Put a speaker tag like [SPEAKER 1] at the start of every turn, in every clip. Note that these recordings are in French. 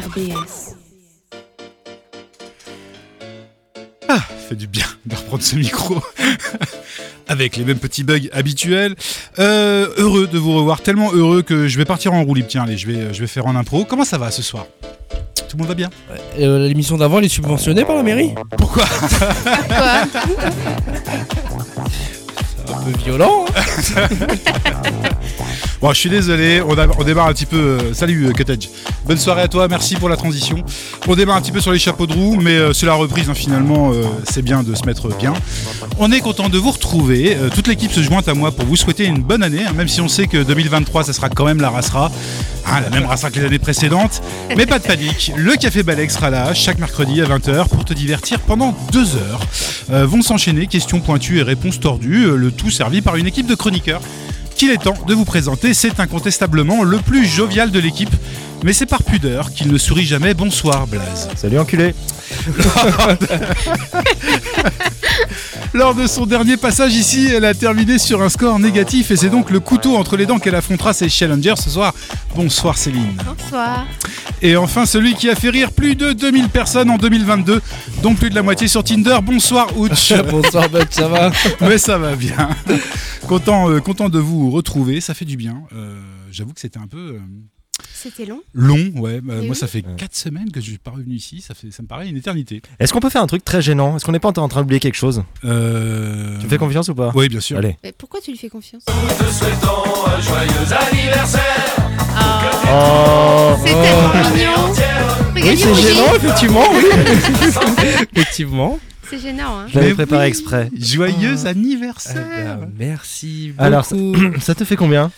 [SPEAKER 1] RBS.
[SPEAKER 2] Ah, fait du bien de reprendre ce micro avec les mêmes petits bugs habituels. Euh, heureux de vous revoir, tellement heureux que je vais partir en roue libre. Tiens, allez, je vais, je vais faire en impro. Comment ça va ce soir Tout le monde va bien
[SPEAKER 3] Euh, L'émission d'avant, elle est subventionnée par la mairie
[SPEAKER 2] Pourquoi
[SPEAKER 3] C'est un peu violent. hein.
[SPEAKER 2] Bon, je suis désolé, on, a- on démarre un petit peu. euh, salut euh, Cottage. Bonne soirée à toi, merci pour la transition. On démarre un petit peu sur les chapeaux de roue, mais euh, c'est la reprise hein, finalement, euh, c'est bien de se mettre bien. On est content de vous retrouver. euh, toute l'équipe se joint à moi pour vous souhaiter une bonne année, hein, même si on sait que 2023, ça sera quand même la rassera. Hein, la même rassera que les années précédentes. Mais pas de panique, le Café Balek sera là chaque mercredi à 20h pour te divertir pendant deux heures. Euh, vont s'enchaîner questions pointues et réponses tordues, euh, le tout servi par une équipe de chroniqueurs qu'il est temps de vous présenter. C'est incontestablement le plus jovial de l'équipe, mais c'est par pudeur qu'il ne sourit jamais. Bonsoir Blaze.
[SPEAKER 4] Salut enculé
[SPEAKER 2] Lors de son dernier passage ici, elle a terminé sur un score négatif et c'est donc le couteau entre les dents qu'elle affrontera ses challengers ce soir. Bonsoir Céline.
[SPEAKER 1] Bonsoir.
[SPEAKER 2] Et enfin celui qui a fait rire plus de 2000 personnes en 2022, dont plus de la moitié sur Tinder. Bonsoir Ouch.
[SPEAKER 3] Bonsoir, Bud, ah ben, ça va
[SPEAKER 2] Mais ça va bien. Content, euh, content de vous retrouver, ça fait du bien. Euh, J'avoue que c'était un peu... euh,
[SPEAKER 1] C'était long.
[SPEAKER 2] Long, ouais. Bah,
[SPEAKER 1] Et
[SPEAKER 2] moi,
[SPEAKER 1] oui.
[SPEAKER 2] ça fait
[SPEAKER 4] Ouais.
[SPEAKER 2] 4 semaines que je suis pas revenu ici. Ça, fait, ça me paraît une éternité.
[SPEAKER 4] Est-ce qu'on peut faire un truc très gênant Est-ce qu'on n'est pas en train d'oublier quelque chose
[SPEAKER 2] Euh...
[SPEAKER 4] Tu me fais confiance ou pas
[SPEAKER 2] Oui, bien sûr.
[SPEAKER 4] Allez.
[SPEAKER 1] Mais pourquoi tu lui fais confiance
[SPEAKER 4] Oh,
[SPEAKER 1] Ah. C'est tellement mignon.
[SPEAKER 3] Oui,
[SPEAKER 1] Regarde, il
[SPEAKER 3] c'est
[SPEAKER 1] rougit.
[SPEAKER 3] gênant, effectivement, oui. effectivement.
[SPEAKER 1] C'est gênant, hein.
[SPEAKER 4] je l'avais
[SPEAKER 2] Mais
[SPEAKER 4] préparé
[SPEAKER 2] oui.
[SPEAKER 4] exprès.
[SPEAKER 2] Joyeux
[SPEAKER 3] Ah.
[SPEAKER 2] anniversaire
[SPEAKER 3] Eh ben, merci beaucoup.
[SPEAKER 4] Alors, Ça te fait combien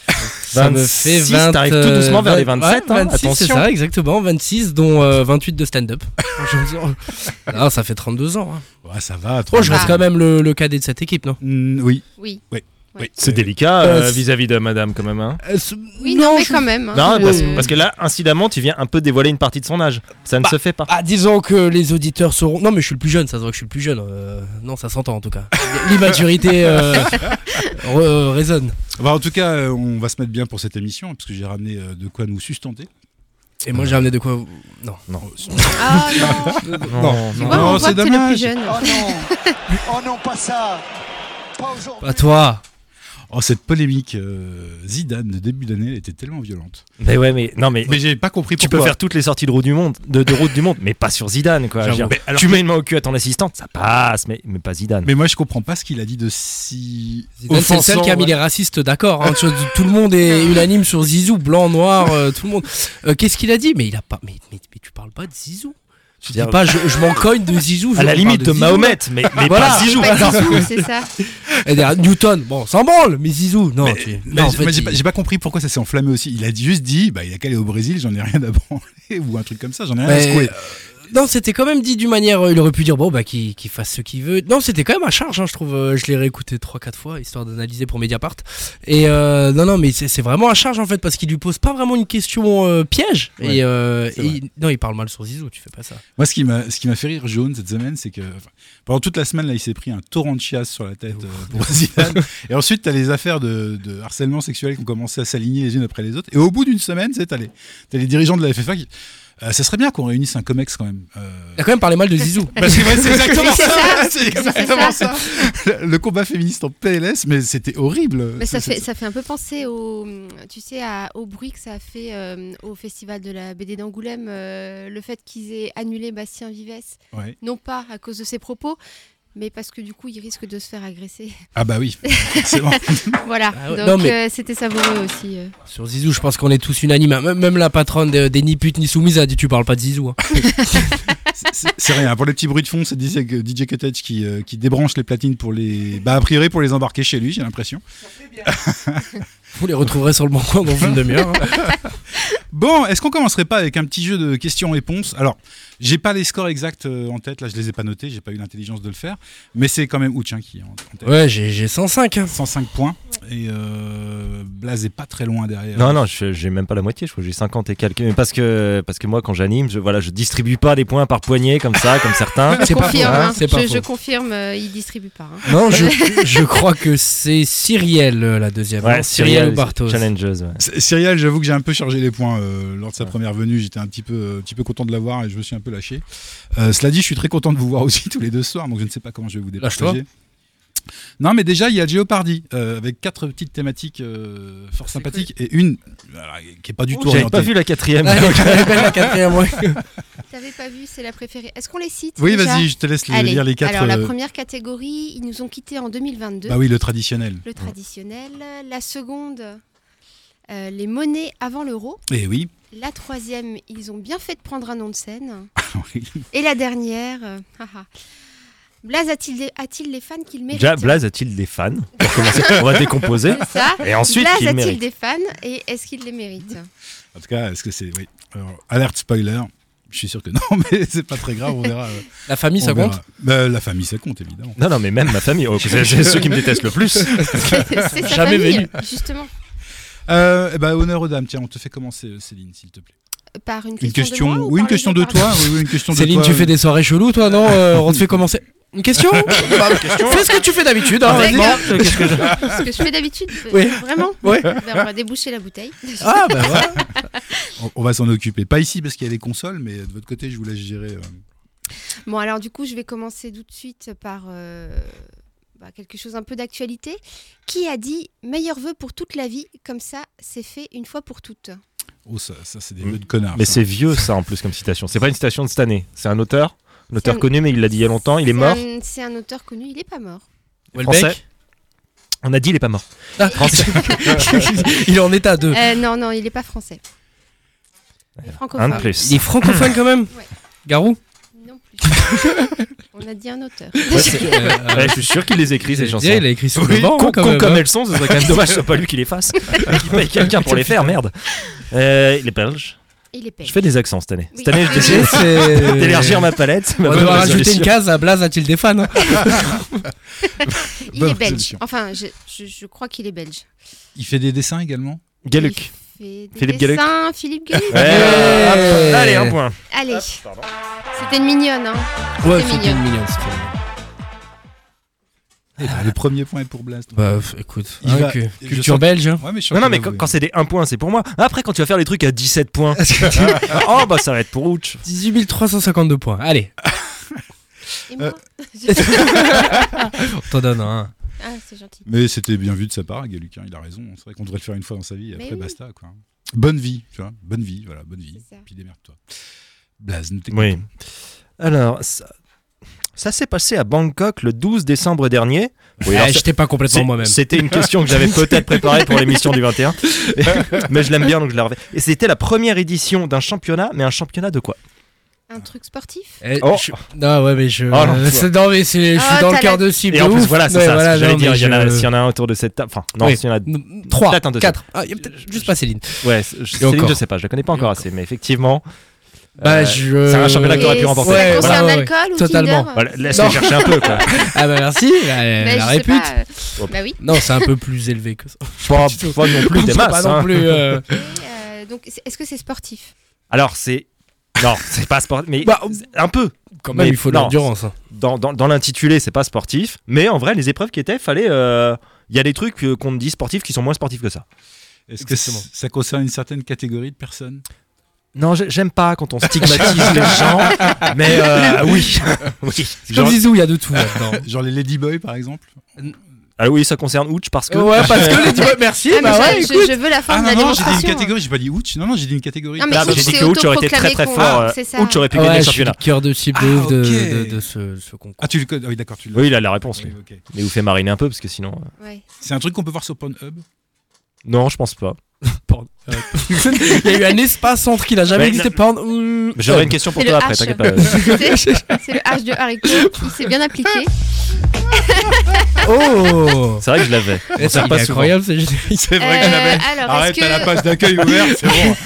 [SPEAKER 3] ça me fait
[SPEAKER 4] 26,
[SPEAKER 3] 20.
[SPEAKER 4] t'arrives tout doucement vers les
[SPEAKER 3] ouais,
[SPEAKER 4] 27, hein,
[SPEAKER 3] 26, c'est
[SPEAKER 4] attention.
[SPEAKER 3] ça, exactement. 26, dont euh, 28 de stand-up. Je veux dire, ah, ça fait 32 ans. hein.
[SPEAKER 2] Ouais, Ah, ça va. trop
[SPEAKER 3] Oh, je
[SPEAKER 2] bien.
[SPEAKER 3] reste quand même le, le cadet de cette équipe, non
[SPEAKER 2] Mm, oui.
[SPEAKER 1] Oui.
[SPEAKER 2] oui.
[SPEAKER 4] C'est délicat
[SPEAKER 3] Euh,
[SPEAKER 4] euh,
[SPEAKER 3] c'est-
[SPEAKER 4] vis-à-vis de madame quand même. hein.
[SPEAKER 1] Oui, non, mais quand même. hein.
[SPEAKER 4] Non,
[SPEAKER 1] Euh,
[SPEAKER 4] parce, parce que là, incidemment, tu viens un peu dévoiler une partie de son âge. Ça ne
[SPEAKER 3] Bah,
[SPEAKER 4] se fait pas.
[SPEAKER 3] Ah, disons que les auditeurs seront. Non, mais je suis le plus jeune, ça se voit que je suis le plus jeune. euh, Non, ça s'entend en tout cas. L'immaturité euh, re- euh, résonne.
[SPEAKER 2] Bah, en tout cas, euh, on va se mettre bien pour cette émission, parce que j'ai ramené euh, de quoi nous sustenter.
[SPEAKER 3] Et moi, j'ai ramené de quoi. vous- Non.
[SPEAKER 2] Oh,
[SPEAKER 1] Ah non.
[SPEAKER 4] Non,
[SPEAKER 1] Tu
[SPEAKER 4] non.
[SPEAKER 1] vois,
[SPEAKER 2] Non,
[SPEAKER 1] on voit
[SPEAKER 2] c'est
[SPEAKER 1] que t'es le
[SPEAKER 2] dommage.
[SPEAKER 1] plus jeune.
[SPEAKER 5] Oh non Oh non, pas ça Pas aujourd'hui
[SPEAKER 3] Pas toi.
[SPEAKER 2] oh, cette polémique euh, Zidane de début d'année, elle était tellement violente.
[SPEAKER 4] Mais ouais, mais non, mais.
[SPEAKER 2] Mais j'ai pas compris
[SPEAKER 4] Tu peux
[SPEAKER 2] pourquoi.
[SPEAKER 4] faire toutes les sorties de route du monde, de, de route du monde, mais pas sur Zidane quoi.
[SPEAKER 3] J'avoue.
[SPEAKER 4] Je veux dire,
[SPEAKER 2] Mais alors-
[SPEAKER 4] tu mets une main au cul à ton assistante, ça passe, mais, mais pas Zidane.
[SPEAKER 2] Mais moi, je comprends pas ce qu'il a dit de si.
[SPEAKER 3] Zidane, C'est le seul
[SPEAKER 2] offensant,
[SPEAKER 3] qui a mis
[SPEAKER 2] ouais.
[SPEAKER 3] les racistes d'accord. hein. Sur- tout le monde est unanime sur Zizou, blanc, noir, euh, tout le monde. Euh, Qu'est-ce qu'il a dit Mais il a pas. Mais, mais, mais tu parles pas de Zizou. Je dis
[SPEAKER 4] dire-
[SPEAKER 3] pas, je, je m'en cogne de Zizou. je
[SPEAKER 4] à la
[SPEAKER 3] parle
[SPEAKER 4] limite de
[SPEAKER 3] Zizou.
[SPEAKER 4] Mahomet, mais, mais
[SPEAKER 3] Voilà.
[SPEAKER 4] pas Zizou.
[SPEAKER 1] Pas Zizou, c'est ça.
[SPEAKER 3] Et derrière, Newton, bon, s'en branle, mais Zizou. Non, tu-
[SPEAKER 2] Mais
[SPEAKER 3] non, en
[SPEAKER 2] j-
[SPEAKER 3] fait,
[SPEAKER 2] mais j'ai
[SPEAKER 3] il-
[SPEAKER 2] pas, j'ai pas compris pourquoi ça s'est enflammé aussi. Il a juste dit, bah, il a qu'à aller au Brésil, j'en ai rien à branler, ou un truc comme ça, j'en ai rien à
[SPEAKER 3] Mais,
[SPEAKER 2] secouer.
[SPEAKER 3] euh, non, c'était quand même dit d'une manière. euh, il aurait pu dire bon, bah, qu'il qu'il fasse ce qu'il veut. Non, c'était quand même à charge, hein, je trouve. euh, je l'ai réécouté 3-4 fois, histoire d'analyser pour Mediapart. Et euh, non, non, mais c'est c'est vraiment à charge en fait, parce qu'il lui pose pas vraiment une question euh, piège.
[SPEAKER 2] Ouais,
[SPEAKER 3] et euh,
[SPEAKER 2] c'est
[SPEAKER 3] et il- non, il parle mal sur Zizou, tu fais pas ça.
[SPEAKER 2] Moi, ce qui m'a, ce qui m'a fait rire jaune cette semaine, c'est que enfin, pendant toute la semaine, là, il s'est pris un torrent de chiasse sur la tête
[SPEAKER 3] Ouf.
[SPEAKER 2] euh, pour Zidane. Et ensuite, t'as les affaires de, de harcèlement sexuel qui ont commencé à s'aligner les unes après les autres. Et au bout d'une semaine, c'est, t'as les, t'as les dirigeants de la FFA qui, Euh, ça serait bien qu'on réunisse un comex quand même. Euh,
[SPEAKER 3] Il a quand même parlé mal de Zizou.
[SPEAKER 2] Parce que ouais, c'est exactement
[SPEAKER 1] Mais c'est
[SPEAKER 2] ça.
[SPEAKER 1] ça.
[SPEAKER 2] C'est exactement
[SPEAKER 1] Mais
[SPEAKER 2] ça. Le, le combat féministe en PLS, mais c'était horrible.
[SPEAKER 1] Mais ça
[SPEAKER 2] C'est-
[SPEAKER 1] fait,
[SPEAKER 2] c'est-
[SPEAKER 1] ça fait un peu penser au, tu sais, à- au bruit que ça a fait euh, au festival de la BD d'Angoulême, euh, le fait qu'ils aient annulé Bastien Vives,
[SPEAKER 2] ouais.
[SPEAKER 1] non pas à cause de ses propos, mais parce que du coup, il risque de se faire agresser.
[SPEAKER 2] Ah bah oui, forcément.
[SPEAKER 1] voilà.
[SPEAKER 3] Ah ouais.
[SPEAKER 1] Donc,
[SPEAKER 3] Non, mais-
[SPEAKER 1] euh, c'était savoureux aussi. euh.
[SPEAKER 3] Sur Zizou, je pense qu'on est tous unanimes. hein. Même, même la patronne des, des ni putes ni soumises a dit tu parles pas de Zizou. hein.
[SPEAKER 2] C'est- C'est c'est rien. Pour les petits bruits de fond, c'est DJ, que- DJ Cottage qui, euh, qui débranche les platines pour les. Bah, a priori, pour les embarquer chez lui, j'ai l'impression.
[SPEAKER 3] Vous les retrouverez sur le banc dans une demi-heure. hein.
[SPEAKER 2] Bon, est-ce qu'on commencerait pas avec un petit jeu de questions-réponses Alors, j'ai pas les scores exacts euh, en tête, là, je les ai pas notés, j'ai pas eu l'intelligence de le faire, mais c'est quand même Ouch hein, qui est en, en tête.
[SPEAKER 3] Ouais, j'ai j'ai 105. hein.
[SPEAKER 2] 105 points et euh, Blaze est pas très loin derrière.
[SPEAKER 4] Non, non, je- j'ai même pas la moitié, je crois que j'ai 50 et quelques. Mais parce que, parce que moi, quand j'anime, je, voilà, je distribue pas les points par poignée comme ça, comme certains.
[SPEAKER 3] C'est pas faux.
[SPEAKER 1] Confirme,
[SPEAKER 3] hein,
[SPEAKER 1] hein.
[SPEAKER 3] c'est pas
[SPEAKER 1] je,
[SPEAKER 3] faux.
[SPEAKER 1] je confirme, euh, il distribue pas. hein.
[SPEAKER 3] Non, je, je crois que c'est Cyrielle euh, la deuxième.
[SPEAKER 4] Ouais,
[SPEAKER 3] non
[SPEAKER 4] Cyrielle, Cyril
[SPEAKER 3] Bartos.
[SPEAKER 4] Challenges, ouais.
[SPEAKER 2] C- Cyril, j'avoue que j'ai un peu chargé les points euh, lors de sa première venue. J'étais un petit peu, euh, un petit peu content de l'avoir et je me suis un peu lâché. Euh, cela dit, je suis très content de vous voir aussi tous les deux ce soir, donc je ne sais pas comment je vais vous
[SPEAKER 3] Lâche-toi.
[SPEAKER 2] départager. Non, mais déjà, il y a Jeopardy euh, avec quatre petites thématiques euh, fort sympathiques et une voilà, qui est pas du
[SPEAKER 1] Oh,
[SPEAKER 2] tout
[SPEAKER 4] Oh, J'avais pas
[SPEAKER 2] orientée.
[SPEAKER 4] vu la quatrième.
[SPEAKER 3] Ah, elle est belle, la quatrième, ouais.
[SPEAKER 1] T'avais pas vu, c'est la préférée. Est-ce qu'on les cite
[SPEAKER 2] Oui,
[SPEAKER 1] déjà
[SPEAKER 2] vas-y, je te laisse les-
[SPEAKER 1] Allez.
[SPEAKER 2] lire les quatre.
[SPEAKER 1] Alors, la
[SPEAKER 2] euh,
[SPEAKER 1] première catégorie, ils nous ont quittés en 2022.
[SPEAKER 2] Bah oui, le traditionnel.
[SPEAKER 1] Le traditionnel. La seconde, euh, les monnaies avant l'euro.
[SPEAKER 2] Et Eh oui.
[SPEAKER 1] La troisième, ils ont bien fait de prendre un nom de scène. Et la dernière, euh, haha. Blaze a-t-il des, a-t-il les fans qu'il mérite
[SPEAKER 4] Déjà, Blaze a-t-il des fans Pour commencer, on va décomposer.
[SPEAKER 1] C'est ça.
[SPEAKER 4] Et ensuite,
[SPEAKER 1] Blaze
[SPEAKER 4] qu'il
[SPEAKER 1] a-t-il
[SPEAKER 4] mérite.
[SPEAKER 1] des fans et est-ce qu'il les mérite
[SPEAKER 2] En tout cas, est-ce que c'est. Oui. Alors, alerte spoiler. Je suis sûr que non, mais c'est pas très grave, on verra. euh,
[SPEAKER 3] La famille,
[SPEAKER 2] on
[SPEAKER 3] ça compte
[SPEAKER 2] verra. Bah, La famille, ça compte, évidemment.
[SPEAKER 4] Non, non, mais même ma famille. oh, c'est c'est ceux qui me détestent le plus.
[SPEAKER 1] C'est sa
[SPEAKER 3] Jamais
[SPEAKER 1] famille,
[SPEAKER 3] venu.
[SPEAKER 1] justement.
[SPEAKER 2] Euh, eh ben, honneur aux dames, tiens, on te fait commencer, euh, Céline, s'il te plaît.
[SPEAKER 1] Par une question,
[SPEAKER 2] Une question,
[SPEAKER 1] de moi ou
[SPEAKER 2] oui, une
[SPEAKER 1] par les
[SPEAKER 2] question
[SPEAKER 1] deux
[SPEAKER 2] de
[SPEAKER 1] parties
[SPEAKER 2] toi, oui, oui, une question
[SPEAKER 3] Céline,
[SPEAKER 2] de toi. euh,
[SPEAKER 4] euh,
[SPEAKER 3] tu fais des soirées cheloues, toi, non Euh, On te fait commencer. Une question
[SPEAKER 4] Bah,
[SPEAKER 3] Fais ce que tu fais d'habitude, hein,
[SPEAKER 1] Avec-
[SPEAKER 3] vas-y.
[SPEAKER 1] Ce que je fais d'habitude, euh,
[SPEAKER 3] Oui.
[SPEAKER 1] vraiment.
[SPEAKER 3] Ouais.
[SPEAKER 1] Ben, on va déboucher la bouteille.
[SPEAKER 3] Ah, bah voilà.
[SPEAKER 2] On, on va s'en occuper. Pas ici parce qu'il y a les consoles, mais de votre côté, je vous laisse gérer. euh.
[SPEAKER 1] Bon, alors du coup, je vais commencer tout de suite par euh, bah, quelque chose un peu d'actualité. Qui a dit meilleur vœu pour toute la vie Comme ça, c'est fait une fois pour toutes.
[SPEAKER 2] Oh, ça, ça c'est des
[SPEAKER 4] Mm.
[SPEAKER 2] vœux de connards.
[SPEAKER 4] Mais
[SPEAKER 2] ça.
[SPEAKER 4] c'est vieux, ça, en plus, comme citation. C'est pas une citation de cette année. C'est un auteur. Un auteur
[SPEAKER 1] C'est un-
[SPEAKER 4] connu, mais il l'a dit il y a longtemps. Il
[SPEAKER 1] C'est
[SPEAKER 4] est mort.
[SPEAKER 1] un- C'est un auteur connu, il n'est pas mort.
[SPEAKER 4] Français.
[SPEAKER 3] Welbeck
[SPEAKER 4] On a dit il est pas mort.
[SPEAKER 3] Ah, Il est en état de.
[SPEAKER 1] Euh, non, non, il n'est pas français. Ah. Il est
[SPEAKER 4] Un
[SPEAKER 1] francophone.
[SPEAKER 4] de plus.
[SPEAKER 3] Il est francophone quand même
[SPEAKER 1] Ouais.
[SPEAKER 3] Garou
[SPEAKER 1] Non plus. On a dit un auteur.
[SPEAKER 3] euh,
[SPEAKER 4] Ouais, je suis sûr qu'il les écrit, ces chansons.
[SPEAKER 3] Il a écrit sur le
[SPEAKER 4] Oui,
[SPEAKER 3] banc,
[SPEAKER 4] con-
[SPEAKER 3] hein, quand
[SPEAKER 4] con
[SPEAKER 3] même,
[SPEAKER 4] comme
[SPEAKER 3] hein.
[SPEAKER 4] elles sont, ce serait quand même dommage que ce soit pas lui qui les fasse. Et qu'il paye quelqu'un pour les faire, merde. Euh, il est belge.
[SPEAKER 1] Il est
[SPEAKER 4] Je
[SPEAKER 1] belge.
[SPEAKER 4] fais des accents cette année.
[SPEAKER 1] Oui.
[SPEAKER 4] Cette année, je
[SPEAKER 3] Tu sais,
[SPEAKER 4] décide
[SPEAKER 3] c'est-
[SPEAKER 4] d'élargir ma palette. c'est ma
[SPEAKER 3] On
[SPEAKER 4] bonne
[SPEAKER 3] devra rajouter une
[SPEAKER 4] résolution.
[SPEAKER 3] case à Blaze a-t-il des fans hein
[SPEAKER 1] Il
[SPEAKER 2] Bonne
[SPEAKER 1] est belge.
[SPEAKER 2] résolution.
[SPEAKER 1] Enfin, je, je- je crois qu'il est belge.
[SPEAKER 2] Il fait des dessins également
[SPEAKER 4] Galuc.
[SPEAKER 1] Il fait des
[SPEAKER 4] Philippe Gueluc.
[SPEAKER 1] dessins, Philippe Gueluc.
[SPEAKER 4] Ouais,
[SPEAKER 3] Ouais.
[SPEAKER 4] hop. Allez, un point.
[SPEAKER 1] Allez, c'était une mignonne. Hein.
[SPEAKER 3] Ouais,
[SPEAKER 1] C'est
[SPEAKER 3] c'était
[SPEAKER 1] mignon.
[SPEAKER 3] une mignonne, c'était mignon.
[SPEAKER 2] Eh ben, Le premier point est pour Blast.
[SPEAKER 3] Bah, f- écoute,
[SPEAKER 2] Il
[SPEAKER 3] hein,
[SPEAKER 2] va-
[SPEAKER 3] que-
[SPEAKER 2] je
[SPEAKER 3] culture
[SPEAKER 2] sens-
[SPEAKER 3] belge. hein.
[SPEAKER 2] Ouais, mais je suis
[SPEAKER 4] Non,
[SPEAKER 2] sûr
[SPEAKER 4] non,
[SPEAKER 2] qu'il
[SPEAKER 4] mais
[SPEAKER 2] va
[SPEAKER 4] quand,
[SPEAKER 2] vous-
[SPEAKER 4] quand c'est des 1 point, c'est pour moi. Après, quand tu vas faire les trucs à 17 points, oh bah ça va être pour Ouch.
[SPEAKER 3] 18 352 points. Allez,
[SPEAKER 1] Et moi
[SPEAKER 4] Euh.
[SPEAKER 3] on t'en donne un.
[SPEAKER 1] Ah, c'est gentil.
[SPEAKER 2] Mais c'était bien vu de sa part, Galuc, hein, il a raison. C'est vrai qu'on devrait le faire une fois dans sa vie et
[SPEAKER 1] Mais
[SPEAKER 2] après
[SPEAKER 1] oui.
[SPEAKER 2] basta. Quoi. Bonne vie, tu vois. Bonne vie, voilà, bonne vie.
[SPEAKER 1] C'est ça.
[SPEAKER 2] Puis démerde-toi. Blaze, nous t'écoutons.
[SPEAKER 4] Oui. Alors, ça, ça s'est passé à Bangkok le 12 décembre dernier. Oui, alors
[SPEAKER 3] Eh,
[SPEAKER 4] ça-
[SPEAKER 3] J'étais pas complètement
[SPEAKER 4] c'est-
[SPEAKER 3] moi-même.
[SPEAKER 4] C'était une question que j'avais peut-être préparée pour l'émission du 21. mais je l'aime bien, donc je la refais. Et c'était la première édition d'un championnat, mais un championnat de quoi
[SPEAKER 1] Un truc sportif
[SPEAKER 3] Eh,
[SPEAKER 4] Oh.
[SPEAKER 3] je- Non, ouais, mais je.
[SPEAKER 4] Oh, non, tu
[SPEAKER 3] c'est- non, mais c'est- je suis
[SPEAKER 1] Ah,
[SPEAKER 3] dans le
[SPEAKER 1] t'as
[SPEAKER 3] cœur
[SPEAKER 1] la-
[SPEAKER 3] de cible.
[SPEAKER 4] Et
[SPEAKER 3] de
[SPEAKER 4] en plus,
[SPEAKER 3] ouf.
[SPEAKER 4] voilà, c'est
[SPEAKER 3] Ouais,
[SPEAKER 4] ça.
[SPEAKER 3] voilà,
[SPEAKER 4] ce que j'allais
[SPEAKER 3] non,
[SPEAKER 4] dire,
[SPEAKER 3] mais
[SPEAKER 4] il y en a-
[SPEAKER 3] je-
[SPEAKER 4] s'il y en a un autour de cette table. Enfin, non,
[SPEAKER 3] Oui.
[SPEAKER 4] s'il y en a.
[SPEAKER 3] Mm, Trois,
[SPEAKER 4] Peut-être un deuxième.
[SPEAKER 3] quatre. Ah, il y a peut-être juste pas Céline.
[SPEAKER 4] Ouais, je, Céline,
[SPEAKER 3] encore.
[SPEAKER 4] je sais pas, je la connais pas encore assez, mais effectivement.
[SPEAKER 3] Bah,
[SPEAKER 4] euh,
[SPEAKER 3] je.
[SPEAKER 4] c'est un championnat qui aurait pu
[SPEAKER 1] Et
[SPEAKER 4] remporter.
[SPEAKER 1] Ça
[SPEAKER 3] Ouais,
[SPEAKER 1] concerne
[SPEAKER 3] ouais, ouais,
[SPEAKER 1] l'alcool ou
[SPEAKER 3] totalement.
[SPEAKER 1] Tinder
[SPEAKER 4] Voilà,
[SPEAKER 1] Non.
[SPEAKER 4] laisse-les chercher un peu, quoi.
[SPEAKER 3] Ah, bah merci, la,
[SPEAKER 1] Bah,
[SPEAKER 3] la
[SPEAKER 1] je sais
[SPEAKER 3] répute.
[SPEAKER 1] pas, euh, Bah oui.
[SPEAKER 3] Non, c'est un peu plus élevé que ça.
[SPEAKER 4] Pas, pas non plus des
[SPEAKER 3] C'est
[SPEAKER 4] masses.
[SPEAKER 3] Pas
[SPEAKER 4] hein.
[SPEAKER 3] non plus. euh,
[SPEAKER 1] Et, euh, donc, c'est- est-ce que c'est sportif
[SPEAKER 4] Alors, c'est. Non, c'est pas sportif, mais
[SPEAKER 3] Bah,
[SPEAKER 4] un peu.
[SPEAKER 3] quand même,
[SPEAKER 4] Mais
[SPEAKER 3] il faut de
[SPEAKER 4] non.
[SPEAKER 3] l'endurance. hein.
[SPEAKER 4] Dans, dans, dans l'intitulé, c'est pas sportif, mais en vrai, les épreuves qui étaient, fallait. euh, Il y a des trucs euh, qu'on dit sportifs qui sont moins sportifs que ça.
[SPEAKER 2] Est-ce que
[SPEAKER 3] Exactement.
[SPEAKER 2] c- ça concerne une certaine catégorie de personnes
[SPEAKER 4] Non, j'ai- j'aime pas quand on stigmatise les gens, mais euh, oui. oui.
[SPEAKER 3] Comme
[SPEAKER 4] Genre-
[SPEAKER 3] Zizou, il y a de tout là-dedans.
[SPEAKER 2] Genre les Ladyboy, par exemple
[SPEAKER 4] ah oui, ça concerne Ouch parce que.
[SPEAKER 3] Ouais, parce que les tu vois, merci,
[SPEAKER 1] Ah, mais
[SPEAKER 3] bah
[SPEAKER 1] je-
[SPEAKER 3] ouais,
[SPEAKER 1] je,
[SPEAKER 3] écoute.
[SPEAKER 1] je veux la fin
[SPEAKER 2] Ah
[SPEAKER 1] de la
[SPEAKER 2] non, non, j'ai dit une
[SPEAKER 1] démonstration. hein.
[SPEAKER 2] catégorie, j'ai pas dit ouch. Non, non, j'ai dit une catégorie.
[SPEAKER 1] Non, mais
[SPEAKER 4] Là,
[SPEAKER 1] Ouch,
[SPEAKER 4] j'ai dit
[SPEAKER 1] c'est
[SPEAKER 4] que Ouch aurait été très
[SPEAKER 1] autoproclamé
[SPEAKER 4] très
[SPEAKER 1] con.
[SPEAKER 4] fort.
[SPEAKER 1] Ah,
[SPEAKER 4] euh,
[SPEAKER 1] c'est ça.
[SPEAKER 4] Ouch aurait pu gagner
[SPEAKER 3] Ouais,
[SPEAKER 4] le
[SPEAKER 3] je suis le
[SPEAKER 4] championnat.
[SPEAKER 3] cœur de cible
[SPEAKER 2] Ah,
[SPEAKER 3] de, ouf de,
[SPEAKER 2] ok.
[SPEAKER 3] de- de ce, ce concours.
[SPEAKER 2] Ah, tu le connais Ah oui, d'accord, tu l'as.
[SPEAKER 4] Oui, il a la réponse.
[SPEAKER 2] Oui,
[SPEAKER 4] lui.
[SPEAKER 2] ok.
[SPEAKER 4] Mais vous fait mariner un peu parce que sinon. euh,
[SPEAKER 1] Ouais.
[SPEAKER 2] C'est un truc qu'on peut voir sur Pornhub.
[SPEAKER 4] Non, je pense pas.
[SPEAKER 3] il y a eu un espace entre qui n'a jamais
[SPEAKER 4] Mais
[SPEAKER 3] existé.
[SPEAKER 4] non.
[SPEAKER 3] pendant- Mmh.
[SPEAKER 4] J'aurai une question pour
[SPEAKER 1] Et le
[SPEAKER 4] toi après,
[SPEAKER 1] H.
[SPEAKER 4] t'inquiète pas.
[SPEAKER 1] C'est c'est le H de haricot. Il s'est bien appliqué.
[SPEAKER 3] Oh
[SPEAKER 4] C'est vrai que je l'avais.
[SPEAKER 3] Eh,
[SPEAKER 4] On sert
[SPEAKER 3] il
[SPEAKER 4] pas
[SPEAKER 3] est
[SPEAKER 4] souvent.
[SPEAKER 3] incroyable ce générique.
[SPEAKER 2] C'est
[SPEAKER 1] Euh, alors,
[SPEAKER 2] Arrête,
[SPEAKER 1] est-ce
[SPEAKER 2] t'as la
[SPEAKER 1] que
[SPEAKER 2] page d'accueil ouverte, c'est bon.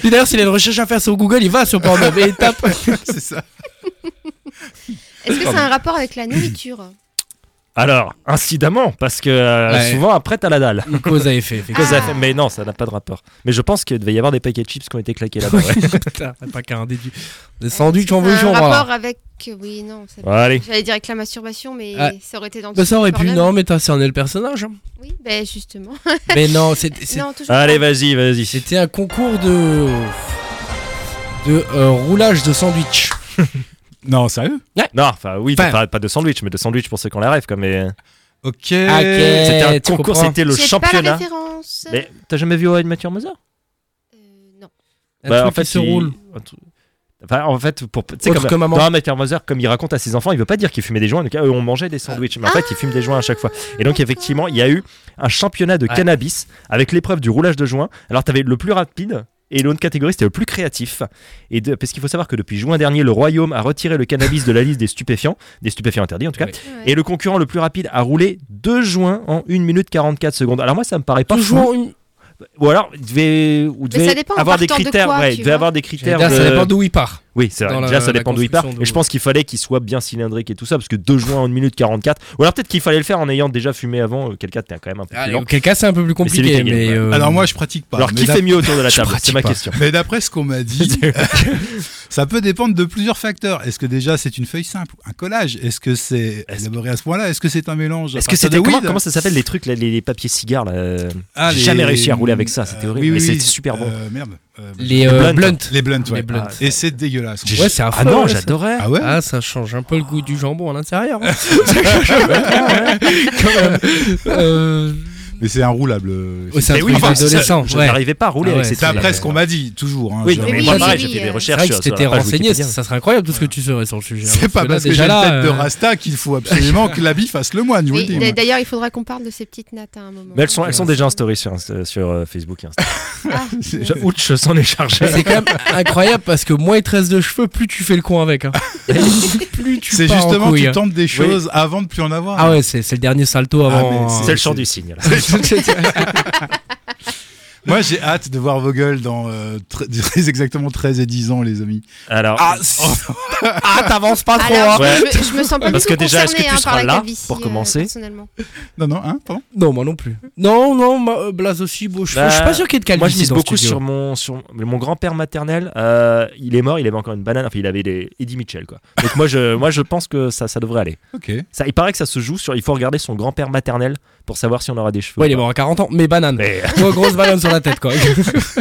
[SPEAKER 3] Puis D'ailleurs, s'il a une recherche à faire sur Google, il va sur Pornhub et il tape.
[SPEAKER 2] c'est ça.
[SPEAKER 1] est-ce que c'est un rapport avec la nourriture
[SPEAKER 4] Alors, incidemment, parce que euh,
[SPEAKER 3] Ouais. Ah.
[SPEAKER 4] souvent après, t'as la dalle.
[SPEAKER 3] Une cause à effet, effectivement.
[SPEAKER 4] Cause à effet. Mais non, ça n'a pas de rapport. Mais je pense qu'il devait y avoir des paquets de chips qui ont été claqués là-bas. Ah, bah ouais.
[SPEAKER 3] Putain, pas qu'un déduit. Descendu, tu en veux,
[SPEAKER 1] un
[SPEAKER 3] tu en
[SPEAKER 1] rapport
[SPEAKER 3] vois.
[SPEAKER 1] avec. Oui, non. c'est
[SPEAKER 4] Bon, allez.
[SPEAKER 1] J'allais dire avec la masturbation, mais
[SPEAKER 3] Ah.
[SPEAKER 1] ça aurait été dans.
[SPEAKER 3] Bah, ça aurait pu,
[SPEAKER 1] Pornhub.
[SPEAKER 3] non, mais t'as cerné le personnage. hein.
[SPEAKER 1] Oui, ben justement.
[SPEAKER 3] Mais non, c'est- c'est-
[SPEAKER 1] Non, toujours.
[SPEAKER 4] Allez,
[SPEAKER 1] pas.
[SPEAKER 4] vas-y, vas-y.
[SPEAKER 3] c'était un concours de. de euh, roulage de sandwich.
[SPEAKER 2] Non, sérieux
[SPEAKER 4] Non, enfin, oui,
[SPEAKER 3] Enfin-
[SPEAKER 4] pas, pas de sandwich, mais de sandwich pour ceux qui en la rêvent. Quoi, mais...
[SPEAKER 2] Ok.
[SPEAKER 3] Ok.
[SPEAKER 4] C'était un
[SPEAKER 3] Eh, tu
[SPEAKER 4] concours,
[SPEAKER 3] comprends.
[SPEAKER 4] c'était le
[SPEAKER 1] J'ai pas la
[SPEAKER 4] championnat.
[SPEAKER 1] référence.
[SPEAKER 4] Mais t'as jamais vu How I Met Your Mother
[SPEAKER 1] Euh, non.
[SPEAKER 3] Un
[SPEAKER 4] Bah,
[SPEAKER 3] truc
[SPEAKER 4] en fait,
[SPEAKER 3] qui se
[SPEAKER 4] il-
[SPEAKER 3] roule.
[SPEAKER 4] un truc- Enfin, en fait, pour tu sais,
[SPEAKER 3] Autre que
[SPEAKER 4] comme
[SPEAKER 3] maman.
[SPEAKER 4] dans How I Met Your Mother, comme il raconte à ses enfants, il veut pas dire qu'il fumait des joints. Donc, ah, eux, on mangeait des sandwichs, mais en fait, il fume des joints à chaque fois. Et donc, effectivement, il y a eu un championnat de
[SPEAKER 3] Ouais.
[SPEAKER 4] cannabis avec l'épreuve du roulage de joints. Alors, t'avais le plus rapide. Et l'autre catégorie, c'était le plus créatif. Et de- parce qu'il faut savoir que depuis juin dernier, le Royaume a retiré le cannabis de la liste des stupéfiants, des stupéfiants interdits en tout cas.
[SPEAKER 3] Ouais.
[SPEAKER 1] Ouais.
[SPEAKER 4] Et le concurrent le plus rapide a roulé 2 joints en 1 minute 44 secondes. Alors moi ça me paraît pas fou.
[SPEAKER 3] Toujours une.
[SPEAKER 4] Ou alors il devait, ou devait
[SPEAKER 1] ça dépend en
[SPEAKER 4] avoir des
[SPEAKER 1] partant de
[SPEAKER 4] critères,
[SPEAKER 1] quoi,
[SPEAKER 4] ouais,
[SPEAKER 1] tu
[SPEAKER 4] il devait
[SPEAKER 1] vois.
[SPEAKER 4] avoir des
[SPEAKER 3] J'allais
[SPEAKER 4] critères.
[SPEAKER 3] dire, Ça
[SPEAKER 4] de-
[SPEAKER 3] dépend d'où il part.
[SPEAKER 4] Oui, c'est
[SPEAKER 3] dans
[SPEAKER 4] vrai.
[SPEAKER 3] la-
[SPEAKER 4] Déjà ça
[SPEAKER 3] la
[SPEAKER 4] dépend d'où il part.
[SPEAKER 3] construction
[SPEAKER 4] Et je pense qu'il fallait qu'il soit bien cylindrique et tout ça parce que 2 joints en 1 minute 44. Ou alors peut-être qu'il fallait le faire en ayant déjà fumé avant euh, quelqu'un était quand même un peu plus
[SPEAKER 3] Allez,
[SPEAKER 4] lent.
[SPEAKER 3] auquel cas, c'est un peu plus
[SPEAKER 4] Mais c'est lui qui a
[SPEAKER 3] compliqué.
[SPEAKER 4] gagné,
[SPEAKER 3] Mais,
[SPEAKER 4] ouais.
[SPEAKER 3] euh,
[SPEAKER 2] Alors moi, je pratique pas.
[SPEAKER 4] Alors
[SPEAKER 2] mais
[SPEAKER 4] qui
[SPEAKER 2] d'ap-
[SPEAKER 4] fait mieux autour de la
[SPEAKER 3] Je
[SPEAKER 4] table C'est
[SPEAKER 3] pratique
[SPEAKER 4] ma
[SPEAKER 3] pas.
[SPEAKER 4] question.
[SPEAKER 2] Mais d'après ce qu'on m'a dit, ça peut dépendre de plusieurs facteurs. Est-ce que déjà c'est une feuille simple, un collage Est-ce que c'est
[SPEAKER 4] Est-ce-
[SPEAKER 2] élaboré à ce point-là Est-ce que c'est un mélange à
[SPEAKER 4] Est-ce que
[SPEAKER 2] partir
[SPEAKER 4] c'était
[SPEAKER 2] de
[SPEAKER 4] comment,
[SPEAKER 2] weed
[SPEAKER 4] comment ça s'appelle les trucs là, les, les papiers cigares là euh,
[SPEAKER 2] Ah,
[SPEAKER 4] J'ai
[SPEAKER 2] les-
[SPEAKER 4] jamais réussi à rouler avec ça, c'était
[SPEAKER 2] Euh,
[SPEAKER 4] horrible.
[SPEAKER 2] oui,
[SPEAKER 4] mais
[SPEAKER 2] oui,
[SPEAKER 4] c'était
[SPEAKER 2] oui.
[SPEAKER 4] super bon.
[SPEAKER 2] Euh, merde. Euh,
[SPEAKER 3] Les
[SPEAKER 4] Les
[SPEAKER 3] euh,
[SPEAKER 4] blunts.
[SPEAKER 3] blunts.
[SPEAKER 2] Les blunts, ouais.
[SPEAKER 3] Les blunts.
[SPEAKER 2] Et c'est dégueulasse.
[SPEAKER 3] Ouais, c'est affreux.
[SPEAKER 4] Ah non,
[SPEAKER 3] ouais, ça.
[SPEAKER 4] j'adorais.
[SPEAKER 2] Ah ouais
[SPEAKER 3] Ah, ça change un peu le goût du jambon à l'intérieur. hein. Euh,
[SPEAKER 2] Mais c'est inroulable. euh,
[SPEAKER 3] ouais, c'est un
[SPEAKER 4] Mais oui,
[SPEAKER 3] truc
[SPEAKER 4] enfin,
[SPEAKER 3] d'adolescent.
[SPEAKER 4] Je
[SPEAKER 3] ouais.
[SPEAKER 4] n'arrivais pas à rouler
[SPEAKER 3] Ah
[SPEAKER 4] avec
[SPEAKER 3] ouais,
[SPEAKER 4] ces
[SPEAKER 2] C'est
[SPEAKER 4] trucs-là.
[SPEAKER 2] après ce qu'on Bah, m'a dit, toujours. hein,
[SPEAKER 4] Oui,
[SPEAKER 2] j'ai-
[SPEAKER 1] non,
[SPEAKER 4] mais
[SPEAKER 1] Oui,
[SPEAKER 4] moi
[SPEAKER 1] oui,
[SPEAKER 4] pareil,
[SPEAKER 1] oui,
[SPEAKER 4] j'ai fait des
[SPEAKER 1] euh,
[SPEAKER 3] C'est vrai
[SPEAKER 4] recherches.
[SPEAKER 3] que
[SPEAKER 4] sur
[SPEAKER 3] si t'étais
[SPEAKER 4] la page
[SPEAKER 3] renseigné,
[SPEAKER 4] Wikipédia.
[SPEAKER 3] ça serait incroyable tout ce que tu saurais sur le sujet. hein,
[SPEAKER 2] C'est pas
[SPEAKER 3] que là,
[SPEAKER 2] parce que j'ai
[SPEAKER 3] déjà
[SPEAKER 2] une
[SPEAKER 3] là,
[SPEAKER 2] tête de
[SPEAKER 3] euh,
[SPEAKER 2] Rasta qu'il faut absolument que l'habit fasse le moine, je vous le
[SPEAKER 1] Et
[SPEAKER 2] dis.
[SPEAKER 1] d-
[SPEAKER 2] moi.
[SPEAKER 1] D'ailleurs, il faudra qu'on parle de ces petites nattes à un moment.
[SPEAKER 4] Mais elles sont, elles sont déjà en story sur, Insta- sur euh, Facebook et Insta.
[SPEAKER 2] C'est-
[SPEAKER 4] Je- Ouch, je s'en est chargé.
[SPEAKER 3] C'est quand même incroyable parce que moins il te reste de cheveux, plus tu fais le con avec. hein. plus tu
[SPEAKER 2] C'est
[SPEAKER 3] pars en
[SPEAKER 2] justement
[SPEAKER 3] couille,
[SPEAKER 2] tu
[SPEAKER 3] hein.
[SPEAKER 2] tentes des choses avant de plus en avoir.
[SPEAKER 3] Ah ouais, c'est c'est le dernier salto avant.
[SPEAKER 2] Ah,
[SPEAKER 3] hein.
[SPEAKER 2] mais
[SPEAKER 4] C'est le chant du signe. là.
[SPEAKER 2] Moi, j'ai hâte de voir vos gueules dans euh, tre- très exactement 13 et 10 ans, les amis.
[SPEAKER 4] Alors, euh,
[SPEAKER 3] Ah, ah, t'avances pas trop.
[SPEAKER 1] Alors,
[SPEAKER 3] hein.
[SPEAKER 4] Ouais.
[SPEAKER 1] je, me, je me sens pas
[SPEAKER 4] Parce
[SPEAKER 1] du tout
[SPEAKER 4] que déjà, est-ce que
[SPEAKER 1] concernée,
[SPEAKER 4] tu
[SPEAKER 1] hein, par
[SPEAKER 4] seras
[SPEAKER 1] la
[SPEAKER 4] là,
[SPEAKER 1] calvitie,
[SPEAKER 4] pour
[SPEAKER 1] euh,
[SPEAKER 4] commencer
[SPEAKER 1] personnellement.
[SPEAKER 2] Non, non, hein, pardon
[SPEAKER 3] Non, moi non plus. Non, non, ma- euh, Blaze aussi, beau cheveux.
[SPEAKER 4] Bah,
[SPEAKER 3] je suis pas sûr qu'il y ait de calvitie
[SPEAKER 4] moi je mise
[SPEAKER 3] dans le
[SPEAKER 4] beaucoup
[SPEAKER 3] studio.
[SPEAKER 4] sur mon, sur mon grand-père maternel. euh, il est mort, il avait encore une banane. Enfin, il avait des Eddie Mitchell quoi. Donc moi je, moi je pense que ça, ça devrait aller.
[SPEAKER 2] Ok.
[SPEAKER 4] Ça, il paraît que ça se joue sur. Il faut regarder son grand-père maternel pour savoir si on aura des cheveux.
[SPEAKER 3] Ouais, il est
[SPEAKER 4] ou pas.
[SPEAKER 3] mort à 40 ans, mais banane.
[SPEAKER 4] Mais-
[SPEAKER 3] Moi, grosse banane sur la tête, quoi.
[SPEAKER 2] Ah,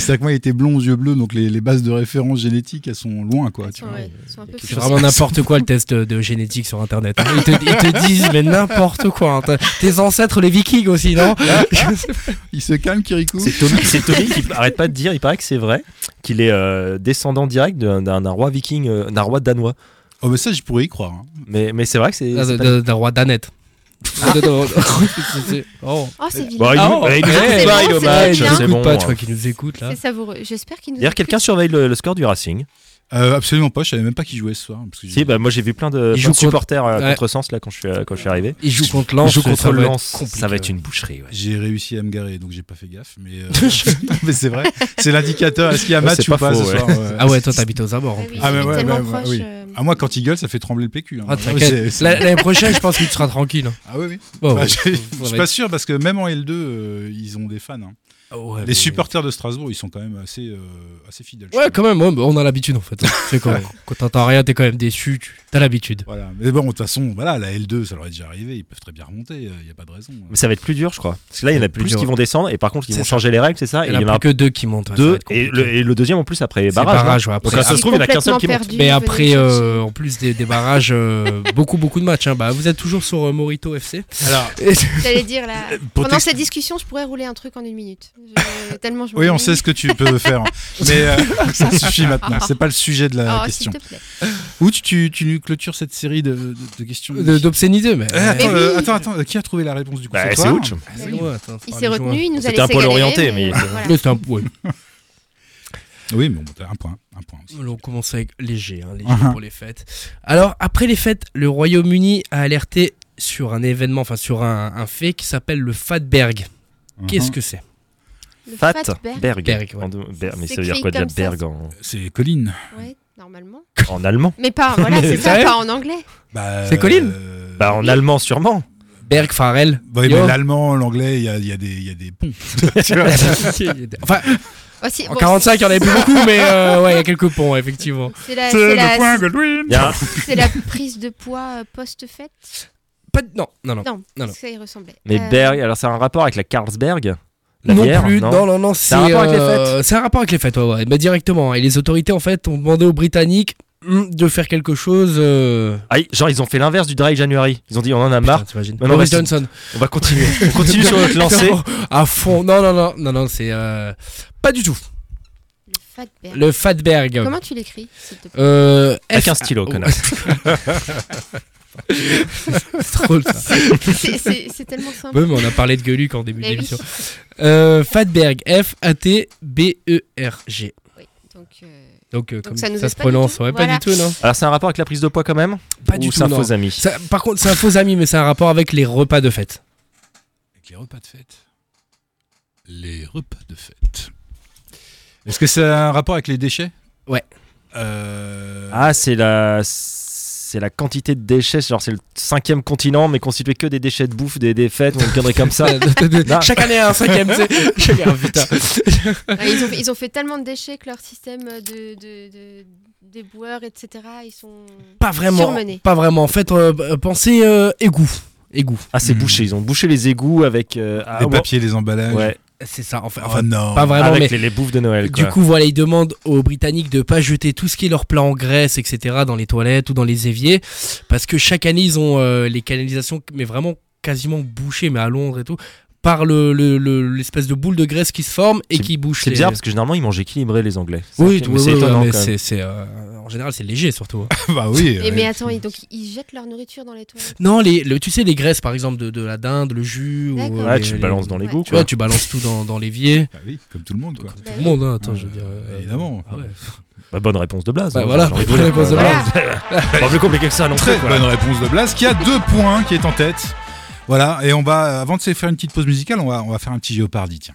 [SPEAKER 2] C'est vrai que moi, il était blond aux yeux bleus, donc les, les bases de référence génétique, elles sont loin, quoi.
[SPEAKER 1] Elles
[SPEAKER 2] tu
[SPEAKER 1] sont,
[SPEAKER 2] vois.
[SPEAKER 1] ouais, elles sont un peu
[SPEAKER 4] quelque
[SPEAKER 3] C'est
[SPEAKER 1] floues.
[SPEAKER 3] vraiment n'importe quoi le test de, de génétique sur internet. hein. Ils te, ils te disent, mais n'importe quoi. hein. T'as- Tes ancêtres, les vikings aussi, non
[SPEAKER 2] Il se calme, Kirikou
[SPEAKER 4] C'est Tommy, c'est Tommy qui arrête pas de dire, il paraît que c'est vrai, qu'il est euh, descendant direct d'un- d'un d'un roi viking, euh, d'un roi danois.
[SPEAKER 2] Oh, mais ça, je pourrais y croire. hein.
[SPEAKER 4] Mais, mais c'est vrai que c'est.
[SPEAKER 3] Ah,
[SPEAKER 4] c'est
[SPEAKER 3] de-
[SPEAKER 4] pas-
[SPEAKER 3] de- D'un roi d'Aneth. Oh.
[SPEAKER 1] Oh, c'est vilain.
[SPEAKER 4] Bon, Ah. Bah, il,
[SPEAKER 3] Ah,
[SPEAKER 4] nous-
[SPEAKER 3] oh.
[SPEAKER 4] il nous
[SPEAKER 3] Eh,
[SPEAKER 4] écoute
[SPEAKER 1] c'est
[SPEAKER 4] pas, il est
[SPEAKER 1] bon,
[SPEAKER 4] au
[SPEAKER 1] c'est
[SPEAKER 4] match,
[SPEAKER 1] bien.
[SPEAKER 4] c'est
[SPEAKER 3] Ils
[SPEAKER 4] bon. hein.
[SPEAKER 3] pas, tu vois, qui nous écoute là.
[SPEAKER 1] C'est savoureux. J'espère qu'il nous.
[SPEAKER 4] D'ailleurs, quelqu'un surveille le, le score du Racing.
[SPEAKER 2] Euh, absolument pas, je savais même pas qui jouait ce soir. parce que j'ai-
[SPEAKER 4] Si, bah, moi j'ai vu plein de,
[SPEAKER 3] Il
[SPEAKER 4] plein
[SPEAKER 3] joue
[SPEAKER 4] de supporters euh,
[SPEAKER 3] contre-
[SPEAKER 4] contresens là quand je suis, euh, quand je suis arrivé.
[SPEAKER 3] Ils jouent contre
[SPEAKER 4] Je
[SPEAKER 3] Lens.
[SPEAKER 4] joue contre
[SPEAKER 3] ça va être
[SPEAKER 4] Lens,
[SPEAKER 3] compliqué.
[SPEAKER 4] ça va être une boucherie. ouais.
[SPEAKER 2] J'ai réussi à me garer, donc j'ai pas fait gaffe. Mais, euh, non, mais c'est vrai, c'est l'indicateur. Est-ce qu'il y a match
[SPEAKER 4] c'est
[SPEAKER 2] ou
[SPEAKER 4] pas
[SPEAKER 2] pas
[SPEAKER 4] faux,
[SPEAKER 2] ce
[SPEAKER 4] ouais.
[SPEAKER 2] soir ouais.
[SPEAKER 3] Ah ouais, toi, t'habites aux abords. en
[SPEAKER 1] Ah
[SPEAKER 3] plus.
[SPEAKER 1] oui,
[SPEAKER 2] Ah, mais
[SPEAKER 1] il est
[SPEAKER 2] ouais,
[SPEAKER 1] tellement
[SPEAKER 2] ouais, ouais,
[SPEAKER 1] proche.
[SPEAKER 2] oui.
[SPEAKER 1] euh,
[SPEAKER 2] Ah, moi, quand il gueule, ça fait trembler le PQ. hein.
[SPEAKER 3] Ah,
[SPEAKER 2] Ouais,
[SPEAKER 3] t'inquiète.
[SPEAKER 2] c'est- c'est-
[SPEAKER 3] La- L'année prochaine, je pense que tu seras tranquille. hein.
[SPEAKER 2] Ah oui, oui.
[SPEAKER 3] Bon,
[SPEAKER 2] Bah,
[SPEAKER 3] ouais.
[SPEAKER 2] j'ai-
[SPEAKER 3] Ça
[SPEAKER 2] je suis
[SPEAKER 3] va
[SPEAKER 2] pas sûr parce que même en L2, euh, ils ont des fans. hein.
[SPEAKER 3] être- Ah Ouais, mais-
[SPEAKER 2] Les supporters de Strasbourg, ils sont quand même assez, euh, assez fidèles. je
[SPEAKER 3] Ouais,
[SPEAKER 2] trouve.
[SPEAKER 3] quand même, ouais, bah, on a l'habitude en fait. C'est quand,
[SPEAKER 2] Ouais.
[SPEAKER 3] quand t'entends rien, t'es quand même déçu, tu- t'as l'habitude.
[SPEAKER 2] Voilà. Mais bon, de toute façon, voilà, la L2, ça leur est déjà arrivé. Ils peuvent très bien remonter. Il n'y a pas de raison. hein.
[SPEAKER 4] Mais ça va être plus dur, je crois. Parce que là, il y en a
[SPEAKER 3] Plus
[SPEAKER 4] plus,
[SPEAKER 3] dur.
[SPEAKER 4] qui vont descendre et par contre, ils
[SPEAKER 3] C'est
[SPEAKER 4] vont
[SPEAKER 3] ça.
[SPEAKER 4] changer les règles, c'est ça Et
[SPEAKER 3] Il
[SPEAKER 4] Ah, il
[SPEAKER 3] y en a
[SPEAKER 4] y en
[SPEAKER 3] plus
[SPEAKER 4] aura
[SPEAKER 3] que deux qui montent. ouais, ça va
[SPEAKER 4] deux
[SPEAKER 3] être
[SPEAKER 4] et
[SPEAKER 3] compliqué.
[SPEAKER 4] le, et le deuxième en plus après les
[SPEAKER 3] C'est les
[SPEAKER 4] barrages.
[SPEAKER 3] barrages, ouais,
[SPEAKER 4] hein.
[SPEAKER 3] après.
[SPEAKER 4] Donc, ça
[SPEAKER 1] Je
[SPEAKER 4] se
[SPEAKER 1] suis
[SPEAKER 4] trouve, il y en a qu'un seul qui
[SPEAKER 1] complètement
[SPEAKER 4] monte.
[SPEAKER 1] perdue,
[SPEAKER 3] Mais
[SPEAKER 1] venez
[SPEAKER 3] après,
[SPEAKER 1] chercher.
[SPEAKER 3] euh, en plus des, des barrages, euh, beaucoup, beaucoup de matchs. hein. Bah, vous êtes toujours sur euh, Morito FC.
[SPEAKER 2] Alors,
[SPEAKER 3] Et-
[SPEAKER 1] J'allais dire là.
[SPEAKER 2] pour
[SPEAKER 1] Pendant
[SPEAKER 2] t'ex-
[SPEAKER 1] cette discussion, je pourrais rouler un truc en une minute. Je- Tellement je.
[SPEAKER 2] oui, on sait ce que tu peux faire. Mais euh, ça suffit maintenant. C'est pas le sujet de la
[SPEAKER 1] Oh, s'il
[SPEAKER 2] question.
[SPEAKER 1] te plaît.
[SPEAKER 2] Où tu, tu, tu clôtures cette série de, de- de questions
[SPEAKER 3] de- D'obscénité, mais.
[SPEAKER 2] Eh, attends,
[SPEAKER 1] Mais
[SPEAKER 2] euh,
[SPEAKER 1] oui.
[SPEAKER 2] attends, attends, euh, qui a trouvé la réponse du coup
[SPEAKER 4] Bah,
[SPEAKER 2] C'est
[SPEAKER 4] c'est
[SPEAKER 2] toi
[SPEAKER 4] Ouch.
[SPEAKER 3] Ah,
[SPEAKER 1] oui.
[SPEAKER 3] c'est loin, attends,
[SPEAKER 1] Il
[SPEAKER 3] faut
[SPEAKER 1] s'est
[SPEAKER 3] aller
[SPEAKER 1] retenu,
[SPEAKER 3] jouer.
[SPEAKER 1] il nous a
[SPEAKER 4] C'était
[SPEAKER 1] laissé
[SPEAKER 4] un poil
[SPEAKER 1] galérer,
[SPEAKER 4] orienté, mais-
[SPEAKER 2] Ah,
[SPEAKER 1] voilà.
[SPEAKER 3] Mais c'est un. Ouais.
[SPEAKER 2] Oui, mais bon, t'as un point, un point aussi.
[SPEAKER 3] On commence avec léger, hein, léger
[SPEAKER 2] Uh-huh.
[SPEAKER 3] pour les fêtes. Alors, après les fêtes, le Royaume-Uni a alerté sur un événement, enfin sur un, un fait qui s'appelle le Fatberg.
[SPEAKER 2] Uh-huh.
[SPEAKER 3] Qu'est-ce que c'est
[SPEAKER 1] Le
[SPEAKER 4] Fat
[SPEAKER 1] Fatberg,
[SPEAKER 4] Berg.
[SPEAKER 3] Berg, ouais.
[SPEAKER 4] En deux- Berg, Mais ça
[SPEAKER 1] S'écrit
[SPEAKER 4] veut dire quoi déjà
[SPEAKER 1] comme ça,
[SPEAKER 4] Berg en,
[SPEAKER 2] C'est Colline.
[SPEAKER 1] ouais, normalement.
[SPEAKER 4] en allemand
[SPEAKER 1] Mais pas, voilà,
[SPEAKER 3] Mais
[SPEAKER 1] c'est ça,
[SPEAKER 3] sérieux
[SPEAKER 1] pas en anglais.
[SPEAKER 2] Bah,
[SPEAKER 3] C'est Colline
[SPEAKER 2] euh,
[SPEAKER 4] Bah en allemand sûrement.
[SPEAKER 3] Berg, Farrell.
[SPEAKER 2] Ouais,
[SPEAKER 3] Yo.
[SPEAKER 2] mais l'allemand, l'anglais, il y a, il y a des- il y a des ponts.
[SPEAKER 3] enfin,
[SPEAKER 2] Euh,
[SPEAKER 1] Oh, si,
[SPEAKER 3] en
[SPEAKER 1] bon,
[SPEAKER 3] 45, il y en avait plus beaucoup, mais euh, ouais, il y a quelques ponts, effectivement.
[SPEAKER 1] c'est la, c'est la-
[SPEAKER 2] Goldwyn.
[SPEAKER 4] Il y a un-
[SPEAKER 1] c'est la prise de poids euh, post-fête
[SPEAKER 3] Pas de- Non, non, non.
[SPEAKER 1] Non,
[SPEAKER 3] Non, non.
[SPEAKER 1] ça y ressemblait.
[SPEAKER 4] Mais
[SPEAKER 1] Euh,
[SPEAKER 4] Berg, alors c'est un rapport avec la Carlsberg La
[SPEAKER 3] non
[SPEAKER 4] bière,
[SPEAKER 3] plus,
[SPEAKER 4] non
[SPEAKER 3] non, non, non, c'est
[SPEAKER 4] un rapport avec les
[SPEAKER 3] euh, C'est un rapport avec les fêtes, ouais, ouais. Mais directement. hein. Et les autorités, en fait, ont demandé aux Britanniques hum, de faire quelque chose. Euh...
[SPEAKER 4] Ah, genre ils ont fait l'inverse du Dry January. Ils ont dit on en a marre,
[SPEAKER 3] Putain, t'imagines.
[SPEAKER 4] Non, non,
[SPEAKER 3] Boris
[SPEAKER 4] bah, c'est-
[SPEAKER 3] Johnson.
[SPEAKER 4] on va continuer. On continue sur notre lancée.
[SPEAKER 3] Non, à fond. Non, non, non, non, non, c'est euh, pas du tout.
[SPEAKER 1] Le Fatberg.
[SPEAKER 3] Le Fatberg.
[SPEAKER 1] Comment tu l'écris, s'il te plaît
[SPEAKER 3] euh,
[SPEAKER 4] Avec
[SPEAKER 3] F-
[SPEAKER 4] un stylo,
[SPEAKER 3] Ah,
[SPEAKER 4] connard.
[SPEAKER 3] C'est drôle, ça.
[SPEAKER 1] C'est- C'est c'est tellement simple.
[SPEAKER 3] Ouais, mais on a parlé de Gueuluc en début
[SPEAKER 1] Mais oui.
[SPEAKER 3] d'émission. Euh, Fatberg, E F-A-T-B-E-R-G.
[SPEAKER 1] Oui, donc, euh,
[SPEAKER 3] Donc, euh, comme
[SPEAKER 1] ça
[SPEAKER 3] ça,
[SPEAKER 1] nous aide
[SPEAKER 3] se
[SPEAKER 1] pas du
[SPEAKER 3] prononce,
[SPEAKER 1] tout.
[SPEAKER 3] ouais,
[SPEAKER 1] Voilà.
[SPEAKER 3] pas du tout, non
[SPEAKER 4] Alors c'est un rapport avec la prise de poids quand même
[SPEAKER 3] Pas
[SPEAKER 4] Ou
[SPEAKER 3] du
[SPEAKER 4] c'est
[SPEAKER 3] tout,
[SPEAKER 4] un
[SPEAKER 3] non.
[SPEAKER 4] faux ami
[SPEAKER 3] Ça- par contre, c'est un faux ami, mais c'est un rapport avec les repas de fête.
[SPEAKER 2] Avec les repas de fête. Les repas de fête. Est-ce que c'est un rapport avec les déchets
[SPEAKER 3] Ouais.
[SPEAKER 2] Euh,
[SPEAKER 4] Ah, c'est la... C'est la quantité de déchets, genre c'est le cinquième continent, mais constitué que des déchets de bouffe, des, des fêtes, ou une connerie comme ça.
[SPEAKER 3] Ah,
[SPEAKER 4] Non.
[SPEAKER 3] Chaque année, un cinquième, tu sais. Chaque- ah, putain.
[SPEAKER 1] ouais, ils, ont, ils ont fait tellement de déchets que leur système de, de, de- des boueurs, etc., ils sont.
[SPEAKER 3] Pas vraiment.
[SPEAKER 1] Surmené.
[SPEAKER 3] Pas vraiment. En fait, euh, pensez euh, égout. Égout.
[SPEAKER 4] Ah, c'est
[SPEAKER 2] Hmm.
[SPEAKER 4] bouché, ils ont bouché les égouts avec. euh, ah,
[SPEAKER 2] Les
[SPEAKER 4] ouais.
[SPEAKER 2] papiers, les emballages.
[SPEAKER 4] Ouais,
[SPEAKER 3] C'est ça, en fait.
[SPEAKER 2] Enfin, non.
[SPEAKER 3] pas vraiment, mais
[SPEAKER 4] avec les, les bouffes de Noël.
[SPEAKER 3] Du
[SPEAKER 4] Quoi.
[SPEAKER 3] coup, voilà, ils demandent aux Britanniques de pas jeter tout ce qui est leur plat en graisse, etc., dans les toilettes ou dans les éviers, parce que chaque année, ils ont euh, les canalisations, mais vraiment quasiment bouchées, mais à Londres et tout, par le- le- le- l'espèce de boule de graisse qui se forme et
[SPEAKER 4] C'est-
[SPEAKER 3] qui bouche.
[SPEAKER 4] c'est
[SPEAKER 3] les-
[SPEAKER 4] bizarre parce que généralement ils mangent équilibré les Anglais. C'est
[SPEAKER 3] Oui,
[SPEAKER 4] ok,
[SPEAKER 3] oui,
[SPEAKER 4] mais c'est
[SPEAKER 3] oui,
[SPEAKER 4] étonnant.
[SPEAKER 3] mais
[SPEAKER 4] quand même.
[SPEAKER 3] c'est- c'est, euh, en général, c'est léger surtout. hein.
[SPEAKER 2] bah oui.
[SPEAKER 1] Et
[SPEAKER 2] ouais.
[SPEAKER 1] mais attends, ils- donc ils jettent leur nourriture dans les toilettes.
[SPEAKER 3] non, les, le- tu sais, les graisses, par exemple, de, de la dinde, le jus, ou,
[SPEAKER 1] D'accord.
[SPEAKER 3] euh,
[SPEAKER 4] Ouais,
[SPEAKER 3] les-
[SPEAKER 4] tu
[SPEAKER 3] les-
[SPEAKER 4] balances dans
[SPEAKER 1] ouais.
[SPEAKER 4] l'égout.
[SPEAKER 3] Tu
[SPEAKER 4] quoi.
[SPEAKER 3] vois, tu balances tout dans, dans l'évier.
[SPEAKER 2] Bah oui, comme tout le monde, quoi.
[SPEAKER 3] Tout le monde, hein, attends, je veux dire.
[SPEAKER 2] Euh,
[SPEAKER 3] euh,
[SPEAKER 2] évidemment.
[SPEAKER 3] ah ouais.
[SPEAKER 4] Bah, bonne réponse de Blaze.
[SPEAKER 3] Bah,
[SPEAKER 4] hein,
[SPEAKER 3] voilà,
[SPEAKER 4] j'ai envie de
[SPEAKER 3] bonne
[SPEAKER 4] dire.
[SPEAKER 3] réponse de
[SPEAKER 4] Voilà.
[SPEAKER 1] Voilà.
[SPEAKER 3] Blaze.
[SPEAKER 4] Pas plus compliqué que ça non plus.
[SPEAKER 2] Très
[SPEAKER 4] quoi.
[SPEAKER 2] bonne réponse de Blas, qui a deux points, qui est en tête. Voilà, et on va, avant de se faire une petite pause musicale, on va, on va faire un petit Géopardy, tiens.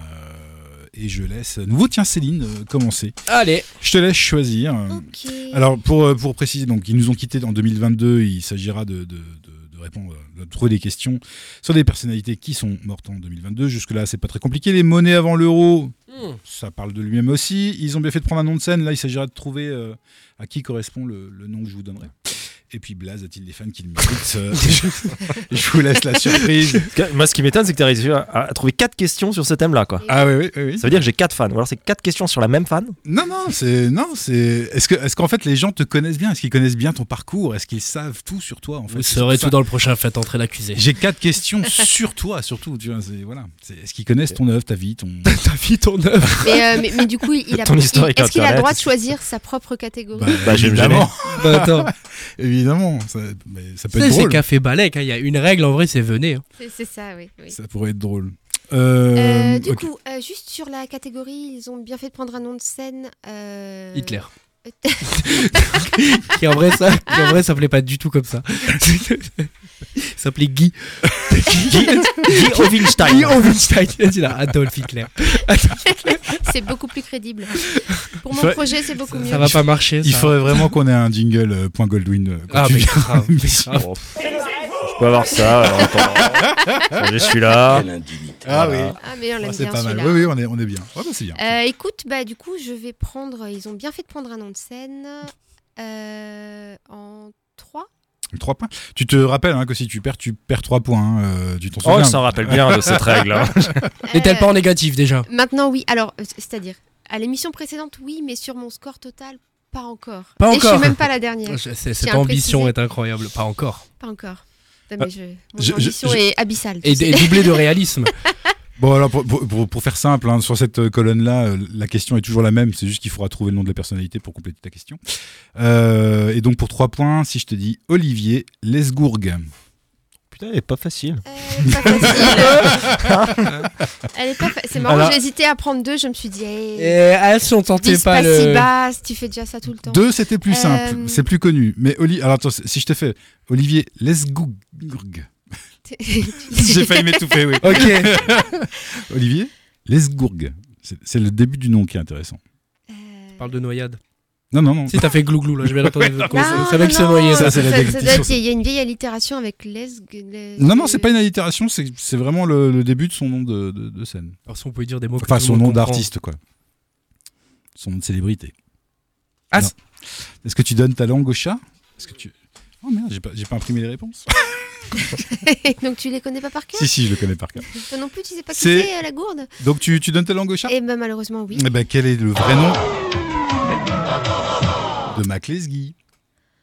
[SPEAKER 2] Euh, et je laisse, à nouveau, tiens Céline, euh, commencer.
[SPEAKER 3] Allez,
[SPEAKER 2] Je te laisse choisir. Euh,
[SPEAKER 1] Ok.
[SPEAKER 2] Alors, pour, euh, pour préciser, donc, ils nous ont quittés en 2022, il s'agira de, de- de- de répondre, de trouver des questions sur des personnalités qui sont mortes en 2022. Jusque-là, c'est pas très compliqué. Les monnaies avant l'euro,
[SPEAKER 1] Hmm.
[SPEAKER 2] ça parle de lui-même aussi. Ils ont bien fait de prendre un nom de scène. Là, il s'agira de trouver euh, à qui correspond le, le nom que je vous donnerai. Et puis Blaze a-t-il des fans qui le méritent Euh, je, je vous laisse la surprise.
[SPEAKER 4] Parce que Moi, ce qui m'étonne, c'est que t'as réussi à, à trouver 4 questions sur ce thème-là. quoi.
[SPEAKER 2] Ah oui, oui, oui, oui.
[SPEAKER 4] Ça veut dire que j'ai 4 fans. Ou alors, c'est 4 questions sur la même fan.
[SPEAKER 2] Non, non, c'est non, c'est. Est-ce que, est-ce qu'en fait les gens te connaissent bien Est-ce qu'ils connaissent bien ton parcours Est-ce qu'ils savent tout sur toi en fait
[SPEAKER 3] vous
[SPEAKER 2] C'est
[SPEAKER 3] saurez
[SPEAKER 2] surtout
[SPEAKER 3] tout
[SPEAKER 2] ça.
[SPEAKER 3] dans le prochain Faites entrer l'accusé.
[SPEAKER 2] J'ai quatre questions sur toi, surtout. Tu vois, c'est voilà. C'est- est-ce qu'ils connaissent ton œuvre, ta vie, ton.
[SPEAKER 3] Ta vie, ton œuvre.
[SPEAKER 1] mais, euh, mais, mais du coup, il a,
[SPEAKER 4] Ton
[SPEAKER 1] il-
[SPEAKER 4] historique
[SPEAKER 1] est-ce qu'il a le
[SPEAKER 4] Internet.
[SPEAKER 1] droit de choisir sa propre catégorie
[SPEAKER 4] Bah, j'aime jamais.
[SPEAKER 2] évidemment,
[SPEAKER 3] Bah, attends.
[SPEAKER 2] évidemment. Ça, mais ça peut
[SPEAKER 3] C'est
[SPEAKER 2] être
[SPEAKER 3] c'est
[SPEAKER 2] drôle.
[SPEAKER 3] café balèque, il y a une règle en vrai, c'est venez. hein.
[SPEAKER 1] C'est- C'est ça, oui. oui.
[SPEAKER 2] Ça pourrait être drôle.
[SPEAKER 1] Euh, du
[SPEAKER 2] ok.
[SPEAKER 1] coup, euh, juste sur la catégorie, ils ont bien fait de prendre un nom de scène. euh,
[SPEAKER 3] Hitler. qui en vrai ça, qui en vrai s'appelait pas du tout comme ça. Il s'appelait Guy.
[SPEAKER 4] Guy Guy
[SPEAKER 3] Guy
[SPEAKER 4] Ovinstein.
[SPEAKER 3] Ovinstein. Il a Adolf Hitler.
[SPEAKER 1] C'est beaucoup plus crédible. Pour
[SPEAKER 2] Ça-
[SPEAKER 1] mon projet, c'est beaucoup mieux.
[SPEAKER 3] Ça va pas marcher.
[SPEAKER 2] Il
[SPEAKER 3] ça.
[SPEAKER 2] faudrait vraiment qu'on ait un jingle euh, point Goldwyn. euh, quand
[SPEAKER 3] Ah
[SPEAKER 2] tu
[SPEAKER 3] mais
[SPEAKER 2] viens.
[SPEAKER 3] grave, mais grave.
[SPEAKER 4] Bon, Oh, pff, Je peux avoir ça. euh, alors, attends. Je suis là.
[SPEAKER 2] Ah oui,
[SPEAKER 1] Ah, mais on
[SPEAKER 2] Ah,
[SPEAKER 1] l'aime
[SPEAKER 2] c'est
[SPEAKER 1] bien
[SPEAKER 2] pas mal.
[SPEAKER 1] celui-là.
[SPEAKER 2] Oui, oui, on est, on est bien. Ouais, bah, c'est bien.
[SPEAKER 1] Euh, écoute, bah du coup, je vais prendre. Ils ont bien fait de prendre un nom de scène euh, en 3.
[SPEAKER 2] Trois points. Tu te rappelles hein, que si tu perds, tu perds trois points. hein, euh, tu t'en
[SPEAKER 4] Oh,
[SPEAKER 2] souviens
[SPEAKER 4] je s'en rappelle bien de cette règle. hein.
[SPEAKER 3] N'est-elle pas en négatif déjà
[SPEAKER 1] Euh, Maintenant, oui. Alors, euh, c- c'est-à-dire, à l'émission précédente, oui, mais sur mon score total, pas encore.
[SPEAKER 3] Pas
[SPEAKER 1] Et je
[SPEAKER 3] encore.
[SPEAKER 1] suis même pas la dernière.
[SPEAKER 3] Je- Ah, c'est-
[SPEAKER 1] tiens
[SPEAKER 3] Cette
[SPEAKER 1] à
[SPEAKER 3] ambition
[SPEAKER 1] préciser.
[SPEAKER 3] est incroyable, pas encore.
[SPEAKER 1] Pas encore. Non,
[SPEAKER 3] Euh,
[SPEAKER 2] Ah,
[SPEAKER 1] mais je, mon
[SPEAKER 2] je- je-
[SPEAKER 1] ambition
[SPEAKER 2] je-
[SPEAKER 1] est abyssale. tu
[SPEAKER 3] Et,
[SPEAKER 1] sais.
[SPEAKER 3] et doublé de réalisme.
[SPEAKER 2] Bon, alors pour, pour- pour- pour faire simple, hein, sur cette euh, colonne-là, euh, la question est toujours la même. C'est juste qu'il faudra trouver le nom de la personnalité pour compléter ta question. Euh, et donc pour trois points, si je te dis Olivier Lesgourg.
[SPEAKER 4] Putain, elle est pas facile.
[SPEAKER 1] Euh, pas facile. Elle est pas fa- C'est marrant,
[SPEAKER 4] Alors-
[SPEAKER 1] j'ai hésité à prendre deux. Je me suis dit, hey,
[SPEAKER 3] Et elles sont tentées
[SPEAKER 1] vise
[SPEAKER 3] Eh,
[SPEAKER 1] pas
[SPEAKER 3] pas
[SPEAKER 1] si
[SPEAKER 3] le.
[SPEAKER 1] bas, si tu fais déjà ça tout le temps.
[SPEAKER 2] Deux, c'était plus
[SPEAKER 1] Euh,
[SPEAKER 2] simple. C'est plus connu. Mais Oli... alors, attends, si je te fais Olivier Lesgourg. J'ai failli m'étouffer, oui.
[SPEAKER 3] Ok.
[SPEAKER 2] Olivier Lesgourg. C'est c'est le début du nom qui est intéressant.
[SPEAKER 1] Euh,
[SPEAKER 3] Parle de noyade.
[SPEAKER 2] Non, non, non.
[SPEAKER 3] Si t'as fait glouglou là, je vais l'entendre.
[SPEAKER 1] Bah Non,
[SPEAKER 3] c'est vrai
[SPEAKER 1] non,
[SPEAKER 3] que c'est
[SPEAKER 1] non,
[SPEAKER 3] noyé.
[SPEAKER 2] ça,
[SPEAKER 1] ça,
[SPEAKER 2] c'est la
[SPEAKER 1] ça
[SPEAKER 2] déglutition,
[SPEAKER 1] doit être-
[SPEAKER 2] ça.
[SPEAKER 1] Il y a une vieille allitération avec lesg. les-
[SPEAKER 2] Non, non, c'est pas une allitération, c'est c'est vraiment le, le début de son nom de, de- de scène.
[SPEAKER 3] Alors si on pouvait dire des mots. que
[SPEAKER 2] Enfin,
[SPEAKER 3] tout le
[SPEAKER 2] son
[SPEAKER 3] monde
[SPEAKER 2] nom
[SPEAKER 3] comprend.
[SPEAKER 2] d'artiste, quoi. Son nom de célébrité.
[SPEAKER 3] Ah,
[SPEAKER 2] Non.
[SPEAKER 3] c'est-
[SPEAKER 2] Est-ce que tu donnes ta langue au chat Est-ce que tu... Oh merde, j'ai pas, j'ai pas imprimé les réponses.
[SPEAKER 1] Donc tu les connais pas par cœur
[SPEAKER 2] si, si, je le connais par cœur.
[SPEAKER 1] Toi non plus, tu sais pas qui
[SPEAKER 2] C'est- Ah.
[SPEAKER 1] c'est euh, la gourde
[SPEAKER 2] Donc tu, tu donnes ta langue au chat
[SPEAKER 1] Et ben malheureusement, oui.
[SPEAKER 2] Eh ben, quel est le vrai nom de Mac Lesguy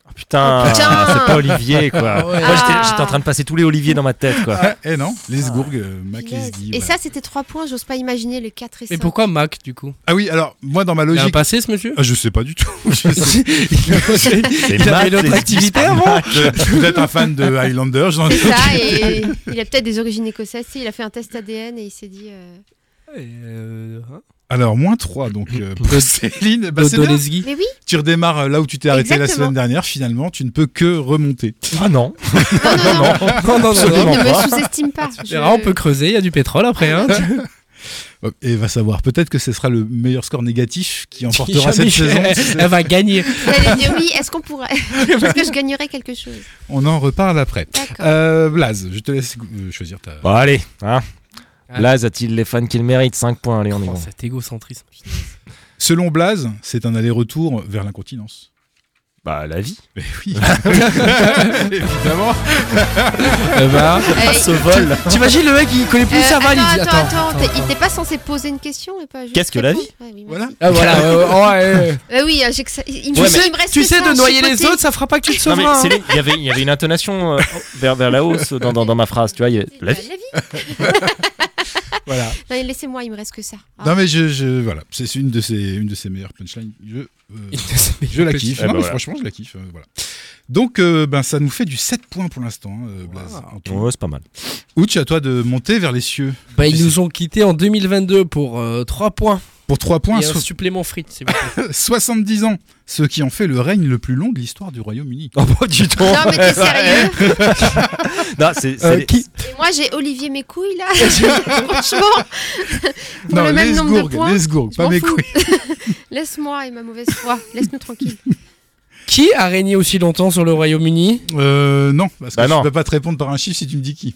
[SPEAKER 4] Oh, putain,
[SPEAKER 1] Oh, putain.
[SPEAKER 4] c'est pas Olivier quoi.
[SPEAKER 3] Ah ouais.
[SPEAKER 4] Moi j'étais-
[SPEAKER 1] Ah.
[SPEAKER 4] j'étais en train de passer tous les Olivier dans ma tête quoi.
[SPEAKER 2] Ah, Eh non, Lesbourg, euh, Mac
[SPEAKER 1] Punaise.
[SPEAKER 2] Lesguy.
[SPEAKER 1] Et
[SPEAKER 2] voilà.
[SPEAKER 1] ça, c'était 3 points, j'ose pas imaginer le 4 et 5.
[SPEAKER 3] Mais pourquoi Mac du coup
[SPEAKER 2] Ah oui, alors moi dans ma
[SPEAKER 3] Il a un
[SPEAKER 2] logique.
[SPEAKER 3] passé ce monsieur
[SPEAKER 2] Ah, je sais pas du tout. Je sais-
[SPEAKER 4] C'est
[SPEAKER 3] Il
[SPEAKER 4] Matt
[SPEAKER 3] avait une autre
[SPEAKER 4] Leslie.
[SPEAKER 3] activité avant
[SPEAKER 2] je- Peut-être un fan de Highlander. j'en-
[SPEAKER 1] C'est ça, et il a peut-être des origines écossaises. Si, il a fait un test ADN et il s'est dit. euh,
[SPEAKER 3] Euh, hein
[SPEAKER 2] Alors, moins 3, donc euh, pour
[SPEAKER 3] Dodo-
[SPEAKER 2] Céline, bah, c'est
[SPEAKER 3] Dodo
[SPEAKER 2] bien.
[SPEAKER 3] Lesgui.
[SPEAKER 1] Mais oui,
[SPEAKER 2] tu redémarres euh, là où tu t'es arrêté la
[SPEAKER 1] Exactement.
[SPEAKER 2] semaine dernière. Finalement, tu ne peux que remonter.
[SPEAKER 4] Ah non,
[SPEAKER 1] non, non, non,
[SPEAKER 3] Non, non, non, non.
[SPEAKER 4] Absolument.
[SPEAKER 1] ne
[SPEAKER 4] pas.
[SPEAKER 1] me sous-estime pas.
[SPEAKER 3] Mais là, on peut creuser, il y a du pétrole après. Hein.
[SPEAKER 2] Euh, Et va savoir, peut-être que ce sera le meilleur score négatif qui emportera
[SPEAKER 3] Jamais
[SPEAKER 2] cette saison.
[SPEAKER 3] elle- Elle va gagner.
[SPEAKER 1] J'allais dire oui, est-ce qu'on pourrait Est-ce que je gagnerais quelque chose
[SPEAKER 2] On en reparle après.
[SPEAKER 1] D'accord.
[SPEAKER 2] Euh, Blaze, je te laisse euh, choisir ta.
[SPEAKER 4] Bon, allez, hein.
[SPEAKER 3] Ah.
[SPEAKER 4] Laz a-t-il les fans qu'il mérite 5 points, allez, on y va.
[SPEAKER 3] Oh, cet égocentrisme.
[SPEAKER 2] Selon Blaze, c'est un aller-retour vers l'incontinence.
[SPEAKER 4] Bah, la vie.
[SPEAKER 2] Mais oui. Évidemment.
[SPEAKER 3] Eh ben,
[SPEAKER 1] Euh,
[SPEAKER 4] vol
[SPEAKER 3] T'imagines le mec, il connaît plus
[SPEAKER 1] euh,
[SPEAKER 3] sa vanne. il dit,
[SPEAKER 1] attends,
[SPEAKER 3] attends.
[SPEAKER 1] attends, attends, t'es- il t'es pas censé poser une question et pas juste
[SPEAKER 4] Qu'est-ce que la
[SPEAKER 1] répondre. Ouais, oui, merci.
[SPEAKER 2] Voilà.
[SPEAKER 3] Ah voilà, ouais, ouais, ouais, ouais.
[SPEAKER 1] Euh, oui, euh, j'ai que ça- il, il
[SPEAKER 4] Ouais,
[SPEAKER 1] me- il me reste
[SPEAKER 3] tu
[SPEAKER 1] que
[SPEAKER 3] sais
[SPEAKER 1] ça à
[SPEAKER 3] de noyer les
[SPEAKER 1] chipoter.
[SPEAKER 3] autres, ça fera pas que tu te
[SPEAKER 4] Non, mais
[SPEAKER 3] sauveras. hein.
[SPEAKER 4] Céline, il y avait- il y avait une intonation euh, vers, vers la hausse dans, dans, dans ma phrase, tu vois. il y a-
[SPEAKER 1] C'est
[SPEAKER 4] La vie.
[SPEAKER 1] La vie.
[SPEAKER 2] Voilà.
[SPEAKER 1] Non, Laissez-moi, il me reste que ça. Ah.
[SPEAKER 2] Non mais je, je- voilà, c'est une de ses une de ses meilleures punchlines. Je euh, je la kiffe.
[SPEAKER 4] Ah bah
[SPEAKER 2] Non, mais
[SPEAKER 4] voilà.
[SPEAKER 2] franchement, je la kiffe. euh, voilà. Donc euh, ben ça nous fait du 7 points pour l'instant, hein, euh, Blaze.
[SPEAKER 1] Ah.
[SPEAKER 2] en tout.
[SPEAKER 4] Ouais, c'est pas mal.
[SPEAKER 2] Ouch, à toi de monter vers les cieux.
[SPEAKER 3] Bah, ils nous ont quittés en 2022 pour 3 points.
[SPEAKER 2] Pour 3 points,
[SPEAKER 3] et un
[SPEAKER 2] so-
[SPEAKER 3] supplément frites, s'il vous plaît.
[SPEAKER 2] 70 ans, ce qui en fait le règne le plus long de l'histoire du Royaume-Uni.
[SPEAKER 3] Ah,
[SPEAKER 4] Oh, bah, dis donc.
[SPEAKER 1] Non, mais t'es sérieux
[SPEAKER 4] Non, c'est. c'est
[SPEAKER 3] Euh,
[SPEAKER 4] les-
[SPEAKER 3] qui
[SPEAKER 1] Et Moi, j'ai Olivier mes couilles là. Franchement, Pour le même nombre de points,
[SPEAKER 2] Lesgourg,
[SPEAKER 1] je
[SPEAKER 2] pas
[SPEAKER 1] m'en
[SPEAKER 2] mes
[SPEAKER 1] fous.
[SPEAKER 2] couilles.
[SPEAKER 1] laisse-moi et ma mauvaise foi. Laisse-nous tranquille.
[SPEAKER 3] Qui a régné aussi longtemps sur le Royaume-Uni
[SPEAKER 2] Euh, non, parce que
[SPEAKER 4] Bah
[SPEAKER 2] je
[SPEAKER 4] non.
[SPEAKER 2] peux pas te répondre par un chiffre si tu me dis qui.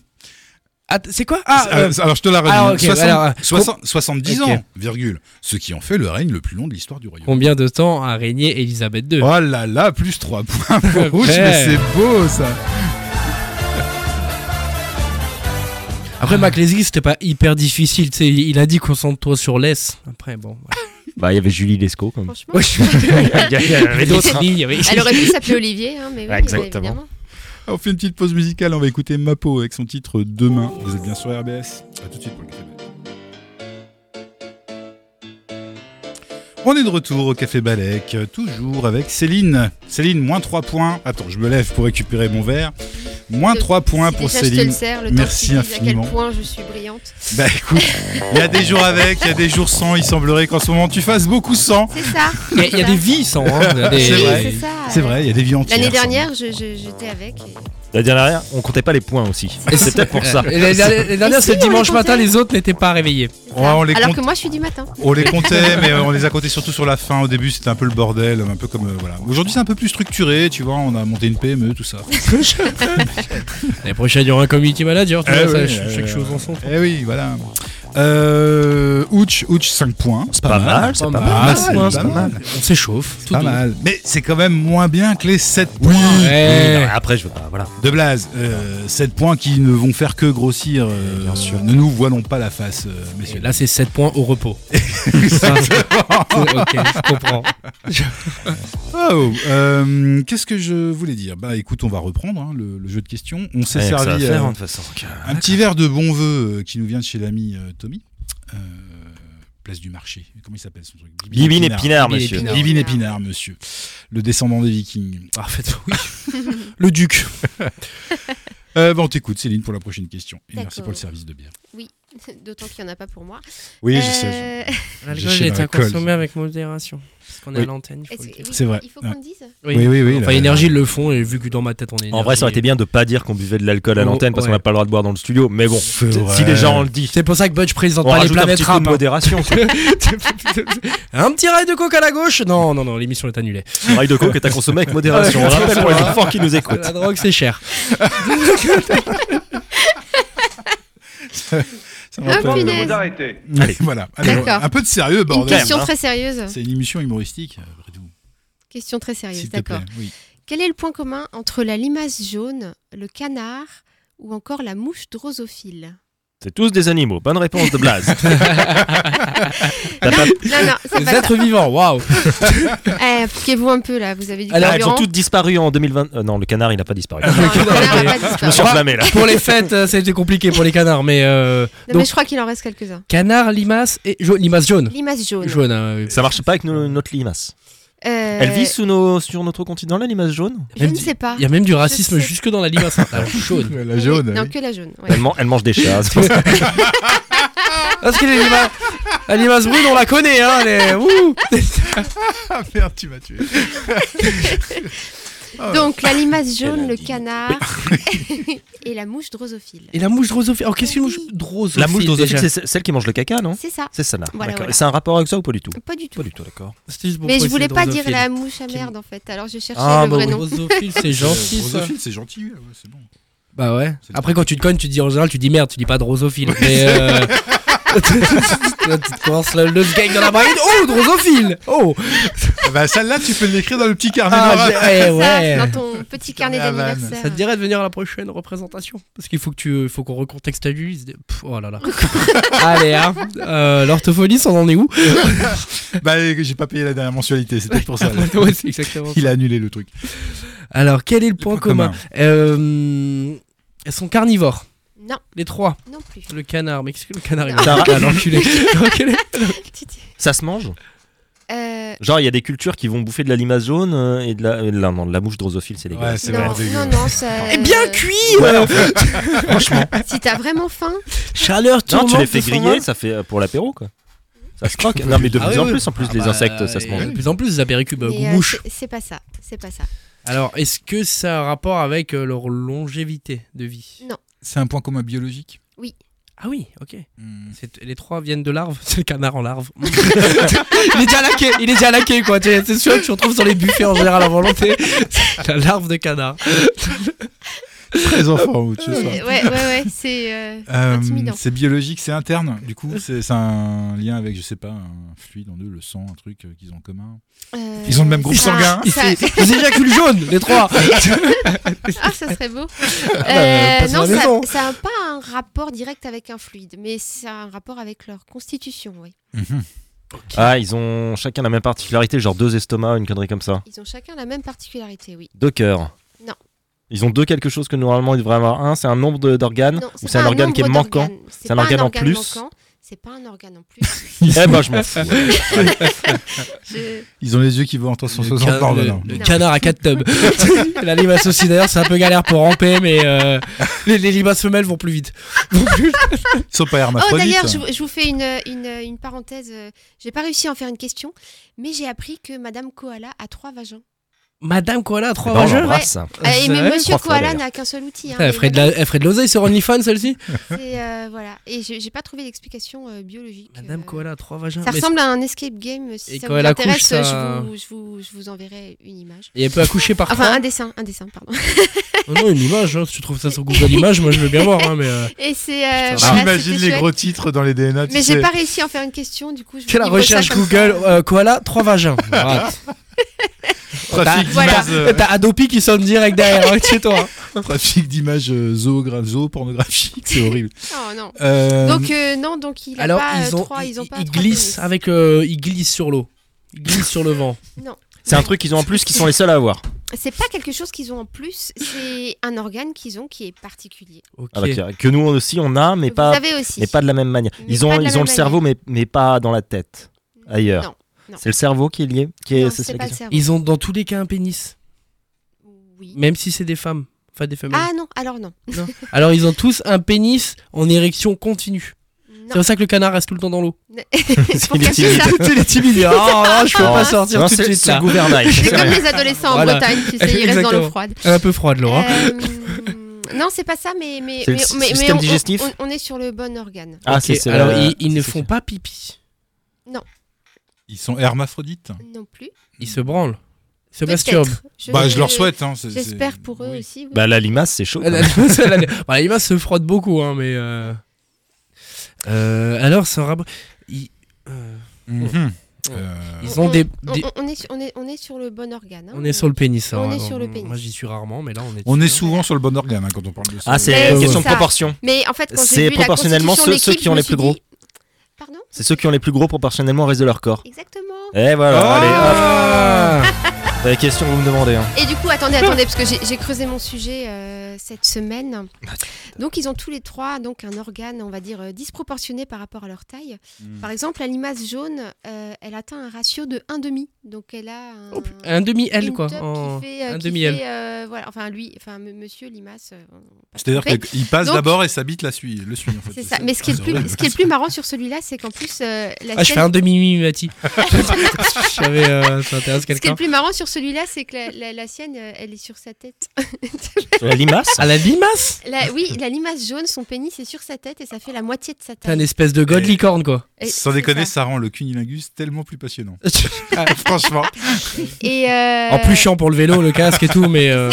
[SPEAKER 3] Ah, C'est quoi Ah,
[SPEAKER 2] Euh,
[SPEAKER 3] euh,
[SPEAKER 2] alors je te la redis.
[SPEAKER 1] bah
[SPEAKER 3] alors, ok,
[SPEAKER 2] 60
[SPEAKER 1] euh,
[SPEAKER 3] alors,
[SPEAKER 2] 60 70
[SPEAKER 3] ok.
[SPEAKER 2] ans, virgule, ce qui en fait le règne le plus long de l'histoire du Royaume-Uni.
[SPEAKER 3] combien de temps a régné Elisabeth II
[SPEAKER 2] Oh là là, plus 3 points pour Rouge,
[SPEAKER 3] Ouais.
[SPEAKER 2] mais c'est beau ça.
[SPEAKER 3] Après, MacLesguy, c'était pas hyper difficile. tu sais, Il a dit concentre-toi sur l'Est. Après, bon.
[SPEAKER 4] Bah, il y avait Julie Lescaut, comme.
[SPEAKER 1] Franchement.
[SPEAKER 3] Ouais.
[SPEAKER 4] Il y a- il y en avait
[SPEAKER 3] Mais
[SPEAKER 4] d'autres.
[SPEAKER 3] d'autres lignes, oui.
[SPEAKER 1] Elle aurait pu s'appeler Olivier, hein, mais oui,
[SPEAKER 4] Ouais, exactement.
[SPEAKER 1] évidemment.
[SPEAKER 2] On fait une petite pause musicale, on va écouter Mapo avec son titre Demain. Vous êtes bien sur RBS. A tout de suite pour le Café Balek. On est de retour au Café Balek, euh, toujours avec Céline. Céline, moins 3 points. Attends, je me lève pour récupérer mon verre. Moins
[SPEAKER 1] Je-
[SPEAKER 2] 3 points
[SPEAKER 1] Si
[SPEAKER 2] pour
[SPEAKER 1] déjà Je te
[SPEAKER 2] Céline.
[SPEAKER 1] le sers, le
[SPEAKER 2] Merci
[SPEAKER 1] temps que tu dises
[SPEAKER 2] infiniment.
[SPEAKER 1] À quel point je suis brillante.
[SPEAKER 2] Bah écoute, il y a des jours avec, il y a des jours sans. Il semblerait qu'en ce moment tu fasses beaucoup sans.
[SPEAKER 1] C'est ça.
[SPEAKER 3] Il y a- il y a des vies sans. hein. Il y a des-
[SPEAKER 1] Oui,
[SPEAKER 2] C'est vrai.
[SPEAKER 1] c'est ça.
[SPEAKER 2] C'est vrai, il y a des vies entières.
[SPEAKER 1] Ah L'année
[SPEAKER 2] sans.
[SPEAKER 1] dernière, je- je- j'étais avec. et-
[SPEAKER 4] La dernière, dernière, on comptait pas les points aussi. C'est peut-être pour ça.
[SPEAKER 3] Et La la- la dernière,
[SPEAKER 1] Mais si,
[SPEAKER 3] c'est le
[SPEAKER 1] on les
[SPEAKER 3] dimanche matin,
[SPEAKER 1] comptait.
[SPEAKER 3] les autres n'étaient pas réveillés.
[SPEAKER 1] c'est
[SPEAKER 2] Ouais,
[SPEAKER 1] ça.
[SPEAKER 2] on les
[SPEAKER 1] Alors
[SPEAKER 2] compte.
[SPEAKER 1] que moi, je suis du matin.
[SPEAKER 2] On les comptait, mais euh, on les a comptés surtout sur la fin. Au début, c'était un peu le bordel, un peu comme euh, voilà. Aujourd'hui, c'est un peu plus structuré, tu vois. On a monté une PME, tout ça.
[SPEAKER 3] L'année prochaine, il y aura un community manager. Tu
[SPEAKER 2] Eh
[SPEAKER 3] vois, ça,
[SPEAKER 2] oui,
[SPEAKER 3] ch-
[SPEAKER 2] eh
[SPEAKER 3] chaque
[SPEAKER 2] oui,
[SPEAKER 3] chose
[SPEAKER 2] ouais.
[SPEAKER 3] en son.
[SPEAKER 2] Eh oui, voilà. Euh, ouch, ouch, 5 points. C'est
[SPEAKER 4] pas mal,
[SPEAKER 2] c'est pas,
[SPEAKER 3] mal,
[SPEAKER 2] mal, Ah, c'est
[SPEAKER 3] ouais,
[SPEAKER 2] pas
[SPEAKER 3] Ah, c'est
[SPEAKER 2] mal.
[SPEAKER 3] On s'échauffe.
[SPEAKER 2] C'est
[SPEAKER 3] tout
[SPEAKER 2] pas
[SPEAKER 3] doux.
[SPEAKER 2] mal. Mais c'est quand même moins bien que les 7 points
[SPEAKER 3] Ouais.
[SPEAKER 4] Oui, non, Après, je. ah, voilà.
[SPEAKER 2] de Blaze. Euh, 7 points qui ne vont faire que grossir. euh,
[SPEAKER 4] Bien sûr.
[SPEAKER 2] Ne nous voilons pas la face, euh,
[SPEAKER 3] Et
[SPEAKER 2] messieurs.
[SPEAKER 3] là, c'est 7 points au repos. ok, je comprends.
[SPEAKER 2] Oh, euh, qu'est-ce que je voulais dire Bah écoute, on va reprendre hein, le, le jeu de questions. On s'est
[SPEAKER 4] Ouais, que ça va
[SPEAKER 2] servi euh,
[SPEAKER 4] faire, hein, de toute façon. donc, euh,
[SPEAKER 1] Ah,
[SPEAKER 2] un petit verre de bon vœu euh, qui nous vient de chez l'ami euh, Tommy. Euh, place du marché. Comment il s'appelle son truc
[SPEAKER 4] Bibine et Pinard,
[SPEAKER 3] Bibine et
[SPEAKER 4] monsieur.
[SPEAKER 3] Pinard.
[SPEAKER 2] Bibine Épinard, monsieur. Le descendant des Vikings.
[SPEAKER 3] Ah, en fait, oui. Le duc.
[SPEAKER 2] Euh, bah, on t'écoute, Céline, pour la prochaine question. Et
[SPEAKER 1] D'accord.
[SPEAKER 2] merci pour le service de bière.
[SPEAKER 1] Oui, d'autant qu'il n'y en a pas pour moi.
[SPEAKER 2] Oui,
[SPEAKER 4] Eh.
[SPEAKER 1] Euh,
[SPEAKER 2] je sais.
[SPEAKER 3] L'alcool
[SPEAKER 2] J'ai
[SPEAKER 3] est à
[SPEAKER 2] l'alcool.
[SPEAKER 3] consommer avec modération. Parce qu'on est
[SPEAKER 2] Oui.
[SPEAKER 3] à l'antenne. il faut
[SPEAKER 1] Est-ce-
[SPEAKER 3] le dire.
[SPEAKER 1] oui,
[SPEAKER 2] C'est vrai.
[SPEAKER 1] Il faut qu'on le dise.
[SPEAKER 3] Oui.
[SPEAKER 2] Oui, oui, oui.
[SPEAKER 3] Enfin,
[SPEAKER 2] là-
[SPEAKER 3] énergie, ils le font, et vu que dans ma tête, on est.
[SPEAKER 4] En vrai, ça aurait été bien de pas dire qu'on buvait de l'alcool à
[SPEAKER 3] Oh,
[SPEAKER 4] l'antenne parce
[SPEAKER 3] ouais.
[SPEAKER 4] qu'on n'a pas le droit de boire dans le studio. Mais bon,
[SPEAKER 2] C'est
[SPEAKER 4] si
[SPEAKER 2] vrai.
[SPEAKER 4] les gens le disent,
[SPEAKER 3] C'est pour ça que Budge présente
[SPEAKER 4] on
[SPEAKER 3] pas les
[SPEAKER 4] rajoute un
[SPEAKER 3] planètes
[SPEAKER 4] petit peu de
[SPEAKER 3] rap. hein.
[SPEAKER 4] modération.
[SPEAKER 3] un petit rail de coke à la gauche Non, non, non, l'émission est annulée.
[SPEAKER 4] Un rail de coke que t'as consommé avec modération. On rappelle pour les enfants qui nous écoutent.
[SPEAKER 3] La drogue, c'est cher.
[SPEAKER 2] Ça me
[SPEAKER 1] Ah,
[SPEAKER 2] rappelle-
[SPEAKER 1] punaise.
[SPEAKER 6] arrêtez.
[SPEAKER 2] Allez, voilà. Allez,
[SPEAKER 1] D'accord.
[SPEAKER 2] un peu de sérieux,
[SPEAKER 1] Une
[SPEAKER 2] bordel.
[SPEAKER 1] question
[SPEAKER 4] hein.
[SPEAKER 1] très sérieuse.
[SPEAKER 2] C'est une émission humoristique, euh, après tout.
[SPEAKER 1] Question très sérieuse,
[SPEAKER 2] S'il te
[SPEAKER 1] d'accord.
[SPEAKER 2] plaît. Oui.
[SPEAKER 1] Quel est le point commun entre la limace jaune, le canard ou encore la mouche drosophile
[SPEAKER 4] C'est tous des animaux. Bonne réponse de Blaze. T'as pas-
[SPEAKER 1] Non, non, ça
[SPEAKER 3] Les
[SPEAKER 1] passe.
[SPEAKER 3] êtres vivants, waouh
[SPEAKER 1] Eh, Piquez-vous un peu là, vous avez du
[SPEAKER 4] Alors, elles ont
[SPEAKER 1] carburant.
[SPEAKER 4] toutes disparu en 2020. euh, non, le canard, il n'a pas disparu.
[SPEAKER 1] Non, le canard a pas
[SPEAKER 4] Je me
[SPEAKER 1] disparu.
[SPEAKER 4] suis enflammé là.
[SPEAKER 3] Pour les fêtes, euh, ça a été compliqué pour les canards, mais. euh,
[SPEAKER 1] Non, mais
[SPEAKER 3] donc,
[SPEAKER 1] je crois qu'il en reste quelques-uns.
[SPEAKER 3] canard, limace et. jaune- limace jaune.
[SPEAKER 1] Limace jaune.
[SPEAKER 3] Jaune, hein, oui.
[SPEAKER 4] Ça marche pas avec nos- notre limace.
[SPEAKER 1] Euh,
[SPEAKER 4] Elle vit sous nos, sur notre continent, la limace jaune
[SPEAKER 1] Je
[SPEAKER 3] Elle
[SPEAKER 1] ne
[SPEAKER 3] dit-
[SPEAKER 1] sais pas.
[SPEAKER 3] Il y a même du racisme
[SPEAKER 1] sais.
[SPEAKER 3] jusque dans la limace. hein. Alors, jaune.
[SPEAKER 2] La jaune.
[SPEAKER 1] Non,
[SPEAKER 2] oui.
[SPEAKER 1] que la jaune. ouais.
[SPEAKER 4] elle, man- elle mange des chats. c'est pour ça.
[SPEAKER 3] Parce que les limaces. La limace brune, on la connaît, hein. Les... Ouh.
[SPEAKER 2] Ah merde, tu m'as tué. Ah,
[SPEAKER 1] Donc la limace jaune, le
[SPEAKER 4] dit-
[SPEAKER 1] canard et la mouche drosophile.
[SPEAKER 3] Et la mouche drosophile. Alors, qu'est-ce qu'une mouche drosophile
[SPEAKER 4] la mouche drosophile,
[SPEAKER 3] déjà
[SPEAKER 4] c'est ce- celle qui mange le caca, non
[SPEAKER 1] C'est ça,
[SPEAKER 4] C'est ça là.
[SPEAKER 1] Voilà,
[SPEAKER 4] D'accord.
[SPEAKER 1] voilà.
[SPEAKER 4] C'est un rapport avec ça ou pas du tout
[SPEAKER 1] pas du tout.
[SPEAKER 4] Pas du tout, d'accord.
[SPEAKER 3] C'était juste pour
[SPEAKER 1] Mais je
[SPEAKER 3] préciser
[SPEAKER 1] voulais pas dire
[SPEAKER 3] drosophile.
[SPEAKER 1] la mouche à
[SPEAKER 3] Qui-
[SPEAKER 1] merde en fait, alors je cherchais
[SPEAKER 4] Ah,
[SPEAKER 1] le
[SPEAKER 4] bah
[SPEAKER 1] vrai
[SPEAKER 4] oui.
[SPEAKER 1] nom.
[SPEAKER 3] Drosophile, c'est gentil ça.
[SPEAKER 2] Drosophile, euh, c'est gentil. ouais, ouais, c'est bon.
[SPEAKER 3] Bah ouais.
[SPEAKER 2] C'est
[SPEAKER 3] Après, quand tu te cognes, tu dis en général, tu dis merde, tu dis pas drosophile. Mais. Euh... tu commences le, le gang dans la brain. Oh, drosophile Oh
[SPEAKER 2] Ah bah, celle-là, tu peux l'écrire dans le petit carnet
[SPEAKER 3] Ah,
[SPEAKER 2] noir.
[SPEAKER 3] eh,
[SPEAKER 1] C'est
[SPEAKER 3] ouais.
[SPEAKER 1] ça, dans ton petit carnet
[SPEAKER 2] carnet à vannes.
[SPEAKER 1] d'anniversaire.
[SPEAKER 3] Ça te dirait de venir à la prochaine représentation Parce qu'il faut que tu, faut qu'on recontextualise. des- Pff, oh là là. Allez, hein. Euh, L'orthophoniste, on en est où
[SPEAKER 2] Bah, euh, j'ai pas payé la dernière mensualité, c'est peut-être pour ça. là.
[SPEAKER 3] Ouais, c'est exactement.
[SPEAKER 2] Il a annulé le truc.
[SPEAKER 3] Alors, quel est le point
[SPEAKER 2] point
[SPEAKER 3] commun,
[SPEAKER 2] commun.
[SPEAKER 3] Euh, Elles sont carnivores,
[SPEAKER 1] Non,
[SPEAKER 3] les trois.
[SPEAKER 1] non plus.
[SPEAKER 3] Le canard, mais qu'est-ce que le canard il
[SPEAKER 1] Non.
[SPEAKER 4] Ça-
[SPEAKER 3] Ah, l'enculé. Alors, quel est-
[SPEAKER 4] Ça se mange
[SPEAKER 1] Euh,
[SPEAKER 4] Genre, il y a des cultures qui vont bouffer de la limace jaune euh, et de la. euh, là, non, de la mouche drosophile, c'est
[SPEAKER 2] Ouais,
[SPEAKER 4] dégueulasse.
[SPEAKER 2] c'est
[SPEAKER 1] non,
[SPEAKER 2] vraiment dégueu.
[SPEAKER 1] non, non, ça.
[SPEAKER 3] Eh bien cuit euh,
[SPEAKER 1] Si t'as vraiment faim,
[SPEAKER 3] Chaleur
[SPEAKER 4] non, tu les
[SPEAKER 3] tourmente
[SPEAKER 4] fais
[SPEAKER 3] de cent
[SPEAKER 4] griller,
[SPEAKER 3] vingt.
[SPEAKER 4] ça fait euh, pour l'apéro, quoi. Ça se croque. Non, mais de
[SPEAKER 3] Ah
[SPEAKER 4] plus
[SPEAKER 3] oui,
[SPEAKER 4] en
[SPEAKER 3] oui.
[SPEAKER 4] plus, en plus,
[SPEAKER 3] Ah
[SPEAKER 4] les
[SPEAKER 3] bah,
[SPEAKER 4] insectes, ça se
[SPEAKER 3] et
[SPEAKER 4] mange.
[SPEAKER 3] De plus en plus, les apéricubes
[SPEAKER 1] mais,
[SPEAKER 3] goût
[SPEAKER 1] euh,
[SPEAKER 3] mouche.
[SPEAKER 1] c'est- c'est pas ça, c'est pas ça.
[SPEAKER 3] Alors, est-ce que ça a un rapport avec euh, leur longévité de vie
[SPEAKER 2] C'est un point commun biologique.
[SPEAKER 3] Ah oui, ok.
[SPEAKER 2] Hmm.
[SPEAKER 3] C'est- Les trois viennent de larves. C'est le canard en larve. il est déjà laqué, il est déjà laqué quoi. Tu sais, C'est sûr que tu retrouves sur les buffets en général à volonté. La larve de canard.
[SPEAKER 2] Très en forme, tu
[SPEAKER 1] Euh,
[SPEAKER 2] sais.
[SPEAKER 1] Ouais, ouais, ouais, c'est. euh,
[SPEAKER 2] Euh,
[SPEAKER 1] Intimidant.
[SPEAKER 2] c'est biologique, c'est interne. Du coup, c'est c'est un lien avec, je sais pas, un fluide en eux, le sang, un truc euh, qu'ils ont en commun.
[SPEAKER 1] euh,
[SPEAKER 2] Ils ont le même groupe
[SPEAKER 1] ça-
[SPEAKER 2] sanguin.
[SPEAKER 1] ça-
[SPEAKER 3] Ils éjaculent jaune, les trois.
[SPEAKER 1] Ah, ça serait beau.
[SPEAKER 3] bah,
[SPEAKER 1] Euh,
[SPEAKER 3] passe à la maison.
[SPEAKER 1] non, ça- ça n'a pas un rapport direct avec un fluide, mais ça a un rapport avec leur constitution, oui.
[SPEAKER 4] Ah, ils ont chacun la même particularité, genre deux estomacs, une connerie comme ça.
[SPEAKER 1] Ils ont chacun la même particularité, oui.
[SPEAKER 4] Deux cœurs.
[SPEAKER 1] Non.
[SPEAKER 4] Ils ont deux quelque chose que normalement ils devraient avoir un, c'est un nombre de- d'organes
[SPEAKER 1] Non,
[SPEAKER 4] ou c'est un
[SPEAKER 1] pas
[SPEAKER 4] organe qui est
[SPEAKER 1] nombre
[SPEAKER 4] manquant.
[SPEAKER 1] d'organes.
[SPEAKER 4] C'est un
[SPEAKER 1] pas
[SPEAKER 4] organe en plus.
[SPEAKER 1] manquant, C'est pas un organe en plus.
[SPEAKER 4] Eh ben je m'en fous.
[SPEAKER 1] Je-
[SPEAKER 2] Ils ont les yeux qui vont en 360
[SPEAKER 3] can-
[SPEAKER 2] Non, non,
[SPEAKER 3] le- euh,
[SPEAKER 2] non.
[SPEAKER 3] le canard à quatre tubs. la limace aussi d'ailleurs, c'est un peu galère pour ramper, mais euh, les, les limaces femelles vont plus vite.
[SPEAKER 2] Ils sont pas
[SPEAKER 1] Oh,
[SPEAKER 2] hermaphrodites.
[SPEAKER 1] d'ailleurs, je, vous- je vous fais une, une, une parenthèse. euh, J'ai pas réussi à en faire une question, mais j'ai appris que Madame Koala a trois vagins.
[SPEAKER 3] Madame Koala, trois
[SPEAKER 4] Eh ben, on
[SPEAKER 3] rageurs.
[SPEAKER 4] l'embrasse.
[SPEAKER 1] Euh, et
[SPEAKER 3] c'est
[SPEAKER 1] mais
[SPEAKER 3] vrai
[SPEAKER 1] Monsieur
[SPEAKER 4] Trois fois,
[SPEAKER 1] Koala
[SPEAKER 4] d'ailleurs.
[SPEAKER 1] n'a qu'un seul outil. hein,
[SPEAKER 3] Elle
[SPEAKER 1] mais
[SPEAKER 3] ferait de la- elle ferait de l'oseille sur OnlyFans celle-ci
[SPEAKER 1] voilà, c'est, euh, voilà. Et j'ai j'ai pas trouvé d'explication euh, biologique.
[SPEAKER 3] Madame
[SPEAKER 1] euh,
[SPEAKER 3] Koala, trois vagins.
[SPEAKER 1] Ça
[SPEAKER 3] Mais-
[SPEAKER 1] ressemble à un escape game. euh, Si
[SPEAKER 3] Et
[SPEAKER 1] ça
[SPEAKER 3] quand
[SPEAKER 1] vous
[SPEAKER 3] elle accouche,
[SPEAKER 1] intéresse,
[SPEAKER 3] ça-
[SPEAKER 1] je, vous, je, vous, je vous enverrai une image.
[SPEAKER 3] Et elle peut accoucher par
[SPEAKER 1] Enfin,
[SPEAKER 3] trois.
[SPEAKER 1] un dessin, un dessin, pardon.
[SPEAKER 3] Oh non, une image, hein, si tu trouves ça sur Google Images, moi je veux bien voir. hein, mais, euh,
[SPEAKER 1] Et c'est. euh, voilà,
[SPEAKER 2] Ah, J'imagine
[SPEAKER 1] c'était
[SPEAKER 2] les
[SPEAKER 1] chouette.
[SPEAKER 2] gros titres dans les DNA. tu
[SPEAKER 1] Mais
[SPEAKER 2] sais.
[SPEAKER 1] j'ai pas réussi à en faire une question, du coup. Je vous
[SPEAKER 3] C'est la
[SPEAKER 1] livre ça
[SPEAKER 3] recherche
[SPEAKER 1] comme ça.
[SPEAKER 3] Google, euh, koala, trois vagins.
[SPEAKER 4] Ah,
[SPEAKER 3] Rate. Bah,
[SPEAKER 2] Trafic
[SPEAKER 1] Voilà.
[SPEAKER 2] d'images, euh,
[SPEAKER 3] T'as Adopi qui sonne direct derrière, hein, chez toi.
[SPEAKER 2] trafic d'images euh, zoogra- zoopornographiques, c'est horrible.
[SPEAKER 1] Non, non.
[SPEAKER 2] Euh,
[SPEAKER 1] Donc, euh, non, donc il a
[SPEAKER 3] Alors,
[SPEAKER 1] pas
[SPEAKER 3] ils,
[SPEAKER 1] euh,
[SPEAKER 3] ont,
[SPEAKER 1] trois, ils ont pas
[SPEAKER 3] ils
[SPEAKER 1] trois
[SPEAKER 3] glissent
[SPEAKER 1] pénis.
[SPEAKER 3] avec, euh, ils glissent sur l'eau. Ils glissent sur le vent.
[SPEAKER 4] C'est un truc qu'ils ont en plus qu'ils sont les seuls à avoir.
[SPEAKER 1] C'est pas quelque chose qu'ils ont en plus, c'est un organe qu'ils ont qui est particulier.
[SPEAKER 3] Ok.
[SPEAKER 4] Ah, bah, que- Que nous aussi on a, mais
[SPEAKER 1] Vous
[SPEAKER 4] pas,
[SPEAKER 1] avez aussi.
[SPEAKER 4] mais pas de la même manière.
[SPEAKER 1] Mais
[SPEAKER 4] Ils
[SPEAKER 1] pas
[SPEAKER 4] ont,
[SPEAKER 1] de la
[SPEAKER 4] ils ont
[SPEAKER 1] même
[SPEAKER 4] le cerveau, mais, mais pas dans la tête. ailleurs.
[SPEAKER 1] Non, Non.
[SPEAKER 4] C'est le cerveau qui est lié. Qui est,
[SPEAKER 1] non,
[SPEAKER 4] c'est ça
[SPEAKER 1] c'est
[SPEAKER 4] la
[SPEAKER 1] pas le
[SPEAKER 4] question.
[SPEAKER 1] cerveau.
[SPEAKER 3] Ils ont dans tous les cas un pénis,
[SPEAKER 1] Oui.
[SPEAKER 3] même si c'est des femmes. Enfin, des femelles.
[SPEAKER 1] Ah non, alors non.
[SPEAKER 3] Alors, ils ont tous un pénis en érection continue.
[SPEAKER 1] Non,
[SPEAKER 3] C'est pour ça que le canard reste tout le temps dans l'eau.
[SPEAKER 1] Pour
[SPEAKER 4] Il est
[SPEAKER 1] cacher
[SPEAKER 4] timide.
[SPEAKER 1] ça. Ah,
[SPEAKER 3] Tout est timide. Oh, non, je peux
[SPEAKER 4] Oh.
[SPEAKER 3] pas sortir
[SPEAKER 4] Non,
[SPEAKER 3] tout de
[SPEAKER 4] c'est-
[SPEAKER 3] suite
[SPEAKER 4] c'est le
[SPEAKER 3] là.
[SPEAKER 4] gouvernail. Ah,
[SPEAKER 1] C'est comme
[SPEAKER 4] Ouais.
[SPEAKER 1] les adolescents en
[SPEAKER 3] Voilà.
[SPEAKER 1] Bretagne, tu sais, ils restent dans l'eau
[SPEAKER 3] Exactement.
[SPEAKER 1] froide.
[SPEAKER 3] Un peu froide, Laura.
[SPEAKER 1] Ah. Euh, non, c'est pas ça, mais, mais,
[SPEAKER 4] C'est le
[SPEAKER 1] mais-
[SPEAKER 4] sy-
[SPEAKER 1] mais- mais
[SPEAKER 4] système
[SPEAKER 1] on- on-
[SPEAKER 4] digestif
[SPEAKER 1] on- on est sur le bon organe.
[SPEAKER 4] Ah,
[SPEAKER 3] Ok,
[SPEAKER 4] c'est- c'est
[SPEAKER 3] Alors,
[SPEAKER 4] la-
[SPEAKER 3] ils, ils ne
[SPEAKER 4] c'est-
[SPEAKER 3] font pas pipi.
[SPEAKER 2] Ils sont hermaphrodites.
[SPEAKER 1] Non plus.
[SPEAKER 3] Ils se branlent. Ils se
[SPEAKER 1] Peut-être.
[SPEAKER 3] masturbent.
[SPEAKER 2] bah, je leur souhaite. hein, c'est- c'est-
[SPEAKER 1] J'espère pour eux
[SPEAKER 2] oui.
[SPEAKER 1] aussi. oui.
[SPEAKER 4] Bah, la limace, c'est chaud. quand
[SPEAKER 3] La
[SPEAKER 4] même.
[SPEAKER 3] limace, la- bon, la limace se frotte beaucoup, hein, mais. euh, euh, alors, ça aura- ils, euh,
[SPEAKER 2] Mhm. Euh,
[SPEAKER 3] ils ont des, des-
[SPEAKER 1] On, on est, sur- on, est, on est sur le bon organe. hein.
[SPEAKER 3] On est sur le pénis. hein,
[SPEAKER 1] On est
[SPEAKER 3] alors,
[SPEAKER 1] sur le pénis.
[SPEAKER 3] Moi, j'y suis rarement, mais là, on est.
[SPEAKER 2] On est
[SPEAKER 3] dessus.
[SPEAKER 2] souvent sur le bon organe hein, quand on parle de ça.
[SPEAKER 4] Ah, c'est
[SPEAKER 1] Eh,
[SPEAKER 4] une question
[SPEAKER 1] c'est
[SPEAKER 4] de
[SPEAKER 1] ça.
[SPEAKER 4] proportion.
[SPEAKER 1] Mais en fait, quand
[SPEAKER 4] C'est
[SPEAKER 1] j'ai vu la
[SPEAKER 4] proportionnellement
[SPEAKER 1] constitution
[SPEAKER 4] ceux-
[SPEAKER 1] de
[SPEAKER 4] ceux
[SPEAKER 1] l'équipe,
[SPEAKER 4] qui ont
[SPEAKER 1] je
[SPEAKER 4] les
[SPEAKER 1] me
[SPEAKER 4] plus
[SPEAKER 1] suis
[SPEAKER 4] gros.
[SPEAKER 1] dit- Pardon
[SPEAKER 4] C'est ceux qui ont les plus gros proportionnellement au reste de leur corps.
[SPEAKER 1] Exactement.
[SPEAKER 4] Et voilà,
[SPEAKER 2] Oh
[SPEAKER 4] allez,
[SPEAKER 3] Ah
[SPEAKER 4] hop, la question que vous me demandez. hein.
[SPEAKER 1] Et du coup, attendez, attendez, parce que j'ai j'ai creusé mon sujet euh, cette semaine.
[SPEAKER 4] Bah,
[SPEAKER 1] Donc, ils ont tous les trois donc un organe, on va dire, euh, disproportionné par rapport à leur taille.
[SPEAKER 2] Mm.
[SPEAKER 1] Par exemple, la limace jaune, euh, elle atteint un ratio de 1,5. Donc, elle a un,
[SPEAKER 3] Oh, un demi L
[SPEAKER 1] une
[SPEAKER 3] quoi.
[SPEAKER 1] top qui
[SPEAKER 3] en-
[SPEAKER 1] fait, euh,
[SPEAKER 3] un
[SPEAKER 1] qui
[SPEAKER 3] demi-L.
[SPEAKER 1] fait, euh, voilà, enfin, lui, enfin, m- monsieur limace. euh, on va pas se
[SPEAKER 2] C'est-à-dire
[SPEAKER 1] tromper.
[SPEAKER 2] qu'il passe
[SPEAKER 1] Donc-
[SPEAKER 2] d'abord et s'habite la suit, le suit. En fait. Ah,
[SPEAKER 1] C'est ça. Mais ce qui est le plus, ce qui est le plus marrant sur celui-là, c'est qu'en plus, euh, la
[SPEAKER 3] Ah, je
[SPEAKER 1] scène-
[SPEAKER 3] fais un demi mimi Mati. J'avais. Euh, ça intéresse
[SPEAKER 1] ce qui est
[SPEAKER 3] quelqu'un.
[SPEAKER 1] le plus marrant sur celui-là, c'est que la, la- la sienne, euh, elle est sur sa tête.
[SPEAKER 4] La limace
[SPEAKER 3] Ah la limace.
[SPEAKER 1] La- oui, la limace jaune, son pénis est sur sa tête et ça fait la moitié de sa
[SPEAKER 3] C'est un
[SPEAKER 1] taille.
[SPEAKER 3] espèce de god
[SPEAKER 2] Et-
[SPEAKER 3] licorne quoi.
[SPEAKER 1] Et
[SPEAKER 2] Sans
[SPEAKER 1] c'est
[SPEAKER 2] déconner,
[SPEAKER 1] ça.
[SPEAKER 2] ça. rend le cunilingus tellement plus passionnant.
[SPEAKER 1] Euh.
[SPEAKER 4] Ah,
[SPEAKER 2] Franchement.
[SPEAKER 1] Ah, Et euh,
[SPEAKER 3] En plus chiant pour le vélo, le casque et tout, mais. euh,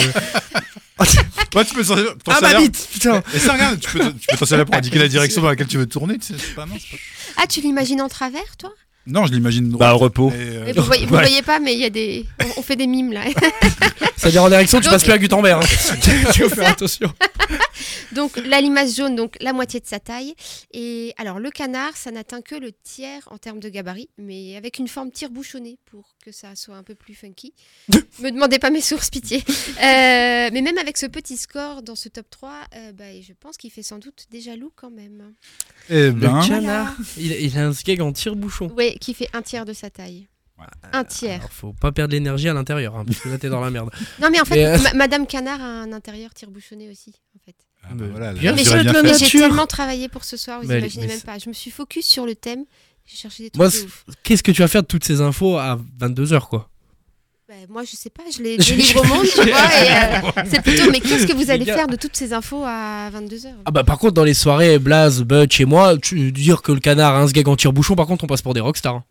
[SPEAKER 2] Moi, tu peux t'en t'en
[SPEAKER 3] Ah ma
[SPEAKER 2] servir.
[SPEAKER 3] bite, putain.
[SPEAKER 2] Et ça, regarde, tu peux t'en- tu peux t'en servir pour indiquer la direction dans laquelle tu veux tourner. tu sais, c'est pas mal, c'est pas-
[SPEAKER 1] Ah, tu l'imagines en travers, toi
[SPEAKER 2] Non, je l'imagine droit.
[SPEAKER 4] Bah, au repos.
[SPEAKER 2] Et, euh,
[SPEAKER 1] Mais Vous voyez, vous
[SPEAKER 4] Ouais.
[SPEAKER 1] voyez pas, mais il y a des. On, on fait des mimes là.
[SPEAKER 3] C'est-à-dire en direction, tu
[SPEAKER 1] Donc-
[SPEAKER 3] passes plus à Gutenberg. Hein. tu faut faire attention.
[SPEAKER 1] Donc la limace jaune, donc la moitié de sa taille. Et alors le canard, ça n'atteint que le tiers en termes de gabarit, mais avec une forme tire bouchonnée pour que ça soit un peu plus funky. Me demandez pas mes sources, pitié. Euh, mais même avec ce petit score dans ce top 3, euh, bah, je pense qu'il fait sans doute des jaloux quand même.
[SPEAKER 2] eh ben,
[SPEAKER 3] Le canard, il, il a un skeg en tire-bouchon.
[SPEAKER 1] Oui, qui fait un tiers de sa taille. Un tiers.
[SPEAKER 3] euh, Alors, faut pas perdre l'énergie à l'intérieur, hein, parce que là t'es dans la merde.
[SPEAKER 1] Non mais en fait,
[SPEAKER 3] Mais, euh,
[SPEAKER 1] ma- Madame Canard a un intérieur tire bouchonné aussi. En fait.
[SPEAKER 2] ah, bah, voilà,
[SPEAKER 3] Bien
[SPEAKER 2] là,
[SPEAKER 1] Mais
[SPEAKER 2] j'aurais
[SPEAKER 3] sûr,
[SPEAKER 2] bien
[SPEAKER 3] la
[SPEAKER 2] fait.
[SPEAKER 1] Mais j'ai
[SPEAKER 3] nature.
[SPEAKER 1] tellement travaillé pour ce soir, vous
[SPEAKER 3] Mais elle-
[SPEAKER 1] imaginez
[SPEAKER 3] mais
[SPEAKER 1] même
[SPEAKER 3] c'est-
[SPEAKER 1] pas. Je me suis focus sur le thème. J'ai cherché des trucs
[SPEAKER 3] Moi,
[SPEAKER 1] de
[SPEAKER 3] c'est-
[SPEAKER 1] ouf.
[SPEAKER 3] Qu'est-ce que tu vas faire de toutes ces infos à 22h quoi
[SPEAKER 1] Bah, moi, je sais pas, je les je les livre au monde, tu vois. et, euh, c'est plutôt, mais qu'est-ce que vous allez
[SPEAKER 3] Les gars.
[SPEAKER 1] faire de toutes ces infos à 22h
[SPEAKER 3] Ah bah par contre dans les soirées Blaze, Butch et moi, tu dire que le canard a un skeg en tire-bouchon, par contre on passe pour des rockstars. hein.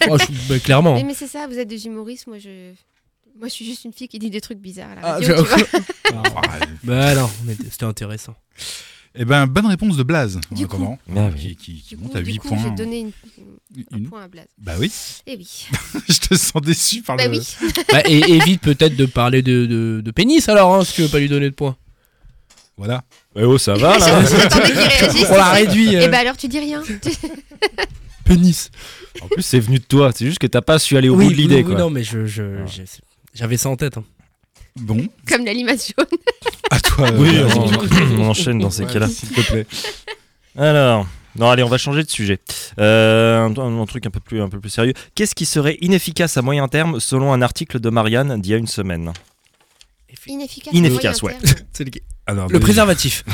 [SPEAKER 3] Ah, je- bah, clairement.
[SPEAKER 1] mais, mais c'est ça, vous êtes des humoristes, moi je. Moi, je suis juste une fille qui dit des trucs bizarres à la
[SPEAKER 3] Ah,
[SPEAKER 1] radio, tu
[SPEAKER 3] je-
[SPEAKER 1] vois.
[SPEAKER 2] Ah, ouais.
[SPEAKER 3] Bah non, on était- c'était intéressant.
[SPEAKER 2] Eh ben, bonne réponse de Blaze. en
[SPEAKER 1] Du coup.
[SPEAKER 2] attendant,
[SPEAKER 4] Ah oui.
[SPEAKER 2] qui, qui- qui
[SPEAKER 1] Du
[SPEAKER 2] monte
[SPEAKER 1] coup-
[SPEAKER 2] à
[SPEAKER 1] du
[SPEAKER 2] 8
[SPEAKER 1] coup,
[SPEAKER 2] points.
[SPEAKER 1] J'ai donné une- un
[SPEAKER 2] Une-
[SPEAKER 1] point à Blaze.
[SPEAKER 2] Bah oui,
[SPEAKER 1] Eh oui.
[SPEAKER 2] je te sens déçu par
[SPEAKER 1] Bah
[SPEAKER 2] Ah, le.
[SPEAKER 1] oui.
[SPEAKER 3] Bah, et évite peut-être de parler de, de, de pénis alors, hein, si tu veux pas lui donner de points.
[SPEAKER 2] Voilà.
[SPEAKER 4] Eh oh, ça va là
[SPEAKER 1] J'attendais qu'il réagisse.
[SPEAKER 3] On l'a réduit. euh,
[SPEAKER 1] Et bah alors, tu dis rien.
[SPEAKER 3] pénis.
[SPEAKER 4] En plus, c'est venu de toi. C'est juste que t'as pas su aller au bout de l'idée.
[SPEAKER 3] oui,
[SPEAKER 4] quoi.
[SPEAKER 3] non mais je, je- j'ai- j'avais ça en tête. hein.
[SPEAKER 2] Bon,
[SPEAKER 1] Comme l'animation.
[SPEAKER 2] à toi. euh,
[SPEAKER 4] Oui,
[SPEAKER 2] Blaze.
[SPEAKER 4] on, on enchaîne dans ces
[SPEAKER 2] Ouais,
[SPEAKER 4] cas-là.
[SPEAKER 2] S'il te plaît.
[SPEAKER 4] Alors, non, allez, on va changer de sujet. Euh, un, un truc un peu plus, un peu plus sérieux. Qu'est-ce qui serait inefficace à moyen terme selon un article de Marianne d'il y a une semaine
[SPEAKER 1] Inefficace.
[SPEAKER 4] Inefficace,
[SPEAKER 1] moyen
[SPEAKER 4] ouais.
[SPEAKER 1] terme.
[SPEAKER 3] C'est le-
[SPEAKER 2] Alors,
[SPEAKER 3] Le
[SPEAKER 4] Ah, bah,
[SPEAKER 2] déjà-
[SPEAKER 3] préservatif.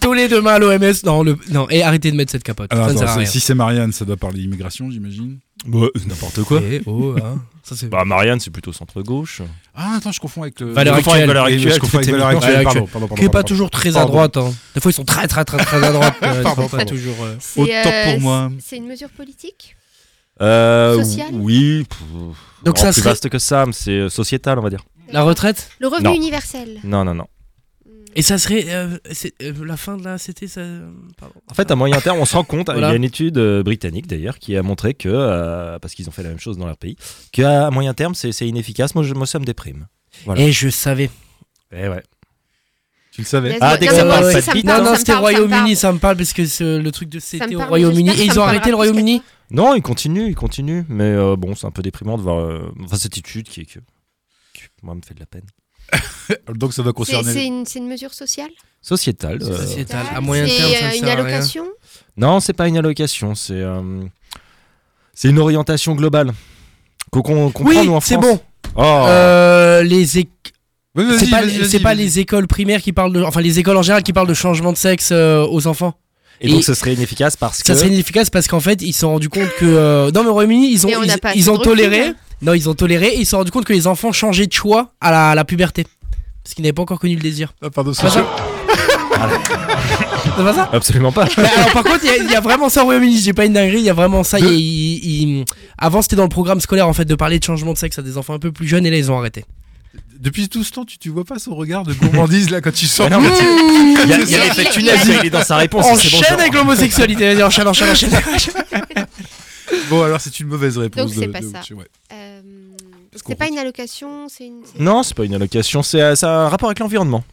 [SPEAKER 3] Tous les deux mains à l'OMS. Non, le... non, et arrêtez de mettre cette capote.
[SPEAKER 4] Ah,
[SPEAKER 2] Alors,
[SPEAKER 3] ça ne
[SPEAKER 2] attends,
[SPEAKER 3] sert à
[SPEAKER 2] c'est-
[SPEAKER 3] rien.
[SPEAKER 2] si c'est Marianne, ça doit parler d'immigration, j'imagine.
[SPEAKER 4] N'importe quoi.
[SPEAKER 3] Eh, oh, hein. Ça, c'est-
[SPEAKER 4] Bah, Marianne, c'est plutôt centre-gauche.
[SPEAKER 2] Ah, attends, je confonds avec le.
[SPEAKER 3] Valeur
[SPEAKER 2] je confonds avec
[SPEAKER 3] actuelle.
[SPEAKER 2] Valeur
[SPEAKER 4] Oui,
[SPEAKER 2] actuelle.
[SPEAKER 4] je
[SPEAKER 2] Je confonds avec
[SPEAKER 4] confonds
[SPEAKER 2] valeur
[SPEAKER 3] avec
[SPEAKER 2] actuelle.
[SPEAKER 3] Valeur
[SPEAKER 2] Pardon, pardon, pardon.
[SPEAKER 3] qui est pas
[SPEAKER 2] pardon.
[SPEAKER 3] toujours très à
[SPEAKER 2] Pardon.
[SPEAKER 3] droite. hein. Des fois, ils sont très, très, très, très à droite. euh, ils
[SPEAKER 2] Pardon,
[SPEAKER 3] sont pas
[SPEAKER 2] pardon.
[SPEAKER 3] toujours. euh,
[SPEAKER 1] C'est,
[SPEAKER 2] Autant
[SPEAKER 1] euh,
[SPEAKER 2] pour moi.
[SPEAKER 1] C'est une mesure politique
[SPEAKER 4] Euh,
[SPEAKER 1] Sociale
[SPEAKER 4] Oui. pff,
[SPEAKER 3] Donc
[SPEAKER 4] oh,
[SPEAKER 3] ça
[SPEAKER 4] plus
[SPEAKER 3] serait-
[SPEAKER 4] vaste que ça, mais c'est euh, sociétal, on va dire.
[SPEAKER 3] La retraite.
[SPEAKER 1] Le revenu
[SPEAKER 4] Non.
[SPEAKER 1] universel. Mmh.
[SPEAKER 4] Non, non, non.
[SPEAKER 3] Et ça serait euh, c'est, euh, la fin de la CT. Ça... euh, pardon.
[SPEAKER 4] En fait, à moyen terme, on se rend compte, il y
[SPEAKER 3] Voilà.
[SPEAKER 4] a une étude euh, britannique d'ailleurs qui a montré que, euh, parce qu'ils ont fait la même chose dans leur pays, qu'à moyen terme, c'est c'est inefficace. Moi, je, moi, ça me déprime. voilà.
[SPEAKER 3] Et je savais.
[SPEAKER 4] Eh ouais.
[SPEAKER 2] Tu le savais.
[SPEAKER 4] Ah, dès que ça
[SPEAKER 1] Laisse-moi- moi
[SPEAKER 4] parle pas
[SPEAKER 1] aussi,
[SPEAKER 4] de
[SPEAKER 1] me
[SPEAKER 4] bite.
[SPEAKER 1] parle, ça
[SPEAKER 3] non, non,
[SPEAKER 1] me
[SPEAKER 3] c'était
[SPEAKER 1] parle, ça me
[SPEAKER 3] Royaume-Uni.
[SPEAKER 1] parle.
[SPEAKER 3] Ça me parle parce que c'est le truc de
[SPEAKER 1] Ça me
[SPEAKER 3] CT au
[SPEAKER 1] parle, mais
[SPEAKER 3] Royaume-Uni.
[SPEAKER 1] j'espère
[SPEAKER 3] Et
[SPEAKER 1] que
[SPEAKER 3] ils
[SPEAKER 1] ça
[SPEAKER 3] ont
[SPEAKER 1] me
[SPEAKER 3] arrêté le
[SPEAKER 1] parlera jusqu'à
[SPEAKER 3] Royaume-Uni.
[SPEAKER 4] Non, il continue, il continue. Mais euh, bon, c'est un peu déprimant de voir euh, enfin, cette étude qui, qui- qui, moi, me fait de la peine.
[SPEAKER 2] Ah, Donc, ça doit
[SPEAKER 1] toi. C'est- C'est
[SPEAKER 2] concerner.
[SPEAKER 1] une, c'est une mesure sociale
[SPEAKER 4] Sociétale. euh,
[SPEAKER 3] Sociétal. À moyen terme,
[SPEAKER 1] C'est
[SPEAKER 3] ça
[SPEAKER 1] euh,
[SPEAKER 3] ne
[SPEAKER 1] une
[SPEAKER 3] sert à rien.
[SPEAKER 1] allocation
[SPEAKER 4] Non, c'est pas une allocation, c'est euh, c'est une orientation globale. Qu'on qu'on- qu'on prend,
[SPEAKER 3] Oui,
[SPEAKER 4] nous, en
[SPEAKER 3] c'est
[SPEAKER 4] France.
[SPEAKER 3] bon.
[SPEAKER 4] Oh.
[SPEAKER 3] Euh, les éc-
[SPEAKER 2] Oui, vas-y,
[SPEAKER 3] C'est pas,
[SPEAKER 2] vas-y,
[SPEAKER 3] c'est
[SPEAKER 2] vas-y,
[SPEAKER 3] pas
[SPEAKER 2] vas-y.
[SPEAKER 3] les écoles primaires qui parlent de, enfin les écoles en général qui parlent de changement de sexe euh, aux enfants.
[SPEAKER 4] Et,
[SPEAKER 3] Et-
[SPEAKER 4] donc ce serait inefficace parce
[SPEAKER 3] Ça
[SPEAKER 4] que.
[SPEAKER 3] serait inefficace parce qu'en fait, ils se sont rendus compte que. euh, Non, mais au Royaume-Uni, ils ont,
[SPEAKER 1] Et on n'a
[SPEAKER 3] ils,
[SPEAKER 1] pas assez
[SPEAKER 3] ils ont
[SPEAKER 1] de recul,
[SPEAKER 3] toléré.
[SPEAKER 1] hein.
[SPEAKER 3] Non, ils ont toléré et ils se sont rendus compte que les enfants changeaient de choix à la, à la puberté. Parce qu'ils n'avaient pas encore connu le désir.
[SPEAKER 2] Ah, pardon,
[SPEAKER 3] C'est pas ça C'est pas ça
[SPEAKER 4] Absolument pas.
[SPEAKER 3] Mais alors, par contre, il y a- il y, a vraiment ça au Royaume-Uni, j'ai pas une dinguerie, il y a vraiment ça. il- il- il- Avant, c'était dans le programme scolaire en fait de parler de changement de sexe à des enfants un peu plus jeunes et là, ils ont arrêté.
[SPEAKER 2] Depuis tout ce temps, tu, tu vois pas son regard de gourmandise là quand tu sors.
[SPEAKER 4] Mais non, mais tu- Il y a, il y a
[SPEAKER 1] Il y a-
[SPEAKER 4] l'effet
[SPEAKER 1] il y a-
[SPEAKER 4] tunnel,
[SPEAKER 1] il y a-
[SPEAKER 4] il est dans sa réponse. c'est
[SPEAKER 3] enchaîne
[SPEAKER 4] bon, genre.
[SPEAKER 3] avec l'homosexualité, vas-y, enchaîne, enchaîne, enchaîne.
[SPEAKER 2] Bon, alors c'est une mauvaise réponse.
[SPEAKER 1] Donc, c'est
[SPEAKER 2] de-
[SPEAKER 1] pas
[SPEAKER 2] de
[SPEAKER 1] ça.
[SPEAKER 2] Witch, ouais.
[SPEAKER 1] Euh,
[SPEAKER 2] qu'on
[SPEAKER 1] c'est pas une allocation, c'est une. c'est-
[SPEAKER 4] Non, c'est pas une allocation, c'est euh, ça a un rapport avec l'environnement.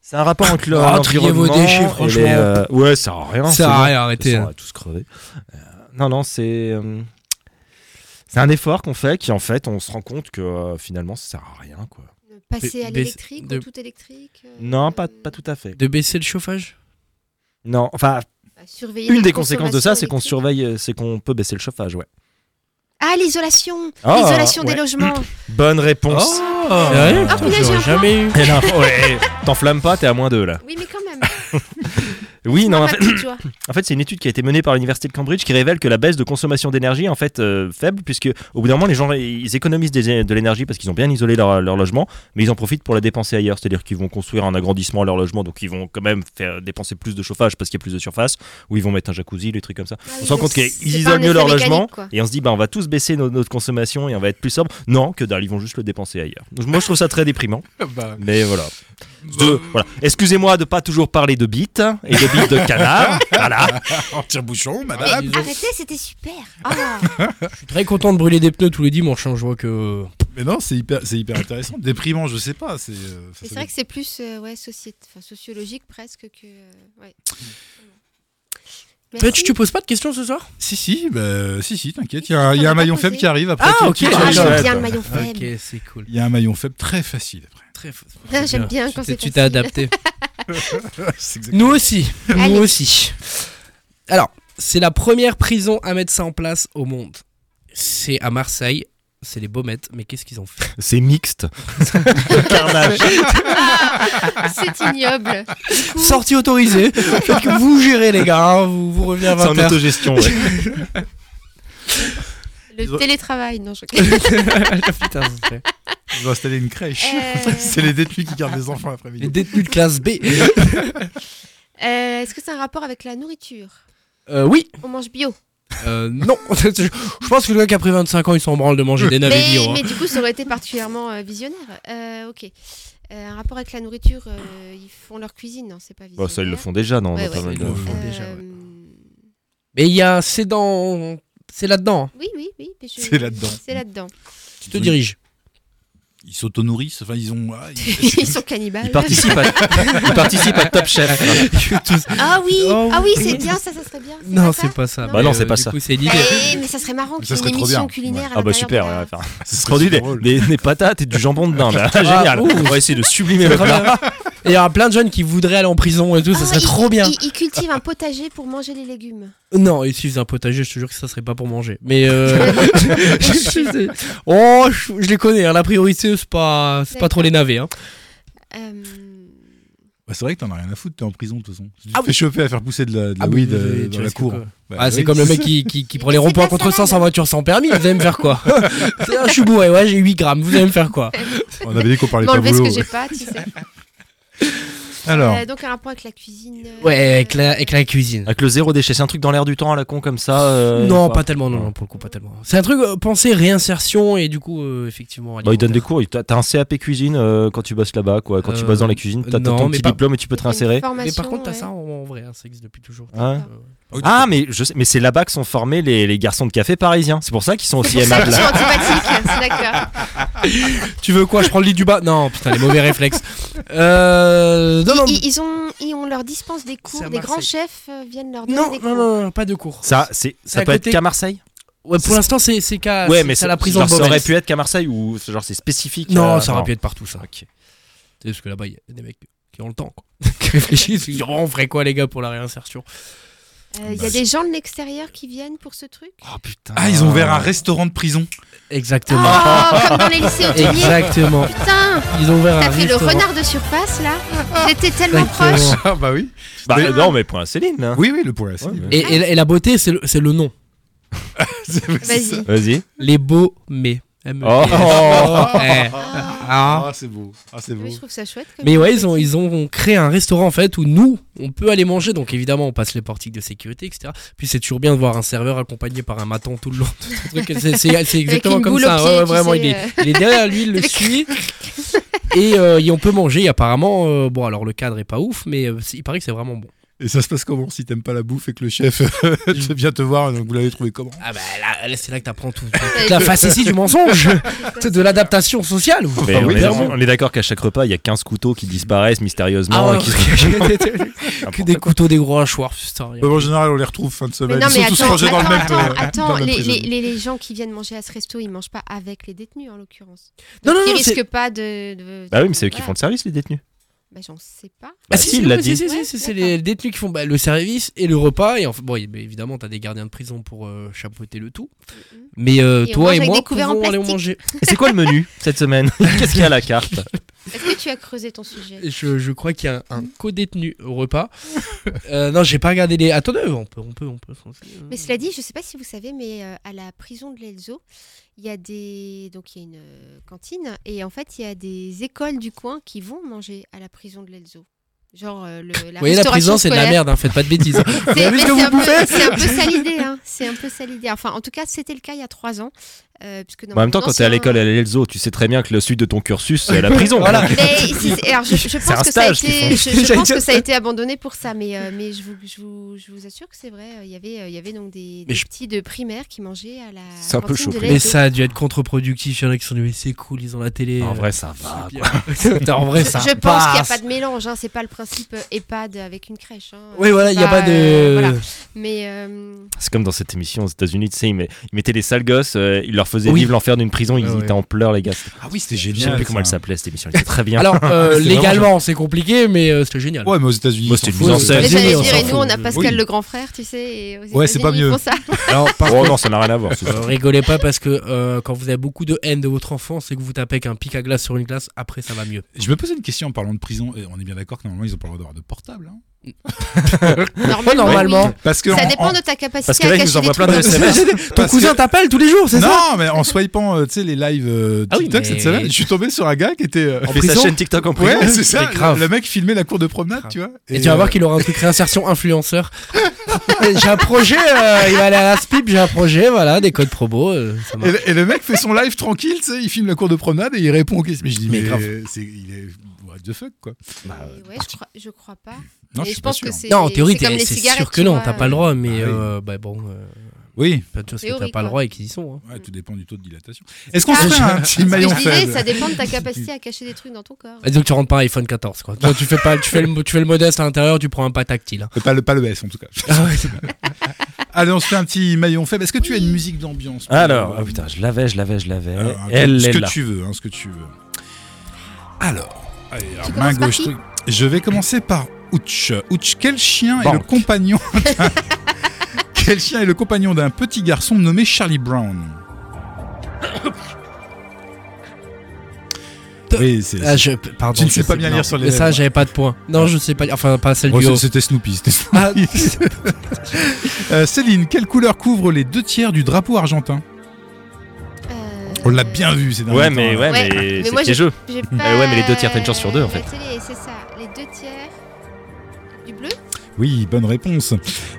[SPEAKER 4] C'est un rapport avec le-
[SPEAKER 3] Ah, triez
[SPEAKER 4] l'environnement.
[SPEAKER 3] vos déchets,
[SPEAKER 4] et les,
[SPEAKER 3] franchement.
[SPEAKER 4] euh, ouais, ça sert à rien.
[SPEAKER 3] Ça
[SPEAKER 4] c'est
[SPEAKER 3] sert à
[SPEAKER 4] bon.
[SPEAKER 3] rien, arrêtez.
[SPEAKER 4] De toute façon, On va tous crever. Euh, non, non, c'est. euh, c'est un effort qu'on fait qui, en fait, on se rend compte que euh, finalement, ça sert à rien, quoi.
[SPEAKER 1] Passer à
[SPEAKER 3] Mais-
[SPEAKER 1] l'électrique,
[SPEAKER 3] de-
[SPEAKER 1] ou tout électrique. euh,
[SPEAKER 4] Non, pas, pas tout à fait.
[SPEAKER 3] De baisser le chauffage
[SPEAKER 4] Non, enfin,
[SPEAKER 1] bah, surveiller
[SPEAKER 4] une
[SPEAKER 1] la
[SPEAKER 4] des conséquences de ça, c'est qu'on
[SPEAKER 1] consommation
[SPEAKER 4] surveille, euh, c'est qu'on peut baisser le chauffage, ouais.
[SPEAKER 1] électrique. Ah, l'isolation
[SPEAKER 4] Ah,
[SPEAKER 1] L'isolation
[SPEAKER 4] ouais.
[SPEAKER 1] des logements
[SPEAKER 4] Bonne réponse.
[SPEAKER 3] Oh Ouais,
[SPEAKER 1] Ah, punaise, j'ai un
[SPEAKER 3] j'aurais jamais eu.
[SPEAKER 4] Et là, ouais, t'enflamme pas, t'es à moins 2 là.
[SPEAKER 1] Oui, mais quand même.
[SPEAKER 4] Oui, non, en
[SPEAKER 1] Ma
[SPEAKER 4] fait,
[SPEAKER 1] petite joie.
[SPEAKER 4] En fait, c'est une étude qui a été menée par l'université de Cambridge qui révèle que la baisse de consommation d'énergie est en fait euh, faible, puisque au bout d'un moment, les gens ils économisent des- de l'énergie parce qu'ils ont bien isolé leur, leur logement, mais ils en profitent pour la dépenser ailleurs. C'est-à-dire qu'ils vont construire un agrandissement à leur logement, donc ils vont quand même faire dépenser plus de chauffage parce qu'il y a plus de surface, ou ils vont mettre un jacuzzi, des trucs comme ça.
[SPEAKER 1] Ah
[SPEAKER 4] On
[SPEAKER 1] oui,
[SPEAKER 4] se rend
[SPEAKER 1] donc
[SPEAKER 4] compte qu'ils
[SPEAKER 1] c'est pas un
[SPEAKER 4] isolent mieux leur
[SPEAKER 1] effet mécanique,
[SPEAKER 4] logement
[SPEAKER 1] quoi.
[SPEAKER 4] et on se dit, bah, on va tous baisser no- notre consommation et on va être plus sobre. Non, que dalle, ils vont juste le dépenser ailleurs. Donc, moi, je trouve ça très déprimant,
[SPEAKER 2] Bah,
[SPEAKER 4] mais voilà. De- voilà. Excusez-moi de pas toujours parler de bites et de bites de canard. voilà.
[SPEAKER 2] en tire-bouchon,
[SPEAKER 3] Bah,
[SPEAKER 1] Mais
[SPEAKER 2] madame.
[SPEAKER 1] arrêtez, c'était super. Oh.
[SPEAKER 3] Je suis très content de brûler des pneus tous les dimanches, hein, je vois que.
[SPEAKER 2] Mais non, c'est hyper, c'est hyper intéressant. Déprimant, je sais pas. C'est euh, ça-
[SPEAKER 1] Mais
[SPEAKER 2] ça
[SPEAKER 1] c'est vrai que c'est plus euh, ouais, sociét- enfin, sociologique presque que. euh, ouais. Merci.
[SPEAKER 3] Twitch, tu poses pas de questions ce soir
[SPEAKER 2] Si, si, bah, si, si, t'inquiète. Il y a un, il y a un maillon faible qui arrive après.
[SPEAKER 3] Ah,
[SPEAKER 2] Qui-
[SPEAKER 3] ok.
[SPEAKER 2] qui-
[SPEAKER 1] Ah, j'aime
[SPEAKER 4] Chouette.
[SPEAKER 1] bien le maillon faible.
[SPEAKER 3] c'est cool.
[SPEAKER 2] Il y a un maillon faible très facile après.
[SPEAKER 3] Très
[SPEAKER 1] Ah, j'aime bien
[SPEAKER 3] Tu
[SPEAKER 1] quand
[SPEAKER 3] t'es-
[SPEAKER 1] c'est
[SPEAKER 3] Tu t'es
[SPEAKER 1] facile.
[SPEAKER 3] adapté.
[SPEAKER 2] Ah, C'est exact-
[SPEAKER 3] Nous aussi. Nous
[SPEAKER 1] Allez.
[SPEAKER 3] aussi. Alors, c'est la première prison à mettre ça en place au monde. C'est à Marseille. C'est les Baumettes, mais qu'est-ce qu'ils ont fait
[SPEAKER 4] C'est mixte. Carnage.
[SPEAKER 1] C'est ignoble. Du coup,
[SPEAKER 3] Sortie autorisée. Fait que vous gérez les gars, hein, vous, vous revenez à
[SPEAKER 4] C'est en
[SPEAKER 3] 20h.
[SPEAKER 4] autogestion. ouais.
[SPEAKER 2] Ils ont-
[SPEAKER 1] le télétravail. Non, je
[SPEAKER 3] Putain, s'il te plaît.
[SPEAKER 2] Ils ont installé une crèche.
[SPEAKER 1] Euh.
[SPEAKER 2] c'est les détenus qui gardent les enfants
[SPEAKER 3] Les
[SPEAKER 2] l'après-midi.
[SPEAKER 3] détenus de classe B.
[SPEAKER 1] Euh, Est-ce que c'est un rapport avec la nourriture
[SPEAKER 3] Euh, oui.
[SPEAKER 1] On mange bio.
[SPEAKER 3] Euh, non. Je pense que le gars qui a pris 25 ans, il s'en branle de manger des navets
[SPEAKER 1] Mais,
[SPEAKER 3] bio. hein.
[SPEAKER 1] mais du coup, ça aurait été particulièrement euh, visionnaire. Euh, ok. Euh, un rapport avec la nourriture, euh, ils font leur cuisine, non C'est pas visionnaire.
[SPEAKER 4] Bon, Bah, ça, ils le font déjà, non
[SPEAKER 1] Ouais,
[SPEAKER 4] dans pas
[SPEAKER 1] ouais.
[SPEAKER 4] mal de-
[SPEAKER 3] Ils le font
[SPEAKER 1] Euh,
[SPEAKER 3] déjà, ouais. Mais il y a. C'est dans. C'est là-dedans. hein.
[SPEAKER 1] Oui, oui, oui. mais je-
[SPEAKER 2] C'est là-dedans.
[SPEAKER 1] C'est là-dedans.
[SPEAKER 3] Tu te
[SPEAKER 2] Oui.
[SPEAKER 3] diriges.
[SPEAKER 2] Ils s'autonourrissent. Enfin, ils ont. ah, ils-
[SPEAKER 1] Ils sont cannibales.
[SPEAKER 4] Ils participent, à... ils participent à Top Chef.
[SPEAKER 1] Ah oui,
[SPEAKER 3] Oh,
[SPEAKER 1] ah oui,
[SPEAKER 3] oui.
[SPEAKER 1] c'est bien, ça, ça serait bien.
[SPEAKER 3] Non,
[SPEAKER 1] pas
[SPEAKER 3] c'est
[SPEAKER 1] ça
[SPEAKER 3] pas ça.
[SPEAKER 1] Non.
[SPEAKER 4] Bah non,
[SPEAKER 3] Mais,
[SPEAKER 4] c'est
[SPEAKER 3] euh,
[SPEAKER 4] pas
[SPEAKER 3] du
[SPEAKER 4] ça.
[SPEAKER 3] coup, c'est l'idée.
[SPEAKER 1] Mais, mais ça serait marrant
[SPEAKER 2] Ça
[SPEAKER 1] qu'il y ait
[SPEAKER 2] serait
[SPEAKER 1] une
[SPEAKER 2] trop
[SPEAKER 1] émission
[SPEAKER 2] bien.
[SPEAKER 1] culinaire. à
[SPEAKER 4] Ah bah
[SPEAKER 1] l'intérieur
[SPEAKER 4] super,
[SPEAKER 1] de la-
[SPEAKER 4] ouais, enfin,
[SPEAKER 2] ce serait
[SPEAKER 4] rendu
[SPEAKER 2] super
[SPEAKER 4] des,
[SPEAKER 2] drôle.
[SPEAKER 4] des- des patates et du jambon dedans là.
[SPEAKER 1] bah,
[SPEAKER 4] Génial.
[SPEAKER 3] Ah, ouh.
[SPEAKER 4] On va essayer de sublimer
[SPEAKER 3] C'est
[SPEAKER 4] le
[SPEAKER 3] trop
[SPEAKER 4] plat.
[SPEAKER 3] bien. Et il y aura plein de jeunes qui voudraient aller en prison et tout, ça
[SPEAKER 1] Ah,
[SPEAKER 3] serait
[SPEAKER 1] il-
[SPEAKER 3] trop bien.
[SPEAKER 1] Il, il cultive un potager pour manger les légumes.
[SPEAKER 3] Non, et s'ils faisaient un potager, je te jure que ça serait pas pour manger. Mais euh... je- je- oh, je, je les connais, hein, la priorité c'est pas, c'est pas trop les navets. Hein.
[SPEAKER 1] Euh,
[SPEAKER 2] Bah, c'est vrai que t'en as rien à foutre. T'es en prison de toute façon. Tu te
[SPEAKER 3] Ah
[SPEAKER 2] fais choper à faire pousser de la, de la
[SPEAKER 3] Ah,
[SPEAKER 2] weed
[SPEAKER 3] mais-
[SPEAKER 2] euh,
[SPEAKER 3] tu
[SPEAKER 2] dans la
[SPEAKER 3] risques
[SPEAKER 2] cour.
[SPEAKER 3] quoi
[SPEAKER 2] Bah,
[SPEAKER 3] Ah, c'est
[SPEAKER 2] oui,
[SPEAKER 3] comme le mec qui, qui, qui prend les
[SPEAKER 1] Mais c'est
[SPEAKER 3] ronds-points
[SPEAKER 1] pas
[SPEAKER 3] contre sens en
[SPEAKER 1] salade.
[SPEAKER 3] voiture sans permis, vous allez me faire quoi Tiens, Je suis bourré, ouais, j'ai 8 grammes, vous allez me faire quoi
[SPEAKER 2] On avait dit qu'on parlait pas
[SPEAKER 1] M'enlever ce
[SPEAKER 2] boulot.
[SPEAKER 1] que j'ai pas, tu sais.
[SPEAKER 2] Alors,
[SPEAKER 1] Euh, donc un rapport avec la cuisine. euh,
[SPEAKER 3] Ouais, avec la, avec la cuisine.
[SPEAKER 4] Avec le zéro déchet, c'est un truc dans l'air du temps à la con comme ça. euh,
[SPEAKER 3] non,
[SPEAKER 4] bah,
[SPEAKER 3] pas tellement, non, non, pour le coup, pas tellement. C'est un truc, euh, pensée réinsertion et du coup, euh, effectivement.
[SPEAKER 4] Bah, ils donnent des
[SPEAKER 3] alimentaire.
[SPEAKER 4] cours. Ils- T'as t'as un CAP cuisine euh, quand tu bosses là-bas, quoi. Quand tu
[SPEAKER 3] Euh,
[SPEAKER 4] bosses dans la cuisine, t'as t'as
[SPEAKER 3] non,
[SPEAKER 4] ton
[SPEAKER 3] mais
[SPEAKER 4] petit
[SPEAKER 3] pas-
[SPEAKER 4] diplôme et tu peux te
[SPEAKER 1] une
[SPEAKER 4] réinsérer.
[SPEAKER 1] formation,
[SPEAKER 3] Mais par contre, t'as
[SPEAKER 1] ouais.
[SPEAKER 3] ça en, en vrai, hein, ça existe depuis toujours.
[SPEAKER 4] Hein
[SPEAKER 3] Euh,
[SPEAKER 4] Ah, mais je sais, mais c'est là-bas que sont formés les, les garçons de café parisiens. C'est pour ça qu'ils sont aussi
[SPEAKER 1] C'est pour ça
[SPEAKER 4] aimables.
[SPEAKER 1] qu'ils sont antipathiques, c'est d'accord.
[SPEAKER 3] Tu veux quoi Je prends le lit du bas Non, putain, les mauvais réflexes. Euh, non, non,
[SPEAKER 1] Ils, ils ont, ils, on leur dispense des
[SPEAKER 3] C'est à
[SPEAKER 1] cours, des grands
[SPEAKER 3] Marseille.
[SPEAKER 1] chefs euh, viennent leur donner
[SPEAKER 3] non,
[SPEAKER 1] des cours.
[SPEAKER 3] non, non, non, pas de cours.
[SPEAKER 4] Ça, c'est,
[SPEAKER 3] C'est à
[SPEAKER 4] ça peut être
[SPEAKER 3] côté.
[SPEAKER 4] qu'à Marseille.
[SPEAKER 3] Ouais, pour l'instant, c'est c'est qu'à
[SPEAKER 4] ouais,
[SPEAKER 3] Ah, c'est
[SPEAKER 4] mais
[SPEAKER 3] à la
[SPEAKER 4] c'est-
[SPEAKER 3] prison
[SPEAKER 4] genre,
[SPEAKER 3] de
[SPEAKER 4] ça
[SPEAKER 3] Beauvais.
[SPEAKER 4] aurait pu être qu'à Marseille ou c'est- genre c'est spécifique.
[SPEAKER 3] Non,
[SPEAKER 4] euh,
[SPEAKER 3] ça aurait pu être partout, ça.
[SPEAKER 4] Ok.
[SPEAKER 3] C'est Parce que là-bas, il y a des mecs qui ont le temps, quoi. qui réfléchissent. Ils disent, oh, on ferait quoi, les gars, pour la réinsertion
[SPEAKER 1] Euh, Il y a des gens de l'extérieur qui viennent pour ce truc.
[SPEAKER 4] Oh putain.
[SPEAKER 2] ah, ils ont ouvert un restaurant de prison.
[SPEAKER 3] Exactement.
[SPEAKER 1] Oh, comme dans les lycées hôteliers.
[SPEAKER 3] Exactement.
[SPEAKER 1] Putain
[SPEAKER 3] Ils ont ouvert un
[SPEAKER 1] T'as fait le
[SPEAKER 3] restaurant.
[SPEAKER 1] renard de surface là J'étais tellement
[SPEAKER 3] Ah, Exactement.
[SPEAKER 1] proche.
[SPEAKER 2] Ah bah oui.
[SPEAKER 4] Bah,
[SPEAKER 2] Mais-
[SPEAKER 4] non, mais point à Céline. hein.
[SPEAKER 2] Oui, oui, le poulet.
[SPEAKER 4] Ouais, ouais.
[SPEAKER 3] Et, et- et la beauté, c'est le, c'est le nom.
[SPEAKER 1] Vas-y.
[SPEAKER 4] Vas-y.
[SPEAKER 3] Les beaux mais. M-E-T.
[SPEAKER 4] Oh.
[SPEAKER 3] Eh.
[SPEAKER 1] Ah.
[SPEAKER 3] Ah.
[SPEAKER 2] Ah, c'est beau. Ah, c'est beau.
[SPEAKER 1] Oui, je trouve ça chouette. comme
[SPEAKER 3] Mais ouais,
[SPEAKER 1] idée.
[SPEAKER 3] ils ont, ils ont créé un restaurant en fait où nous, on peut aller manger. Donc évidemment, on passe les portiques de sécurité, etc. Puis c'est toujours bien de voir un serveur accompagné par un maton tout le long. de ce truc. C'est, c'est- c'est exactement
[SPEAKER 1] une
[SPEAKER 3] comme
[SPEAKER 1] boule
[SPEAKER 3] ça.
[SPEAKER 1] au pied,
[SPEAKER 3] Ouais, ouais,
[SPEAKER 1] tu
[SPEAKER 3] vraiment,
[SPEAKER 1] sais,
[SPEAKER 3] il, est,
[SPEAKER 1] euh.
[SPEAKER 3] il est derrière lui, il le suit. Et, euh, et on peut manger. Et apparemment, euh, bon, alors le cadre est pas ouf, mais euh, c'est- il paraît que c'est vraiment bon.
[SPEAKER 2] Et ça se passe comment si t'aimes pas la bouffe et que le chef te vient te voir Donc vous l'avez trouvé comment
[SPEAKER 3] Ah bah là, là, c'est là que t'apprends tout, toute la facétie du mensonge, C'est de l'adaptation sociale. ou-
[SPEAKER 4] Mais
[SPEAKER 2] Ah
[SPEAKER 4] on,
[SPEAKER 2] oui,
[SPEAKER 4] est,
[SPEAKER 2] clairement.
[SPEAKER 4] on est d'accord qu'à chaque repas, il y a 15 couteaux qui disparaissent
[SPEAKER 3] Ah
[SPEAKER 4] mystérieusement.
[SPEAKER 3] ouais,
[SPEAKER 4] et qui se-
[SPEAKER 3] que des couteaux, des gros hachoirs, putain. rien.
[SPEAKER 2] Euh, En général, on les retrouve fin de
[SPEAKER 1] Mais
[SPEAKER 2] semaine.
[SPEAKER 1] non,
[SPEAKER 2] Ils
[SPEAKER 1] mais
[SPEAKER 2] sont tous
[SPEAKER 1] attends,
[SPEAKER 2] rangés dans le
[SPEAKER 1] attends,
[SPEAKER 2] même.
[SPEAKER 1] attends,
[SPEAKER 2] euh,
[SPEAKER 1] attends,
[SPEAKER 2] dans le même
[SPEAKER 1] les,
[SPEAKER 2] prison.
[SPEAKER 1] les- les- les gens qui viennent manger à ce resto, ils mangent pas avec les détenus en l'occurrence.
[SPEAKER 3] Non,
[SPEAKER 1] Donc,
[SPEAKER 3] non,
[SPEAKER 1] ils
[SPEAKER 3] non, c'est-
[SPEAKER 1] risquent pas de. de-
[SPEAKER 4] Bah oui, mais c'est eux qui
[SPEAKER 1] voilà.
[SPEAKER 4] font le service, les détenus.
[SPEAKER 1] Bah, j'en sais pas.
[SPEAKER 4] Bah
[SPEAKER 3] Ah,
[SPEAKER 4] si, il l'a
[SPEAKER 3] ouais,
[SPEAKER 4] dit.
[SPEAKER 3] Ah, si, si,
[SPEAKER 1] Ouais,
[SPEAKER 3] si, c'est
[SPEAKER 1] d'accord.
[SPEAKER 3] les détenus qui font bah, le service et le repas. Et enfin, bon, et- mais évidemment, t'as des gardiens de prison pour euh, chapeauter le tout.
[SPEAKER 1] Mhm.
[SPEAKER 3] Mais euh,
[SPEAKER 1] Et on
[SPEAKER 3] toi
[SPEAKER 1] mange
[SPEAKER 3] et
[SPEAKER 1] avec
[SPEAKER 3] moi
[SPEAKER 1] des couverts en
[SPEAKER 3] pouvons aller
[SPEAKER 1] plastique.
[SPEAKER 3] manger.
[SPEAKER 4] Et c'est quoi le menu cette semaine Qu'est-ce qu'il y a à la carte
[SPEAKER 1] Est-ce que tu as creusé ton sujet
[SPEAKER 3] Je, je crois qu'il y a un, un
[SPEAKER 1] Mm-hmm.
[SPEAKER 3] co-détenu au repas. Euh, non, j'ai pas regardé les. Attendez, on peut, on peut, on peut. s'en-
[SPEAKER 1] Mais cela dit, je sais pas si vous savez, mais euh, à la prison de l'Elzo, il y a des donc il y a une euh, cantine et en fait il y a des écoles du coin qui vont manger à la prison de l'Elzo. Genre euh, le, la
[SPEAKER 3] Vous voyez, la
[SPEAKER 1] restauration
[SPEAKER 3] prison, c'est de la
[SPEAKER 1] scolaire.
[SPEAKER 3] merde, hein, faites pas de bêtises.
[SPEAKER 1] C'est-
[SPEAKER 3] Vous avez
[SPEAKER 1] mais
[SPEAKER 3] vu ce
[SPEAKER 1] C'est
[SPEAKER 3] que vous
[SPEAKER 1] un, peu-
[SPEAKER 3] bouffez
[SPEAKER 1] c'est un peu ça l'idée. hein. C'est un peu ça l'idée. Enfin, en tout cas, c'était le cas il y a trois ans. euh, puisque
[SPEAKER 4] En même temps, quand t'es à
[SPEAKER 1] normalement,
[SPEAKER 4] l'école à l'Elzo, tu sais très bien que le sud de ton cursus, c'est la prison.
[SPEAKER 3] Voilà.
[SPEAKER 1] c'est un- Mais c'est- alors, je, je
[SPEAKER 4] C'est un
[SPEAKER 1] pense, que ça, a
[SPEAKER 4] stage qu'ils
[SPEAKER 1] été, je-
[SPEAKER 4] font.
[SPEAKER 1] je
[SPEAKER 3] J'allais
[SPEAKER 1] pense
[SPEAKER 3] dire
[SPEAKER 1] que ça a
[SPEAKER 3] ça.
[SPEAKER 1] été abandonné pour ça, mais, euh, mais je, vous, je, vous, je vous assure que c'est vrai. euh, Il y avait, euh, il y avait donc des,
[SPEAKER 3] Mais
[SPEAKER 1] des
[SPEAKER 3] je-
[SPEAKER 1] petits de primaire qui mangeaient à la.
[SPEAKER 4] C'est un peu
[SPEAKER 1] cantine
[SPEAKER 4] chaud,
[SPEAKER 1] de
[SPEAKER 4] quand même.
[SPEAKER 1] l'Elzo.
[SPEAKER 3] Mais ça a dû être contre-productif. Il y en a qui se sont dit, mais c'est cool, ils ont la télé.
[SPEAKER 4] En
[SPEAKER 3] euh,
[SPEAKER 4] vrai, ça va.
[SPEAKER 3] c'est bien. Putain, en vrai, ça
[SPEAKER 1] je pense qu'il n'y a
[SPEAKER 3] passe.
[SPEAKER 1] pas de mélange, hein, c'est pas le principe euh, EHPAD avec une crèche. hein.
[SPEAKER 3] Oui, voilà, il n'y a
[SPEAKER 1] Bah,
[SPEAKER 3] pas de.
[SPEAKER 1] euh, voilà. Mais euh,
[SPEAKER 4] C'est comme dans cette émission aux États-Unis, tu sais, ils, met- ils mettaient les sales gosses, euh, ils leur faisaient
[SPEAKER 3] Oui.
[SPEAKER 4] vivre l'enfer d'une prison, ils
[SPEAKER 3] Ah ouais.
[SPEAKER 4] étaient en pleurs, les gars.
[SPEAKER 2] Ah oui, c'était
[SPEAKER 4] Je
[SPEAKER 2] génial.
[SPEAKER 4] sais plus comment elle
[SPEAKER 2] ça.
[SPEAKER 4] s'appelait cette émission, elle était très bien.
[SPEAKER 3] Alors, euh,
[SPEAKER 2] C'est vraiment
[SPEAKER 3] légalement, c'est compliqué, mais euh, c'était génial.
[SPEAKER 2] Ouais, mais aux États-Unis.
[SPEAKER 4] Moi,
[SPEAKER 2] ils
[SPEAKER 4] c'était
[SPEAKER 2] s'en
[SPEAKER 4] une
[SPEAKER 2] foutent.
[SPEAKER 4] mise en
[SPEAKER 1] mais
[SPEAKER 4] scène.
[SPEAKER 1] j'allais
[SPEAKER 4] on
[SPEAKER 1] dire,
[SPEAKER 4] s'en
[SPEAKER 1] et nous
[SPEAKER 4] fout.
[SPEAKER 1] on a Pascal
[SPEAKER 2] Oui.
[SPEAKER 1] le grand frère, tu sais, et aux
[SPEAKER 2] Ouais, c'est pas
[SPEAKER 1] États-Unis, ils font
[SPEAKER 2] mieux.
[SPEAKER 1] ça.
[SPEAKER 3] Alors, par
[SPEAKER 4] Oh
[SPEAKER 3] contre,
[SPEAKER 4] non, ça n'a rien à voir. c'est
[SPEAKER 3] euh,
[SPEAKER 4] ça.
[SPEAKER 3] rigolez pas parce que euh, quand vous avez beaucoup de haine de votre enfant, c'est que vous tapez avec un pic à glace sur une glace, après ça va mieux.
[SPEAKER 2] Je me posais une question en parlant de prison. Et on est bien d'accord que normalement, ils ont pas le droit d'avoir de portable. hein.
[SPEAKER 1] Normalement,
[SPEAKER 3] Oh, normalement.
[SPEAKER 1] oui.
[SPEAKER 2] Parce que.
[SPEAKER 1] Ça
[SPEAKER 2] en-
[SPEAKER 1] dépend
[SPEAKER 2] en-
[SPEAKER 1] de ta
[SPEAKER 4] Parce
[SPEAKER 1] capacité
[SPEAKER 4] que là,
[SPEAKER 1] à
[SPEAKER 4] ils
[SPEAKER 1] cacher
[SPEAKER 4] nous envoient
[SPEAKER 1] des
[SPEAKER 4] plein de
[SPEAKER 1] trucs.
[SPEAKER 4] SMS.
[SPEAKER 3] Ton
[SPEAKER 2] parce
[SPEAKER 3] cousin
[SPEAKER 2] que-
[SPEAKER 3] t'appelle tous les jours, c'est ça
[SPEAKER 2] Non, mais en swipant, euh, tu sais, les lives euh,
[SPEAKER 3] Ah oui,
[SPEAKER 2] TikTok
[SPEAKER 3] mais-
[SPEAKER 2] cette semaine, je suis tombé sur un gars qui était. euh,
[SPEAKER 4] On
[SPEAKER 3] En
[SPEAKER 4] fait sa
[SPEAKER 3] prison
[SPEAKER 4] chaîne TikTok en prison.
[SPEAKER 2] Ouais, c'est ça.
[SPEAKER 3] c'est grave.
[SPEAKER 2] Le mec filmait la cour de promenade, tu vois.
[SPEAKER 3] Et, tu vas voir
[SPEAKER 2] euh,
[SPEAKER 3] qu'il aura un truc réinsertion influenceur. j'ai un projet, euh, il va aller à la SPIP, j'ai un projet, voilà, des codes promo, euh, ça
[SPEAKER 2] Et
[SPEAKER 3] marche.
[SPEAKER 2] le, et le mec fait son live tranquille, tu sais, il filme la cour de promenade et il répond aux questions. Mais je dis,
[SPEAKER 3] Mais
[SPEAKER 2] mais,
[SPEAKER 3] grave.
[SPEAKER 2] euh, c'est, il est. What the fuck, quoi.
[SPEAKER 1] Et ouais, je, crois, je crois pas. Mais
[SPEAKER 2] Non, je
[SPEAKER 1] je,
[SPEAKER 2] suis pas
[SPEAKER 1] pense
[SPEAKER 2] sûr.
[SPEAKER 1] que c'est.
[SPEAKER 3] Non, en théorie,
[SPEAKER 1] c'est comme
[SPEAKER 3] t'es-
[SPEAKER 1] les
[SPEAKER 3] c'est
[SPEAKER 1] cigarettes,
[SPEAKER 3] sûr que
[SPEAKER 1] tu
[SPEAKER 3] non,
[SPEAKER 1] vois,
[SPEAKER 3] t'as pas
[SPEAKER 1] euh,
[SPEAKER 3] le droit, mais
[SPEAKER 2] Ah oui.
[SPEAKER 3] euh, bah bon, euh,
[SPEAKER 2] Oui.
[SPEAKER 3] pas de choses que t'as
[SPEAKER 1] Théorie,
[SPEAKER 3] pas
[SPEAKER 1] quoi.
[SPEAKER 3] le droit et qu'ils y sont. hein.
[SPEAKER 2] Ouais, tout dépend du taux de dilatation. Est-ce qu'on se
[SPEAKER 1] Ah,
[SPEAKER 2] fait un
[SPEAKER 3] je-
[SPEAKER 2] petit
[SPEAKER 1] ce que
[SPEAKER 2] maillon
[SPEAKER 1] je disais,
[SPEAKER 2] faible
[SPEAKER 1] ça dépend de ta capacité à cacher des trucs dans ton corps.
[SPEAKER 3] Disons que tu rentres pas un iPhone 14, quoi. Toi, tu fais pas, tu fais le, tu fais le modeste à l'intérieur, tu prends un pas tactile. hein.
[SPEAKER 2] Euh, Pas le, pas le S, en tout cas.
[SPEAKER 3] Ah ouais.
[SPEAKER 2] Allez, on se fait un petit maillon faible. Est-ce que tu as une
[SPEAKER 1] Oui.
[SPEAKER 2] musique d'ambiance pour-
[SPEAKER 4] Alors, ah putain, je l'avais, je l'avais, je l'avais.
[SPEAKER 2] Alors, un peu-
[SPEAKER 4] Elle
[SPEAKER 2] Ah, ce
[SPEAKER 4] est
[SPEAKER 2] que
[SPEAKER 4] là.
[SPEAKER 2] tu veux, hein, ce que tu veux. Alors, allez, alors,
[SPEAKER 1] commences
[SPEAKER 2] main
[SPEAKER 1] par
[SPEAKER 2] gauche.
[SPEAKER 1] qui
[SPEAKER 2] truc. Je vais commencer par Ouch. Ouch, quel chien est le
[SPEAKER 4] Banque.
[SPEAKER 2] compagnon d'un- Quel chien est le compagnon d'un petit garçon nommé Charlie Brown Oui, c'est.
[SPEAKER 3] Ah, je, pardon,
[SPEAKER 2] Tu ne sais
[SPEAKER 3] je
[SPEAKER 2] pas bien
[SPEAKER 3] non.
[SPEAKER 2] lire sur les
[SPEAKER 3] Mais ça,
[SPEAKER 2] lèvres.
[SPEAKER 3] j'avais pas de point. Non, je sais pas. lire. Enfin, pas celle
[SPEAKER 2] Oh,
[SPEAKER 3] du
[SPEAKER 2] c'est-
[SPEAKER 3] haut.
[SPEAKER 2] c'était Snoopy. c'était Snoopy.
[SPEAKER 3] Ah,
[SPEAKER 4] Ah.
[SPEAKER 2] Euh, Céline, quelle couleur couvre les deux tiers du drapeau argentin
[SPEAKER 1] Euh,
[SPEAKER 2] On l'a bien vu ces derniers
[SPEAKER 4] Ouais,
[SPEAKER 2] temps,
[SPEAKER 4] mais
[SPEAKER 2] là.
[SPEAKER 4] ouais,
[SPEAKER 1] Ouais,
[SPEAKER 4] mais
[SPEAKER 1] mais
[SPEAKER 4] c'est
[SPEAKER 1] moi,
[SPEAKER 4] piégeux.
[SPEAKER 1] j'ai
[SPEAKER 4] ouais, mais les deux tiers, t'as une chance sur deux,
[SPEAKER 1] la
[SPEAKER 4] en fait.
[SPEAKER 1] télé, C'est ça, les deux tiers du bleu.
[SPEAKER 2] Oui, bonne réponse.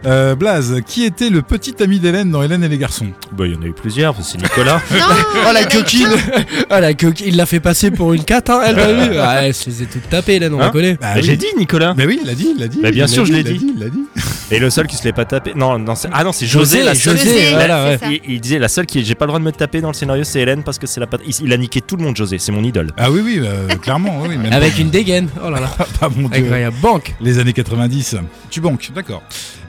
[SPEAKER 2] Euh, Blaze, qui était le petit ami d'Hélène dans Hélène et les garçons
[SPEAKER 4] Bah, il y en a eu plusieurs, parce que c'est Nicolas.
[SPEAKER 1] Non,
[SPEAKER 3] oh la
[SPEAKER 1] il y
[SPEAKER 4] Euh,
[SPEAKER 1] en a eu
[SPEAKER 3] coquine Ah la coquine, il l'a fait passer pour une cat, hein, elle t'a vu Ah, elle se les a toutes tapées, là, on
[SPEAKER 4] Hein
[SPEAKER 3] la connaît.
[SPEAKER 2] Bah
[SPEAKER 4] Bah,
[SPEAKER 2] oui.
[SPEAKER 4] J'ai dit Nicolas.
[SPEAKER 2] Mais oui, il l'a dit, il l'a dit.
[SPEAKER 4] Mais bien
[SPEAKER 2] Il l'a
[SPEAKER 4] sûr, je l'ai
[SPEAKER 2] il l'a
[SPEAKER 4] dit.
[SPEAKER 2] Il l'a dit.
[SPEAKER 4] Et le seul qui se l'est pas tapé. Non, non, c'est- ah non, c'est José,
[SPEAKER 3] José,
[SPEAKER 4] la
[SPEAKER 1] qu'un.
[SPEAKER 4] seule.
[SPEAKER 3] José,
[SPEAKER 1] José,
[SPEAKER 3] voilà,
[SPEAKER 1] c'est
[SPEAKER 3] ouais.
[SPEAKER 1] ça.
[SPEAKER 4] Il, il disait la seule qui j'ai pas le droit de me taper dans le scénario c'est Hélène parce que c'est la pat- il, il a niqué tout le monde José c'est mon idole
[SPEAKER 2] Ah oui, oui, euh, clairement. Oui, oui, même
[SPEAKER 3] Avec
[SPEAKER 2] pas-
[SPEAKER 3] une dégaine, oh là là.
[SPEAKER 2] Ah, mon Dieu.
[SPEAKER 3] Incroyable, banque
[SPEAKER 2] Les années 90. Tu banques, d'accord.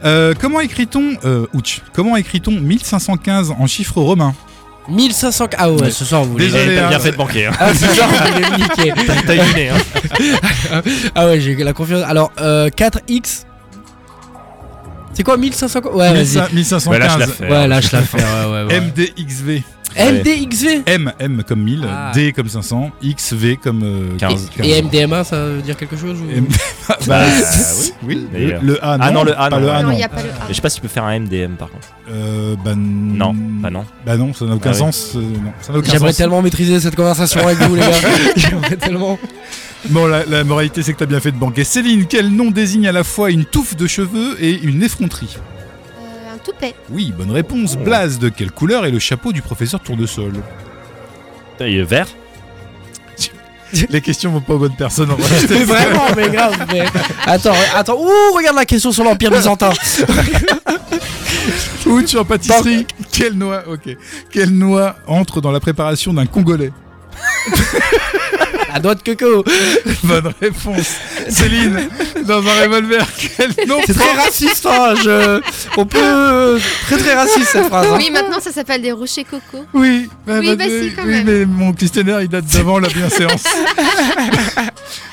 [SPEAKER 2] Euh, comment écrit-on. Euh, ouch. Comment écrit-on 1515 en chiffres romains
[SPEAKER 3] 1500... Ah ouais, ce soir, vous voulez...
[SPEAKER 2] Désolé,
[SPEAKER 4] Eh, t'as
[SPEAKER 2] hein.
[SPEAKER 4] bien fait de banquer hein.
[SPEAKER 3] Ah, ce soir, vous voulez me niquer.
[SPEAKER 4] t'as eu le nez, hein.
[SPEAKER 3] Ah ouais, j'ai la confiance. Alors, euh, 4X... C'est quoi, 1500... Ouais, vas-y.
[SPEAKER 2] 1515.
[SPEAKER 4] Bah, lâche l'affaire
[SPEAKER 3] Ouais, lâche l'affaire, ouais, ouais, ouais.
[SPEAKER 2] MDXV.
[SPEAKER 4] Ouais.
[SPEAKER 3] LDXV
[SPEAKER 2] M, M comme 1000,
[SPEAKER 3] Ah.
[SPEAKER 2] D comme 500, X, V comme euh,
[SPEAKER 4] 15.
[SPEAKER 3] Et et MDMA, ça veut dire quelque chose ou-
[SPEAKER 2] M-
[SPEAKER 4] Bah,
[SPEAKER 2] Bah,
[SPEAKER 4] oui.
[SPEAKER 2] oui, le,
[SPEAKER 4] d'ailleurs.
[SPEAKER 2] le A non,
[SPEAKER 4] Ah non, le A,
[SPEAKER 2] pas
[SPEAKER 4] non.
[SPEAKER 2] le A
[SPEAKER 1] non,
[SPEAKER 2] non.
[SPEAKER 1] il n'y a pas le A.
[SPEAKER 4] Mais Je sais pas si tu peux faire un MDM par contre.
[SPEAKER 2] Euh, bah,
[SPEAKER 4] Non, bah non.
[SPEAKER 2] Bah non, ça n'a aucun
[SPEAKER 4] Ah oui.
[SPEAKER 2] sens. euh, non, ça n'a aucun
[SPEAKER 3] J'aimerais
[SPEAKER 2] sens.
[SPEAKER 3] tellement maîtriser cette conversation avec vous, les gars. J'aimerais tellement.
[SPEAKER 2] Bon, la, la moralité, c'est que t'as bien fait de banquer. Céline, quel nom désigne à la fois une touffe de cheveux et une effronterie
[SPEAKER 1] Euh, un toupet.
[SPEAKER 2] Oui, bonne réponse. Blaze, de quelle couleur est le chapeau du professeur Tournesol
[SPEAKER 4] Et, euh, vert
[SPEAKER 2] Les questions vont pas aux bonnes personnes. en vrai.
[SPEAKER 3] Mais vraiment, mais grave. Mais... Attends, attends. Ouh, regarde la question sur l'Empire byzantin.
[SPEAKER 2] Ou tu es en pâtisserie. Quelle noix Ok. Quelle noix entre dans la préparation d'un Congolais
[SPEAKER 3] La noix de coco.
[SPEAKER 2] Bonne réponse. Céline, dans un revolver, quel nom
[SPEAKER 3] C'est très raciste, hein. Je... On peut. Très, très raciste cette phrase. hein.
[SPEAKER 1] Oui, maintenant ça s'appelle des rochers coco.
[SPEAKER 2] Oui, bah,
[SPEAKER 1] Oui, bah
[SPEAKER 2] euh,
[SPEAKER 1] si, quand même.
[SPEAKER 2] oui, mais mon questionnaire il date d'avant la bienséance.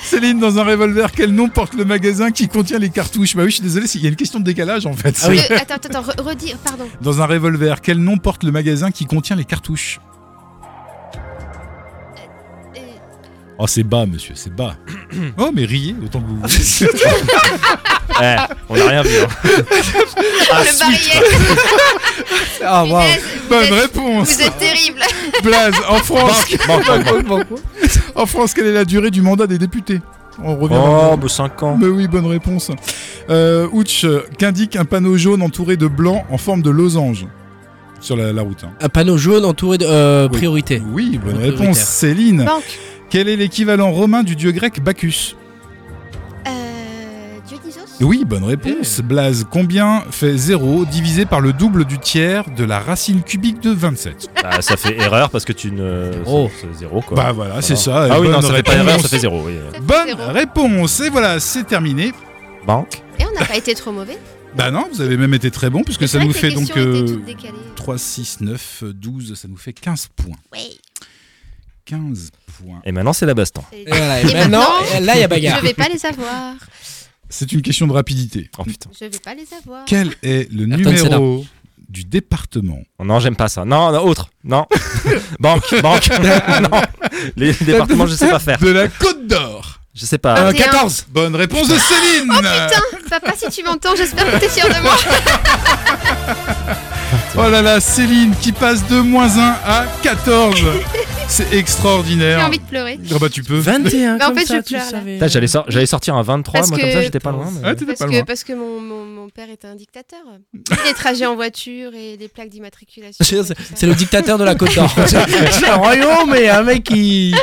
[SPEAKER 2] Céline, dans un revolver, quel nom porte le magasin qui contient les cartouches Bah oui, je suis désolé, il y a une question de décalage en fait.
[SPEAKER 3] Ah oui.
[SPEAKER 1] Le- attends, attends, attends, re- redis, pardon.
[SPEAKER 2] Dans un revolver, quel nom porte le magasin qui contient les cartouches
[SPEAKER 1] Euh,
[SPEAKER 2] Oh, c'est bas, monsieur, c'est bas. oh, mais riez autant que vous voulez.
[SPEAKER 4] Eh, on a rien vu. hein. Ah,
[SPEAKER 1] le
[SPEAKER 4] sweet.
[SPEAKER 1] barrière,
[SPEAKER 3] Ah, waouh.
[SPEAKER 1] punaise, vous
[SPEAKER 2] Bonne
[SPEAKER 1] êtes-
[SPEAKER 2] réponse
[SPEAKER 1] Vous êtes terrible.
[SPEAKER 2] Blaze, en France,
[SPEAKER 4] Bon, bon, bon.
[SPEAKER 2] en France, quelle est la durée du mandat des députés On revient dans-
[SPEAKER 4] Oh, 5 ans.
[SPEAKER 2] Mais oui, bonne réponse. Euh, Ouch, euh, qu'indique un panneau jaune entouré de blanc en forme de losange sur la, la route. hein.
[SPEAKER 3] Un panneau jaune entouré de. euh,
[SPEAKER 2] Oui.
[SPEAKER 3] priorité.
[SPEAKER 2] Oui, bonne
[SPEAKER 3] Prioritaire.
[SPEAKER 2] réponse. Céline,
[SPEAKER 1] Banque.
[SPEAKER 2] quel est l'équivalent romain du dieu grec Bacchus
[SPEAKER 1] Euh, Dionysos
[SPEAKER 2] Oui, bonne réponse.
[SPEAKER 3] Eh.
[SPEAKER 2] Blaze, combien fait 0 divisé par le double du tiers de la racine cubique de 27
[SPEAKER 4] Ah, ça fait erreur parce que tu ne.
[SPEAKER 3] Zéro.
[SPEAKER 4] c'est- c'est Zéro quoi.
[SPEAKER 2] Bah voilà, c'est ça.
[SPEAKER 4] Ah oui,
[SPEAKER 2] bonne
[SPEAKER 4] non, ça fait pas
[SPEAKER 2] réponse.
[SPEAKER 4] erreur, ça fait zéro. Oui.
[SPEAKER 1] Ça fait
[SPEAKER 2] Bonne
[SPEAKER 1] zéro.
[SPEAKER 2] réponse. Et voilà, c'est terminé.
[SPEAKER 4] Banque.
[SPEAKER 1] Et on n'a pas été trop mauvais.
[SPEAKER 2] Bah non, vous avez même été très bon puisque ça
[SPEAKER 1] C'est vrai
[SPEAKER 2] nous
[SPEAKER 1] que
[SPEAKER 2] fait
[SPEAKER 1] les
[SPEAKER 2] donc
[SPEAKER 1] questions
[SPEAKER 2] euh,
[SPEAKER 1] étaient toutes décalées.
[SPEAKER 2] 3, 6, 9, 12, ça nous fait 15 points.
[SPEAKER 1] Ouais.
[SPEAKER 2] 15 points.
[SPEAKER 4] Et maintenant, c'est la baston.
[SPEAKER 2] Eh,
[SPEAKER 3] Et voilà, et
[SPEAKER 1] Et
[SPEAKER 3] maintenant,
[SPEAKER 1] maintenant,
[SPEAKER 3] là, il y a
[SPEAKER 1] Je
[SPEAKER 3] bagarre.
[SPEAKER 1] vais pas les avoir.
[SPEAKER 2] C'est une question de rapidité.
[SPEAKER 4] Oh putain.
[SPEAKER 1] Je vais pas les avoir.
[SPEAKER 2] Quel est le
[SPEAKER 3] Ayrton
[SPEAKER 2] numéro du département
[SPEAKER 4] Oh, Non, j'aime pas ça. Non, non, autre. Non. banque, banque. non. Les départements, je sais pas faire.
[SPEAKER 2] de la Côte d'Or
[SPEAKER 4] Je sais pas.
[SPEAKER 3] Euh,
[SPEAKER 1] 21.
[SPEAKER 3] 14.
[SPEAKER 2] Bonne réponse de Céline
[SPEAKER 1] Oh, Papa, si tu m'entends, j'espère que t'es fier de moi.
[SPEAKER 2] Oh là là, Céline qui passe de moins 1 à 14 C'est
[SPEAKER 1] J'ai
[SPEAKER 2] extraordinaire
[SPEAKER 1] envie de pleurer.
[SPEAKER 2] Ah bah tu peux
[SPEAKER 3] 21.
[SPEAKER 1] Mais en
[SPEAKER 3] comme
[SPEAKER 1] fait,
[SPEAKER 3] ça,
[SPEAKER 1] je
[SPEAKER 3] tu
[SPEAKER 1] pleure,
[SPEAKER 3] le
[SPEAKER 1] là.
[SPEAKER 3] savais.
[SPEAKER 4] Putain, J'allais sor- j'allais sortir un 23,
[SPEAKER 1] Parce
[SPEAKER 4] moi comme
[SPEAKER 1] que-
[SPEAKER 4] ça j'étais pas loin. mais-
[SPEAKER 2] Ah, t'étais
[SPEAKER 1] Parce
[SPEAKER 2] pas loin.
[SPEAKER 1] que, parce que mon, mon, mon père était un dictateur. Les trajets en voiture et les plaques d'immatriculation. et tout ça.
[SPEAKER 3] C'est le dictateur de la Côte d'Or. C'est un royaume et un mec qui.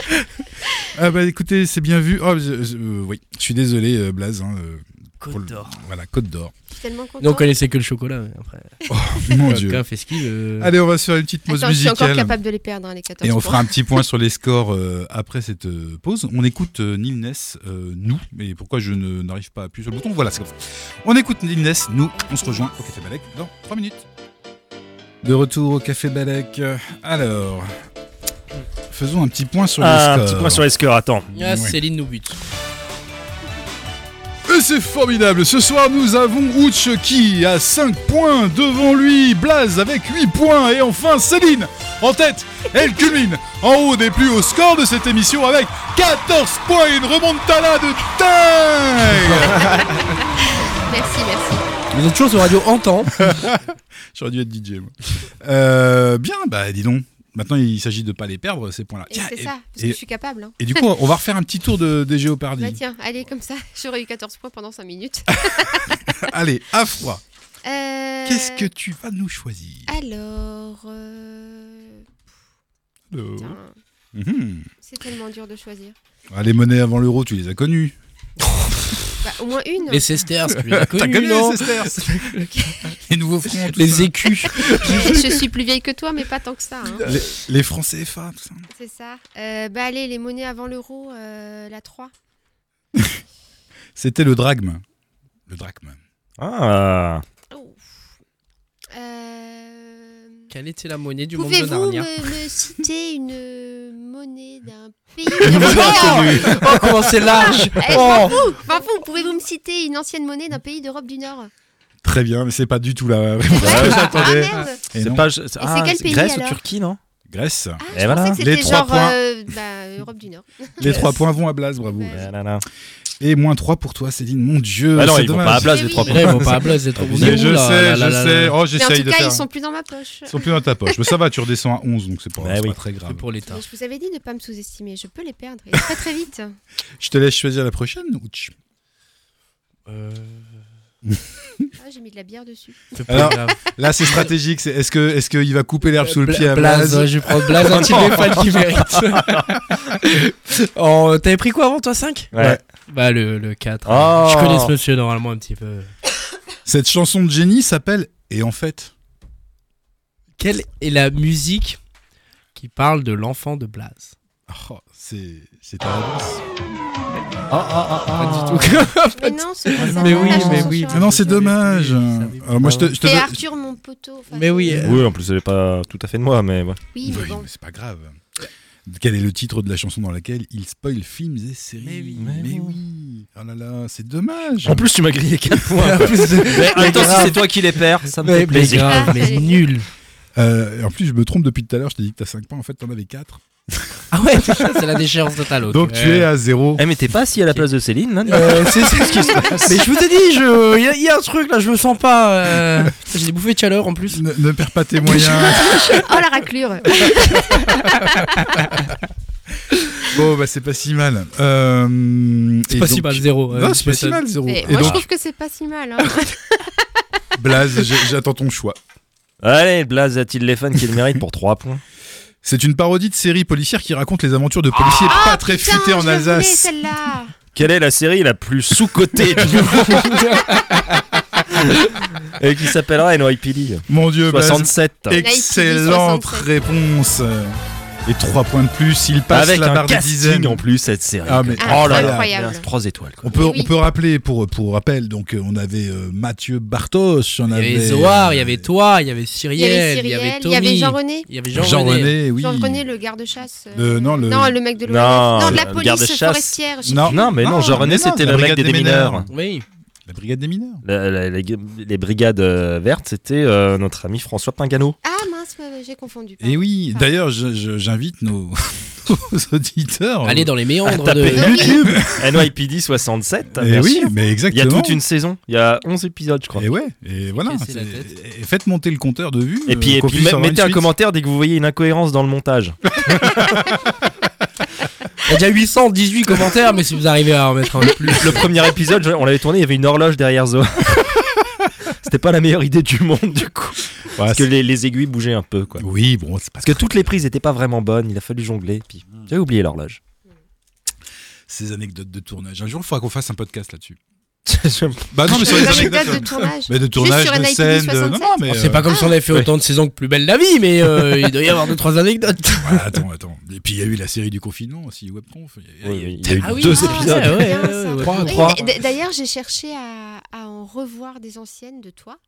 [SPEAKER 2] Ah bah écoutez, c'est bien vu. Oh, je- je- euh, oui, je suis désolé euh, Blaze. hein, euh,
[SPEAKER 3] Côte d'Or.
[SPEAKER 2] voilà, Côte d'or.
[SPEAKER 1] Je suis tellement contente.
[SPEAKER 3] Non, on connaissait que le chocolat. mais Après,
[SPEAKER 2] Mon
[SPEAKER 3] Quand
[SPEAKER 2] dieu.
[SPEAKER 3] quelqu'un fait euh. ce qu'il veut.
[SPEAKER 2] Allez, on va se faire une petite pause
[SPEAKER 1] Attends, je suis encore
[SPEAKER 2] musicale.
[SPEAKER 1] capable de les perdre, hein, les 14
[SPEAKER 2] Et on
[SPEAKER 1] points.
[SPEAKER 2] fera un petit point sur les scores euh, après cette euh, pause. On écoute euh, Neil Ness, euh, nous. Et pourquoi je ne- n'arrive pas à appuyer sur le bouton Voilà, c'est comme ça. On écoute Neil Ness, nous. On se rejoint au Café Balek dans 3 minutes. De retour au Café Balek. Alors, faisons un petit point sur les
[SPEAKER 4] Ah,
[SPEAKER 2] scores.
[SPEAKER 4] un petit point sur les scores, attends.
[SPEAKER 3] Ah,
[SPEAKER 2] Ouais.
[SPEAKER 3] Céline nous bute.
[SPEAKER 2] Et c'est formidable. Ce soir, nous avons Ouch qui a 5 points devant lui, Blaze avec 8 points et enfin Céline en tête. Elle culmine en haut des plus hauts scores de cette émission avec 14 points et une remontada de dingue.
[SPEAKER 1] Merci, merci.
[SPEAKER 3] Vous êtes toujours sur Radio Entend.
[SPEAKER 2] J'aurais dû être DJ moi. Euh, bien, bah dis donc. Maintenant, il s'agit de pas les perdre ces points-là.
[SPEAKER 1] Et
[SPEAKER 2] Tiens,
[SPEAKER 1] c'est ça, parce
[SPEAKER 2] et-
[SPEAKER 1] que je suis capable. hein.
[SPEAKER 2] et du coup, on va refaire un petit tour de, des
[SPEAKER 1] Bah
[SPEAKER 2] Géopardy.
[SPEAKER 1] tiens, allez, comme ça, j'aurais eu 14 points pendant 5 minutes.
[SPEAKER 2] Allez, à froid.
[SPEAKER 1] Euh, Ah,
[SPEAKER 2] Qu'est-ce que tu vas nous choisir
[SPEAKER 1] Alors... euh, putain,
[SPEAKER 2] Mhm.
[SPEAKER 1] C'est tellement dur de choisir.
[SPEAKER 2] Ah, les monnaies avant l'euro, tu les as connues.
[SPEAKER 1] Bah, au moins une.
[SPEAKER 3] Les Sesters, tu les as
[SPEAKER 2] T'as
[SPEAKER 3] connus,
[SPEAKER 2] connu
[SPEAKER 3] non
[SPEAKER 2] les Sisters Les nouveaux fronts, tout
[SPEAKER 3] Les
[SPEAKER 2] ça.
[SPEAKER 3] écus.
[SPEAKER 1] je suis plus vieille que toi, mais pas tant que ça. hein.
[SPEAKER 2] les, les francs CFA, tout ça.
[SPEAKER 1] C'est ça. Euh, bah allez, les monnaies avant l'euro, euh, la 3.
[SPEAKER 2] C'était le drachme. Le drachme.
[SPEAKER 4] Ah,
[SPEAKER 1] Euh,
[SPEAKER 3] Quelle était la monnaie du monde de
[SPEAKER 1] Pouvez-vous
[SPEAKER 3] Narnia
[SPEAKER 1] me, me citer une euh, monnaie d'un pays
[SPEAKER 3] Oh,
[SPEAKER 2] Ah
[SPEAKER 1] d'Europe
[SPEAKER 3] oh, comment c'est large
[SPEAKER 1] Eh,
[SPEAKER 3] oh.
[SPEAKER 1] Enfin, vous, pouvez-vous me citer une ancienne monnaie d'un pays d'Europe du Nord
[SPEAKER 2] Très bien, mais c'est pas du tout la réponse
[SPEAKER 1] Ouais.
[SPEAKER 2] que
[SPEAKER 1] Ah
[SPEAKER 2] j'attendais.
[SPEAKER 1] merde
[SPEAKER 2] Et non.
[SPEAKER 4] c'est pas. je-
[SPEAKER 1] quel pays,
[SPEAKER 4] Grèce ou
[SPEAKER 1] alors
[SPEAKER 4] Turquie, non
[SPEAKER 2] Grèce.
[SPEAKER 1] Ah,
[SPEAKER 4] Et
[SPEAKER 1] je
[SPEAKER 4] voilà.
[SPEAKER 1] pensais que
[SPEAKER 2] Les
[SPEAKER 1] c'était
[SPEAKER 2] trois
[SPEAKER 1] genre
[SPEAKER 2] points.
[SPEAKER 1] euh, bah, Europe du Nord.
[SPEAKER 2] Les trois points vont à Blaze, bravo.
[SPEAKER 1] Ouais.
[SPEAKER 4] Ah là là.
[SPEAKER 2] Et moins 3 pour toi, Céline, mon dieu.
[SPEAKER 4] Ah non,
[SPEAKER 2] c'est
[SPEAKER 4] ils vont
[SPEAKER 2] dommage.
[SPEAKER 4] pas à Blaze les
[SPEAKER 1] Eh
[SPEAKER 4] trois
[SPEAKER 1] oui.
[SPEAKER 4] points.
[SPEAKER 3] Bref, on va pas à Blaze d'être
[SPEAKER 2] Mais
[SPEAKER 3] au bout.
[SPEAKER 2] je
[SPEAKER 3] Ouh là
[SPEAKER 2] sais,
[SPEAKER 3] là là
[SPEAKER 2] je
[SPEAKER 3] là
[SPEAKER 2] sais.
[SPEAKER 3] là.
[SPEAKER 2] Oh,
[SPEAKER 1] Mais en
[SPEAKER 2] j'essaye
[SPEAKER 1] tout
[SPEAKER 2] de
[SPEAKER 1] cas,
[SPEAKER 2] faire.
[SPEAKER 1] ils sont plus dans ma poche.
[SPEAKER 2] Ils sont plus dans ta poche. Mais ça va, tu redescends à 11, donc c'est pas,
[SPEAKER 4] Bah
[SPEAKER 2] c'est
[SPEAKER 4] oui.
[SPEAKER 2] pas très grave.
[SPEAKER 3] C'est pour les tards.
[SPEAKER 1] Mais je vous avais dit de ne pas me sous-estimer. Je peux les perdre. Et très très vite.
[SPEAKER 2] Je te laisse choisir la prochaine. ou tu-
[SPEAKER 3] Euh,
[SPEAKER 1] Ah, J'ai mis de la bière dessus.
[SPEAKER 3] C'est
[SPEAKER 2] Alors,
[SPEAKER 3] pas grave.
[SPEAKER 2] Là, c'est stratégique. c'est- Est-ce que, est-ce qu'il va couper l'herbe sous le
[SPEAKER 3] Bla-
[SPEAKER 2] pied à
[SPEAKER 3] Blaze,
[SPEAKER 2] Blaze
[SPEAKER 3] ouais, je vais prendre Blaze, un type des fans qui mérite. Oh, T'avais pris quoi avant toi 5
[SPEAKER 4] Ouais.
[SPEAKER 3] Bah le, le 4.
[SPEAKER 4] Oh.
[SPEAKER 3] Je connais ce monsieur normalement un petit peu.
[SPEAKER 2] Cette chanson de génie s'appelle Et en fait.
[SPEAKER 3] Quelle est la musique qui parle de l'enfant de Blaze
[SPEAKER 2] Oh, c'est, c'est ta réponse.
[SPEAKER 3] Pas du tout.
[SPEAKER 1] Mais non, c'est pas ça,
[SPEAKER 3] mais
[SPEAKER 1] la
[SPEAKER 3] oui,
[SPEAKER 1] chanson
[SPEAKER 3] mais
[SPEAKER 1] sur
[SPEAKER 3] oui,
[SPEAKER 1] un-
[SPEAKER 2] Ah non, c'est dommage.
[SPEAKER 3] Oui, ça-
[SPEAKER 2] Alors, moi, je te, je te-
[SPEAKER 1] C'est Arthur, mon poteau. Enfin,
[SPEAKER 3] Mais oui.
[SPEAKER 1] c'est-
[SPEAKER 3] euh,
[SPEAKER 4] Oui, en plus, elle est pas tout à fait de moi, mais ouais.
[SPEAKER 1] Oui,
[SPEAKER 2] Oui,
[SPEAKER 1] mais bon.
[SPEAKER 2] mais c'est pas grave. Quel est le titre de la chanson dans laquelle il spoil films et séries
[SPEAKER 3] Mais oui.
[SPEAKER 2] Mais oui. Oh là là, c'est dommage.
[SPEAKER 4] En plus, tu m'as grillé 4 points.
[SPEAKER 3] en plus, c'est-
[SPEAKER 4] Mais en même temps, si c'est toi qui les perds, ça me
[SPEAKER 3] mais,
[SPEAKER 4] fait
[SPEAKER 3] mais
[SPEAKER 4] plaisir.
[SPEAKER 3] grave,
[SPEAKER 1] Ah,
[SPEAKER 3] mais
[SPEAKER 1] allez.
[SPEAKER 3] nul.
[SPEAKER 2] Euh, en plus, je me trompe depuis tout à l'heure. Je t'ai dit que t'as 5 points. En fait, t'en avais 4.
[SPEAKER 3] Ah ouais, c'est la déchéance totale. ok.
[SPEAKER 2] Donc, tu
[SPEAKER 3] Euh,
[SPEAKER 2] es à 0.
[SPEAKER 4] Eh, mais t'es pas assis à la place de Céline, là
[SPEAKER 3] Euh, c'est c'est ce qui se passe. Mais je vous ai dit, je- il y a- il y, a un truc là, je me sens pas. euh, J'ai des bouffées de chaleur en plus.
[SPEAKER 2] Eh, Ne, ne perds pas tes moyens.
[SPEAKER 1] Oh la raclure
[SPEAKER 2] bon, bah, c'est pas si mal. Euh,
[SPEAKER 3] C'est
[SPEAKER 2] et
[SPEAKER 3] pas si
[SPEAKER 2] donc-
[SPEAKER 3] mal, zéro. euh,
[SPEAKER 2] Non, c'est pas
[SPEAKER 3] je
[SPEAKER 2] si
[SPEAKER 3] m'étonne.
[SPEAKER 2] mal, 0.
[SPEAKER 1] Mais
[SPEAKER 2] Et
[SPEAKER 1] Moi, je
[SPEAKER 2] donc,
[SPEAKER 1] trouve que c'est pas si mal. hein.
[SPEAKER 2] Blaze, j'ai- j'attends ton choix.
[SPEAKER 4] Allez, Blaze a-t-il les fans qui le méritent pour 3 points
[SPEAKER 2] C'est une parodie de série policière qui raconte les aventures de policiers pas très
[SPEAKER 1] Putain,
[SPEAKER 2] futés
[SPEAKER 1] je le
[SPEAKER 2] en
[SPEAKER 1] voulais,
[SPEAKER 2] Alsace.
[SPEAKER 1] celle-là
[SPEAKER 4] Quelle est la série la plus sous-cotée du Et qui s'appellera NYPD
[SPEAKER 2] Mon dieu,
[SPEAKER 4] bah,
[SPEAKER 2] Blaze.
[SPEAKER 4] 67.
[SPEAKER 2] Excellente
[SPEAKER 1] 67.
[SPEAKER 2] réponse. Et 3 points de plus, il passe
[SPEAKER 4] Avec
[SPEAKER 2] la
[SPEAKER 4] un
[SPEAKER 2] barre des
[SPEAKER 4] casting
[SPEAKER 2] dizaines.
[SPEAKER 4] en plus, cette série.
[SPEAKER 2] Ah, mais
[SPEAKER 4] oh là là,
[SPEAKER 1] incroyable.
[SPEAKER 4] merde, trois étoiles. Quoi.
[SPEAKER 2] On peut,
[SPEAKER 1] Oui.
[SPEAKER 2] on peut rappeler pour, pour rappel, donc euh, on avait euh, Mathieu Bartos, on
[SPEAKER 3] Il y
[SPEAKER 2] avait, euh,
[SPEAKER 3] avait Zoar, il y avait toi, il y avait Cyriel,
[SPEAKER 1] Il y avait Cyriel, il y avait Jean-René.
[SPEAKER 3] il y avait Jean-René.
[SPEAKER 2] Jean-René, oui.
[SPEAKER 1] Jean-René, le garde-chasse. euh,
[SPEAKER 2] Euh, non, le-
[SPEAKER 1] non, le mec de l'ONF.
[SPEAKER 4] Non,
[SPEAKER 1] de la
[SPEAKER 4] le
[SPEAKER 1] police
[SPEAKER 4] garde-chasse.
[SPEAKER 1] forestière. je sais
[SPEAKER 2] Non,
[SPEAKER 4] Non, mais non, Jean-René,
[SPEAKER 2] Ah, mais non,
[SPEAKER 4] c'était
[SPEAKER 2] la
[SPEAKER 4] le mec
[SPEAKER 2] brigade
[SPEAKER 4] des,
[SPEAKER 2] des
[SPEAKER 4] mineurs.
[SPEAKER 2] mineurs.
[SPEAKER 3] Oui.
[SPEAKER 2] La brigade des mineurs.
[SPEAKER 4] La- la- la- les brigades euh, vertes, c'était euh, notre ami François Pingano.
[SPEAKER 1] Ah mince, ouais, ouais, j'ai confondu.
[SPEAKER 2] Et oui,
[SPEAKER 1] Ah.
[SPEAKER 2] d'ailleurs, je- je- j'invite nos, nos auditeurs.
[SPEAKER 3] Allez dans les méandres
[SPEAKER 2] Ah,
[SPEAKER 4] Tapez
[SPEAKER 3] de.
[SPEAKER 4] YouTube NYPD 67.
[SPEAKER 2] Eh
[SPEAKER 4] bien
[SPEAKER 2] oui,
[SPEAKER 4] sûr.
[SPEAKER 2] mais
[SPEAKER 4] Il y a
[SPEAKER 2] exactement. Eh
[SPEAKER 4] toute une saison. Il y a 11 épisodes, je crois.
[SPEAKER 2] Et ouais, et voilà.
[SPEAKER 3] Casser la
[SPEAKER 2] c'est-
[SPEAKER 3] tête.
[SPEAKER 2] et faites monter le compteur de vues.
[SPEAKER 4] Et puis,
[SPEAKER 2] euh,
[SPEAKER 4] et
[SPEAKER 2] qu'on
[SPEAKER 4] puis
[SPEAKER 2] puisse
[SPEAKER 4] met-
[SPEAKER 2] avoir une
[SPEAKER 4] mettez un
[SPEAKER 2] suite.
[SPEAKER 4] commentaire dès que vous voyez une incohérence dans le montage.
[SPEAKER 3] Il y a déjà 818 commentaires, mais si vous arrivez à en mettre un de plus. euh,
[SPEAKER 4] Le premier épisode, je- on l'avait tourné, il y avait une horloge derrière Zoé. C'était pas la meilleure idée du monde, du coup.
[SPEAKER 2] Voilà,
[SPEAKER 4] Parce que les, les aiguilles bougeaient un peu, quoi.
[SPEAKER 2] c'est- Oui, bon, c'est pas
[SPEAKER 4] Parce que toutes les prises n'étaient pas vraiment bonnes, il a fallu jongler. Puis
[SPEAKER 2] Hmm.
[SPEAKER 4] j'avais oublié l'horloge.
[SPEAKER 2] ces anecdotes de tournage. Un jour, il faudra qu'on fasse un podcast là-dessus.
[SPEAKER 4] C'était
[SPEAKER 2] Bah non, mais sur les anecdotes.
[SPEAKER 1] de tournage.
[SPEAKER 2] Mais de tournage,
[SPEAKER 1] sur
[SPEAKER 2] de
[SPEAKER 1] NIPD
[SPEAKER 2] scène, de. Non,
[SPEAKER 1] 67.
[SPEAKER 2] non, mais.
[SPEAKER 3] C'est pas
[SPEAKER 2] euh,
[SPEAKER 3] comme si on avait fait
[SPEAKER 4] ouais.
[SPEAKER 3] autant de saisons que plus belle la vie, mais euh, il doit y avoir deux trois anecdotes.
[SPEAKER 2] voilà, bah, attends, attends. Et puis, il y a eu la série du confinement aussi, WebConf. Il y a-
[SPEAKER 4] Oui, oui,
[SPEAKER 2] il y a eu
[SPEAKER 4] Ah oui,
[SPEAKER 2] deux
[SPEAKER 1] ah,
[SPEAKER 2] épisodes.
[SPEAKER 1] c'est
[SPEAKER 3] Ouais, ouais,
[SPEAKER 1] bien,
[SPEAKER 3] ouais,
[SPEAKER 1] ça.
[SPEAKER 3] ouais.
[SPEAKER 2] Trois,
[SPEAKER 1] Oui,
[SPEAKER 2] trois.
[SPEAKER 1] mais d- D'ailleurs, j'ai cherché à, à en revoir des anciennes de toi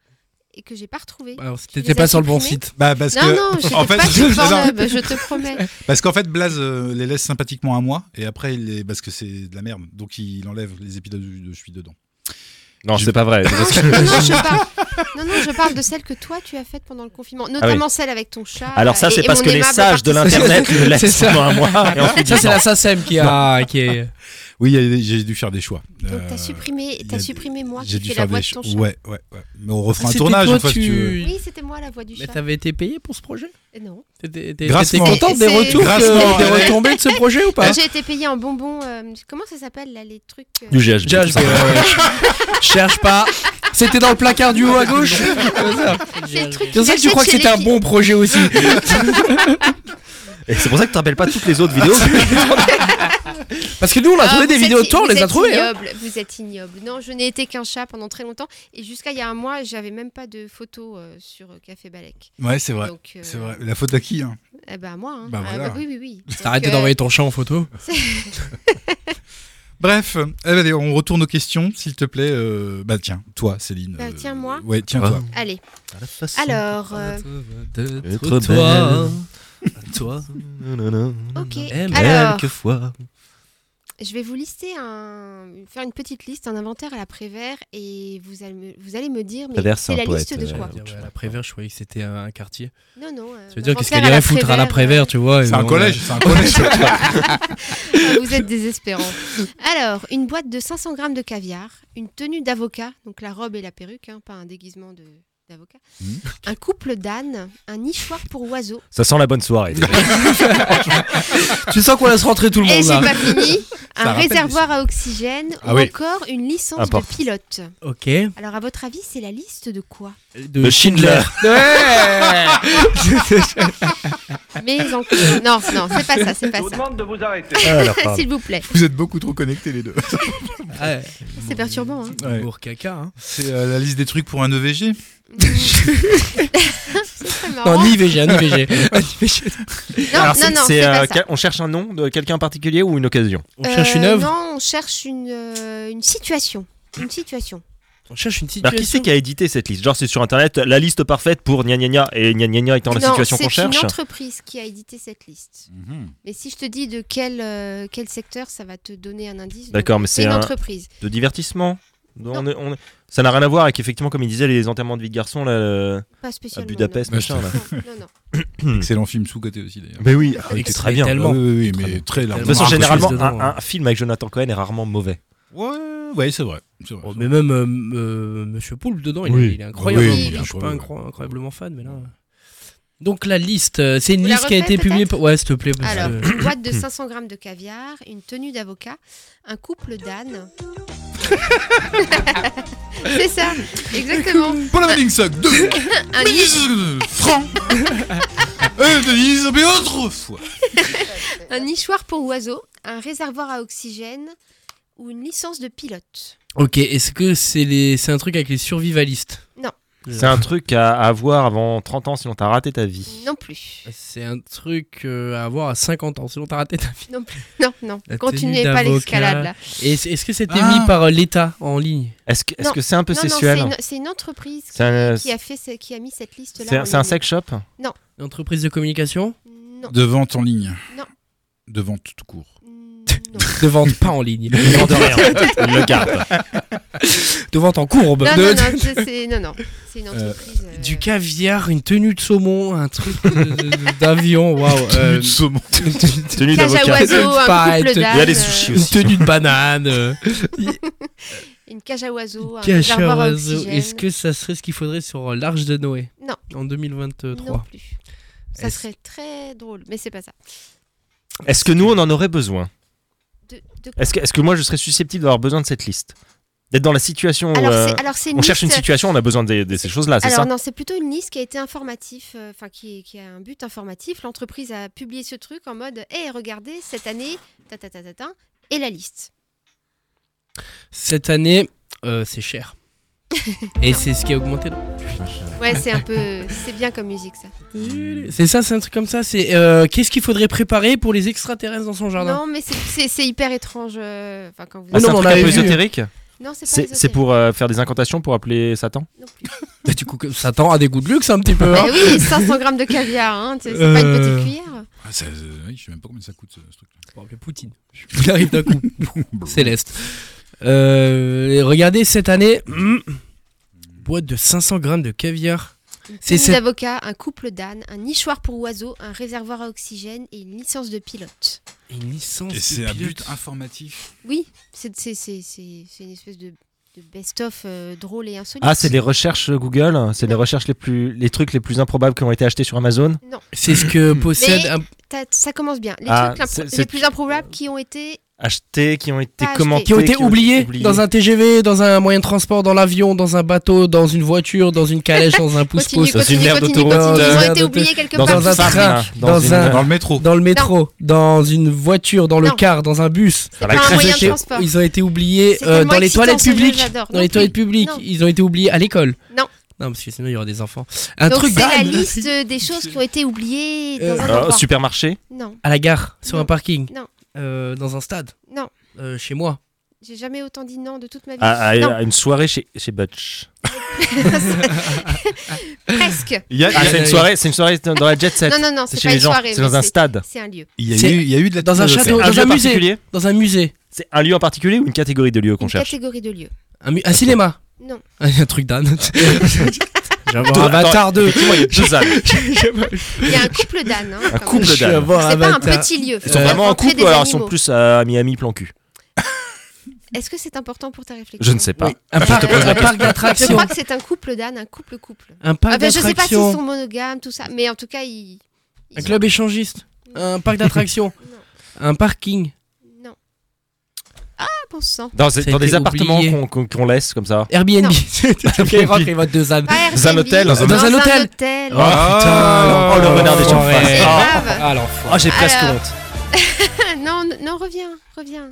[SPEAKER 1] et que j'ai pas retrouvé.
[SPEAKER 3] Alors, si
[SPEAKER 1] les
[SPEAKER 3] t'étais
[SPEAKER 1] as
[SPEAKER 3] pas sur le bon
[SPEAKER 1] supprimés
[SPEAKER 3] site.
[SPEAKER 2] Bah, parce
[SPEAKER 1] non,
[SPEAKER 2] que.
[SPEAKER 1] non, j'étais
[SPEAKER 2] en fait,
[SPEAKER 1] pas sur
[SPEAKER 2] non,
[SPEAKER 1] Pornhub, je te promets.
[SPEAKER 2] Parce qu'en fait, Blaze euh, les laisse sympathiquement à moi, et après, il les... parce que c'est de la merde. Donc, il enlève les épisodes où je suis dedans.
[SPEAKER 4] Non, c'est pas vrai.
[SPEAKER 1] Non, je- non, non, je parle... non, non, je parle de celles que toi tu as faites pendant le
[SPEAKER 2] Ah
[SPEAKER 1] confinement, notamment celle avec ton chat.
[SPEAKER 4] Ah, Alors ça,
[SPEAKER 1] et-
[SPEAKER 4] c'est
[SPEAKER 1] et
[SPEAKER 4] parce
[SPEAKER 1] mon
[SPEAKER 4] que les
[SPEAKER 1] aimable
[SPEAKER 4] sages de
[SPEAKER 1] participant.
[SPEAKER 4] l'internet le
[SPEAKER 3] C'est
[SPEAKER 4] laissent
[SPEAKER 3] ça.
[SPEAKER 4] pendant un mois. Et ensuite,
[SPEAKER 3] Ça,
[SPEAKER 4] ils
[SPEAKER 3] c'est la SACEM qui a. Qui est...
[SPEAKER 2] Oui, il y a des- j'ai dû faire des choix.
[SPEAKER 1] Donc
[SPEAKER 2] Euh,
[SPEAKER 1] t'as supprimé,
[SPEAKER 2] il y a
[SPEAKER 1] t'as
[SPEAKER 2] des-
[SPEAKER 1] supprimé moi
[SPEAKER 2] J'ai
[SPEAKER 1] qui
[SPEAKER 2] dû
[SPEAKER 1] fais la
[SPEAKER 2] faire
[SPEAKER 1] voix
[SPEAKER 2] des
[SPEAKER 1] de ton
[SPEAKER 2] choix.
[SPEAKER 1] chat.
[SPEAKER 2] Ouais, ouais, ouais. Mais on refera un
[SPEAKER 3] C'était
[SPEAKER 2] tournage,
[SPEAKER 3] toi,
[SPEAKER 2] en fait, si tu veux.
[SPEAKER 1] Oui, c'était moi la voix du
[SPEAKER 3] Mais
[SPEAKER 1] chat.
[SPEAKER 3] t'avais été payé pour ce projet
[SPEAKER 1] Et Non.
[SPEAKER 3] T'étais t'étais-
[SPEAKER 2] Grassement.
[SPEAKER 3] t'étais contente des
[SPEAKER 1] C'est-
[SPEAKER 3] retours, que-
[SPEAKER 2] Grassement,
[SPEAKER 3] des
[SPEAKER 2] ouais.
[SPEAKER 3] retombées de ce projet ou pas
[SPEAKER 1] J'ai été payé en bonbons. euh, comment ça s'appelle là les trucs euh,
[SPEAKER 4] Du GHB.
[SPEAKER 3] Déjà, je vais, euh, cherche pas. C'était dans le placard du haut à gauche.
[SPEAKER 1] C'est le truc
[SPEAKER 3] C'est ça que tu
[SPEAKER 1] achètes
[SPEAKER 3] crois que
[SPEAKER 1] chez
[SPEAKER 3] c'était
[SPEAKER 1] les
[SPEAKER 3] un
[SPEAKER 1] pi-
[SPEAKER 3] bon projet aussi.
[SPEAKER 4] Et c'est pour ça que tu rappelles pas toutes les autres vidéos.
[SPEAKER 3] Parce que nous, on a
[SPEAKER 1] Ah,
[SPEAKER 3] trouvé des
[SPEAKER 1] vous
[SPEAKER 3] vidéos de
[SPEAKER 1] êtes-
[SPEAKER 3] toi, on
[SPEAKER 1] vous
[SPEAKER 3] les a
[SPEAKER 1] êtes
[SPEAKER 3] trouvées. hein.
[SPEAKER 1] ignoble, Vous êtes ignoble. Non, je n'ai été qu'un chat pendant très longtemps et jusqu'à il y a un mois, j'avais même pas de photo euh, sur euh, Café Balek.
[SPEAKER 2] Ouais, c'est vrai.
[SPEAKER 1] Donc, euh,
[SPEAKER 2] C'est vrai. La faute à qui hein
[SPEAKER 1] Eh ben à moi. hein.
[SPEAKER 2] Bah,
[SPEAKER 1] Ah,
[SPEAKER 2] voilà.
[SPEAKER 1] bah, oui, oui, oui. Donc,
[SPEAKER 3] T'arrêtes
[SPEAKER 1] euh,
[SPEAKER 3] d'envoyer ton chat en photo.
[SPEAKER 2] Bref, eh, allez, on retourne aux questions, s'il te plaît. Euh, bah tiens, toi, Céline.
[SPEAKER 1] Bah,
[SPEAKER 2] euh,
[SPEAKER 1] tiens, moi.
[SPEAKER 2] Ouais, tiens toi.
[SPEAKER 4] Ah.
[SPEAKER 1] Allez. Alors, euh,
[SPEAKER 4] Être
[SPEAKER 3] D'être
[SPEAKER 4] belle.
[SPEAKER 3] hein. toi. Toi.
[SPEAKER 1] ok.
[SPEAKER 3] Eh, mais
[SPEAKER 1] Alors,
[SPEAKER 4] Quelquefois.
[SPEAKER 1] Je vais vous lister un, faire une petite liste, un inventaire à la Prévert, et vous allez me, vous allez me dire, mais
[SPEAKER 4] Prévert, c'est
[SPEAKER 1] c'est
[SPEAKER 4] un
[SPEAKER 1] la
[SPEAKER 4] poète,
[SPEAKER 1] liste de
[SPEAKER 4] euh,
[SPEAKER 1] quoi
[SPEAKER 4] donc,
[SPEAKER 3] À la Prévert, je croyais que c'était un un quartier.
[SPEAKER 1] Non, non. euh,
[SPEAKER 3] Ça veut dire
[SPEAKER 1] inventaire
[SPEAKER 3] qu'est-ce qu'elle irait foutre à la Prévert, tu vois et
[SPEAKER 2] C'est un
[SPEAKER 3] bon,
[SPEAKER 2] collège, c'est un collège.
[SPEAKER 1] Ah, Vous êtes désespérant. Alors, une boîte de 500 grammes de caviar, une tenue d'avocat, donc la robe et la perruque, hein, pas un déguisement de- d'avocat,
[SPEAKER 3] Hmm.
[SPEAKER 2] Mhm.
[SPEAKER 1] un couple d'ânes, un nichoir pour oiseaux,
[SPEAKER 4] Ça sent la bonne soirée.
[SPEAKER 3] euh, Tu sens qu'on laisse rentrer tout le
[SPEAKER 1] et
[SPEAKER 3] monde
[SPEAKER 1] j'ai
[SPEAKER 3] là.
[SPEAKER 1] pas fini,
[SPEAKER 2] Ça
[SPEAKER 1] un
[SPEAKER 2] rappelle des
[SPEAKER 1] réservoir à oxygène
[SPEAKER 2] Ah
[SPEAKER 1] ou
[SPEAKER 2] oui.
[SPEAKER 1] encore une licence
[SPEAKER 4] Importe.
[SPEAKER 1] de pilote.
[SPEAKER 3] Ok.
[SPEAKER 1] Alors, à votre avis, c'est la liste de quoi
[SPEAKER 3] De
[SPEAKER 4] Schindler.
[SPEAKER 1] Mais en... Non, non, c'est pas ça, c'est
[SPEAKER 5] Bah,
[SPEAKER 1] pas ça.
[SPEAKER 6] demande de vous arrêter.
[SPEAKER 4] Ah, Alors, pardon.
[SPEAKER 1] S'il vous plaît.
[SPEAKER 2] Vous êtes beaucoup trop connectés les deux.
[SPEAKER 3] Ouais.
[SPEAKER 1] C'est perturbant. Hein.
[SPEAKER 2] Ouais.
[SPEAKER 3] Bourg caca. Hein.
[SPEAKER 2] C'est euh, la liste des trucs pour un EVG.
[SPEAKER 1] c'est très marrant.
[SPEAKER 3] Non, ni IVG,
[SPEAKER 1] hein,
[SPEAKER 3] un IVG. Un IVG.
[SPEAKER 1] Non,
[SPEAKER 4] Alors,
[SPEAKER 1] non,
[SPEAKER 4] c'est-
[SPEAKER 1] non, c'est
[SPEAKER 4] c'est,
[SPEAKER 1] pas
[SPEAKER 4] euh,
[SPEAKER 1] ça.
[SPEAKER 4] quel- on cherche un nom de quelqu'un en particulier ou une occasion
[SPEAKER 3] On cherche une
[SPEAKER 1] Euh,
[SPEAKER 3] œuvre.
[SPEAKER 1] Non, on cherche une, euh, une situation. Une situation.
[SPEAKER 3] On cherche une
[SPEAKER 4] Alors,
[SPEAKER 3] situation.
[SPEAKER 4] qui c'est qui a édité cette liste Genre, c'est sur internet la liste parfaite pour gna gna gna et gna gna gna étant la
[SPEAKER 1] Non,
[SPEAKER 4] situation qu'on
[SPEAKER 1] C'est
[SPEAKER 4] cherche
[SPEAKER 1] une entreprise qui a édité cette liste. Mais si je te dis de quel, euh, quel secteur, ça va te donner un indice. Donc,
[SPEAKER 4] D'accord, mais c'est
[SPEAKER 1] une
[SPEAKER 4] un-
[SPEAKER 1] entreprise.
[SPEAKER 4] de divertissement On est- on est- Ça n'a rien à voir avec effectivement, comme il disait, les enterrements de vie de garçon là, le-
[SPEAKER 1] Pas
[SPEAKER 4] à
[SPEAKER 1] spécialement.
[SPEAKER 4] Budapest,
[SPEAKER 2] non.
[SPEAKER 4] machin. Là.
[SPEAKER 1] non. Non, non, non.
[SPEAKER 2] Excellent film sous-côté aussi d'ailleurs.
[SPEAKER 4] Mais oui,
[SPEAKER 1] Ah,
[SPEAKER 3] oui,
[SPEAKER 4] c'est
[SPEAKER 3] c'est
[SPEAKER 4] très bien.
[SPEAKER 3] tellement-
[SPEAKER 4] De
[SPEAKER 2] Oui, oui, oui, mais très
[SPEAKER 3] De
[SPEAKER 4] toute façon,
[SPEAKER 3] Marcus
[SPEAKER 4] généralement,
[SPEAKER 3] Fils dedans,
[SPEAKER 4] un,
[SPEAKER 3] hein.
[SPEAKER 4] un film avec Jonathan Cohen est rarement mauvais.
[SPEAKER 2] Ouais, ouais, c'est vrai. c'est vrai.
[SPEAKER 3] Oh, mais même euh, m- euh, Monsieur Poulpe dedans, il,
[SPEAKER 2] Oui.
[SPEAKER 3] est, il est incroyable.
[SPEAKER 2] Oui,
[SPEAKER 3] hein.
[SPEAKER 2] il est
[SPEAKER 3] je suis pas
[SPEAKER 2] incroyable.
[SPEAKER 3] incro- incroyablement fan, mais là. euh. Donc la liste, euh, c'est une
[SPEAKER 1] Vous la
[SPEAKER 3] liste qui a
[SPEAKER 1] refaites,
[SPEAKER 3] été publiée.
[SPEAKER 1] peut-être
[SPEAKER 3] par- Ouais, s'il te plaît. parce
[SPEAKER 1] Alors,
[SPEAKER 3] que-
[SPEAKER 1] une boîte
[SPEAKER 4] Hmm.
[SPEAKER 1] de 500 grammes de caviar, une tenue d'avocat, un couple d'ânes. c'est ça, exactement.
[SPEAKER 2] Paula Maddingsog, deux
[SPEAKER 1] Un livre,
[SPEAKER 2] Denise Franc Euh, Denise, mais autrefois
[SPEAKER 1] un nichoir pour oiseaux, un réservoir à oxygène ou une licence de pilote.
[SPEAKER 3] Ok, est-ce que c'est les... c'est un truc avec les survivalistes
[SPEAKER 4] C'est un truc à, à avoir avant 30 ans, sinon t'as raté ta vie.
[SPEAKER 1] Non plus.
[SPEAKER 3] C'est un truc euh, à avoir à 50 ans, sinon t'as raté ta vie.
[SPEAKER 1] Non, non.
[SPEAKER 3] La
[SPEAKER 1] Continuez
[SPEAKER 3] tenue
[SPEAKER 1] pas
[SPEAKER 3] d'avocat.
[SPEAKER 1] l'escalade là.
[SPEAKER 3] Et Est-ce est-ce que c'était
[SPEAKER 2] Ah.
[SPEAKER 3] mis par euh, l'État en ligne
[SPEAKER 4] Est-ce que est-ce
[SPEAKER 1] Non.
[SPEAKER 4] que c'est un peu
[SPEAKER 1] Non, non, c'est
[SPEAKER 4] sexuel hein.
[SPEAKER 1] une, c'est une entreprise qui,
[SPEAKER 4] C'est un-
[SPEAKER 1] qui a fait ce- qui a mis cette liste là.
[SPEAKER 4] C'est un- c'est un sex shop
[SPEAKER 3] Une entreprise de communication
[SPEAKER 1] Non,
[SPEAKER 2] De vente en ligne.
[SPEAKER 1] Non.
[SPEAKER 2] De vente tout court.
[SPEAKER 1] non.
[SPEAKER 3] De vente pas en ligne.
[SPEAKER 4] Il vend de rien. Il le garde.
[SPEAKER 3] De vente en courbe.
[SPEAKER 1] Non,
[SPEAKER 3] De-
[SPEAKER 1] non, non, c'est- c'est non, non. C'est une entreprise. euh,
[SPEAKER 3] Du caviar, une tenue de saumon, un truc de- de- d'avion, waouh. euh,
[SPEAKER 2] Du saumon.
[SPEAKER 4] Tenue
[SPEAKER 1] Cage à
[SPEAKER 4] d'avocat.
[SPEAKER 1] oiseaux, un
[SPEAKER 3] Pareil,
[SPEAKER 1] couple
[SPEAKER 3] il y a
[SPEAKER 1] d'ânes.
[SPEAKER 4] Il y a des
[SPEAKER 1] euh,
[SPEAKER 4] sushis
[SPEAKER 3] Une
[SPEAKER 4] aussi.
[SPEAKER 3] tenue de banane. euh,
[SPEAKER 1] Une cage à oiseaux, un
[SPEAKER 3] Cache à
[SPEAKER 1] réservoir à
[SPEAKER 3] oiseaux.
[SPEAKER 1] oxygène.
[SPEAKER 3] Est-ce que ça serait ce qu'il faudrait sur euh, l'Arche de Noé
[SPEAKER 1] Non.
[SPEAKER 3] En 2023.
[SPEAKER 1] Non plus. Ça
[SPEAKER 3] Est-ce-
[SPEAKER 1] serait très drôle, mais c'est pas ça.
[SPEAKER 4] Est-ce que nous, on en aurait besoin
[SPEAKER 1] De- de quoi
[SPEAKER 4] Est-ce que, est-ce que moi, je serais susceptible d'avoir besoin de cette liste D'être dans la situation où
[SPEAKER 1] alors,
[SPEAKER 4] euh,
[SPEAKER 1] c'est, alors, c'est une
[SPEAKER 4] on cherche une
[SPEAKER 1] liste-
[SPEAKER 4] situation, on a besoin de, de ces choses-là, Ah, c'est
[SPEAKER 1] Alors
[SPEAKER 4] ça
[SPEAKER 1] non, c'est plutôt une liste qui a été informatif, euh, enfin qui, qui a un but informatif. L'entreprise a publié ce truc en mode Hé, regardez, cette année, ta ta ta ta ta, et la liste.
[SPEAKER 3] Cette année, euh, c'est cher. Et c'est ce qui a augmenté.
[SPEAKER 1] Ouais, c'est un peu. C'est bien comme musique ça.
[SPEAKER 3] C'est ça, c'est un truc comme ça. C'est euh, qu'est-ce qu'il faudrait préparer pour les extraterrestres dans son jardin
[SPEAKER 1] Non, mais c'est- c'est c'est hyper étrange. euh, Enfin, quand vous.
[SPEAKER 4] Ah, c'est
[SPEAKER 3] non,
[SPEAKER 4] un
[SPEAKER 3] mais on
[SPEAKER 4] truc un
[SPEAKER 3] l'avait
[SPEAKER 4] peu
[SPEAKER 3] vu.
[SPEAKER 4] ésotérique
[SPEAKER 1] Non, c'est pas.
[SPEAKER 4] C'est c'est
[SPEAKER 1] ésotérique.
[SPEAKER 4] pour euh, faire des incantations pour appeler Satan
[SPEAKER 1] Non plus.
[SPEAKER 3] Bah, Du coup, que- Satan a des goûts de luxe un petit peu. hein.
[SPEAKER 1] Bah oui, 500 grammes de caviar, hein, c'est c'est pas une
[SPEAKER 3] Euh.
[SPEAKER 1] petite cuillère.
[SPEAKER 2] Ah, ça, euh, oui, je sais même pas combien ça coûte ce, ce truc.
[SPEAKER 3] Bon, mais Poutine. Il arrive d'un coup.
[SPEAKER 2] bah,
[SPEAKER 3] Céleste. Euh, et regardez cette année. hmm, boîte de 500 grammes de caviar.
[SPEAKER 1] C'est
[SPEAKER 3] C'est cette.
[SPEAKER 1] d'avocat, un couple d'ânes, un nichoir pour oiseaux, un réservoir à oxygène et une licence de pilote.
[SPEAKER 3] Une licence.
[SPEAKER 2] Et
[SPEAKER 3] de
[SPEAKER 2] c'est à
[SPEAKER 3] pilote.
[SPEAKER 2] but informatif.
[SPEAKER 1] Oui, c'est c'est- c'est- c'est- c'est une espèce de, de best-of euh, drôle et insolite.
[SPEAKER 4] Ah, c'est des recherches Google C'est les recherches les plus, les trucs les plus improbables qui ont été achetés sur Amazon
[SPEAKER 3] C'est ce que possède.
[SPEAKER 1] Mais-
[SPEAKER 3] un-
[SPEAKER 1] T'as- Ça commence bien. Les
[SPEAKER 4] Ah,
[SPEAKER 1] trucs l'impro-
[SPEAKER 4] c'est-
[SPEAKER 1] les
[SPEAKER 4] c'est-
[SPEAKER 1] plus improbables qui ont été.
[SPEAKER 4] Achetés, qui ont été
[SPEAKER 1] Pas achetés.
[SPEAKER 4] commentés.
[SPEAKER 3] qui ont été oubliés dans un TGV, dans un moyen de transport, dans l'avion, dans un bateau, dans une voiture, dans une calèche, dans un
[SPEAKER 1] Continue,
[SPEAKER 3] pouce-pouce,
[SPEAKER 4] Dans une
[SPEAKER 1] continue,
[SPEAKER 4] aire
[SPEAKER 1] continue,
[SPEAKER 4] d'autoroute,
[SPEAKER 1] continue.
[SPEAKER 3] dans
[SPEAKER 1] Ils
[SPEAKER 3] une
[SPEAKER 1] ont été
[SPEAKER 3] aire
[SPEAKER 1] oubliés quelque
[SPEAKER 4] dans
[SPEAKER 1] part.
[SPEAKER 4] un
[SPEAKER 3] un
[SPEAKER 4] phare,
[SPEAKER 3] train,
[SPEAKER 4] dans,
[SPEAKER 3] dans
[SPEAKER 4] une-
[SPEAKER 3] un-
[SPEAKER 2] Dans le métro.
[SPEAKER 3] dans le métro, dans une voiture, dans le
[SPEAKER 1] Non.
[SPEAKER 3] car, dans un bus.
[SPEAKER 1] C'est
[SPEAKER 4] la
[SPEAKER 1] pas un
[SPEAKER 4] crèche
[SPEAKER 1] moyen de
[SPEAKER 4] chez-
[SPEAKER 1] transport.
[SPEAKER 3] Ils ont été oubliés
[SPEAKER 1] C'est
[SPEAKER 3] euh,
[SPEAKER 1] tellement
[SPEAKER 3] dans les
[SPEAKER 1] excitant,
[SPEAKER 3] toilettes
[SPEAKER 1] ce jeu,
[SPEAKER 3] publiques.
[SPEAKER 1] j'adore.
[SPEAKER 3] Dans
[SPEAKER 1] Non
[SPEAKER 3] les
[SPEAKER 1] plus.
[SPEAKER 3] toilettes publiques,
[SPEAKER 1] Non.
[SPEAKER 3] ils ont été oubliés à l'école.
[SPEAKER 1] Non.
[SPEAKER 3] Non, parce que sinon il y aura des enfants. Un
[SPEAKER 1] Donc
[SPEAKER 3] truc
[SPEAKER 1] c'est la
[SPEAKER 3] dingue.
[SPEAKER 1] liste des choses qui ont été oubliées dans
[SPEAKER 3] Euh,
[SPEAKER 1] un
[SPEAKER 4] euh,
[SPEAKER 1] endroit.
[SPEAKER 4] supermarché.
[SPEAKER 1] Non,
[SPEAKER 3] À la gare, sur
[SPEAKER 1] Non.
[SPEAKER 3] un parking.
[SPEAKER 1] Non.
[SPEAKER 3] Euh, dans un stade.
[SPEAKER 1] Non.
[SPEAKER 3] Euh, chez moi.
[SPEAKER 1] j'ai jamais autant dit non de toute ma vie.
[SPEAKER 4] À, à-
[SPEAKER 1] Non,
[SPEAKER 4] à une soirée chez, chez Butch.
[SPEAKER 1] presque.
[SPEAKER 2] Il y a,
[SPEAKER 4] Ah, c'est une soirée, c'est une soirée dans la jet set.
[SPEAKER 1] Non, non, non,
[SPEAKER 4] c'est
[SPEAKER 1] c'est
[SPEAKER 4] chez
[SPEAKER 1] pas
[SPEAKER 4] les
[SPEAKER 1] une
[SPEAKER 4] gens.
[SPEAKER 1] soirée.
[SPEAKER 4] C'est
[SPEAKER 1] mais
[SPEAKER 4] dans un stade.
[SPEAKER 1] C'est un lieu.
[SPEAKER 2] il y a
[SPEAKER 3] C'est-
[SPEAKER 2] eu, il y a eu de la
[SPEAKER 3] Dans un
[SPEAKER 2] tête de
[SPEAKER 3] château,
[SPEAKER 2] fer.
[SPEAKER 3] dans
[SPEAKER 4] lieu
[SPEAKER 3] un musée.
[SPEAKER 4] particulier
[SPEAKER 3] Dans un musée.
[SPEAKER 4] C'est un lieu en particulier ou une catégorie de lieux qu'on
[SPEAKER 1] Une
[SPEAKER 4] cherche
[SPEAKER 1] catégorie de lieux.
[SPEAKER 3] Un, mu- un cinéma
[SPEAKER 1] Non.
[SPEAKER 3] Un truc d'âne. J'ai
[SPEAKER 4] Deux-
[SPEAKER 3] avoir Avatar
[SPEAKER 4] attends,
[SPEAKER 3] 2.
[SPEAKER 4] effectivement, il y a deux ânes.
[SPEAKER 3] Euh,
[SPEAKER 1] Il y a un couple d'ânes. hein, quand même.
[SPEAKER 4] couple d'ânes.
[SPEAKER 3] Je vais avoir
[SPEAKER 1] C'est pas un
[SPEAKER 3] Avatar.
[SPEAKER 1] petit lieu.
[SPEAKER 4] Ils sont
[SPEAKER 1] faut
[SPEAKER 4] vraiment en
[SPEAKER 1] rencontrer
[SPEAKER 4] couple
[SPEAKER 1] des
[SPEAKER 4] ou alors ils sont
[SPEAKER 1] animaux.
[SPEAKER 4] plus euh, à Miami plan cul
[SPEAKER 1] Est-ce que c'est important pour ta réflexion
[SPEAKER 4] Je ne sais pas.
[SPEAKER 3] Oui, Un parc,
[SPEAKER 1] Euh,
[SPEAKER 3] un parc
[SPEAKER 1] Je
[SPEAKER 3] d'attractions.
[SPEAKER 1] crois que c'est un couple d'ânes, un couple-couple.
[SPEAKER 3] Un parc
[SPEAKER 1] Ah ben, je sais pas s'ils
[SPEAKER 3] d'attractions.
[SPEAKER 1] sont monogames, tout ça, mais en tout cas, ils. ils
[SPEAKER 3] Un
[SPEAKER 1] sont-
[SPEAKER 3] club échangiste. Un parc d'attractions.
[SPEAKER 1] Non.
[SPEAKER 3] un parking.
[SPEAKER 1] Non. Ah, bon sang.
[SPEAKER 4] Dans, dans
[SPEAKER 3] Ça a été
[SPEAKER 4] des appartements
[SPEAKER 3] oublié.
[SPEAKER 4] qu'on qu'on- qu'on laisse comme ça.
[SPEAKER 3] Airbnb.
[SPEAKER 1] Non.
[SPEAKER 3] Skyrock, les votes de Zan.
[SPEAKER 1] Pas
[SPEAKER 4] Dans un
[SPEAKER 1] Airbnb,
[SPEAKER 4] hôtel, dans
[SPEAKER 3] un- Dans un hôtel.
[SPEAKER 1] hôtel.
[SPEAKER 3] Oh, putain.
[SPEAKER 4] Oh, le renard des surfaces.
[SPEAKER 1] C'est
[SPEAKER 4] Ah.
[SPEAKER 1] grave.
[SPEAKER 3] Ah, l'enfoiré.
[SPEAKER 4] Ah, j'ai presque
[SPEAKER 1] Alors.
[SPEAKER 4] honte.
[SPEAKER 1] Non, n- non, reviens, reviens.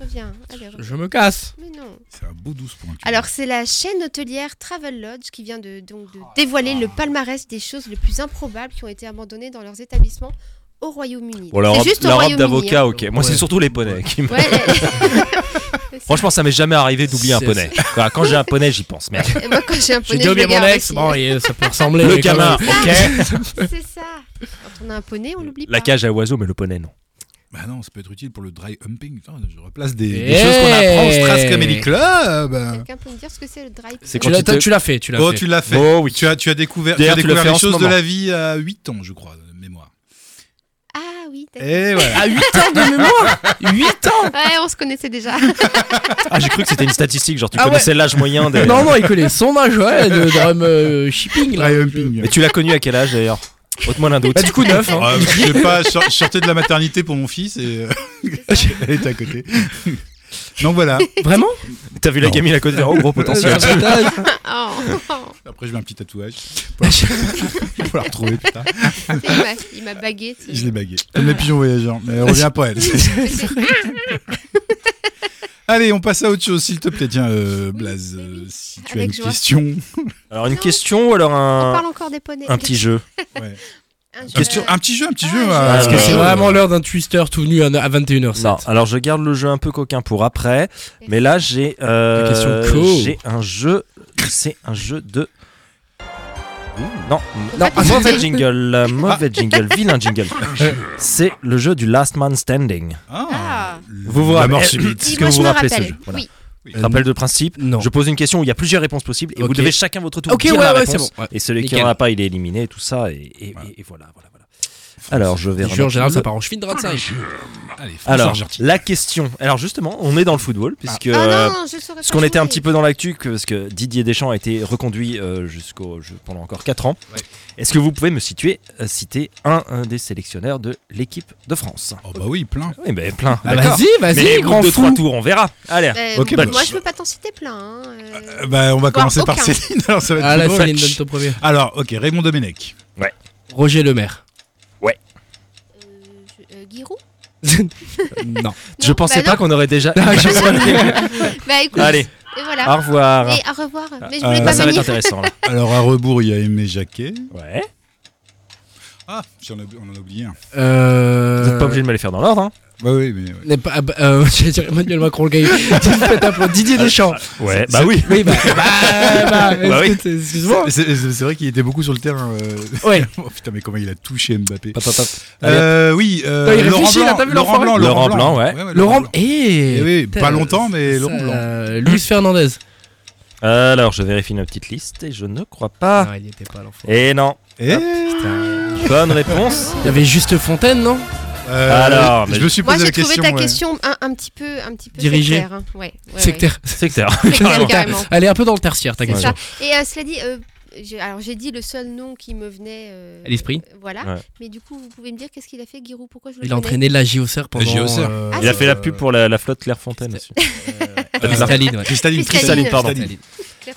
[SPEAKER 1] Reviens. Allez, reviens.
[SPEAKER 3] Je me casse.
[SPEAKER 1] Mais non.
[SPEAKER 2] C'est un beau 12 points. tu
[SPEAKER 1] Alors, c'est la chaîne hôtelière Travel Lodge qui vient de, donc, de dévoiler le palmarès des choses les plus improbables qui ont été abandonnées dans leurs établissements au Royaume-Uni.
[SPEAKER 4] Bon, la
[SPEAKER 1] c'est
[SPEAKER 4] robe-
[SPEAKER 1] juste au
[SPEAKER 4] la robe
[SPEAKER 1] Royaume-Uni.
[SPEAKER 4] d'avocat, ok. Moi, c'est
[SPEAKER 3] Ouais.
[SPEAKER 4] surtout les poneys. qui me-
[SPEAKER 1] hein. Ouais,
[SPEAKER 4] Franchement, ça m'est jamais arrivé d'oublier un
[SPEAKER 3] C'est-
[SPEAKER 4] poney. Voilà, Quand j'ai un poney, j'y pense. Merde.
[SPEAKER 1] Et moi, quand j'ai un poney,
[SPEAKER 3] J'ai
[SPEAKER 4] oh,
[SPEAKER 3] dit
[SPEAKER 1] je
[SPEAKER 3] au bien
[SPEAKER 1] le
[SPEAKER 3] mon
[SPEAKER 1] garde
[SPEAKER 3] ex.
[SPEAKER 1] aussi.
[SPEAKER 3] Bon, il- ça peut ressembler.
[SPEAKER 4] Le
[SPEAKER 3] mais quand
[SPEAKER 4] gamin,
[SPEAKER 3] même.
[SPEAKER 4] ok.
[SPEAKER 1] C'est ça. Quand on a un poney, on l'oublie pas.
[SPEAKER 4] La cage à oiseaux, mais le poney, non.
[SPEAKER 2] Bah non, ça peut être utile pour le dry humping. Putain, je replace des, des
[SPEAKER 3] Hey.
[SPEAKER 2] choses qu'on apprend au Stras Comedy Club.
[SPEAKER 1] Quelqu'un peut me dire ce que c'est le dry clean
[SPEAKER 3] Tu
[SPEAKER 4] C'est Quand
[SPEAKER 3] l'as-
[SPEAKER 4] tu te-
[SPEAKER 3] Tu l'as fait, tu l'as
[SPEAKER 2] Oh,
[SPEAKER 3] fait.
[SPEAKER 2] tu l'as fait.
[SPEAKER 4] Oh oui.
[SPEAKER 2] Tu as, tu as découvert, tu as
[SPEAKER 4] D'ailleurs, tu l'as
[SPEAKER 2] découvert
[SPEAKER 4] fait en
[SPEAKER 2] les
[SPEAKER 4] ce
[SPEAKER 2] choses de
[SPEAKER 4] moment.
[SPEAKER 2] la vie à 8 ans, je crois, de mémoire. Eh
[SPEAKER 1] Ah oui, d'accord.
[SPEAKER 2] Et voilà.
[SPEAKER 3] À 8 ans de mémoire 8 ans
[SPEAKER 1] Ouais, on se connaissait déjà.
[SPEAKER 4] Ah, j'ai cru que c'était une statistique. Genre, tu
[SPEAKER 3] Ah ouais.
[SPEAKER 4] connaissais l'âge moyen. Des...
[SPEAKER 3] Non, non, il connaît son âge, ouais, de drum euh, shipping. Là.
[SPEAKER 2] Dry humping.
[SPEAKER 4] Mais tu l'as connu à quel âge d'ailleurs Haute-moi l'un doute.
[SPEAKER 3] Bah, du coup, 9. Hein.
[SPEAKER 2] Ah, je sais pas, je sor- je sortais de la maternité pour mon fils et euh,
[SPEAKER 1] C'est ça.
[SPEAKER 2] elle était à côté. Donc voilà.
[SPEAKER 3] Vraiment Euh,
[SPEAKER 4] T'as vu la
[SPEAKER 2] Non.
[SPEAKER 4] gamine à côté Oh, gros potentiel.
[SPEAKER 1] Oh,
[SPEAKER 2] Après, je mets un petit tatouage pour la, pour la retrouver plus tard.
[SPEAKER 1] il m'a- il m'a bagué. tu sais.
[SPEAKER 2] Je l'ai bagué. Comme les pigeons voyageurs. Mais reviens pas, elle. Allez, on passe à autre chose, s'il te plaît. Tiens, euh, Blaze, euh, si tu as
[SPEAKER 1] Avec
[SPEAKER 2] une
[SPEAKER 1] joie.
[SPEAKER 2] question.
[SPEAKER 4] Alors, une question ou alors
[SPEAKER 1] On
[SPEAKER 4] un,
[SPEAKER 1] parle encore des poneys.
[SPEAKER 4] un petit jeu
[SPEAKER 2] Ouais.
[SPEAKER 1] Un jeu.
[SPEAKER 2] Question- un petit jeu, un petit
[SPEAKER 1] Ah,
[SPEAKER 2] jeu.
[SPEAKER 1] je-
[SPEAKER 2] euh,
[SPEAKER 4] Parce
[SPEAKER 3] Parce que c'est
[SPEAKER 2] euh,
[SPEAKER 3] vraiment l'heure d'un twister tout venu à 21h.
[SPEAKER 4] Non, alors je garde le jeu un peu coquin pour après. Mais là, j'ai euh,
[SPEAKER 3] La question co.
[SPEAKER 4] j'ai un jeu. C'est un jeu de. Non, non,
[SPEAKER 1] Rapide.
[SPEAKER 4] mauvais jingle,
[SPEAKER 1] Ah.
[SPEAKER 4] euh, mauvais jingle, vilain jingle. C'est le jeu du Last Man Standing.
[SPEAKER 2] Ah.
[SPEAKER 1] Ah.
[SPEAKER 4] Vous vous
[SPEAKER 2] La
[SPEAKER 4] rappelez-
[SPEAKER 2] mort subite.
[SPEAKER 1] Si,
[SPEAKER 4] Est-ce que
[SPEAKER 1] moi,
[SPEAKER 4] vous
[SPEAKER 1] je
[SPEAKER 4] vous
[SPEAKER 1] me
[SPEAKER 4] rappelez ce
[SPEAKER 1] rappelle.
[SPEAKER 4] jeu Voilà.
[SPEAKER 1] Oui.
[SPEAKER 3] Euh,
[SPEAKER 4] Rappel de principe.
[SPEAKER 3] Non.
[SPEAKER 4] Je pose une question où il y a plusieurs réponses possibles et vous
[SPEAKER 3] Ok.
[SPEAKER 4] devez chacun votre tour
[SPEAKER 3] Ok,
[SPEAKER 4] dire
[SPEAKER 3] ouais,
[SPEAKER 4] la
[SPEAKER 3] ouais,
[SPEAKER 4] réponse.
[SPEAKER 3] c'est bon, ouais.
[SPEAKER 4] Et celui qui
[SPEAKER 3] Nickel.
[SPEAKER 4] n'en a pas, il est éliminé, tout ça. Et, et- et- et voilà, voilà, voilà. Alors, je vais.
[SPEAKER 3] Je jure, en
[SPEAKER 4] remettre
[SPEAKER 3] général,
[SPEAKER 4] le-
[SPEAKER 3] ça part en cheville droite, ça.
[SPEAKER 2] Allez, France
[SPEAKER 4] Alors,
[SPEAKER 2] Argentine.
[SPEAKER 4] la question. Alors justement, on est dans le football puisque.
[SPEAKER 1] Ah
[SPEAKER 4] euh,
[SPEAKER 1] non, je saurais
[SPEAKER 4] Parce
[SPEAKER 1] pas
[SPEAKER 4] qu'on était un
[SPEAKER 1] jouer.
[SPEAKER 4] petit peu dans l'actu, que- parce que Didier Deschamps a été reconduit euh, jusqu'au je- pendant encore 4 ans.
[SPEAKER 2] Ouais.
[SPEAKER 4] Est-ce que vous pouvez me situer, euh, citer un, un des sélectionneurs de l'équipe de France
[SPEAKER 2] Oh bah oui, plein.
[SPEAKER 4] Oui, ben plein.
[SPEAKER 3] Ah,
[SPEAKER 4] d'accord.
[SPEAKER 3] vas-y,
[SPEAKER 4] Mais
[SPEAKER 3] vas-y,
[SPEAKER 4] au bout
[SPEAKER 3] grand
[SPEAKER 4] de
[SPEAKER 3] fou.
[SPEAKER 4] trois tours, on verra. Allez.
[SPEAKER 1] Euh,
[SPEAKER 2] Ok,
[SPEAKER 1] moi,
[SPEAKER 2] bah-
[SPEAKER 1] je peux pas t'en citer plein. hein, euh.
[SPEAKER 2] Euh, bah, on va commencer par
[SPEAKER 1] aucun.
[SPEAKER 2] Céline. Alors, ça va être
[SPEAKER 3] Ah, là,
[SPEAKER 2] plus beau.
[SPEAKER 3] Céline donne ton premier.
[SPEAKER 2] Alors, ok, Raymond Domenech.
[SPEAKER 3] Roger Lemaire.
[SPEAKER 1] Euh, je- euh, Giroud
[SPEAKER 3] non.
[SPEAKER 4] je pensais
[SPEAKER 1] bah
[SPEAKER 4] pas
[SPEAKER 1] non.
[SPEAKER 4] qu'on aurait déjà.
[SPEAKER 1] Bah écoute.
[SPEAKER 4] Allez,
[SPEAKER 1] Et
[SPEAKER 4] au
[SPEAKER 1] voilà.
[SPEAKER 4] revoir.
[SPEAKER 1] Et à revoir. Mais je
[SPEAKER 2] euh,
[SPEAKER 1] voulais
[SPEAKER 4] Là,
[SPEAKER 1] pas
[SPEAKER 4] ça va être
[SPEAKER 1] venir.
[SPEAKER 4] intéressant. Là.
[SPEAKER 2] Alors, à rebours, il y a Aimé Jacquet.
[SPEAKER 4] Ouais.
[SPEAKER 2] Ah, j'en ai- on en a oublié un.
[SPEAKER 3] Euh.
[SPEAKER 4] Vous n'êtes pas obligé de me les faire dans l'ordre. Hein.
[SPEAKER 2] Bah oui, mais. ouais.
[SPEAKER 3] n'est pas- ah, bah, euh, J'allais dire Emmanuel Macron, le gars. il- Tu te fais applaudir. Didier Deschamps.
[SPEAKER 4] Ouais, bah oui.
[SPEAKER 3] Oui, bah. Bah, bah,
[SPEAKER 4] Bah oui.
[SPEAKER 3] est-ce que t'es- excuse-moi.
[SPEAKER 2] C'est c'est- c'est vrai qu'il était beaucoup sur le terrain. euh,
[SPEAKER 3] Ouais.
[SPEAKER 2] Oh, putain, mais comment il a touché Mbappé.
[SPEAKER 4] Hop, hop, hop.
[SPEAKER 2] Euh, oui, euh,
[SPEAKER 3] Attends, il
[SPEAKER 2] Laurent
[SPEAKER 3] réfléchit,
[SPEAKER 2] Blanc,
[SPEAKER 3] là, t'as vu
[SPEAKER 2] Laurent
[SPEAKER 3] l'enfoiré
[SPEAKER 2] Blanc,
[SPEAKER 4] Laurent Blanc, ouais.
[SPEAKER 3] Laurent.
[SPEAKER 2] Blanc.
[SPEAKER 3] Eh
[SPEAKER 2] Eh oui,
[SPEAKER 3] putain,
[SPEAKER 2] pas longtemps, mais
[SPEAKER 3] ça,
[SPEAKER 2] Laurent Blanc.
[SPEAKER 3] euh, Luis Fernandez.
[SPEAKER 4] Alors, je vérifie une petite liste et je ne crois pas.
[SPEAKER 3] Non, il était pas à l'enfant.
[SPEAKER 4] Et non.
[SPEAKER 2] Eh
[SPEAKER 3] Ah, Putain.
[SPEAKER 4] Bonne réponse.
[SPEAKER 3] Il y avait juste Fontaine, non
[SPEAKER 2] Euh,
[SPEAKER 4] Alors, mais-
[SPEAKER 2] je me suis
[SPEAKER 1] Moi,
[SPEAKER 2] posé
[SPEAKER 1] j'ai
[SPEAKER 2] la
[SPEAKER 1] trouvé
[SPEAKER 2] question.
[SPEAKER 1] ta
[SPEAKER 2] ouais.
[SPEAKER 4] euh,
[SPEAKER 1] question un, un petit peu, un petit peu
[SPEAKER 3] Dirigée.
[SPEAKER 1] sectaire, hein. Ouais, ouais, ouais.
[SPEAKER 3] Sectaire.
[SPEAKER 4] Secteur.
[SPEAKER 1] Sectaire,
[SPEAKER 3] Sectaire.
[SPEAKER 1] carrément.
[SPEAKER 3] Elle est un peu dans le tertiaire, ta
[SPEAKER 4] C'est
[SPEAKER 3] question.
[SPEAKER 1] ça. Et euh, cela dit, euh, j'ai- alors j'ai dit le seul nom qui me venait. euh,
[SPEAKER 3] À l'esprit.
[SPEAKER 1] euh, Voilà.
[SPEAKER 4] Ouais.
[SPEAKER 1] Mais du coup, vous pouvez me dire qu'est-ce qu'il a fait, Giroud Pourquoi je le
[SPEAKER 3] Il a
[SPEAKER 1] connais
[SPEAKER 3] entraîné la JOCR pendant.
[SPEAKER 2] JOCR.
[SPEAKER 3] euh,
[SPEAKER 4] Il a fait la
[SPEAKER 3] euh,
[SPEAKER 4] pub pour la, la flotte Clairefontaine aussi.
[SPEAKER 3] euh, Staline, ouais.
[SPEAKER 2] Cristaline,
[SPEAKER 1] Cristaline,
[SPEAKER 2] pardon.
[SPEAKER 3] Staline.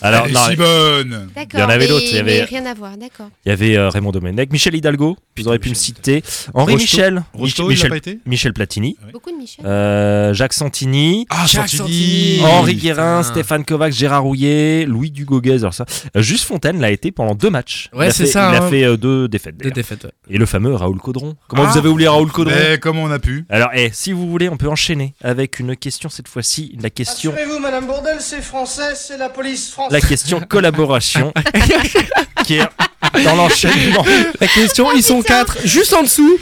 [SPEAKER 4] Alors,
[SPEAKER 2] Elle
[SPEAKER 4] non,
[SPEAKER 2] est si bonne.
[SPEAKER 1] D'accord.
[SPEAKER 4] Il y en avait
[SPEAKER 1] mais-
[SPEAKER 4] d'autres, il y avait-
[SPEAKER 1] mais rien à voir, d'accord.
[SPEAKER 4] Il y avait euh, Raymond Domenech, Michel Hidalgo, vous auriez pu me
[SPEAKER 2] Michel
[SPEAKER 4] citer, Henri
[SPEAKER 2] Rocheteau.
[SPEAKER 4] Michel,
[SPEAKER 2] Rocheteau, il n'a
[SPEAKER 4] Michel,
[SPEAKER 2] pas été
[SPEAKER 4] Michel Platini,
[SPEAKER 1] Beaucoup de Michel.
[SPEAKER 4] euh, Jacques Santini,
[SPEAKER 2] Ah,
[SPEAKER 3] Jacques
[SPEAKER 2] Santini.
[SPEAKER 3] Santini.
[SPEAKER 4] Henri
[SPEAKER 3] putain.
[SPEAKER 4] Guérin, Stéphane Kovacs, Gérard Rouillet, Louis Dugoguez, alors ça. Euh, Juste Fontaine l'a été pendant deux matchs.
[SPEAKER 3] Ouais,
[SPEAKER 4] Il a
[SPEAKER 3] c'est
[SPEAKER 4] fait-
[SPEAKER 3] ça,
[SPEAKER 4] Il a
[SPEAKER 3] hein.
[SPEAKER 4] fait euh, deux défaites.
[SPEAKER 3] Des
[SPEAKER 4] d'ailleurs.
[SPEAKER 3] défaites, ouais.
[SPEAKER 4] Et le fameux Raoul Caudron. Comment
[SPEAKER 2] Ah.
[SPEAKER 4] vous avez oublié Raoul Caudron
[SPEAKER 2] Mais comment on a pu
[SPEAKER 4] Alors, eh, si vous voulez, on peut enchaîner avec une question cette fois-ci, la question,
[SPEAKER 6] Assurez-vous, Madame Bourdel, c'est français, c'est la police française.
[SPEAKER 4] la question collaboration, qui est dans l'enchaînement.
[SPEAKER 3] La question, ils sont quatre, juste en dessous.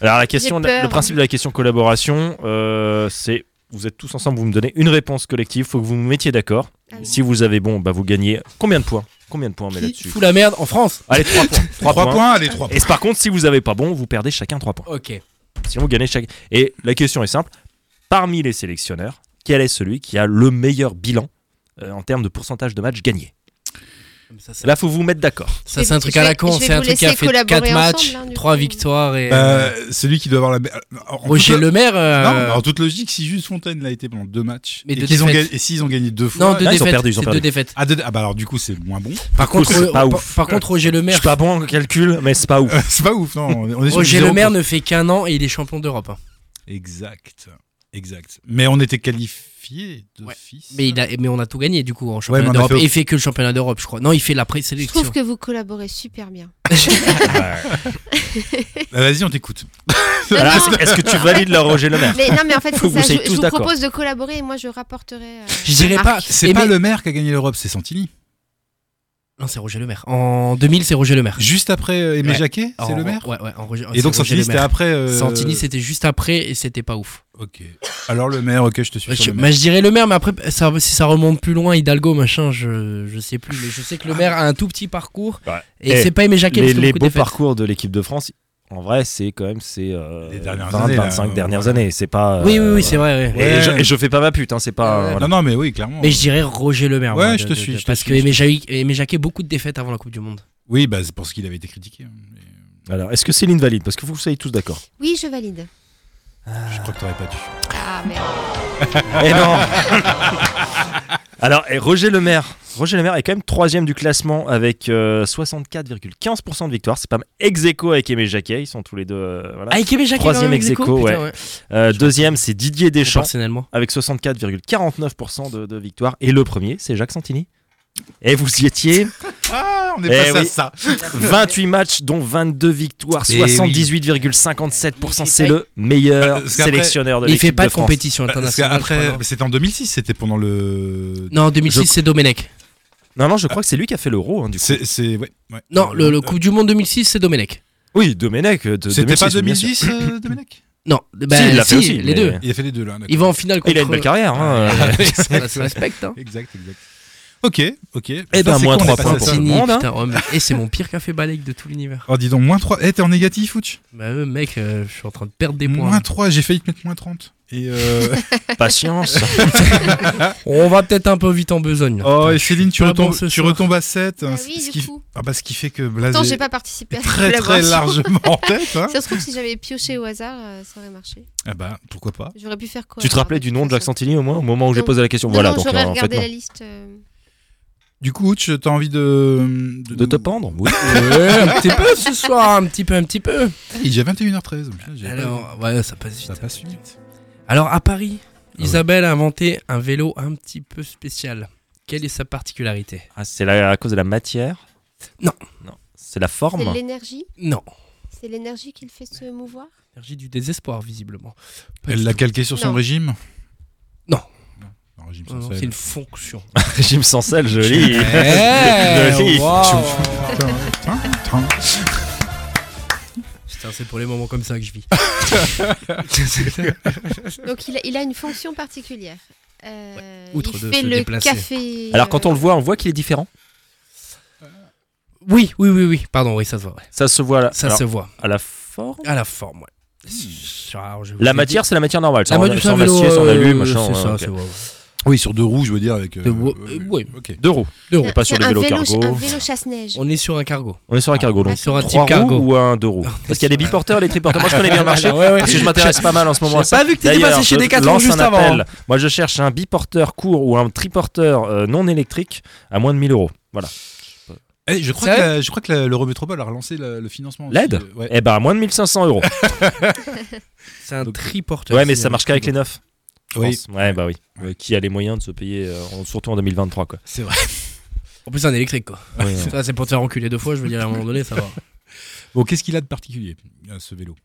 [SPEAKER 4] Alors la question,
[SPEAKER 1] J'ai peur.
[SPEAKER 4] le principe de la question collaboration, euh, c'est vous êtes tous ensemble, vous me donnez une réponse collective, faut que vous vous mettiez d'accord.
[SPEAKER 1] Ah oui.
[SPEAKER 4] Si vous avez bon, bah vous gagnez combien de points Combien de points on met
[SPEAKER 3] Qui
[SPEAKER 4] là-dessus
[SPEAKER 3] fout la merde en France
[SPEAKER 4] Allez, 3 points. Trois
[SPEAKER 2] 3 points.
[SPEAKER 4] points.
[SPEAKER 2] allez, 3
[SPEAKER 4] Et par contre, si vous avez pas bon, vous perdez chacun 3 points.
[SPEAKER 3] Ok.
[SPEAKER 4] Sinon, vous gagnez chacun. Et la question est simple parmi les sélectionneurs, quel est celui qui a le meilleur bilan euh, en termes de pourcentage de matchs gagnés
[SPEAKER 3] Ça, c'est-
[SPEAKER 4] Là, faut vous mettre d'accord.
[SPEAKER 3] ça, c'est un truc à la con,
[SPEAKER 1] Je vais
[SPEAKER 3] c'est un
[SPEAKER 1] vous
[SPEAKER 3] truc qui a
[SPEAKER 1] laisser
[SPEAKER 3] fait
[SPEAKER 1] collaborer
[SPEAKER 3] 4
[SPEAKER 1] ensemble,
[SPEAKER 3] matchs,
[SPEAKER 1] hein, du
[SPEAKER 3] 3
[SPEAKER 1] coup.
[SPEAKER 3] victoires et.
[SPEAKER 2] Euh, celui qui doit avoir la. me- en toute
[SPEAKER 3] Roger
[SPEAKER 2] lo-
[SPEAKER 3] Le Maire. euh,
[SPEAKER 2] Non, mais en toute logique, si juste Fontaine l'a été pendant deux matchs,
[SPEAKER 3] Mais
[SPEAKER 2] et,
[SPEAKER 3] deux
[SPEAKER 2] qu'ils ont
[SPEAKER 3] défaites.
[SPEAKER 2] gagné- et s'ils ont gagné deux fois.
[SPEAKER 3] Non, deux
[SPEAKER 4] Ah, ils ont
[SPEAKER 3] défaites.
[SPEAKER 4] perdu, ils ont
[SPEAKER 3] c'est
[SPEAKER 4] perdu.
[SPEAKER 3] deux défaites.
[SPEAKER 2] Ah, deux- ah, bah alors du coup c'est moins bon.
[SPEAKER 3] Par
[SPEAKER 4] coup,
[SPEAKER 3] contre,
[SPEAKER 4] c'est
[SPEAKER 3] euh,
[SPEAKER 4] pas
[SPEAKER 3] par,
[SPEAKER 4] ouf.
[SPEAKER 3] par contre, Roger Le
[SPEAKER 4] Je
[SPEAKER 3] Maire.
[SPEAKER 4] suis pas bon en calcul, mais c'est pas ouf.
[SPEAKER 2] Euh, c'est pas ouf, non. On est- on est sur du
[SPEAKER 3] Roger Oh, Le
[SPEAKER 2] zéro
[SPEAKER 3] Maire ne fait qu'un an et il est champion d'Europe. hein.
[SPEAKER 2] point. Exact, exact. Mais on était qualifié
[SPEAKER 3] Ouais.
[SPEAKER 2] d'office.
[SPEAKER 3] Mais, il a, mais on a tout gagné du coup en championnat
[SPEAKER 2] mais on a
[SPEAKER 3] d'Europe.
[SPEAKER 2] fait-
[SPEAKER 3] Et il fait que le championnat d'Europe, je crois. Non, il fait la
[SPEAKER 1] Je
[SPEAKER 3] présélection.
[SPEAKER 1] trouve que vous collaborez super bien.
[SPEAKER 2] Ah, Vas-y, on t'écoute.
[SPEAKER 1] Non,
[SPEAKER 4] Alors,
[SPEAKER 1] non,
[SPEAKER 4] est-ce, que- est-ce que tu valides le Roger Le Maire
[SPEAKER 1] mais, non, mais en fait,
[SPEAKER 4] Faut
[SPEAKER 1] c'est
[SPEAKER 4] que Ah, vous
[SPEAKER 1] ça.
[SPEAKER 4] soyez
[SPEAKER 1] Je, je
[SPEAKER 4] tous
[SPEAKER 1] vous
[SPEAKER 4] d'accord.
[SPEAKER 1] propose de collaborer et moi je rapporterai. euh,
[SPEAKER 3] Je dirais
[SPEAKER 1] ma
[SPEAKER 3] pas.
[SPEAKER 1] marque.
[SPEAKER 2] C'est
[SPEAKER 3] Et
[SPEAKER 2] pas
[SPEAKER 3] mais-
[SPEAKER 2] le maire qui a gagné l'Europe, c'est Santini.
[SPEAKER 3] Non, c'est Roger Le Maire. En 2000, c'est Roger Le Maire.
[SPEAKER 2] Juste après euh, Aimé
[SPEAKER 3] Ouais.
[SPEAKER 2] Jacquet, c'est
[SPEAKER 3] En-
[SPEAKER 2] le maire.
[SPEAKER 3] Ouais, ouais. En Roger,
[SPEAKER 2] Et donc
[SPEAKER 3] c'est Roger
[SPEAKER 2] Santini
[SPEAKER 3] Le
[SPEAKER 2] c'était
[SPEAKER 3] Maire.
[SPEAKER 2] après. euh,
[SPEAKER 3] Santini, c'était juste après et c'était pas ouf.
[SPEAKER 2] Ok. Alors le maire, ok, je te suis.
[SPEAKER 3] Je,
[SPEAKER 2] sur le
[SPEAKER 3] bah, je dirais le maire, mais après, ça, si ça remonte plus loin, Hidalgo, machin, je, je sais plus. Mais je sais que le maire a un tout petit parcours.
[SPEAKER 4] Ouais.
[SPEAKER 3] Et
[SPEAKER 4] Eh,
[SPEAKER 3] c'est pas aimé Jacquet,
[SPEAKER 4] les,
[SPEAKER 3] parce Ah, que
[SPEAKER 4] les
[SPEAKER 3] beaucoup
[SPEAKER 4] beaux
[SPEAKER 3] de défaites.
[SPEAKER 4] parcours de l'équipe de France, en vrai, c'est quand même ces euh,
[SPEAKER 2] Les dernières
[SPEAKER 4] 20,
[SPEAKER 2] années, là,
[SPEAKER 4] 25
[SPEAKER 2] euh,
[SPEAKER 4] dernières
[SPEAKER 2] voilà.
[SPEAKER 4] années. C'est pas. euh,
[SPEAKER 3] Oui, oui, oui, c'est vrai. ouais.
[SPEAKER 4] Et,
[SPEAKER 2] Ouais.
[SPEAKER 4] je, et je fais pas ma pute, hein, c'est pas.
[SPEAKER 3] Ouais.
[SPEAKER 2] maire.
[SPEAKER 4] voilà.
[SPEAKER 2] Non, non, mais oui, clairement.
[SPEAKER 3] Mais je dirais Roger le maire.
[SPEAKER 2] Ouais,
[SPEAKER 3] moi,
[SPEAKER 2] je
[SPEAKER 3] de-
[SPEAKER 2] te
[SPEAKER 3] de-
[SPEAKER 2] suis,
[SPEAKER 3] de-
[SPEAKER 2] je te
[SPEAKER 3] parce
[SPEAKER 2] suis,
[SPEAKER 3] que
[SPEAKER 2] je te
[SPEAKER 3] aimé Jacquet, aimé Jacquet, beaucoup de défaites avant la Coupe du Monde.
[SPEAKER 2] Oui, bah c'est pour ce qu'il avait été critiqué. hein. Mais
[SPEAKER 4] Alors, est-ce que Céline valide Parce que vous soyez tous d'accord.
[SPEAKER 1] Oui, je valide.
[SPEAKER 2] Je crois que t'aurais pas dû.
[SPEAKER 1] Ah merde.
[SPEAKER 4] Eh non Alors, et Roger Le Maire. Roger Le Maire est quand même troisième du classement avec euh, 64,15% de victoire. C'est pas mal. Ex aequo avec Aimé Jacquet. Ils sont tous les deux. euh, voilà.
[SPEAKER 3] Ah, avec Aimé Jacquet,
[SPEAKER 4] Troisième
[SPEAKER 3] quand même,
[SPEAKER 4] ex aequo,
[SPEAKER 3] aequo, putain, Bah,
[SPEAKER 4] ouais. Euh, deuxième, c'est Didier Deschamps.
[SPEAKER 3] Personnellement.
[SPEAKER 4] avec 64,49% de, de victoire. Et le premier, c'est Jacques Santini. Et vous y étiez
[SPEAKER 2] Ah, on est
[SPEAKER 4] Eh
[SPEAKER 2] passé à
[SPEAKER 4] oui.
[SPEAKER 2] ça.
[SPEAKER 4] 28 matchs, dont 22 victoires,
[SPEAKER 2] Eh oui.
[SPEAKER 4] 78,57%. C'est le meilleur
[SPEAKER 2] Parce qu'après,
[SPEAKER 4] sélectionneur de
[SPEAKER 3] Il fait
[SPEAKER 4] l'équipe
[SPEAKER 3] pas
[SPEAKER 4] de
[SPEAKER 3] de
[SPEAKER 4] France.
[SPEAKER 3] compétition
[SPEAKER 2] Parce
[SPEAKER 3] internationale. je
[SPEAKER 2] qu'après,
[SPEAKER 3] crois, non.
[SPEAKER 2] c'était en 2006, c'était pendant le.
[SPEAKER 3] Non, en 2006,
[SPEAKER 4] Je-
[SPEAKER 3] c'est Domenech.
[SPEAKER 4] Non, non, je crois que c'est lui qui a fait l'euro. hein, du coup.
[SPEAKER 2] C'est, c'est, ouais, ouais.
[SPEAKER 3] Non, le, le
[SPEAKER 2] Euh,
[SPEAKER 3] Coupe du Monde 2006, c'est Domenech.
[SPEAKER 4] Oui, Domenech. euh, De,
[SPEAKER 2] C'était pas
[SPEAKER 4] 2006, bien sûr.
[SPEAKER 2] 2010, euh, Domenech
[SPEAKER 3] Non, bah,
[SPEAKER 4] il l'a fait aussi,
[SPEAKER 3] les
[SPEAKER 4] mais-
[SPEAKER 3] deux.
[SPEAKER 2] Il a fait les deux là. d'accord.
[SPEAKER 3] Il va en finale contre.
[SPEAKER 4] Il a une belle carrière. hein, euh.
[SPEAKER 3] Ça se respecte, hein.
[SPEAKER 2] Exact, exact. Ok, ok. Eh
[SPEAKER 4] ben, moins trois points
[SPEAKER 2] ça.
[SPEAKER 4] pour tout le
[SPEAKER 3] Santini,
[SPEAKER 4] monde, hein.
[SPEAKER 3] putain, ouais, mais- eh, c'est mon pire café balèque de tout l'univers.
[SPEAKER 2] Oh, dis donc, moins 3. Eh, t'es en négatif, Ouch
[SPEAKER 3] Bah, euh, mec, euh, je suis en train de perdre des points.
[SPEAKER 2] Moins 3, j'ai failli te mettre moins 30. Et euh...
[SPEAKER 4] Patience.
[SPEAKER 3] On va peut-être un peu vite en besogne. là.
[SPEAKER 2] oh,
[SPEAKER 3] Putain,
[SPEAKER 2] et
[SPEAKER 3] je suis
[SPEAKER 2] Céline, tu
[SPEAKER 3] pas
[SPEAKER 2] retombes,
[SPEAKER 3] bon ce
[SPEAKER 2] tu
[SPEAKER 3] soir.
[SPEAKER 2] retombes à 7.
[SPEAKER 1] Bah
[SPEAKER 2] hein,
[SPEAKER 1] oui,
[SPEAKER 2] ce
[SPEAKER 1] du
[SPEAKER 2] qui...
[SPEAKER 1] coup.
[SPEAKER 2] Ah, bah, ce qui fait que Blaze
[SPEAKER 1] Pourtant,
[SPEAKER 2] est
[SPEAKER 1] j'ai pas participé à la
[SPEAKER 2] très très
[SPEAKER 1] collaboration.
[SPEAKER 2] largement en tête. hein.
[SPEAKER 1] Ça se trouve, si j'avais pioché au hasard, euh, ça aurait marché.
[SPEAKER 2] ah, bah, pourquoi pas.
[SPEAKER 1] J'aurais pu faire quoi
[SPEAKER 4] tu te
[SPEAKER 1] alors,
[SPEAKER 4] rappelais
[SPEAKER 1] de
[SPEAKER 4] du
[SPEAKER 1] toute
[SPEAKER 4] nom de Jacques
[SPEAKER 1] façon
[SPEAKER 4] Santini au moins au moment où j'ai
[SPEAKER 1] Non.
[SPEAKER 4] posé la question
[SPEAKER 1] Non,
[SPEAKER 4] voilà,
[SPEAKER 1] non,
[SPEAKER 4] donc
[SPEAKER 1] j'aurais
[SPEAKER 4] euh, en fait,
[SPEAKER 1] regardé
[SPEAKER 4] non.
[SPEAKER 1] la liste. euh,
[SPEAKER 2] Du coup, Ouch, t'as envie de.
[SPEAKER 4] De te pendre Oui.
[SPEAKER 3] Ouais, un petit peu ce soir, un petit peu, un petit peu.
[SPEAKER 2] Eh, Il est déjà 21h13. putain, j'ai pas-
[SPEAKER 3] Alors, ouais, ça passe vite.
[SPEAKER 2] Ça passe vite.
[SPEAKER 3] Alors, à Paris,
[SPEAKER 2] ouais.
[SPEAKER 3] Isabelle a inventé un vélo un petit peu spécial. Quelle est sa particularité
[SPEAKER 4] Ah, c'est la- à cause de la matière
[SPEAKER 3] Non.
[SPEAKER 4] Non. C'est la
[SPEAKER 1] C'est
[SPEAKER 4] forme
[SPEAKER 1] l'énergie
[SPEAKER 3] Non.
[SPEAKER 1] C'est l'énergie qui le fait se mouvoir
[SPEAKER 3] Énergie du désespoir, visiblement. Pas
[SPEAKER 2] Elle
[SPEAKER 3] du
[SPEAKER 2] l'a
[SPEAKER 3] tout.
[SPEAKER 2] calqué sur son
[SPEAKER 1] Non.
[SPEAKER 2] régime
[SPEAKER 3] Non.
[SPEAKER 2] Un régime
[SPEAKER 3] Non,
[SPEAKER 2] sans
[SPEAKER 3] non,
[SPEAKER 2] sel.
[SPEAKER 3] C'est une fonction.
[SPEAKER 4] Régime Sancel, joli.
[SPEAKER 3] Eh,
[SPEAKER 4] Joli.
[SPEAKER 3] waouh.
[SPEAKER 2] Putain, putain.
[SPEAKER 3] Putain, c'est pour les moments comme ça que je vis.
[SPEAKER 1] Donc il a, il a une fonction particulière. Euh,
[SPEAKER 3] outre
[SPEAKER 1] il
[SPEAKER 3] de
[SPEAKER 1] fait
[SPEAKER 3] se
[SPEAKER 1] le
[SPEAKER 3] déplacer.
[SPEAKER 1] café.
[SPEAKER 4] Alors quand on le
[SPEAKER 1] euh,
[SPEAKER 4] voit, on voit qu'il est différent.
[SPEAKER 3] Oui, oui, oui, oui. Pardon, oui, ça se voit. ouais.
[SPEAKER 4] Ça se voit à la,
[SPEAKER 3] Ça
[SPEAKER 4] alors,
[SPEAKER 3] se voit.
[SPEAKER 4] à la forme.
[SPEAKER 3] À la forme, ouais. Sur- je vous ai
[SPEAKER 4] La
[SPEAKER 3] dit-
[SPEAKER 4] matière, c'est la matière normale.
[SPEAKER 3] La
[SPEAKER 4] sans-
[SPEAKER 3] matière, c'est un
[SPEAKER 4] sans
[SPEAKER 3] vélo,
[SPEAKER 4] acier, sans
[SPEAKER 3] euh,
[SPEAKER 4] alu, machin,
[SPEAKER 3] C'est ça,
[SPEAKER 4] euh, ok.
[SPEAKER 3] c'est vrai.
[SPEAKER 2] Oui, sur deux roues, je veux dire. avec. euh,
[SPEAKER 3] Deux roues,
[SPEAKER 2] euh,
[SPEAKER 3] euh, ouais.
[SPEAKER 2] ok.
[SPEAKER 4] Deux roues.
[SPEAKER 3] Deux
[SPEAKER 1] c'est
[SPEAKER 3] roues.
[SPEAKER 4] pas sur
[SPEAKER 1] euh, un
[SPEAKER 4] les vélos
[SPEAKER 1] vélo-
[SPEAKER 4] cargo.
[SPEAKER 1] Un vélo chasse-neige.
[SPEAKER 3] On est sur un cargo.
[SPEAKER 4] On est sur un cargo donc.
[SPEAKER 3] Sur un type
[SPEAKER 4] Ah, Trois
[SPEAKER 3] cargo.
[SPEAKER 4] roues ou un deux roues Parce qu'il y a des biporteurs et des triporteurs. Moi, je connais bien le marché.
[SPEAKER 3] Ouais, ouais.
[SPEAKER 4] Parce que je m'intéresse pas mal en ce moment à
[SPEAKER 3] J'ai
[SPEAKER 4] ça.
[SPEAKER 3] pas vu que t'étais
[SPEAKER 4] D'ailleurs,
[SPEAKER 3] passé chez
[SPEAKER 4] je
[SPEAKER 3] Decathlon
[SPEAKER 4] lance
[SPEAKER 3] juste
[SPEAKER 4] un
[SPEAKER 3] avant, hein.
[SPEAKER 4] appel. Moi, je cherche un biporteur court ou un triporteur euh, non électrique à moins de 1000 euros. Voilà.
[SPEAKER 2] Eh, je, crois
[SPEAKER 3] Ça
[SPEAKER 2] que la- je crois que la- l'Eurométropole a relancé la- le financement. aussi.
[SPEAKER 4] L'aide
[SPEAKER 2] Euh, ouais.
[SPEAKER 4] Eh ben, à moins de 1500 euros.
[SPEAKER 3] C'est un
[SPEAKER 2] Donc-
[SPEAKER 3] triporteur.
[SPEAKER 4] Ouais, mais
[SPEAKER 3] c'est
[SPEAKER 4] ça
[SPEAKER 3] un
[SPEAKER 4] marche qu'avec les
[SPEAKER 3] cargo.
[SPEAKER 4] neufs. je
[SPEAKER 2] Oui,
[SPEAKER 4] pense. Ouais, bah oui. Euh, Qui a les moyens de se payer, euh, en- surtout en 2023, quoi.
[SPEAKER 2] c'est vrai.
[SPEAKER 3] En plus, c'est un électrique, quoi.
[SPEAKER 4] Ouais, ouais.
[SPEAKER 3] Ça, c'est pour te faire enculer deux fois, je veux dire, à un moment donné, ça va.
[SPEAKER 2] Bon, qu'est-ce qu'il a de particulier, euh, ce vélo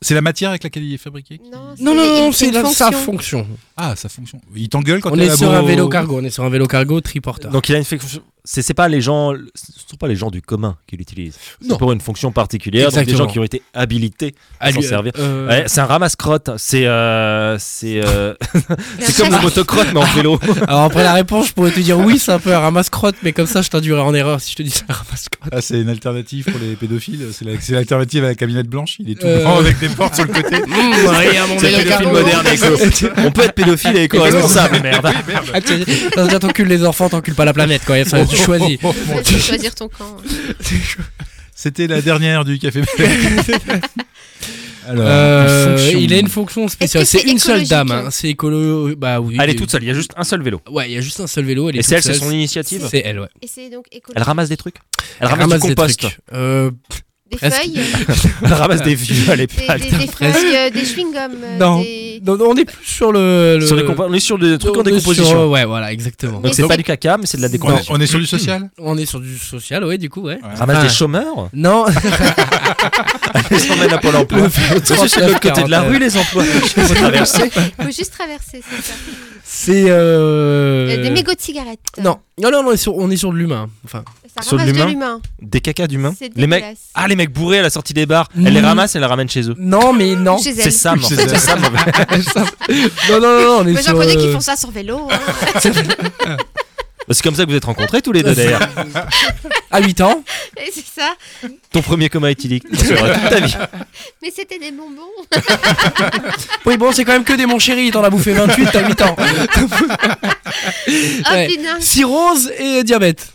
[SPEAKER 2] C'est la matière avec laquelle il est fabriqué qui-
[SPEAKER 1] Non,
[SPEAKER 3] Non, non, non, c'est
[SPEAKER 1] une
[SPEAKER 3] la-
[SPEAKER 1] fonction.
[SPEAKER 3] sa fonction.
[SPEAKER 2] Ah, sa fonction. Il t'engueule quand
[SPEAKER 3] On
[SPEAKER 2] t'es
[SPEAKER 3] est
[SPEAKER 2] là,
[SPEAKER 3] sur
[SPEAKER 2] bon-
[SPEAKER 3] un vélo cargo, on est sur un vélo cargo triporteur.
[SPEAKER 4] Donc il a une fonction, c'est c'est pas les gens ce sont pas les gens du commun qui l'utilisent
[SPEAKER 3] Non.
[SPEAKER 4] c'est pour une fonction particulière donc des
[SPEAKER 3] Exactement.
[SPEAKER 4] gens qui ont été habilités à s'en
[SPEAKER 3] lui-
[SPEAKER 4] servir
[SPEAKER 3] euh,
[SPEAKER 4] Ouais, c'est un ramasse crotte c'est euh, c'est euh, c'est comme le
[SPEAKER 1] presque.
[SPEAKER 4] motocrotte mais en vélo
[SPEAKER 3] Alors après la réponse, je pourrais te dire oui, c'est un peu un ramasse-crotte, mais comme ça, je t'induirais en erreur si je te dis c'est un ramasse-crotte.
[SPEAKER 2] Ah, c'est une alternative pour les pédophiles. C'est la- c'est l'alternative à la camionnette blanche. Il est tout
[SPEAKER 3] Euh.
[SPEAKER 2] grand avec des portes sur le côté.
[SPEAKER 3] Mmh.
[SPEAKER 4] c'est le film moderne éco. on peut être pédophile et éco-responsable merde
[SPEAKER 3] Ah, tu- Ça veut dire t'encules les enfants, t'encules pas la planète, quoi. Ça, tu choisis.
[SPEAKER 2] Oh, oh, oh, mon
[SPEAKER 1] Tu
[SPEAKER 2] Dieu.
[SPEAKER 1] peux choisir ton camp. hein.
[SPEAKER 2] C'était la dernière du café. Belge. Alors,
[SPEAKER 3] Euh,
[SPEAKER 2] Ah, une fonction.
[SPEAKER 3] il a une fonction spéciale.
[SPEAKER 1] Est-ce que
[SPEAKER 3] C'est
[SPEAKER 1] c'est
[SPEAKER 3] une seule
[SPEAKER 1] écologique
[SPEAKER 3] dame. hein. C'est écolo. Bah oui.
[SPEAKER 4] elle est toute seule il y a juste un seul vélo
[SPEAKER 3] Ouais, il y a juste un seul vélo. Elle est
[SPEAKER 4] et c'est elle
[SPEAKER 3] toute
[SPEAKER 4] c'est
[SPEAKER 3] seule.
[SPEAKER 4] son initiative
[SPEAKER 3] C'est elle, ouais.
[SPEAKER 1] Et c'est donc
[SPEAKER 4] elle
[SPEAKER 1] écologique.
[SPEAKER 4] ramasse des trucs elle
[SPEAKER 3] Elle
[SPEAKER 4] ramasse du
[SPEAKER 3] des
[SPEAKER 4] compost
[SPEAKER 3] trucs. Euh,
[SPEAKER 1] Des
[SPEAKER 3] presque.
[SPEAKER 1] feuilles,
[SPEAKER 4] elle ramasse des vieux à
[SPEAKER 1] des,
[SPEAKER 4] l'époque
[SPEAKER 1] des, des feuilles, euh, des chewing-gums. euh,
[SPEAKER 3] Non.
[SPEAKER 1] des-
[SPEAKER 3] non, non, on est plus sur le. le-
[SPEAKER 4] Sur les compo- on est sur des trucs en
[SPEAKER 3] on est
[SPEAKER 4] décomposition
[SPEAKER 3] sur- Ouais, voilà, exactement.
[SPEAKER 1] Mais
[SPEAKER 4] donc c'est
[SPEAKER 1] c'est-
[SPEAKER 4] pas du caca mais c'est de la
[SPEAKER 2] on, est,
[SPEAKER 4] décomposition
[SPEAKER 2] on est sur du social
[SPEAKER 3] On est sur du social, ouais, du coup, ouais.
[SPEAKER 4] ramasse
[SPEAKER 3] Ah.
[SPEAKER 4] des chômeurs
[SPEAKER 3] Non,
[SPEAKER 4] Ils s'emmènent à Pôle emploi. C'est juste de l'autre côté de la
[SPEAKER 3] 39,
[SPEAKER 4] rue, les emplois. Faut traverser.
[SPEAKER 1] faut juste traverser, c'est ça.
[SPEAKER 3] c'est.
[SPEAKER 1] Euh,
[SPEAKER 3] Euh...
[SPEAKER 1] Des mégots de cigarettes.
[SPEAKER 3] Non, non, non, on est sur, on est sur de l'humain. Enfin,
[SPEAKER 1] Ça
[SPEAKER 4] Sur
[SPEAKER 1] ramasse
[SPEAKER 4] l'humain
[SPEAKER 1] de l'humain.
[SPEAKER 4] Des cacas d'humains.
[SPEAKER 1] C'est
[SPEAKER 4] Les mecs.
[SPEAKER 1] dégueulasse.
[SPEAKER 4] Ah, les mecs bourrés à la sortie des bars. Elle les
[SPEAKER 3] Mm.
[SPEAKER 4] ramasse, elle les ramène chez eux.
[SPEAKER 3] non, mais non.
[SPEAKER 1] Chez
[SPEAKER 4] C'est
[SPEAKER 1] elle.
[SPEAKER 4] Sam, en
[SPEAKER 2] Chez
[SPEAKER 4] fait.
[SPEAKER 2] elle.
[SPEAKER 4] C'est Sam. en fait.
[SPEAKER 3] Non, non, non, non, on est
[SPEAKER 1] Mais j'en
[SPEAKER 3] sur.
[SPEAKER 1] connais qui
[SPEAKER 3] euh,
[SPEAKER 1] font ça sur vélo. hein.
[SPEAKER 4] Bah, C'est comme ça que vous êtes rencontrés tous les deux d'ailleurs.
[SPEAKER 3] À 8 ans.
[SPEAKER 1] Et c'est ça.
[SPEAKER 4] Ton premier coma éthylique. Tu seras toute ta vie.
[SPEAKER 1] Mais c'était des bonbons.
[SPEAKER 3] Oui, bon, c'est quand même que des mon chéri, t'en as bouffé 28, t'as 8 ans.
[SPEAKER 1] Oh
[SPEAKER 3] Ouais.
[SPEAKER 1] putain,
[SPEAKER 3] Cirrhose et diabète.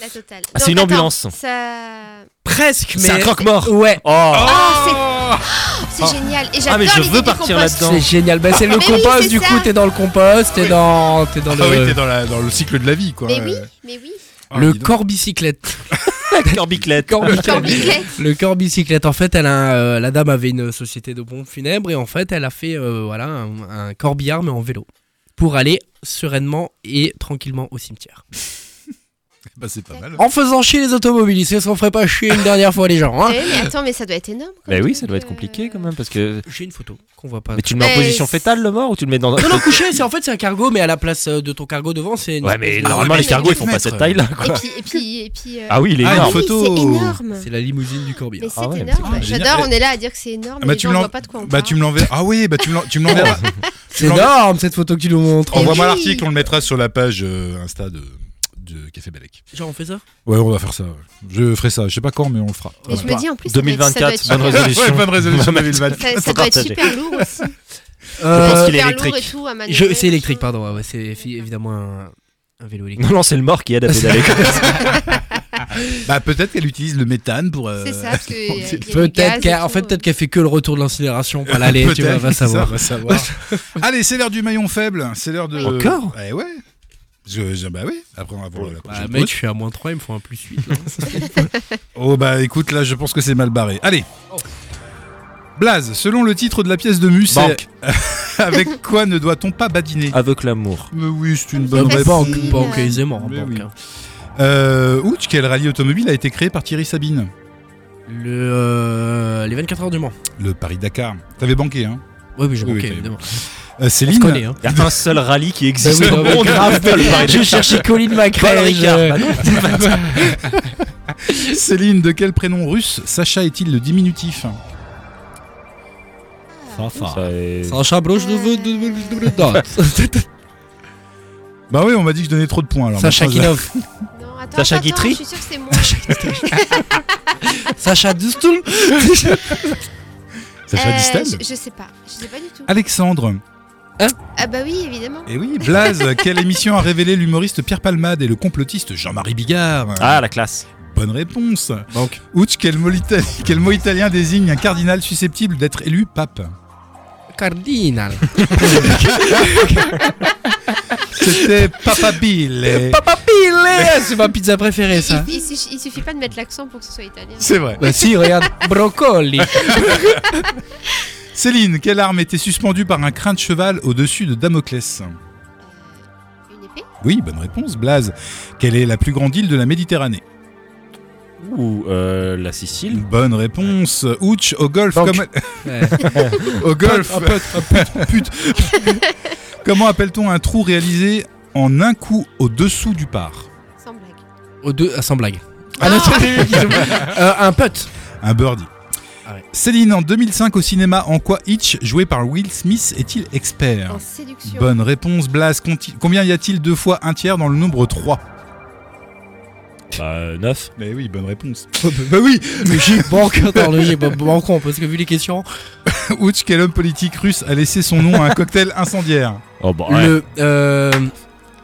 [SPEAKER 1] la totale.
[SPEAKER 4] Ah, c'est
[SPEAKER 1] Non,
[SPEAKER 4] une
[SPEAKER 1] attends,
[SPEAKER 4] ambulance.
[SPEAKER 1] Ça...
[SPEAKER 3] Presque, mais.
[SPEAKER 4] C'est un croque-mort.
[SPEAKER 3] Ouais.
[SPEAKER 4] Oh.
[SPEAKER 2] Ah,
[SPEAKER 1] Oh, c'est génial. Et j'adore
[SPEAKER 4] Ah. mais je
[SPEAKER 1] l'idée
[SPEAKER 4] veux
[SPEAKER 1] du
[SPEAKER 4] partir
[SPEAKER 1] compost.
[SPEAKER 4] là-dedans. Non.
[SPEAKER 3] C'est génial. Bah, c'est le
[SPEAKER 1] Mais oui,
[SPEAKER 3] compost,
[SPEAKER 1] c'est
[SPEAKER 3] du
[SPEAKER 1] ça.
[SPEAKER 3] coup, t'es dans le compost, t'es dans, t'es dans
[SPEAKER 2] Ah
[SPEAKER 3] le,
[SPEAKER 2] oui, t'es dans, la- dans le cycle de la vie, quoi.
[SPEAKER 1] Mais oui,
[SPEAKER 2] Euh,
[SPEAKER 1] mais oui.
[SPEAKER 2] ah,
[SPEAKER 3] Euh, le
[SPEAKER 2] dis donc.
[SPEAKER 3] corps-bicyclette.
[SPEAKER 4] Corbiclette.
[SPEAKER 1] Corbiquet.
[SPEAKER 3] Le corps-bicyclette. En fait, elle a un, euh, la dame avait une société de pompes funèbres et en fait, elle a fait euh, voilà, un, un corbillard, mais en vélo. Pour aller sereinement et tranquillement au cimetière.
[SPEAKER 2] Bah, c'est pas mal.
[SPEAKER 3] En faisant chier les automobilistes, est-ce qu'on ferait pas chier une dernière fois les
[SPEAKER 4] Ah.
[SPEAKER 3] gens hein
[SPEAKER 1] Eh, mais attends, mais ça doit être énorme. comme
[SPEAKER 4] Bah oui,
[SPEAKER 1] truc,
[SPEAKER 4] ça doit être compliqué
[SPEAKER 1] euh.
[SPEAKER 4] quand même parce que.
[SPEAKER 3] J'ai une photo qu'on voit pas.
[SPEAKER 4] Mais tu le mets en
[SPEAKER 1] Mais
[SPEAKER 4] position
[SPEAKER 1] c'est-
[SPEAKER 4] fétale le mort ou tu le mets dans.
[SPEAKER 3] Non, non, couché, c'est en fait c'est un cargo, mais à la place euh, de ton cargo devant, c'est. une
[SPEAKER 4] Ouais, mais
[SPEAKER 3] espèce de-
[SPEAKER 4] normalement
[SPEAKER 1] mais
[SPEAKER 4] les cargos ils
[SPEAKER 1] mais
[SPEAKER 4] font pas
[SPEAKER 3] mètres.
[SPEAKER 4] cette taille là.
[SPEAKER 1] Et puis, et puis, et puis. euh,
[SPEAKER 4] Ah oui, il est
[SPEAKER 2] Ah,
[SPEAKER 1] mais
[SPEAKER 2] une
[SPEAKER 4] énorme.
[SPEAKER 1] oui,
[SPEAKER 2] photo.
[SPEAKER 1] C'est énorme.
[SPEAKER 3] C'est la limousine du corbière.
[SPEAKER 1] Mais c'est
[SPEAKER 4] Ah ouais,
[SPEAKER 1] énorme.
[SPEAKER 2] putain,
[SPEAKER 1] J'adore,
[SPEAKER 2] génial.
[SPEAKER 1] on est là à dire que c'est énorme.
[SPEAKER 2] Ah, bah,
[SPEAKER 1] mais
[SPEAKER 2] tu
[SPEAKER 1] tu
[SPEAKER 2] me l'en-
[SPEAKER 1] vois pas de quoi on
[SPEAKER 2] Bah,
[SPEAKER 1] parle.
[SPEAKER 2] tu me l'enverras. Ah oui, bah, tu me l'en- tu me l'enverras.
[SPEAKER 3] C'est énorme cette photo que tu nous montres.
[SPEAKER 1] Mais
[SPEAKER 2] Envoie-moi
[SPEAKER 1] oui.
[SPEAKER 2] l'article, on le mettra sur la page euh, Insta de, de Café Balek.
[SPEAKER 3] Genre, on fait ça
[SPEAKER 2] Ouais, on va faire ça. Je ferai ça. Je sais pas quand, mais on le fera.
[SPEAKER 1] Mais je me dis en plus. ça doit être- ça doit
[SPEAKER 4] 2024,
[SPEAKER 1] être
[SPEAKER 4] bonne
[SPEAKER 1] super-
[SPEAKER 4] résolution.
[SPEAKER 2] Ouais, bonne résolution 2024.
[SPEAKER 1] Ça, ça
[SPEAKER 4] Faut
[SPEAKER 1] doit être
[SPEAKER 4] partager.
[SPEAKER 1] super lourd aussi.
[SPEAKER 4] Je pense
[SPEAKER 3] Euh,
[SPEAKER 4] qu'il
[SPEAKER 1] Super lourd
[SPEAKER 4] est
[SPEAKER 1] et
[SPEAKER 4] électrique.
[SPEAKER 1] tout à manœuvrer,
[SPEAKER 3] je- C'est électrique,
[SPEAKER 1] machin.
[SPEAKER 3] pardon. ouais, ouais, c'est effi- évidemment un, un vélo électrique.
[SPEAKER 4] Non, non, c'est le mort qui aide à pédaler.
[SPEAKER 2] Bah, peut-être qu'elle utilise le méthane pour. euh,
[SPEAKER 1] C'est ça, parce que. euh, il y a du
[SPEAKER 3] Peut-être
[SPEAKER 1] gaz et
[SPEAKER 3] qu'elle en
[SPEAKER 1] tout,
[SPEAKER 3] fait,
[SPEAKER 1] euh.
[SPEAKER 3] peut-être qu'elle fait que le retour de l'incinération pour l'aller, tu vois,
[SPEAKER 2] Peut-être,
[SPEAKER 3] va
[SPEAKER 2] c'est ça,
[SPEAKER 3] savoir.
[SPEAKER 2] va savoir. Allez, c'est l'heure du maillon faible. C'est l'heure de.
[SPEAKER 4] Encore
[SPEAKER 2] Eh ouais. Je- je- bah oui, après on va voir la
[SPEAKER 3] Bah,
[SPEAKER 2] prochaine
[SPEAKER 3] mec,
[SPEAKER 2] pause.
[SPEAKER 3] je suis à moins 3, il me faut un plus 8. là.
[SPEAKER 2] Oh bah écoute, là je pense que c'est mal barré. Allez Blaze, selon le titre de la pièce de Mus, c'est-
[SPEAKER 4] Banque.
[SPEAKER 2] avec quoi ne doit-on pas badiner
[SPEAKER 4] Avec l'amour.
[SPEAKER 2] Mais oui, c'est une
[SPEAKER 1] Ok,
[SPEAKER 3] Bah,
[SPEAKER 2] bonne
[SPEAKER 1] facile.
[SPEAKER 2] réponse.
[SPEAKER 3] banque, banque, aisément.
[SPEAKER 2] Mais
[SPEAKER 3] Banque,
[SPEAKER 2] oui.
[SPEAKER 3] hein.
[SPEAKER 2] Euh, ouch, quel rallye automobile a été créé par Thierry Sabine
[SPEAKER 3] Le, euh, les 24 heures du Mans.
[SPEAKER 2] Le Paris-Dakar. T'avais banqué, hein
[SPEAKER 3] Oui, oui, j'ai
[SPEAKER 2] Oui,
[SPEAKER 3] manqué,
[SPEAKER 2] oui, t'as-
[SPEAKER 3] évidemment.
[SPEAKER 2] Euh,
[SPEAKER 3] On se
[SPEAKER 2] Céline
[SPEAKER 3] connaît, hein.
[SPEAKER 4] Il y a un seul rallye qui
[SPEAKER 3] Bah
[SPEAKER 4] existe
[SPEAKER 3] oui,
[SPEAKER 4] au
[SPEAKER 3] non, mais
[SPEAKER 4] monde.
[SPEAKER 3] grave,
[SPEAKER 4] Pas le Paris-Dakar.
[SPEAKER 3] je cherchais Colin
[SPEAKER 4] Pas le
[SPEAKER 3] McRae.
[SPEAKER 4] Ricard.
[SPEAKER 3] je-
[SPEAKER 4] Bah non.
[SPEAKER 2] Céline, de quel prénom russe Sacha est-il le diminutif
[SPEAKER 4] Ça est-
[SPEAKER 3] Sacha Broche
[SPEAKER 1] de- de-
[SPEAKER 2] Bah oui, on m'a dit que je donnais trop de points alors.
[SPEAKER 3] Sacha
[SPEAKER 2] maintenant,
[SPEAKER 3] Kinov.
[SPEAKER 1] Non, attends,
[SPEAKER 4] Sacha
[SPEAKER 1] attends,
[SPEAKER 4] Guitry
[SPEAKER 1] Je suis sûre que c'est moi.
[SPEAKER 3] Sacha Dustoul.
[SPEAKER 2] Sacha
[SPEAKER 1] Euh,
[SPEAKER 2] Distel
[SPEAKER 1] je, je sais pas. Je sais pas du tout.
[SPEAKER 2] Alexandre.
[SPEAKER 1] Ah bah oui, évidemment.
[SPEAKER 2] Eh oui, Blaze, quelle émission a révélé l'humoriste Pierre Palmade et le complotiste Jean-Marie Bigard
[SPEAKER 4] Ah, la classe.
[SPEAKER 2] Bonne réponse.
[SPEAKER 3] Donc.
[SPEAKER 2] Ouch, quel mot, lita- quel mot italien désigne un cardinal susceptible d'être élu pape
[SPEAKER 3] Cardinal.
[SPEAKER 2] C'était Papa Bill. et-
[SPEAKER 3] Papa Pile C'est ma pizza préférée, ça.
[SPEAKER 1] Il, il suffit- il suffit pas de mettre l'accent pour que ce soit italien.
[SPEAKER 2] C'est vrai.
[SPEAKER 3] Bah si, regarde. Brocoli.
[SPEAKER 2] Céline, quelle arme était suspendue par un crin de cheval au-dessus de Damoclès
[SPEAKER 1] Une épée
[SPEAKER 2] Oui, bonne réponse, Blaze. Quelle est la plus grande île de la Méditerranée
[SPEAKER 4] Ou euh, la Sicile.
[SPEAKER 2] Bonne réponse. Ouch, au golf,
[SPEAKER 3] Donc.
[SPEAKER 2] comme...
[SPEAKER 3] Ouais.
[SPEAKER 2] au golf. Pute. Comment appelle-t-on un trou réalisé en un coup au-dessous du par
[SPEAKER 1] Sans blague.
[SPEAKER 3] Aux deux, ah, sans blague.
[SPEAKER 1] Ah, non,
[SPEAKER 3] attendez, euh, un putt.
[SPEAKER 2] Un birdie.
[SPEAKER 3] Ah ouais.
[SPEAKER 2] Céline, en 2005 au cinéma, en quoi Hitch, joué par Will Smith, est-il expert
[SPEAKER 1] En séduction.
[SPEAKER 2] Bonne réponse, Blas. Conti- Combien y a-t-il deux fois un tiers dans le nombre 3
[SPEAKER 4] Bah, 9.
[SPEAKER 2] Mais oui, bonne réponse. Oh,
[SPEAKER 3] bah oui, mais j'ai pas encore dans le j'ai pas pas encore parce que vu les questions,
[SPEAKER 2] Ouch, quel homme politique russe a laissé son nom à un cocktail incendiaire
[SPEAKER 4] Oh, bah, ouais.
[SPEAKER 3] le euh,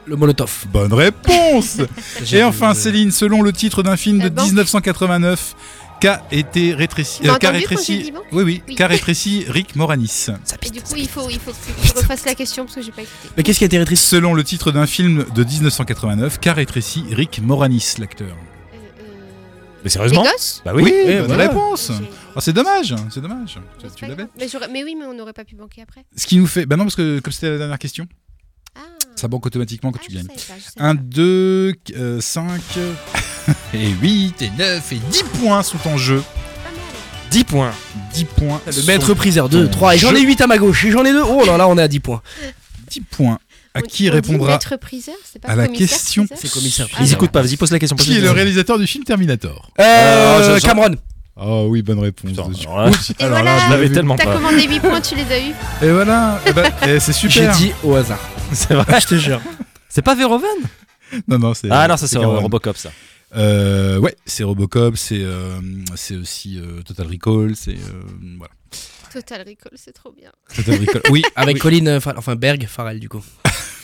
[SPEAKER 3] le Molotov. Euh,
[SPEAKER 2] Bonne réponse Et
[SPEAKER 3] J'ai-
[SPEAKER 2] enfin, Céline, selon le titre d'un film de
[SPEAKER 1] La banque.
[SPEAKER 2] 1989, qu'a été rétréci.
[SPEAKER 1] T'as
[SPEAKER 2] euh, qu'a
[SPEAKER 1] entendu quand
[SPEAKER 2] rétréci-
[SPEAKER 1] j'ai dit banque
[SPEAKER 2] oui, oui,
[SPEAKER 1] Oui.
[SPEAKER 2] qu'a rétréci Rick Moranis.
[SPEAKER 1] Et du coup, il faut, il faut que tu refasses la question parce que j'ai pas écouté.
[SPEAKER 3] Mais qu'est-ce qui a été rétréci
[SPEAKER 2] Selon le titre d'un film de 1989, qu'a rétréci Rick Moranis, l'acteur
[SPEAKER 1] Euh, euh,
[SPEAKER 4] Mais
[SPEAKER 1] Les
[SPEAKER 4] sérieusement
[SPEAKER 1] gosses
[SPEAKER 4] Bah oui.
[SPEAKER 2] bonne
[SPEAKER 3] voilà.
[SPEAKER 2] réponse
[SPEAKER 1] J'ai-
[SPEAKER 2] Ah, C'est dommage, c'est dommage. Tu-
[SPEAKER 1] Mais c'est
[SPEAKER 2] Tu
[SPEAKER 1] pas
[SPEAKER 2] l'avais
[SPEAKER 1] grave. mais, j'aurais- mais oui, mais on n'aurait pas pu banquer après.
[SPEAKER 2] Ce qui nous fait. Bah non, parce que comme c'était la dernière question,
[SPEAKER 1] Ah,
[SPEAKER 2] ça banque automatiquement quand
[SPEAKER 1] Ah,
[SPEAKER 2] tu
[SPEAKER 1] je
[SPEAKER 2] gagnes.
[SPEAKER 1] savais pas, je savais
[SPEAKER 2] 1,
[SPEAKER 1] pas.
[SPEAKER 2] 2, 5, euh, et 8, et 9, et 10 points sont en jeu.
[SPEAKER 1] Pas mal.
[SPEAKER 4] 10 points.
[SPEAKER 2] 10 points.
[SPEAKER 3] Le
[SPEAKER 2] sont-
[SPEAKER 3] maître priseur 2, 3, et j'en ai 8 à ma gauche, et j'en ai 2. Oh là là, on est à 10 points.
[SPEAKER 2] 10 points. À
[SPEAKER 1] On- on
[SPEAKER 2] qui
[SPEAKER 1] dit
[SPEAKER 2] répondra
[SPEAKER 1] maître priseur, c'est pas
[SPEAKER 2] à la
[SPEAKER 1] commissaire
[SPEAKER 2] question
[SPEAKER 1] priseur
[SPEAKER 3] C'est commissaire
[SPEAKER 1] Ah,
[SPEAKER 4] Ils
[SPEAKER 3] priseur.
[SPEAKER 4] écoutent pas, vas-y, pose la question. pose
[SPEAKER 2] Qui est
[SPEAKER 4] la
[SPEAKER 2] le
[SPEAKER 4] question.
[SPEAKER 2] réalisateur du film Terminator
[SPEAKER 3] Euh,
[SPEAKER 4] Euh, Jean-
[SPEAKER 3] Cameron.
[SPEAKER 2] Oh oui, bonne réponse.
[SPEAKER 4] Putain,
[SPEAKER 2] Je-
[SPEAKER 4] alors là-
[SPEAKER 2] Oups,
[SPEAKER 1] Et
[SPEAKER 2] alors là,
[SPEAKER 1] voilà.
[SPEAKER 4] Je l'avais tellement
[SPEAKER 1] T'as
[SPEAKER 4] pas.
[SPEAKER 1] commandé 8 points, tu les as eu.
[SPEAKER 2] Et voilà, Eh ben, eh, c'est
[SPEAKER 3] J'ai
[SPEAKER 2] super.
[SPEAKER 3] dit au hasard.
[SPEAKER 4] C'est vrai, je te jure. C'est pas Verhoeven
[SPEAKER 2] Non, non, c'est.
[SPEAKER 4] Ah non, ça c'est
[SPEAKER 2] Cameron.
[SPEAKER 4] Robocop ça.
[SPEAKER 2] Euh, ouais, c'est Robocop, c'est euh, c'est aussi euh, Total Recall, c'est euh, voilà.
[SPEAKER 1] Total Recall, c'est trop bien.
[SPEAKER 2] Total Recall. Oui,
[SPEAKER 3] Avec
[SPEAKER 2] oui.
[SPEAKER 3] Colin, euh, Farrell- enfin Berg Farrell du coup.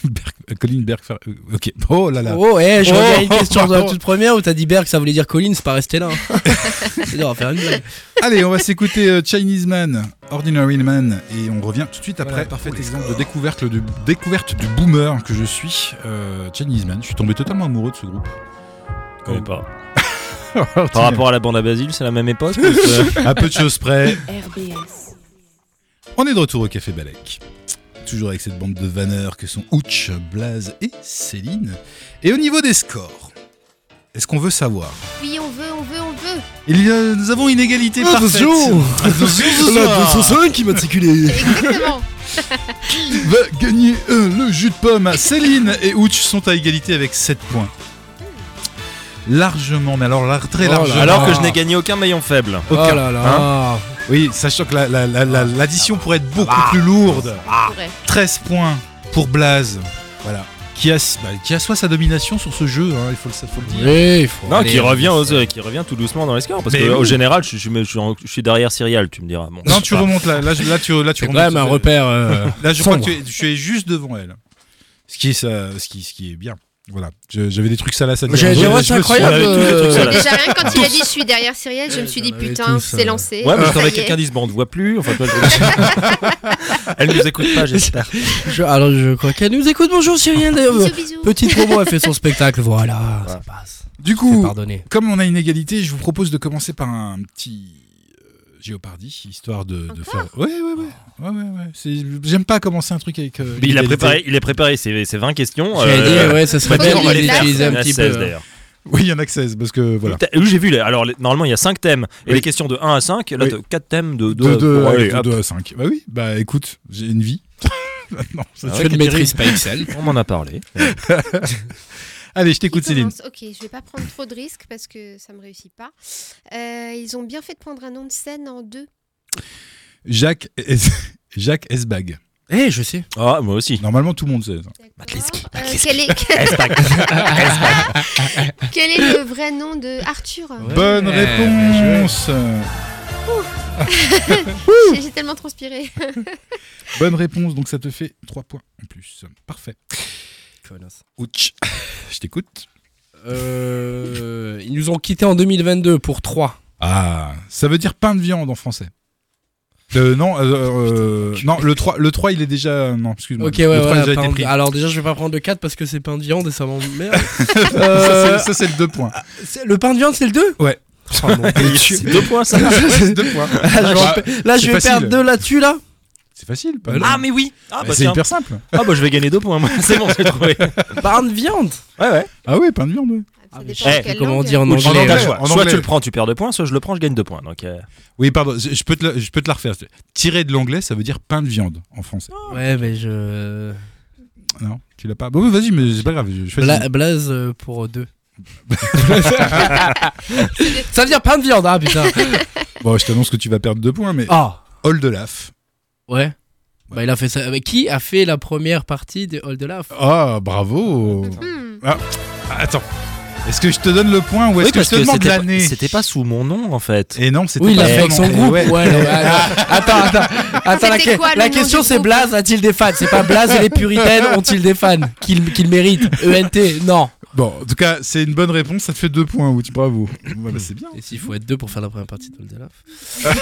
[SPEAKER 2] Berg- Colin Berg. euh, Ok. Oh là là.
[SPEAKER 3] Oh, eh, je
[SPEAKER 2] Oh,
[SPEAKER 3] reviens à une question de la
[SPEAKER 2] pardon.
[SPEAKER 3] toute première où t'as dit Berg, ça voulait dire Colin, c'est pas resté là. hein. C'est dur à faire une blague.
[SPEAKER 2] Allez, on va s'écouter euh, Chinese Man, Ordinary Man, et on revient tout de suite après.
[SPEAKER 3] Voilà,
[SPEAKER 2] parfait
[SPEAKER 3] pour les
[SPEAKER 2] exemple de découverte, de découverte du boomer que je suis. euh, Chinese Man, je suis tombé totalement amoureux de ce groupe.
[SPEAKER 4] Je connais pas. Par
[SPEAKER 2] Ordinary-
[SPEAKER 4] rapport à la bande à Basile, c'est la même époque. parce que-
[SPEAKER 2] à peu de choses près.
[SPEAKER 6] RBS,
[SPEAKER 2] On est de retour au Café Balek. Toujours avec cette bande de vanneurs que sont Ouch, Blaze et Céline. Et au niveau des scores, est-ce qu'on veut savoir
[SPEAKER 1] Oui, on veut, on veut, on veut.
[SPEAKER 2] Il y a- Nous avons une égalité
[SPEAKER 3] Ah,
[SPEAKER 2] parfaite.
[SPEAKER 3] attention
[SPEAKER 2] Attention ce soir.
[SPEAKER 3] immatriculé.
[SPEAKER 1] Exactement.
[SPEAKER 2] Qui va gagner euh, le jus de pomme Céline et Ouch sont à égalité avec 7 points. Largement, mais alors là, très
[SPEAKER 3] Oh là
[SPEAKER 2] largement.
[SPEAKER 3] là.
[SPEAKER 4] Alors que je n'ai gagné aucun maillon faible.
[SPEAKER 3] Oh là
[SPEAKER 2] Hein
[SPEAKER 3] là.
[SPEAKER 2] Oui, sachant que la- la- la- la- l'addition pourrait être beaucoup
[SPEAKER 3] Ah.
[SPEAKER 2] plus lourde.
[SPEAKER 1] Ouais.
[SPEAKER 2] 13 points pour Blaze. Voilà. Qui, as- bah, qui assoit sa domination sur ce jeu, hein, il faut le, faut le dire.
[SPEAKER 3] Oui, il faut
[SPEAKER 4] Non,
[SPEAKER 3] aller-
[SPEAKER 4] qui revient, aux, euh, qui revient tout doucement dans les scores. Parce
[SPEAKER 2] Mais
[SPEAKER 4] que
[SPEAKER 2] oui.
[SPEAKER 4] au général, je, je, me- je suis en- je suis derrière Cyril, tu me diras. Bon,
[SPEAKER 2] Non,
[SPEAKER 4] c'est
[SPEAKER 2] tu
[SPEAKER 4] pas-
[SPEAKER 2] remontes là. Là, je- là, tu, là, tu
[SPEAKER 3] C'est quand
[SPEAKER 2] remontes.
[SPEAKER 3] même un repère. euh,
[SPEAKER 2] Là, je crois que
[SPEAKER 3] sombre.
[SPEAKER 2] tu es, tu es juste devant elle. Ce qui est, ça, ce qui, ce qui est bien. Voilà. Je- J'avais des trucs salaces à dire.
[SPEAKER 3] J'ai- j'ai-
[SPEAKER 2] Je-
[SPEAKER 3] ouais,
[SPEAKER 2] je
[SPEAKER 3] c'est
[SPEAKER 2] me suis-
[SPEAKER 3] incroyable.
[SPEAKER 4] on avait tous les trucs
[SPEAKER 3] euh,
[SPEAKER 4] sur la-
[SPEAKER 1] Déjà rien que quand il a dit je suis derrière Cyrielle, je me suis dit
[SPEAKER 3] Ouais, j'en avais
[SPEAKER 1] putain,
[SPEAKER 3] tous,
[SPEAKER 1] c'est
[SPEAKER 3] euh,
[SPEAKER 1] lancé.
[SPEAKER 4] Ouais, mais
[SPEAKER 1] Ça
[SPEAKER 4] j'étais
[SPEAKER 1] y est.
[SPEAKER 4] avec quelqu'un dit bon, on te voit plus. Enfin, toi, je- Elle nous écoute pas, j'espère.
[SPEAKER 3] je- alors, je crois qu'elle nous écoute. Bonjour, Cyrien. D'ailleurs,
[SPEAKER 1] Bisous, bisous.
[SPEAKER 3] petite promo, elle fait son spectacle. Voilà, ça passe.
[SPEAKER 2] Du
[SPEAKER 3] C'est
[SPEAKER 2] coup,
[SPEAKER 3] pardonné.
[SPEAKER 2] comme on a une égalité, je vous propose de commencer par un petit euh, Géopardy, histoire de, de faire. Ouais, ouais, ouais. ouais, ouais, ouais. C'est- J'aime pas commencer un truc avec. euh,
[SPEAKER 4] Bah, Il a
[SPEAKER 2] l'égalité.
[SPEAKER 4] préparé, il est préparé ses, ses 20 questions.
[SPEAKER 3] J'allais
[SPEAKER 4] euh,
[SPEAKER 3] dire, ouais, ça serait
[SPEAKER 1] pas
[SPEAKER 3] bien
[SPEAKER 1] dire, on va
[SPEAKER 3] de
[SPEAKER 1] les faire.
[SPEAKER 3] l'utiliser un
[SPEAKER 4] il y en a
[SPEAKER 3] petit
[SPEAKER 4] 16
[SPEAKER 3] peu.
[SPEAKER 4] d'ailleurs.
[SPEAKER 2] Oui, il y en a que 16, parce que voilà.
[SPEAKER 4] T'as- oui, J'ai vu, là, alors les- normalement il y a 5 thèmes et
[SPEAKER 2] Oui.
[SPEAKER 4] les questions de 1 à 5, là
[SPEAKER 2] Oui.
[SPEAKER 4] t'as 4 thèmes de
[SPEAKER 2] De
[SPEAKER 4] 2 à
[SPEAKER 2] 2
[SPEAKER 4] bon, allez, hop,
[SPEAKER 2] à 5. Bah oui, bah écoute, j'ai une vie.
[SPEAKER 4] Ah
[SPEAKER 2] non, c'est ça
[SPEAKER 3] Je
[SPEAKER 2] qui est
[SPEAKER 3] ne maîtrise pas
[SPEAKER 2] terrible.
[SPEAKER 3] Excel.
[SPEAKER 4] on m'en a parlé.
[SPEAKER 2] Allez, je
[SPEAKER 1] Qui
[SPEAKER 2] t'écoute, Céline.
[SPEAKER 1] commence Ok, je vais pas prendre trop de risques parce que ça me réussit pas. Euh, ils ont bien fait de prendre un nom de scène en deux.
[SPEAKER 2] Jacques, S- Jacques Esbag.
[SPEAKER 3] Eh, je sais.
[SPEAKER 4] Ah, moi aussi.
[SPEAKER 2] Normalement, tout le monde sait. ça.
[SPEAKER 1] D'accord. Euh, quel, est, quel est le vrai nom de Arthur
[SPEAKER 4] bah,
[SPEAKER 2] Bonne réponse
[SPEAKER 1] J'ai- J'ai tellement transpiré.
[SPEAKER 2] Bonne réponse, donc ça te fait 3 points en plus. Parfait.
[SPEAKER 3] Connasse.
[SPEAKER 2] Ouch Je t'écoute.
[SPEAKER 3] Euh, ils nous ont quittés en 2022 pour 3.
[SPEAKER 2] Ah, ça veut dire pain de viande en français. Euh, non, euh, euh, non le, 3, le 3, il est déjà... Non, excuse-moi.
[SPEAKER 3] Ok, ouais,
[SPEAKER 2] le 3
[SPEAKER 3] ouais,
[SPEAKER 2] il a déjà
[SPEAKER 3] pain
[SPEAKER 2] été
[SPEAKER 3] de-
[SPEAKER 2] pris.
[SPEAKER 3] Alors déjà, je vais pas prendre le 4 parce que c'est pain de viande et ça m'emmerde.
[SPEAKER 2] Ça,
[SPEAKER 3] euh,
[SPEAKER 2] c'est- Ça, c'est le 2 points.
[SPEAKER 3] c'est- le pain de viande, c'est le 2
[SPEAKER 2] Ouais.
[SPEAKER 3] Oh, mon Dieu.
[SPEAKER 4] C'est 2 points ça.
[SPEAKER 2] Ouais, c'est 2 points.
[SPEAKER 3] Là, je, vais en
[SPEAKER 2] Ah,
[SPEAKER 3] pa- là, je
[SPEAKER 2] c'est
[SPEAKER 3] vais
[SPEAKER 2] facile.
[SPEAKER 3] perdre 2 là-dessus, là.
[SPEAKER 2] C'est facile. pas
[SPEAKER 3] Voilà.
[SPEAKER 2] mal.
[SPEAKER 4] Ah mais oui. Ah
[SPEAKER 2] Mais
[SPEAKER 4] bah
[SPEAKER 2] c'est
[SPEAKER 4] tiens.
[SPEAKER 2] hyper simple.
[SPEAKER 4] Ah bah je vais gagner 2 points moi. C'est bon, j'ai trouvé.
[SPEAKER 3] Pain de viande.
[SPEAKER 4] Ouais ouais.
[SPEAKER 2] Ah oui, pain de viande. ouais.
[SPEAKER 1] Ça
[SPEAKER 3] mais
[SPEAKER 1] dépend
[SPEAKER 4] je sais
[SPEAKER 1] de quelle
[SPEAKER 3] Comment on
[SPEAKER 1] langue.
[SPEAKER 3] dit en
[SPEAKER 2] Ou je-
[SPEAKER 3] anglais
[SPEAKER 2] en
[SPEAKER 4] T'as le
[SPEAKER 2] anglais.
[SPEAKER 4] choix. Soit tu le prends, tu perds 2 points, soit je le prends, je gagne 2 points. Donc euh,
[SPEAKER 2] Oui, pardon, je je peux, te le, je peux te la refaire. Tirer de l'anglais, ça veut dire pain de viande en français.
[SPEAKER 3] Ouais, mais je.
[SPEAKER 2] Non, tu l'as pas. Bon, vas-y, mais c'est pas grave. Je, je fais
[SPEAKER 3] Bla- Blaze euh, pour 2. Ça veut dire pain de viande, ah putain.
[SPEAKER 2] Bon, je t'annonce que tu vas perdre deux points, mais
[SPEAKER 3] Ah,
[SPEAKER 2] Oldelaf.
[SPEAKER 3] ouais. Bah, il a fait ça. Mais qui a fait la première partie de Hold the Laugh
[SPEAKER 2] Ah, bravo.
[SPEAKER 1] Hmm.
[SPEAKER 2] Attends. Est-ce que je te donne le point ou est-ce
[SPEAKER 4] Oui,
[SPEAKER 2] que je te demande l'année
[SPEAKER 4] c'était pas sous mon nom en fait.
[SPEAKER 2] Et non, c'était
[SPEAKER 3] Oui, il
[SPEAKER 2] pas
[SPEAKER 3] l'a fait avec
[SPEAKER 2] nom.
[SPEAKER 3] son
[SPEAKER 2] Eh
[SPEAKER 3] groupe.
[SPEAKER 2] ouais.
[SPEAKER 3] Ouais, ouais, ouais. attends, attends. attends la,
[SPEAKER 1] Ah, C'était
[SPEAKER 3] que-
[SPEAKER 1] quoi, le
[SPEAKER 3] la
[SPEAKER 1] nom
[SPEAKER 3] question
[SPEAKER 1] du
[SPEAKER 3] c'est
[SPEAKER 1] groupe
[SPEAKER 3] Blaze a-t-il des fans C'est pas Blaze et les puritaines ont-ils des fans Qu'ils qu'ils méritent ENT, E non.
[SPEAKER 2] Bon, en tout cas, c'est une bonne réponse. Ça te fait deux points, Wout. Bravo. Ouais, bah, c'est bien.
[SPEAKER 3] Et s'il faut être deux pour faire la première partie de Hold the Laugh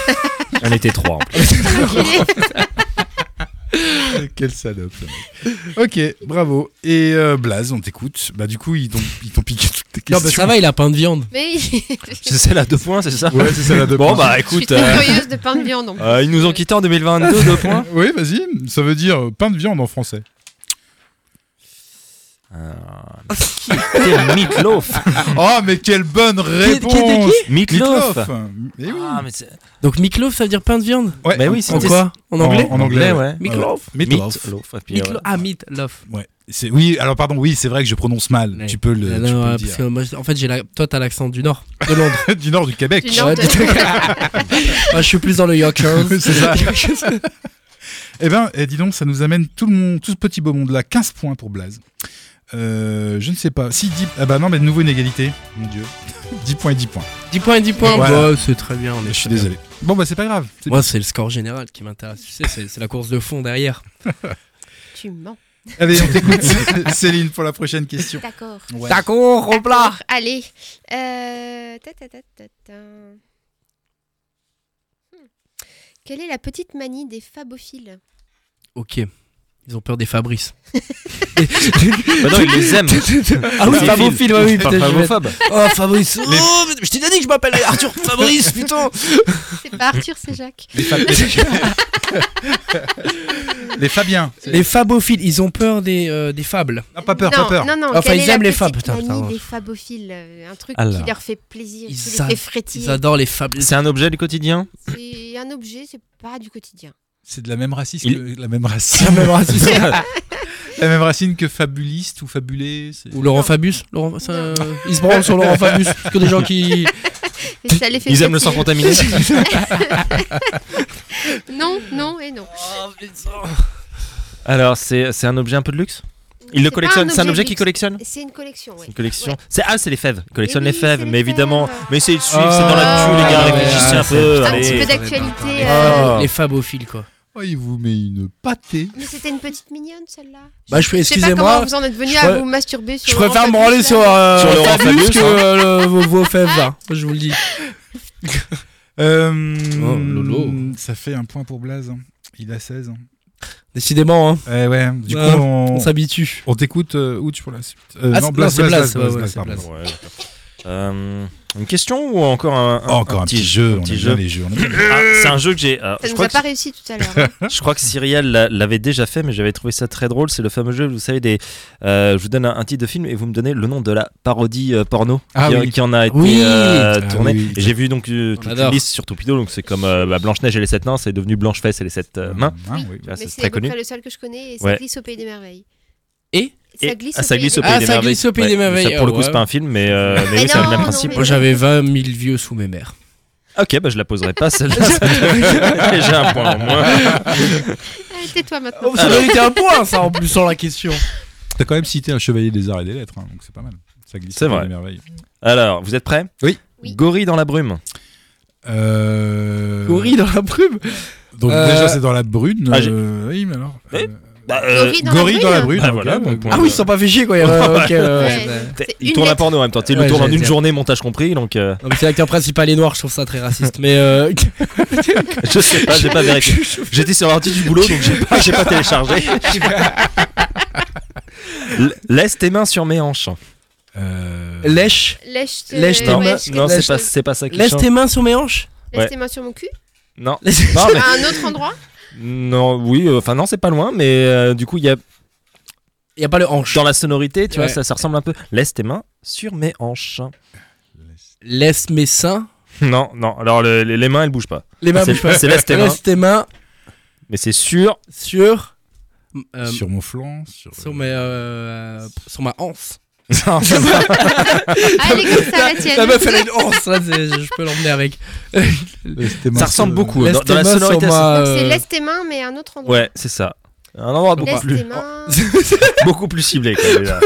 [SPEAKER 4] On était trois en plus.
[SPEAKER 2] Quelle salope. ça. ok, bravo. Et euh, Blaze, on t'écoute. Bah, du coup, ils t'ont ils t'ont piqué toutes tes
[SPEAKER 3] Non, bah,
[SPEAKER 2] questions.
[SPEAKER 3] mais ça va, il a pain de viande.
[SPEAKER 1] Mais je
[SPEAKER 4] C'est celle à deux points, c'est ça
[SPEAKER 2] Ouais, c'est ça la deux
[SPEAKER 4] Bon
[SPEAKER 2] points.
[SPEAKER 4] bah
[SPEAKER 1] suis
[SPEAKER 4] écoute,
[SPEAKER 1] très
[SPEAKER 4] euh,
[SPEAKER 1] curieuse de pain de viande. en plus.
[SPEAKER 4] euh, ils nous ont quittés en 2022, deux points.
[SPEAKER 2] Oui, vas-y. Ça veut dire euh, pain de viande en français.
[SPEAKER 4] C'était Meatloaf.
[SPEAKER 2] Oh, mais quelle bonne
[SPEAKER 3] Ah. qui- qui-
[SPEAKER 2] réponse
[SPEAKER 4] Meatloaf.
[SPEAKER 2] Meatloaf. Eh oui.
[SPEAKER 4] Ah, mais c'est-
[SPEAKER 3] Donc Miklof, ça veut dire pain de viande
[SPEAKER 2] Ouais.
[SPEAKER 4] bah oui,
[SPEAKER 3] En
[SPEAKER 4] c'était
[SPEAKER 3] quoi En
[SPEAKER 2] En-
[SPEAKER 3] anglais
[SPEAKER 2] En anglais, ouais.
[SPEAKER 3] Meatloaf
[SPEAKER 2] Ouais. Meatloaf.
[SPEAKER 4] Meatloaf, et puis,
[SPEAKER 3] Meatloaf-
[SPEAKER 4] ouais.
[SPEAKER 3] Ah, Meatloaf.
[SPEAKER 2] Ouais. C'est oui, alors pardon, oui, c'est vrai que je prononce mal.
[SPEAKER 3] Ouais.
[SPEAKER 2] Tu peux le,
[SPEAKER 3] Ah,
[SPEAKER 2] tu
[SPEAKER 3] non,
[SPEAKER 2] peux
[SPEAKER 3] ouais,
[SPEAKER 2] le
[SPEAKER 3] parce que moi, je- en fait, j'ai la... toi, t'as l'accent du nord, de Londres.
[SPEAKER 2] dire. du nord du Québec.
[SPEAKER 1] Du nord.
[SPEAKER 3] Ouais,
[SPEAKER 1] de-
[SPEAKER 3] Moi, je suis plus dans le Yorkshire.
[SPEAKER 2] C'est ça. eh ben, eh, dis donc, ça nous amène tout le monde, tout ce petit beau monde là, 15 points pour Blaze. Euh, je ne sais pas. Si 10 Ah bah non, mais de nouveau une égalité. Mon dieu. 10 points et 10 points.
[SPEAKER 3] 10 points, 10 points.
[SPEAKER 2] Voilà.
[SPEAKER 3] Bah, c'est très bien. on
[SPEAKER 2] Je
[SPEAKER 3] est
[SPEAKER 2] suis
[SPEAKER 3] très bien.
[SPEAKER 2] désolé. Bon bah c'est pas grave. C'est-
[SPEAKER 3] Moi, c'est le score général qui m'intéresse. Tu sais, c'est- c'est la course de fond derrière.
[SPEAKER 1] Tu mens.
[SPEAKER 2] Allez, on t'écoute Céline pour la prochaine question.
[SPEAKER 1] D'accord.
[SPEAKER 2] Ouais.
[SPEAKER 3] D'accord, au
[SPEAKER 1] D'accord, Allez. Euh, ta, ta, ta, ta, ta. Hmm. Quelle est la petite manie des fabophiles
[SPEAKER 3] Ok. Ils ont peur des Fabrice.
[SPEAKER 4] Bah non, ils les aiment.
[SPEAKER 3] Ah oui,
[SPEAKER 4] Fabrice.
[SPEAKER 3] Fabophile, ouais, oui,
[SPEAKER 4] Pas
[SPEAKER 3] putain, je vais-
[SPEAKER 4] homophobe.
[SPEAKER 3] Oh, Fabrice. Oh, mais je t'ai déjà dit que je m'appelle Arthur Fabrice, putain.
[SPEAKER 1] C'est pas Arthur, c'est Jacques.
[SPEAKER 2] Les, Fab- les Fabiens.
[SPEAKER 3] Les Fabophiles, ils ont peur des, euh, des fables.
[SPEAKER 2] Non, pas peur,
[SPEAKER 1] non,
[SPEAKER 2] pas peur.
[SPEAKER 1] non, non.
[SPEAKER 3] Enfin,
[SPEAKER 1] quelle
[SPEAKER 3] ils
[SPEAKER 1] est la
[SPEAKER 3] aiment les
[SPEAKER 1] petite
[SPEAKER 3] fabs, putain,
[SPEAKER 1] manie
[SPEAKER 3] pardon.
[SPEAKER 1] des fabophiles, euh, un truc
[SPEAKER 4] Alors.
[SPEAKER 1] qui leur fait plaisir,
[SPEAKER 3] Ils
[SPEAKER 1] qui
[SPEAKER 3] savent-
[SPEAKER 1] les fait
[SPEAKER 3] Ils
[SPEAKER 1] frétiller.
[SPEAKER 3] adorent les fables.
[SPEAKER 4] C'est un objet du quotidien.
[SPEAKER 1] C'est un objet, c'est pas du quotidien.
[SPEAKER 2] C'est de la même racine
[SPEAKER 4] Il-
[SPEAKER 2] que la même
[SPEAKER 3] C'est la
[SPEAKER 2] racine.
[SPEAKER 3] même raciste.
[SPEAKER 2] la même racine que fabuliste ou fabulé. c'est-
[SPEAKER 3] Ou Laurent Fabius. Laurent, ça, euh, ils se branlent sur Laurent Fabius. Parce que des gens qui.
[SPEAKER 1] Mais ça les fait
[SPEAKER 4] Ils aiment le sang
[SPEAKER 1] frétiller.
[SPEAKER 4] contaminé.
[SPEAKER 1] Non, non et non.
[SPEAKER 4] Alors, c'est c'est un objet un peu de luxe Ils le
[SPEAKER 1] C'est pas
[SPEAKER 4] collectionnent
[SPEAKER 1] un
[SPEAKER 4] C'est un objet
[SPEAKER 1] objet
[SPEAKER 4] qu'ils
[SPEAKER 1] de luxe.
[SPEAKER 4] collectionnent
[SPEAKER 1] C'est une collection, oui.
[SPEAKER 4] Une collection. C'est ah, c'est les fèves. Ils collectionnent
[SPEAKER 1] Mais
[SPEAKER 4] les
[SPEAKER 1] oui,
[SPEAKER 4] fèves,
[SPEAKER 1] c'est les
[SPEAKER 4] mais évidemment.
[SPEAKER 1] fèves.
[SPEAKER 4] Mais essayez de suivre, c'est dans
[SPEAKER 1] Ah,
[SPEAKER 4] l'actu, les gars.
[SPEAKER 1] ouais,
[SPEAKER 4] Réfléchissez
[SPEAKER 3] ouais,
[SPEAKER 4] un
[SPEAKER 3] c'est-
[SPEAKER 4] peu.
[SPEAKER 1] Un petit
[SPEAKER 4] allez.
[SPEAKER 1] peu d'actualité.
[SPEAKER 4] Ah.
[SPEAKER 1] euh,
[SPEAKER 3] Les Fabophiles, quoi.
[SPEAKER 2] Oh, il vous met une pâtée.
[SPEAKER 1] Mais c'était une petite mignonne celle-là.
[SPEAKER 3] Bah, je fais-
[SPEAKER 1] sais pas
[SPEAKER 3] excusez-moi,
[SPEAKER 1] comment vous en êtes venu
[SPEAKER 3] je
[SPEAKER 1] à
[SPEAKER 3] pré-
[SPEAKER 1] vous masturber sur
[SPEAKER 3] Je
[SPEAKER 1] Laurent
[SPEAKER 3] préfère me branler
[SPEAKER 1] Fabius,
[SPEAKER 3] sur,
[SPEAKER 1] là.
[SPEAKER 3] euh,
[SPEAKER 4] Sur Laurent
[SPEAKER 3] Fabius
[SPEAKER 4] Fabius,
[SPEAKER 3] que euh, le- vos, vos fèves, là. Je vous le dis.
[SPEAKER 2] Euh,
[SPEAKER 3] Oh, Lolo.
[SPEAKER 2] Ça fait un point pour Blaze. hein. Il a 16. hein.
[SPEAKER 3] Décidément, hein.
[SPEAKER 2] Ouais, Eh ouais. Du coup,
[SPEAKER 3] Ouais,
[SPEAKER 2] on,
[SPEAKER 3] On s'habitue.
[SPEAKER 2] on t'écoute, euh, Ouch, pour la suite. Euh,
[SPEAKER 3] Ah, c'est- non, c'est Blaze, ouais, ouais, c'est
[SPEAKER 2] pardon.
[SPEAKER 3] Blaze.
[SPEAKER 4] Ouais. Euh, Une question ou encore un, un-
[SPEAKER 2] Oh, encore un petit, jeu.
[SPEAKER 4] un
[SPEAKER 2] on
[SPEAKER 4] petit
[SPEAKER 2] aime
[SPEAKER 4] jeu.
[SPEAKER 2] bien les jeux. on aime bien.
[SPEAKER 4] Ah, c'est un jeu que j'ai. euh,
[SPEAKER 1] Ça
[SPEAKER 4] je,
[SPEAKER 1] nous
[SPEAKER 4] crois
[SPEAKER 1] a
[SPEAKER 4] que,
[SPEAKER 1] pas réussi tout à l'heure. hein.
[SPEAKER 4] je crois que Cyrielle l'a- l'avait déjà fait, mais j'avais trouvé ça très drôle. C'est le fameux jeu, vous savez, des. euh, je vous donne un, un titre de film et vous me donnez le nom de la parodie euh, porno
[SPEAKER 2] Ah
[SPEAKER 4] qui,
[SPEAKER 2] oui.
[SPEAKER 4] qui en a été
[SPEAKER 3] Oui.
[SPEAKER 4] euh,
[SPEAKER 2] Ah
[SPEAKER 4] tournée.
[SPEAKER 2] oui.
[SPEAKER 4] Et J'ai vu donc euh,
[SPEAKER 3] On
[SPEAKER 4] toute une
[SPEAKER 3] adore.
[SPEAKER 4] liste sur Toupido, donc c'est comme euh, bah, Blanche-Neige et les sept nains, c'est devenu Blanche-Fesse et les sept euh, mains.
[SPEAKER 2] Ah, oui.
[SPEAKER 4] Tu vois,
[SPEAKER 1] Mais
[SPEAKER 4] c'est
[SPEAKER 1] c'est à
[SPEAKER 4] très
[SPEAKER 1] peu
[SPEAKER 4] connu.
[SPEAKER 1] près le seul que je connais et ça
[SPEAKER 4] Ouais.
[SPEAKER 1] glisse au pays des merveilles.
[SPEAKER 3] Et
[SPEAKER 4] Et-
[SPEAKER 1] Ça glisse
[SPEAKER 4] ah,
[SPEAKER 1] au
[SPEAKER 4] ça
[SPEAKER 1] pays
[SPEAKER 4] glisse au
[SPEAKER 1] des
[SPEAKER 4] pays
[SPEAKER 3] Ah,
[SPEAKER 4] des
[SPEAKER 3] ça
[SPEAKER 4] merveilles.
[SPEAKER 3] glisse au Pays
[SPEAKER 4] Ouais.
[SPEAKER 3] des merveilles,
[SPEAKER 4] Ça, pour le
[SPEAKER 3] ah
[SPEAKER 4] coup, c'est
[SPEAKER 3] ouais.
[SPEAKER 4] pas un film, mais, euh, mais
[SPEAKER 1] Mais
[SPEAKER 4] oui, c'est le
[SPEAKER 1] non,
[SPEAKER 4] même
[SPEAKER 1] non,
[SPEAKER 4] principe.
[SPEAKER 1] mais-
[SPEAKER 3] Moi, j'avais 20 000 vieux sous mes mères.
[SPEAKER 4] Ok, bah je la poserai pas celle-là. ça fait Déjà un point en moins.
[SPEAKER 1] merveilles. Ah, Tais-toi maintenant.
[SPEAKER 3] ça méritait un point, ça, en plus, sans la question.
[SPEAKER 2] T'as quand même cité un chevalier des arts et des lettres, hein, donc c'est pas mal. Ça glisse.
[SPEAKER 4] C'est
[SPEAKER 2] comme
[SPEAKER 4] vrai.
[SPEAKER 2] des merveilles.
[SPEAKER 4] Alors, vous êtes prêts
[SPEAKER 2] Oui.
[SPEAKER 1] Oui.
[SPEAKER 4] Gorille dans la brume.
[SPEAKER 2] Euh...
[SPEAKER 3] Gorille dans la brume.
[SPEAKER 2] Donc
[SPEAKER 3] Euh,
[SPEAKER 2] déjà c'est dans la brune.
[SPEAKER 4] ah, j'ai-
[SPEAKER 2] euh, Oui, mais alors.
[SPEAKER 4] Oui.
[SPEAKER 2] euh,
[SPEAKER 4] Bah, euh,
[SPEAKER 1] Gorille dans
[SPEAKER 2] Gorille dans la
[SPEAKER 1] rue,
[SPEAKER 2] brune.
[SPEAKER 4] Bah,
[SPEAKER 2] ok,
[SPEAKER 4] voilà,
[SPEAKER 2] bah,
[SPEAKER 4] bon point.
[SPEAKER 3] Ah oui, ils se sont pas fait chier, quoi. euh, ok, ouais, ouais,
[SPEAKER 1] Ouais.
[SPEAKER 3] ouais.
[SPEAKER 4] T'es-
[SPEAKER 1] C'est
[SPEAKER 4] Il
[SPEAKER 1] une
[SPEAKER 4] tourne la
[SPEAKER 1] lettre.
[SPEAKER 4] porno en même temps. Il
[SPEAKER 3] Ouais,
[SPEAKER 4] le tourne en
[SPEAKER 3] j'allais
[SPEAKER 4] une
[SPEAKER 3] dire.
[SPEAKER 4] journée, montage compris. Donc, euh,
[SPEAKER 3] Non, mais c'est l'acteur principal est noir, je trouve ça très raciste. Mais euh,
[SPEAKER 4] je sais pas, Ah, j'ai pas vérifié. J'étais sur l'ordi du boulot, donc j'ai pas, j'ai pas téléchargé. L- Laisse tes mains sur mes hanches.
[SPEAKER 2] euh,
[SPEAKER 3] lèche.
[SPEAKER 1] hein. Lèche tes
[SPEAKER 3] Lèche tes
[SPEAKER 4] Non,
[SPEAKER 3] mains.
[SPEAKER 1] ouais, je-
[SPEAKER 4] non,
[SPEAKER 1] lèche-
[SPEAKER 4] c'est pas, c'est pas ça qui
[SPEAKER 3] Lèche
[SPEAKER 4] chante.
[SPEAKER 3] tes mains sur mes hanches.
[SPEAKER 4] ouais.
[SPEAKER 1] Lèche tes mains sur mon cul.
[SPEAKER 4] Non,
[SPEAKER 3] Lèche-
[SPEAKER 4] non, mais-
[SPEAKER 1] À un autre endroit.
[SPEAKER 4] non, oui, euh, enfin non, c'est pas loin, mais euh, du coup, il y a
[SPEAKER 3] Y a pas le hanche.
[SPEAKER 4] dans la sonorité, tu vois,
[SPEAKER 3] Ouais.
[SPEAKER 4] ça, ça ressemble un peu. Laisse tes mains sur mes hanches.
[SPEAKER 3] Laisse mes seins.
[SPEAKER 4] Non, non. Alors le- le- les mains, elles bougent pas.
[SPEAKER 3] Les mains
[SPEAKER 4] Ah, C'est
[SPEAKER 3] bougent pas.
[SPEAKER 4] c'est laisse tes mains,
[SPEAKER 3] Laisse tes mains
[SPEAKER 4] mais c'est sûr.
[SPEAKER 3] sur. euh, euh,
[SPEAKER 2] Sur mon flanc. Sur,
[SPEAKER 3] sur mes, euh, sur ma hanse.
[SPEAKER 4] Non, ça va.
[SPEAKER 1] Ah, elle est comme ça, la tienne.
[SPEAKER 3] La meuf, elle a une hanse, ça, c'est- je peux l'emmener avec.
[SPEAKER 2] euh,
[SPEAKER 4] Ça ressemble beaucoup. hein. Dans,
[SPEAKER 3] Laisse
[SPEAKER 4] dans la
[SPEAKER 3] tes mains sur
[SPEAKER 4] sonorité. ça-
[SPEAKER 3] ma-
[SPEAKER 1] Donc c'est
[SPEAKER 3] euh,
[SPEAKER 1] laisse tes mains, mais à un autre endroit.
[SPEAKER 4] Ouais, c'est ça. Un endroit beaucoup
[SPEAKER 1] Laisse
[SPEAKER 4] plus,
[SPEAKER 1] tes mains.
[SPEAKER 4] beaucoup plus ciblé. quoi, déjà.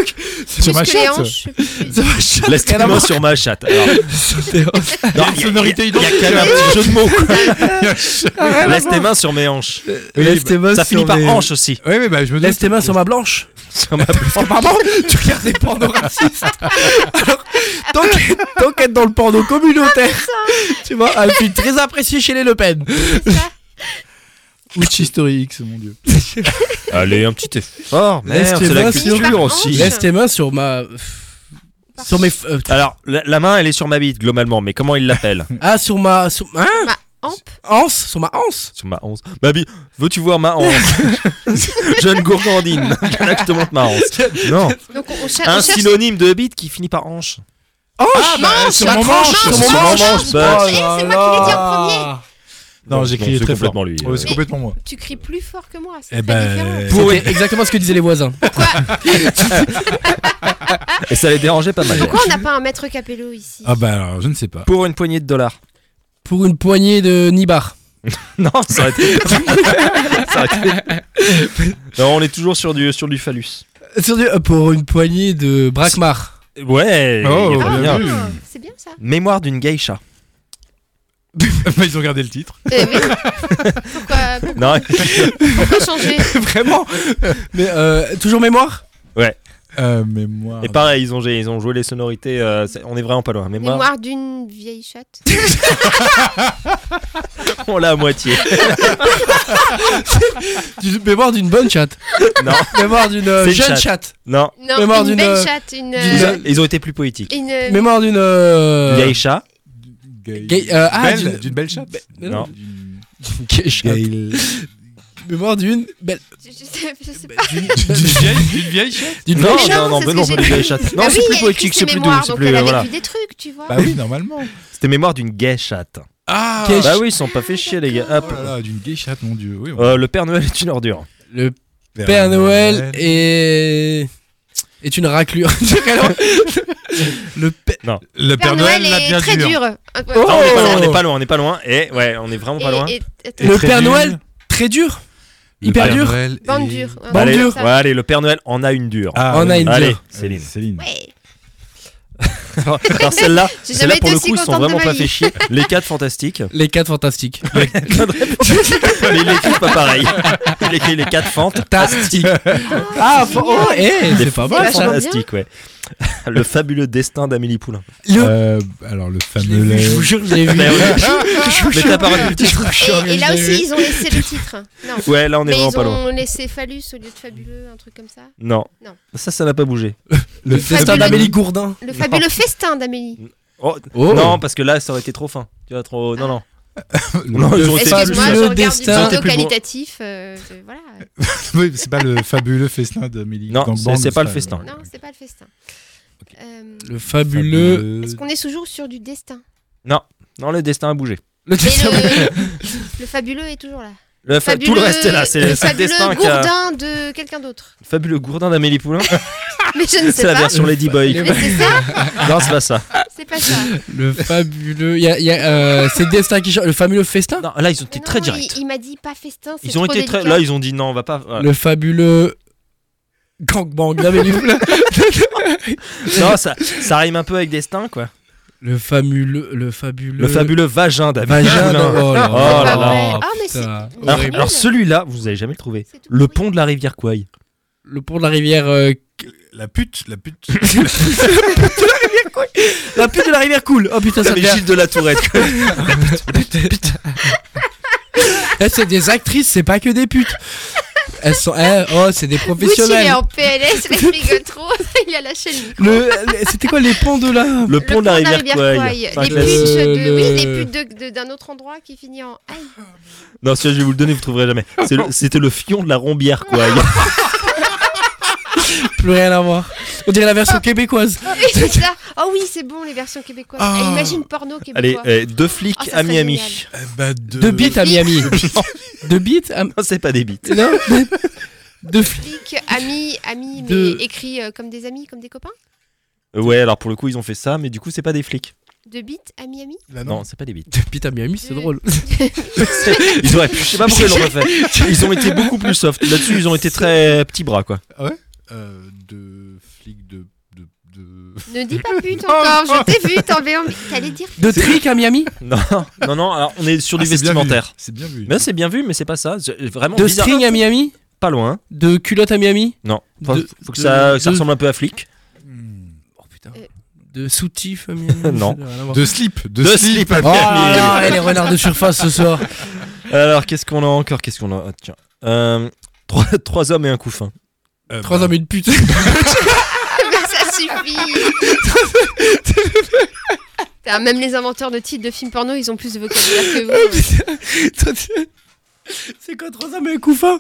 [SPEAKER 2] Sur ma
[SPEAKER 1] plus que les
[SPEAKER 2] chatte.
[SPEAKER 1] hanches. plus-
[SPEAKER 3] Ça va, chat,
[SPEAKER 4] Laisse tes
[SPEAKER 3] rien à
[SPEAKER 4] mains
[SPEAKER 3] voir.
[SPEAKER 4] sur ma chatte. Alors, non, il y a-
[SPEAKER 2] sonorité
[SPEAKER 4] il y a- Il y a quand même Ah, un petit jeu de mots. quoi. Laisse tes mains sur mes hanches.
[SPEAKER 3] Laisse tes mains
[SPEAKER 4] Ça finit
[SPEAKER 3] sur
[SPEAKER 4] par
[SPEAKER 3] mes-
[SPEAKER 4] hanche aussi.
[SPEAKER 2] Oui, mais bah, je me dis.
[SPEAKER 3] Laisse tes mains sur ma blanche.
[SPEAKER 4] Sur ma-
[SPEAKER 3] Apparemment, tu regardes des pornos racistes. Alors, tant qu'être- tant qu'être dans le porno communautaire, tu vois, un film très apprécié chez les Le Pen.
[SPEAKER 2] Witch History X, mon dieu.
[SPEAKER 4] Allez, un petit effort.
[SPEAKER 3] Laisse
[SPEAKER 4] Merde,
[SPEAKER 3] tes
[SPEAKER 4] c'est la
[SPEAKER 3] mains sur-
[SPEAKER 4] culture aussi.
[SPEAKER 1] Laisse-
[SPEAKER 3] Laisse tes mains sur ma. Sur mes. euh,
[SPEAKER 4] Alors, la, la main, elle est sur ma bite, globalement, mais comment il l'appelle
[SPEAKER 3] ah, sur ma. Sur, hein
[SPEAKER 1] Ma hampe.
[SPEAKER 3] Anse Sur ma anse
[SPEAKER 4] Sur ma hanse. Ma bite, veux-tu voir ma hanse Jeune gourgandine, là que je te montre ma hanse. Non,
[SPEAKER 1] Donc on, on cher-
[SPEAKER 4] un
[SPEAKER 1] on cherche.
[SPEAKER 4] synonyme de bite qui finit par hanche.
[SPEAKER 3] Anse
[SPEAKER 1] manche,
[SPEAKER 2] sur
[SPEAKER 1] la
[SPEAKER 2] mon
[SPEAKER 1] tranche,
[SPEAKER 2] manche,
[SPEAKER 1] manche,
[SPEAKER 2] sur mon
[SPEAKER 4] manche.
[SPEAKER 2] manche.
[SPEAKER 4] bah,
[SPEAKER 1] Eh, c'est moi qui l'ai dit
[SPEAKER 3] Ah.
[SPEAKER 1] en premier.
[SPEAKER 2] Non, j'ai crié
[SPEAKER 4] c'est
[SPEAKER 2] très fort.
[SPEAKER 4] complètement lui. euh.
[SPEAKER 2] Ouais, C'est
[SPEAKER 1] Mais-
[SPEAKER 2] complètement moi.
[SPEAKER 1] Tu cries plus fort que moi, c'est très
[SPEAKER 2] Eh ben,
[SPEAKER 1] différent.
[SPEAKER 3] Pour exactement ce que disaient les voisins.
[SPEAKER 4] Et ça les dérangeait pas mal.
[SPEAKER 1] Pourquoi on n'a pas un maître capello ici
[SPEAKER 2] Ah bah alors, je ne sais pas.
[SPEAKER 4] Pour une poignée de dollars.
[SPEAKER 3] Pour une poignée de Nibar.
[SPEAKER 4] Non, ça aurait été. ça aurait été- Non, on est toujours sur du, sur du phallus.
[SPEAKER 3] Sur du- euh, Pour une poignée de Bracmar.
[SPEAKER 4] Ouais,
[SPEAKER 2] Oh,
[SPEAKER 4] il est
[SPEAKER 1] Ah,
[SPEAKER 4] pas
[SPEAKER 2] bien
[SPEAKER 4] bien.
[SPEAKER 2] vu.
[SPEAKER 1] c'est bien ça.
[SPEAKER 4] Mémoire d'une geisha.
[SPEAKER 2] Bah, Ils ont gardé le titre.
[SPEAKER 1] Eh oui. pourquoi,
[SPEAKER 4] Non,
[SPEAKER 1] pourquoi changer
[SPEAKER 3] Vraiment Mais euh, toujours mémoire
[SPEAKER 2] Euh, mémoire.
[SPEAKER 4] et pareil, ils ont, joué- ils ont joué les sonorités. euh, c'est- on est vraiment pas loin. Mémoire,
[SPEAKER 1] Mémoire d'une vieille chatte.
[SPEAKER 4] on l'a à moitié.
[SPEAKER 3] Du- Mémoire d'une bonne chatte.
[SPEAKER 4] non,
[SPEAKER 3] Mémoire d'une euh,
[SPEAKER 4] C'est une
[SPEAKER 3] jeune
[SPEAKER 4] chatte.
[SPEAKER 3] chatte.
[SPEAKER 4] non.
[SPEAKER 1] Non,
[SPEAKER 3] Mémoire
[SPEAKER 1] une
[SPEAKER 3] d'une,
[SPEAKER 1] belle
[SPEAKER 3] euh,
[SPEAKER 1] chatte, une.
[SPEAKER 4] Ils
[SPEAKER 1] euh,
[SPEAKER 4] ont, ils ont été plus poétiques.
[SPEAKER 1] une euh,
[SPEAKER 3] Mémoire d'une. euh,
[SPEAKER 4] Geisha.
[SPEAKER 2] Gay-
[SPEAKER 3] Gay- euh, ah,
[SPEAKER 2] Belle,
[SPEAKER 3] d'une-
[SPEAKER 2] d'une belle chatte.
[SPEAKER 3] Mais
[SPEAKER 4] non.
[SPEAKER 2] D'une-
[SPEAKER 3] gay chatte.
[SPEAKER 2] Gayle.
[SPEAKER 3] Mémoire d'une. belle-
[SPEAKER 1] je, je sais, je sais pas.
[SPEAKER 3] D'une
[SPEAKER 2] D'une vieille, d'une vieille chatte.
[SPEAKER 3] d'une
[SPEAKER 4] Non,
[SPEAKER 3] belle chatte.
[SPEAKER 4] non, non,
[SPEAKER 1] c'est
[SPEAKER 4] mais
[SPEAKER 1] ce
[SPEAKER 4] non,
[SPEAKER 1] que
[SPEAKER 4] pas
[SPEAKER 1] j'ai
[SPEAKER 4] des
[SPEAKER 1] dit.
[SPEAKER 4] geishas.
[SPEAKER 1] Bah
[SPEAKER 4] Non, c'est
[SPEAKER 1] oui,
[SPEAKER 4] plus
[SPEAKER 1] elle
[SPEAKER 4] poétique,
[SPEAKER 1] écrit
[SPEAKER 4] c'est
[SPEAKER 1] ses
[SPEAKER 4] plus doux,
[SPEAKER 1] mémoires,
[SPEAKER 4] c'est
[SPEAKER 1] donc
[SPEAKER 4] plus.
[SPEAKER 1] Elle
[SPEAKER 4] euh,
[SPEAKER 1] a
[SPEAKER 4] voilà.
[SPEAKER 1] vécu des trucs, tu vois.
[SPEAKER 2] Bah oui, normalement.
[SPEAKER 4] C'était mémoire d'une gay chatte.
[SPEAKER 2] Ah.
[SPEAKER 3] Gay-
[SPEAKER 4] Bah oui, ils sont pas fait chier, les gars. Hop.
[SPEAKER 2] Oh là là, d'une gay chatte, mon dieu. Oui, on-
[SPEAKER 4] Euh, le Père Noël est une ordure.
[SPEAKER 3] Le Père Noël est. est une raclure. le Père.
[SPEAKER 2] Le
[SPEAKER 1] Père Noël
[SPEAKER 2] l'a
[SPEAKER 1] est
[SPEAKER 2] bien
[SPEAKER 1] très dur. Ah, ouais.
[SPEAKER 3] Oh,
[SPEAKER 4] Non, on est
[SPEAKER 3] Oh.
[SPEAKER 4] pas loin, on est pas loin, on est pas loin. Et ouais, on est vraiment pas loin.
[SPEAKER 1] Et- et- attends,
[SPEAKER 2] Et
[SPEAKER 3] Le
[SPEAKER 2] très
[SPEAKER 3] Père
[SPEAKER 2] dur.
[SPEAKER 3] Noël, très dur.
[SPEAKER 2] Le
[SPEAKER 3] Hyper
[SPEAKER 2] Père
[SPEAKER 3] dur.
[SPEAKER 2] Noël
[SPEAKER 1] Bande
[SPEAKER 2] est-
[SPEAKER 1] dure.
[SPEAKER 3] Bande Bon
[SPEAKER 4] allez,
[SPEAKER 3] dure.
[SPEAKER 4] ouais, allez, le Père Noël en a une dure.
[SPEAKER 2] Ah,
[SPEAKER 3] On a
[SPEAKER 2] oui.
[SPEAKER 3] une
[SPEAKER 4] allez,
[SPEAKER 3] dure.
[SPEAKER 4] Céline.
[SPEAKER 2] Céline.
[SPEAKER 1] Ouais.
[SPEAKER 4] Alors celle-là,
[SPEAKER 1] J'ai
[SPEAKER 4] celle-là
[SPEAKER 1] jamais été
[SPEAKER 4] pour le
[SPEAKER 1] aussi
[SPEAKER 4] coup, ils sont
[SPEAKER 1] contente de
[SPEAKER 4] vraiment
[SPEAKER 1] ma
[SPEAKER 4] pas
[SPEAKER 1] vie.
[SPEAKER 4] fait chier. Les quatre fantastiques.
[SPEAKER 3] Les quatre fantastiques.
[SPEAKER 4] Mais il les écrit pas pareil. Il écrit les quatre fantes.
[SPEAKER 3] Fantastiques. ah, fa- oh, eh, c'est pas
[SPEAKER 1] C'est
[SPEAKER 3] mal
[SPEAKER 1] vachement
[SPEAKER 3] ça.
[SPEAKER 4] Fantastiques, ouais. Le fabuleux destin d'Amélie Poulain.
[SPEAKER 3] Le
[SPEAKER 2] Euh, alors, le
[SPEAKER 3] Je
[SPEAKER 2] fameux
[SPEAKER 3] l'ai vu, je vous
[SPEAKER 2] lait.
[SPEAKER 3] jure, je l'ai vu.
[SPEAKER 4] Mais oui.
[SPEAKER 3] Je vous
[SPEAKER 4] Mais
[SPEAKER 3] jure.
[SPEAKER 4] t'as pas retenu le titre.
[SPEAKER 1] Et, et là
[SPEAKER 3] Je l'ai
[SPEAKER 1] aussi, ils ont laissé le titre. Non.
[SPEAKER 4] Ouais, là on
[SPEAKER 1] Mais
[SPEAKER 4] est vraiment
[SPEAKER 1] ils
[SPEAKER 4] pas loin.
[SPEAKER 1] ont laissé phallus au lieu de fabuleux, un truc comme ça.
[SPEAKER 4] Non.
[SPEAKER 1] Non.
[SPEAKER 4] Ça, ça n'a pas bougé.
[SPEAKER 2] Le
[SPEAKER 3] Destin
[SPEAKER 1] fabuleux-
[SPEAKER 3] d'Amélie Gourdin.
[SPEAKER 1] Le fabuleux festin d'Amélie.
[SPEAKER 4] Oh,
[SPEAKER 3] Oh.
[SPEAKER 4] Non, parce que là, ça aurait été trop fin. Tu vois, trop. Non, non.
[SPEAKER 2] Non,
[SPEAKER 4] ils ont été
[SPEAKER 1] Excuse-moi,
[SPEAKER 3] fabuleux
[SPEAKER 4] plus-
[SPEAKER 1] je regarde du
[SPEAKER 3] destin.
[SPEAKER 1] photo
[SPEAKER 4] Plus beau.
[SPEAKER 1] qualitatif. euh, je- voilà.
[SPEAKER 2] oui, c'est pas le fabuleux festin d'Amélie.
[SPEAKER 4] Non,
[SPEAKER 2] Gangbang,
[SPEAKER 4] c'est- c'est pas le festin.
[SPEAKER 1] Non, c'est pas le festin. Euh,
[SPEAKER 3] Le fabuleux.
[SPEAKER 1] Est-ce
[SPEAKER 2] Euh,
[SPEAKER 1] qu'on est toujours sur du destin
[SPEAKER 4] Non, le destin a bougé.
[SPEAKER 3] Le
[SPEAKER 1] Mais
[SPEAKER 3] destin
[SPEAKER 1] le, le fabuleux est toujours là.
[SPEAKER 4] Le fa- Tout le reste est là. C'est
[SPEAKER 1] le
[SPEAKER 4] le c'est le
[SPEAKER 1] fabuleux
[SPEAKER 4] destin qui a.
[SPEAKER 1] gourdin de quelqu'un d'autre.
[SPEAKER 4] Le Fabuleux gourdin d'Amélie Poulain.
[SPEAKER 1] Mais je ne sais
[SPEAKER 4] C'est la
[SPEAKER 1] pas.
[SPEAKER 4] version Lady Boy.
[SPEAKER 1] Mais c'est ça
[SPEAKER 4] Non, c'est pas ça.
[SPEAKER 1] C'est pas ça.
[SPEAKER 3] Le fabuleux. il y a- il y a, euh, c'est le destin qui change. Le fabuleux festin
[SPEAKER 4] Non, là, ils ont
[SPEAKER 1] Mais
[SPEAKER 4] été
[SPEAKER 1] non,
[SPEAKER 4] très
[SPEAKER 1] il-
[SPEAKER 4] directs.
[SPEAKER 1] Il, m'a dit pas festin, c'est
[SPEAKER 4] Ils ont
[SPEAKER 1] trop
[SPEAKER 4] été très.
[SPEAKER 1] délicat.
[SPEAKER 4] Là, ils ont dit non, on va pas. voilà.
[SPEAKER 3] Le fabuleux. Gangbang d'Amélie Poulain.
[SPEAKER 4] Non, ça, ça rime un peu avec destin, quoi.
[SPEAKER 3] Le fabuleux. Le fabuleux.
[SPEAKER 4] Le, fabuleux vagin d'Amélie
[SPEAKER 3] Vagin
[SPEAKER 4] Poulain.
[SPEAKER 3] de- Oh là
[SPEAKER 4] Oh là là.
[SPEAKER 1] Ouais. Ah, mais c'est-
[SPEAKER 3] putain.
[SPEAKER 1] mais
[SPEAKER 4] Alors,
[SPEAKER 1] horrible.
[SPEAKER 4] alors celui-là, vous avez jamais le trouvé.
[SPEAKER 1] C'est tout
[SPEAKER 4] Le
[SPEAKER 1] pourri.
[SPEAKER 4] pont de la rivière Kouai.
[SPEAKER 3] Le pont de la rivière. euh,
[SPEAKER 2] La pute, la pute.
[SPEAKER 3] La pute de la rivière coule. Oh putain, ça
[SPEAKER 4] Les
[SPEAKER 3] devient.
[SPEAKER 4] Gilles de la Tourette.
[SPEAKER 3] Eh, c'est des actrices, c'est pas que des putes. Elles sont. eh, oh, c'est
[SPEAKER 1] Gucci, il
[SPEAKER 3] des
[SPEAKER 1] est
[SPEAKER 3] professionnels.
[SPEAKER 1] en PLS, mais je rigole trop. Il a lâché le micro.
[SPEAKER 3] Le, le- c'était quoi les ponts de la
[SPEAKER 4] Le pont de la rivière Kouai.
[SPEAKER 1] Kouai.
[SPEAKER 4] Enfin,
[SPEAKER 1] Les
[SPEAKER 4] classe.
[SPEAKER 3] putes.
[SPEAKER 1] putes de-
[SPEAKER 3] Le-
[SPEAKER 1] Oui, les putes de- de- d'un autre endroit qui finit en aïe.
[SPEAKER 4] Non, si je vais vous le donner, vous le trouverez jamais. C'est le- C'était le fion de la rombière Kouai.
[SPEAKER 1] Ah,
[SPEAKER 3] Plus rien à voir. On dirait la
[SPEAKER 1] Ah.
[SPEAKER 3] version québécoise.
[SPEAKER 1] Oui, c'est ça. Oh oui, c'est bon, les versions québécoises.
[SPEAKER 2] Ah.
[SPEAKER 1] Eh, imagine porno
[SPEAKER 4] Allez,
[SPEAKER 1] québécois.
[SPEAKER 4] euh, deux flics
[SPEAKER 1] Oh, ça
[SPEAKER 4] à
[SPEAKER 1] serait
[SPEAKER 4] Miami.
[SPEAKER 1] génial.
[SPEAKER 2] Eh bah, de...
[SPEAKER 3] De bites à Miami. De bites à.
[SPEAKER 4] Non, c'est pas des bites.
[SPEAKER 3] Non De, de fli-
[SPEAKER 1] Flic, amis, amis, mais
[SPEAKER 3] De-
[SPEAKER 1] écrit euh, comme des amis, comme des copains
[SPEAKER 4] Euh, ouais, alors pour le coup, ils ont fait ça, mais du coup, c'est pas des flics.
[SPEAKER 1] De bite à Miami
[SPEAKER 2] Là,
[SPEAKER 4] Ah Non, c'est pas des bites.
[SPEAKER 3] Putain, Miami, c'est drôle.
[SPEAKER 4] ils auraient pu, je sais pas pourquoi ils l'ont pas fait. Ils ont été beaucoup plus soft. Là-dessus, ils ont été très petits bras, quoi.
[SPEAKER 2] Euh, de flic de. de, de... Ah,
[SPEAKER 1] Ne dis pas pute encore, je t'ai vu, t'enlever en T'allais dire
[SPEAKER 3] De trick à Miami
[SPEAKER 4] Non, non, non, alors on est sur
[SPEAKER 2] Ah,
[SPEAKER 4] du
[SPEAKER 2] c'est bien vu.
[SPEAKER 4] vestimentaire.
[SPEAKER 2] C'est bien vu.
[SPEAKER 4] Mais c'est bien vu, mais c'est pas ça. C'est Vraiment,
[SPEAKER 3] De
[SPEAKER 4] bizarre.
[SPEAKER 3] string à Miami
[SPEAKER 4] pas loin.
[SPEAKER 3] De culotte à Miami
[SPEAKER 4] Non. Faut,
[SPEAKER 3] De-
[SPEAKER 4] faut que ça,
[SPEAKER 3] de-
[SPEAKER 4] ça ressemble un peu à flic.
[SPEAKER 2] Hmm.
[SPEAKER 3] Oh putain.
[SPEAKER 1] Euh.
[SPEAKER 3] De soutif à Miami
[SPEAKER 4] Non.
[SPEAKER 3] ça n'a rien à voir.
[SPEAKER 2] De slip. De,
[SPEAKER 4] De
[SPEAKER 2] slip. Ah,
[SPEAKER 4] slip à
[SPEAKER 3] Oh
[SPEAKER 4] Miami.
[SPEAKER 3] là là, les renards de surface ce soir.
[SPEAKER 4] Alors, qu'est-ce qu'on a encore Qu'est-ce qu'on a Ah, Tiens. Euh, trois, trois hommes et un couffin.
[SPEAKER 2] Euh,
[SPEAKER 3] Trois
[SPEAKER 2] bah,
[SPEAKER 3] hommes et une pute.
[SPEAKER 1] Mais ça suffit Putain, Même les inventeurs de titres de films porno, ils ont plus de vocabulaire que vous.
[SPEAKER 3] Toi, tu- C'est quoi trois hommes et un couffin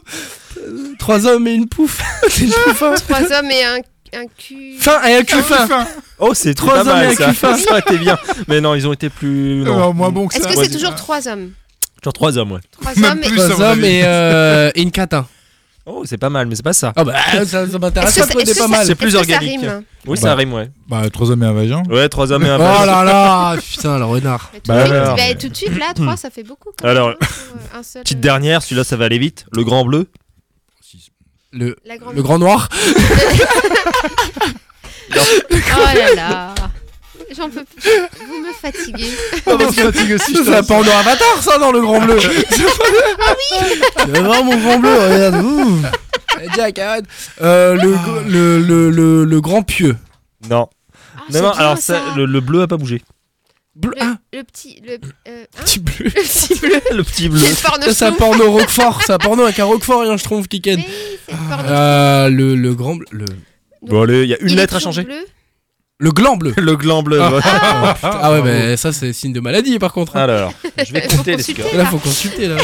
[SPEAKER 3] Euh, Trois hommes et une pouffe hein. C'est une pouffin
[SPEAKER 1] Trois hommes et un, un cul.
[SPEAKER 3] Fin et un cuffin
[SPEAKER 2] Enfin,
[SPEAKER 4] Oh, c'est
[SPEAKER 3] Trois
[SPEAKER 4] pas
[SPEAKER 3] hommes
[SPEAKER 4] mal,
[SPEAKER 3] et un
[SPEAKER 4] ça.
[SPEAKER 3] cuffin.
[SPEAKER 4] Ça a été bien. Mais non, ils ont été plus. non.
[SPEAKER 2] alors, moins Eh ben, bon que ça.
[SPEAKER 1] Est-ce que
[SPEAKER 4] Ouais,
[SPEAKER 1] c'est
[SPEAKER 4] c'est
[SPEAKER 1] toujours trois hommes
[SPEAKER 4] Genre trois hommes, ouais.
[SPEAKER 1] Trois
[SPEAKER 2] Même
[SPEAKER 1] hommes et-
[SPEAKER 2] plus.
[SPEAKER 3] Trois
[SPEAKER 2] à mon
[SPEAKER 3] hommes
[SPEAKER 2] avis.
[SPEAKER 3] et, euh, et une catin.
[SPEAKER 4] Oh, c'est pas mal, mais c'est pas ça.
[SPEAKER 3] Ah bah ça, ça m'intéresse,
[SPEAKER 1] Est-ce que,
[SPEAKER 3] ça peut
[SPEAKER 1] est-ce
[SPEAKER 3] être
[SPEAKER 1] que
[SPEAKER 3] pas
[SPEAKER 1] ça-
[SPEAKER 3] mal.
[SPEAKER 4] C'est plus
[SPEAKER 1] est-ce que ça
[SPEAKER 4] organique.
[SPEAKER 1] rime
[SPEAKER 4] Oui,
[SPEAKER 2] Bah.
[SPEAKER 4] ça rime, ouais.
[SPEAKER 2] Bah, trois hommes et un vagin.
[SPEAKER 4] Ouais, trois hommes et un
[SPEAKER 3] Oh
[SPEAKER 4] vagin.
[SPEAKER 3] là là Putain, le renard.
[SPEAKER 1] Mais tout,
[SPEAKER 2] Bah,
[SPEAKER 1] de suite,
[SPEAKER 4] alors.
[SPEAKER 1] bah, tout de suite, là, trois, ça fait beaucoup. Quand
[SPEAKER 4] Alors.
[SPEAKER 1] même, hein, pour, euh, un seul,
[SPEAKER 4] Petite
[SPEAKER 1] euh,
[SPEAKER 4] dernière, celui-là, ça va aller vite. Le grand bleu.
[SPEAKER 3] Le,
[SPEAKER 1] euh, La grande.
[SPEAKER 3] le grand noir
[SPEAKER 1] Oh là là. J'en peux plus. Vous me fatiguez.
[SPEAKER 2] Ah, bah, c'est fatigué aussi, je
[SPEAKER 3] C'est un
[SPEAKER 2] t'avoue.
[SPEAKER 3] porno avatar ça dans le grand bleu Ah C'est vraiment mon grand bleu, regarde ouh. Eh, Jack, arrête Euh, le, le, le, le, le grand pieux.
[SPEAKER 4] Non.
[SPEAKER 1] Ah, c'est
[SPEAKER 4] Non, non,
[SPEAKER 1] bien,
[SPEAKER 4] alors ça, le, le bleu a pas bougé.
[SPEAKER 3] Bleu,
[SPEAKER 1] Le-
[SPEAKER 3] ah,
[SPEAKER 1] le petit. Le, euh, hein
[SPEAKER 3] petit bleu.
[SPEAKER 1] le petit bleu.
[SPEAKER 4] Le petit bleu.
[SPEAKER 1] C'est le porno
[SPEAKER 3] Ça, c'est un
[SPEAKER 1] chou.
[SPEAKER 3] porno Roquefort, c'est un porno avec un Roquefort et un Schtroumpf qui ken.
[SPEAKER 1] Oui, c'est le porno
[SPEAKER 3] Euh, le, le grand bleu. Le,
[SPEAKER 4] Bon, allez, il y a une
[SPEAKER 1] Il est
[SPEAKER 4] lettre à
[SPEAKER 1] toujours
[SPEAKER 4] changer.
[SPEAKER 1] bleu.
[SPEAKER 3] le gland bleu.
[SPEAKER 4] Le gland bleu.
[SPEAKER 3] Ah.
[SPEAKER 4] voilà.
[SPEAKER 3] Ah ouais, mais ça, c'est signe de maladie par contre. hein.
[SPEAKER 4] Alors, je vais
[SPEAKER 1] Faut
[SPEAKER 4] compter les
[SPEAKER 1] consulter.
[SPEAKER 4] scores.
[SPEAKER 3] Là, faut consulter là.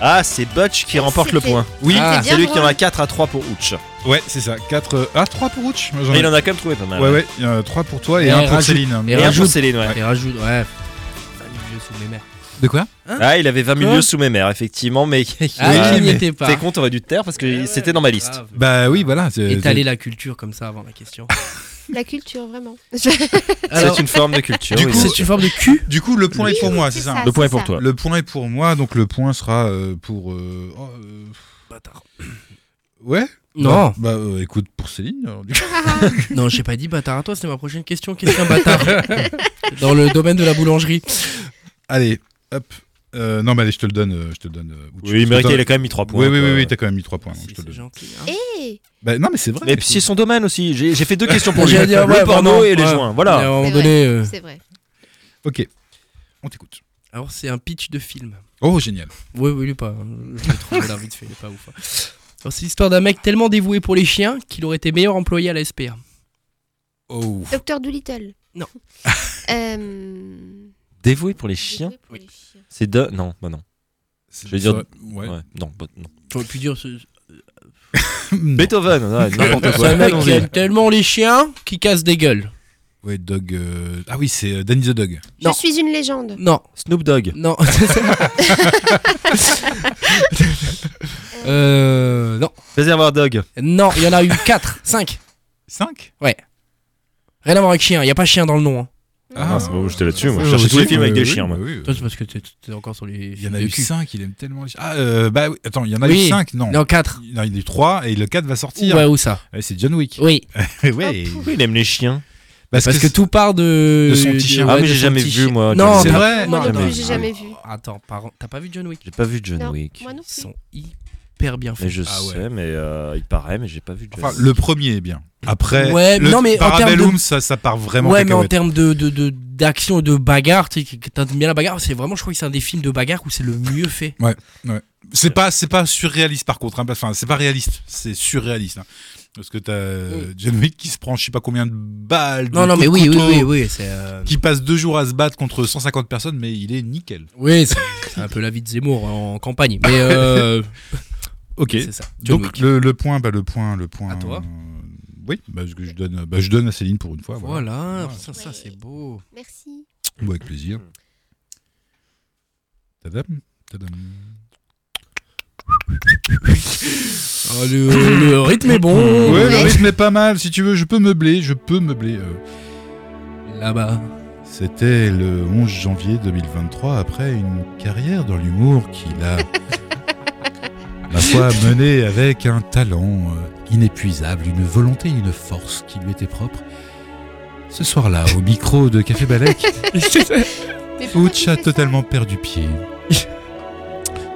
[SPEAKER 4] Ah, c'est Butch qui remporte le
[SPEAKER 1] C'était-
[SPEAKER 4] point.
[SPEAKER 2] Oui,
[SPEAKER 3] Ah.
[SPEAKER 1] C'est
[SPEAKER 4] C'est lui
[SPEAKER 1] bien
[SPEAKER 4] qui en a
[SPEAKER 1] drôle.
[SPEAKER 4] 4 à 3 pour Ouch.
[SPEAKER 2] ouais, c'est ça. 4. Ah, 3 pour Ouch Moi, j'en
[SPEAKER 4] Mais
[SPEAKER 2] ai-
[SPEAKER 4] il en a quand même trouvé pas mal.
[SPEAKER 2] Ouais, ouais, il y en a 3 pour toi et
[SPEAKER 3] Et
[SPEAKER 2] 1 pour
[SPEAKER 3] rajoute-
[SPEAKER 2] Céline.
[SPEAKER 3] et
[SPEAKER 4] Et un pour
[SPEAKER 3] Rajoute.
[SPEAKER 4] Céline, ouais.
[SPEAKER 3] Et rajoute, ouais. Putain, les vieux sous mes mères.
[SPEAKER 2] De quoi
[SPEAKER 4] Ah, il avait 20
[SPEAKER 3] Quoi
[SPEAKER 4] milieux sous mes mères, effectivement, mais.
[SPEAKER 3] Ah,
[SPEAKER 2] Ouais,
[SPEAKER 3] il n'y
[SPEAKER 2] mais
[SPEAKER 3] était pas.
[SPEAKER 4] T'es con, t'aurais dû te taire parce que c'était dans ma liste. euh,
[SPEAKER 3] Grave.
[SPEAKER 2] Bah oui, voilà. c'est-
[SPEAKER 3] Étaler la culture comme ça avant la question.
[SPEAKER 1] La culture, vraiment.
[SPEAKER 3] Alors,
[SPEAKER 4] C'est une forme de culture.
[SPEAKER 2] Du
[SPEAKER 4] oui.
[SPEAKER 2] coup,
[SPEAKER 3] c'est une forme de cul
[SPEAKER 2] Du coup, le point est pour moi, c'est ça.
[SPEAKER 4] Le point est pour toi.
[SPEAKER 2] Le point est pour moi, donc le point sera euh, pour. euh, oh, euh,
[SPEAKER 3] Bâtard.
[SPEAKER 2] Ouais
[SPEAKER 3] Non,
[SPEAKER 2] Bah, euh, écoute, pour Céline. alors, du coup.
[SPEAKER 1] Ah,
[SPEAKER 3] non, j'ai pas dit bâtard à toi, c'est ma prochaine question. Qu'est-ce qu'un bâtard Dans le domaine de la boulangerie.
[SPEAKER 2] Allez, hop. Euh, non, mais allez, je te le donne. euh, Je te le donne euh, Ouch.
[SPEAKER 4] Oui, il
[SPEAKER 2] Parce que
[SPEAKER 4] méritait, il
[SPEAKER 2] t'as-
[SPEAKER 4] a quand même mis 3 points.
[SPEAKER 2] Oui, oui,
[SPEAKER 4] quoi.
[SPEAKER 2] oui, oui, t'as quand même mis 3
[SPEAKER 4] Ah,
[SPEAKER 2] points. donc je te le
[SPEAKER 3] C'est
[SPEAKER 2] donne.
[SPEAKER 3] gentil. hein.
[SPEAKER 1] Et
[SPEAKER 2] Bah, non, mais c'est vrai.
[SPEAKER 4] Mais puis c'est son domaine aussi. J'ai j'ai fait deux questions pour lui.
[SPEAKER 3] J'ai à dire,
[SPEAKER 4] le
[SPEAKER 3] ouais,
[SPEAKER 4] porno
[SPEAKER 3] vraiment,
[SPEAKER 4] et les
[SPEAKER 3] ouais.
[SPEAKER 4] joints.
[SPEAKER 3] Mais à un
[SPEAKER 4] Voilà.
[SPEAKER 3] moment
[SPEAKER 1] C'est
[SPEAKER 3] donné, euh,
[SPEAKER 1] ah, c'est vrai.
[SPEAKER 2] Ok, on t'écoute.
[SPEAKER 3] Alors, c'est un pitch de film.
[SPEAKER 2] Oh, génial.
[SPEAKER 3] Oui, oui, il est pas. hein. Je l'ai trouvé là vite fait, il est pas ouf. hein. Alors, C'est l'histoire d'un mec tellement dévoué pour les chiens qu'il aurait été meilleur employé à la SPA.
[SPEAKER 2] Oh.
[SPEAKER 1] Docteur Doolittle.
[SPEAKER 3] Non.
[SPEAKER 1] euh...
[SPEAKER 4] Dévoué pour les chiens.
[SPEAKER 1] désolé pour les chiens.
[SPEAKER 4] C'est deux. Non, bah non.
[SPEAKER 2] Je
[SPEAKER 4] vais dire-
[SPEAKER 2] Ouais.
[SPEAKER 4] Ouais, non, bah non.
[SPEAKER 3] J'aurais pu dire. ce-
[SPEAKER 2] Non.
[SPEAKER 4] Beethoven, ouais, n'importe
[SPEAKER 3] C'est
[SPEAKER 4] quoi.
[SPEAKER 3] un mec qui
[SPEAKER 4] Allons-y.
[SPEAKER 3] aime tellement les chiens qu'il casse des gueules.
[SPEAKER 2] Ouais, Dog. euh, Ah oui, c'est euh, Danny the Dog.
[SPEAKER 1] Je
[SPEAKER 3] Non.
[SPEAKER 1] suis une légende.
[SPEAKER 3] Non,
[SPEAKER 4] Snoop Dogg.
[SPEAKER 3] non. euh. Non.
[SPEAKER 4] Réservoir Dog.
[SPEAKER 3] Non, il y en a eu 4, 5.
[SPEAKER 2] 5
[SPEAKER 3] Rien à voir avec chien, il n'y a pas chien dans le nom. hein.
[SPEAKER 4] Ah, c'est bon, j'étais là-dessus, moi.
[SPEAKER 2] Euh,
[SPEAKER 4] Je cherchais tous les films avec
[SPEAKER 2] euh,
[SPEAKER 4] des
[SPEAKER 2] oui,
[SPEAKER 4] chiens, moi.
[SPEAKER 2] bah oui, euh,
[SPEAKER 3] Toi, c'est parce que t'es t'es encore sur les.
[SPEAKER 2] Il y en a
[SPEAKER 3] les
[SPEAKER 2] eu
[SPEAKER 3] culs.
[SPEAKER 2] 5, il aime tellement les chiens. Ah, euh, bah oui, attends, il y en a
[SPEAKER 3] Oui.
[SPEAKER 2] eu 5, non.
[SPEAKER 3] Non, 4.
[SPEAKER 2] Il y en a eu 3 et le 4 va sortir.
[SPEAKER 3] Ouais, où ça
[SPEAKER 2] Ouais, c'est John Wick.
[SPEAKER 3] Oui.
[SPEAKER 2] ouais.
[SPEAKER 4] Pourquoi il aime les chiens
[SPEAKER 2] Parce,
[SPEAKER 3] Parce que tout part de.
[SPEAKER 2] de son petit chien.
[SPEAKER 4] Ah,
[SPEAKER 3] ouais,
[SPEAKER 4] mais
[SPEAKER 3] de
[SPEAKER 4] j'ai
[SPEAKER 3] son
[SPEAKER 4] jamais
[SPEAKER 3] petit
[SPEAKER 4] vu,
[SPEAKER 3] chien.
[SPEAKER 4] moi,
[SPEAKER 3] Non,
[SPEAKER 4] John
[SPEAKER 2] C'est
[SPEAKER 3] t'as-
[SPEAKER 2] vrai
[SPEAKER 1] Moi non
[SPEAKER 4] jamais
[SPEAKER 1] plus,
[SPEAKER 4] vu.
[SPEAKER 1] j'ai jamais vu.
[SPEAKER 3] Attends, par- t'as pas vu John Wick
[SPEAKER 4] J'ai pas vu John
[SPEAKER 1] Non,
[SPEAKER 4] Wick.
[SPEAKER 1] Moi non plus.
[SPEAKER 3] Ils sont hyper bien
[SPEAKER 4] Mais
[SPEAKER 3] faits.
[SPEAKER 4] je
[SPEAKER 2] Ah ouais.
[SPEAKER 4] sais, mais euh, il paraît, mais j'ai pas vu John
[SPEAKER 2] Enfin,
[SPEAKER 4] Wick.
[SPEAKER 2] le premier est bien. Après,
[SPEAKER 3] Ouais,
[SPEAKER 2] le
[SPEAKER 3] non, mais en termes de-
[SPEAKER 2] Parabellum, ça, ça part vraiment
[SPEAKER 3] ouais, mais en
[SPEAKER 2] cacahuète.
[SPEAKER 3] termes de, de, de- d'action et de bagarre, tu sais, que- que t'aimes bien la bagarre, c'est vraiment, je crois que c'est un des films de bagarre où c'est le mieux fait.
[SPEAKER 2] C'est pas, c'est pas surréaliste par contre. hein. Enfin, c'est pas réaliste, c'est surréaliste. hein. Parce que t'as euh, John Wick qui se prend je sais pas combien de balles. de
[SPEAKER 3] Non, non,
[SPEAKER 2] coups
[SPEAKER 3] mais
[SPEAKER 2] de
[SPEAKER 3] oui, oui,
[SPEAKER 2] couteau,
[SPEAKER 3] oui, oui, c'est. euh,
[SPEAKER 2] Qui passe deux jours à se battre contre 150 personnes, mais il est nickel.
[SPEAKER 3] Oui, c'est, c'est un peu la vie de Zemmour en campagne. Mais euh,
[SPEAKER 2] Ok.
[SPEAKER 3] c'est ça. John
[SPEAKER 2] Donc
[SPEAKER 3] Wick.
[SPEAKER 2] le, le point, bah, le point, le point.
[SPEAKER 3] À toi.
[SPEAKER 2] euh, oui, bah, ce que je donne, bah, je donne à Céline pour une fois. Voilà.
[SPEAKER 3] Voilà,
[SPEAKER 2] Voilà.
[SPEAKER 3] putain, ça c'est beau.
[SPEAKER 1] Merci.
[SPEAKER 2] Bon, avec plaisir. Tadam, tadam.
[SPEAKER 3] Oh, le, le rythme est bon.
[SPEAKER 2] Ouais, le rythme est pas mal. Si tu veux, je peux meubler. Je peux meubler. euh,
[SPEAKER 3] Là-bas.
[SPEAKER 2] C'était le 11 janvier 2023, après une carrière dans l'humour qu'il a, ma foi, menée avec un talent euh, inépuisable, une volonté, une force qui lui était propre. Ce soir-là, au micro de Café Balek,
[SPEAKER 1] Mais pourquoi tu
[SPEAKER 2] Ouch a
[SPEAKER 1] fais ça
[SPEAKER 2] totalement perdu pied.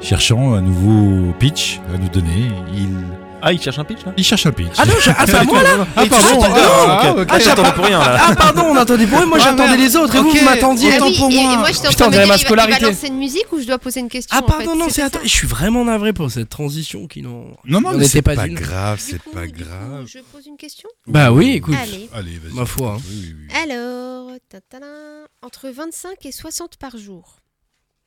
[SPEAKER 2] Cherchant un nouveau pitch à nous donner, il,
[SPEAKER 4] Ah, il cherche un pitch là
[SPEAKER 2] il cherche un pitch.
[SPEAKER 3] Ah non, je- ah, c'est à moi là
[SPEAKER 2] Ah,
[SPEAKER 3] Mais
[SPEAKER 2] pardon,
[SPEAKER 3] tu-
[SPEAKER 2] ah,
[SPEAKER 3] non.
[SPEAKER 2] ok.
[SPEAKER 4] Ah, j'attendais pour rien là
[SPEAKER 3] Ah pardon, on attendait pour eux, moi
[SPEAKER 2] Ah,
[SPEAKER 3] j'attendais
[SPEAKER 2] merde.
[SPEAKER 3] les autres et vous,
[SPEAKER 2] Ok.
[SPEAKER 3] vous m'attendiez.
[SPEAKER 2] Autant
[SPEAKER 1] Ah oui,
[SPEAKER 2] pour
[SPEAKER 1] et,
[SPEAKER 2] moi.
[SPEAKER 1] et moi, j'étais en
[SPEAKER 3] Putain,
[SPEAKER 1] train de
[SPEAKER 3] j'avais
[SPEAKER 1] me
[SPEAKER 3] ma
[SPEAKER 1] dire, il va- il va
[SPEAKER 3] scolarité.
[SPEAKER 1] lancer une musique ou je dois poser une question
[SPEAKER 3] Ah
[SPEAKER 1] en
[SPEAKER 3] pardon,
[SPEAKER 1] fait.
[SPEAKER 3] non,
[SPEAKER 1] C'était ça.
[SPEAKER 3] c'est attends, je suis vraiment navré pour cette transition qui n'ont.
[SPEAKER 2] Non, non,
[SPEAKER 3] On
[SPEAKER 2] mais c'est
[SPEAKER 3] n'était
[SPEAKER 2] pas,
[SPEAKER 3] pas d'une.
[SPEAKER 2] grave,
[SPEAKER 1] Du
[SPEAKER 2] c'est
[SPEAKER 1] coup,
[SPEAKER 2] pas
[SPEAKER 1] du coup,
[SPEAKER 2] grave.
[SPEAKER 1] Je pose une question
[SPEAKER 3] Bah oui, écoute.
[SPEAKER 1] Allez.
[SPEAKER 2] Allez, vas-y.
[SPEAKER 3] Ma foi, hein.
[SPEAKER 2] Oui, oui, oui.
[SPEAKER 1] Alors, tatarin, entre 25 et 60 par jour.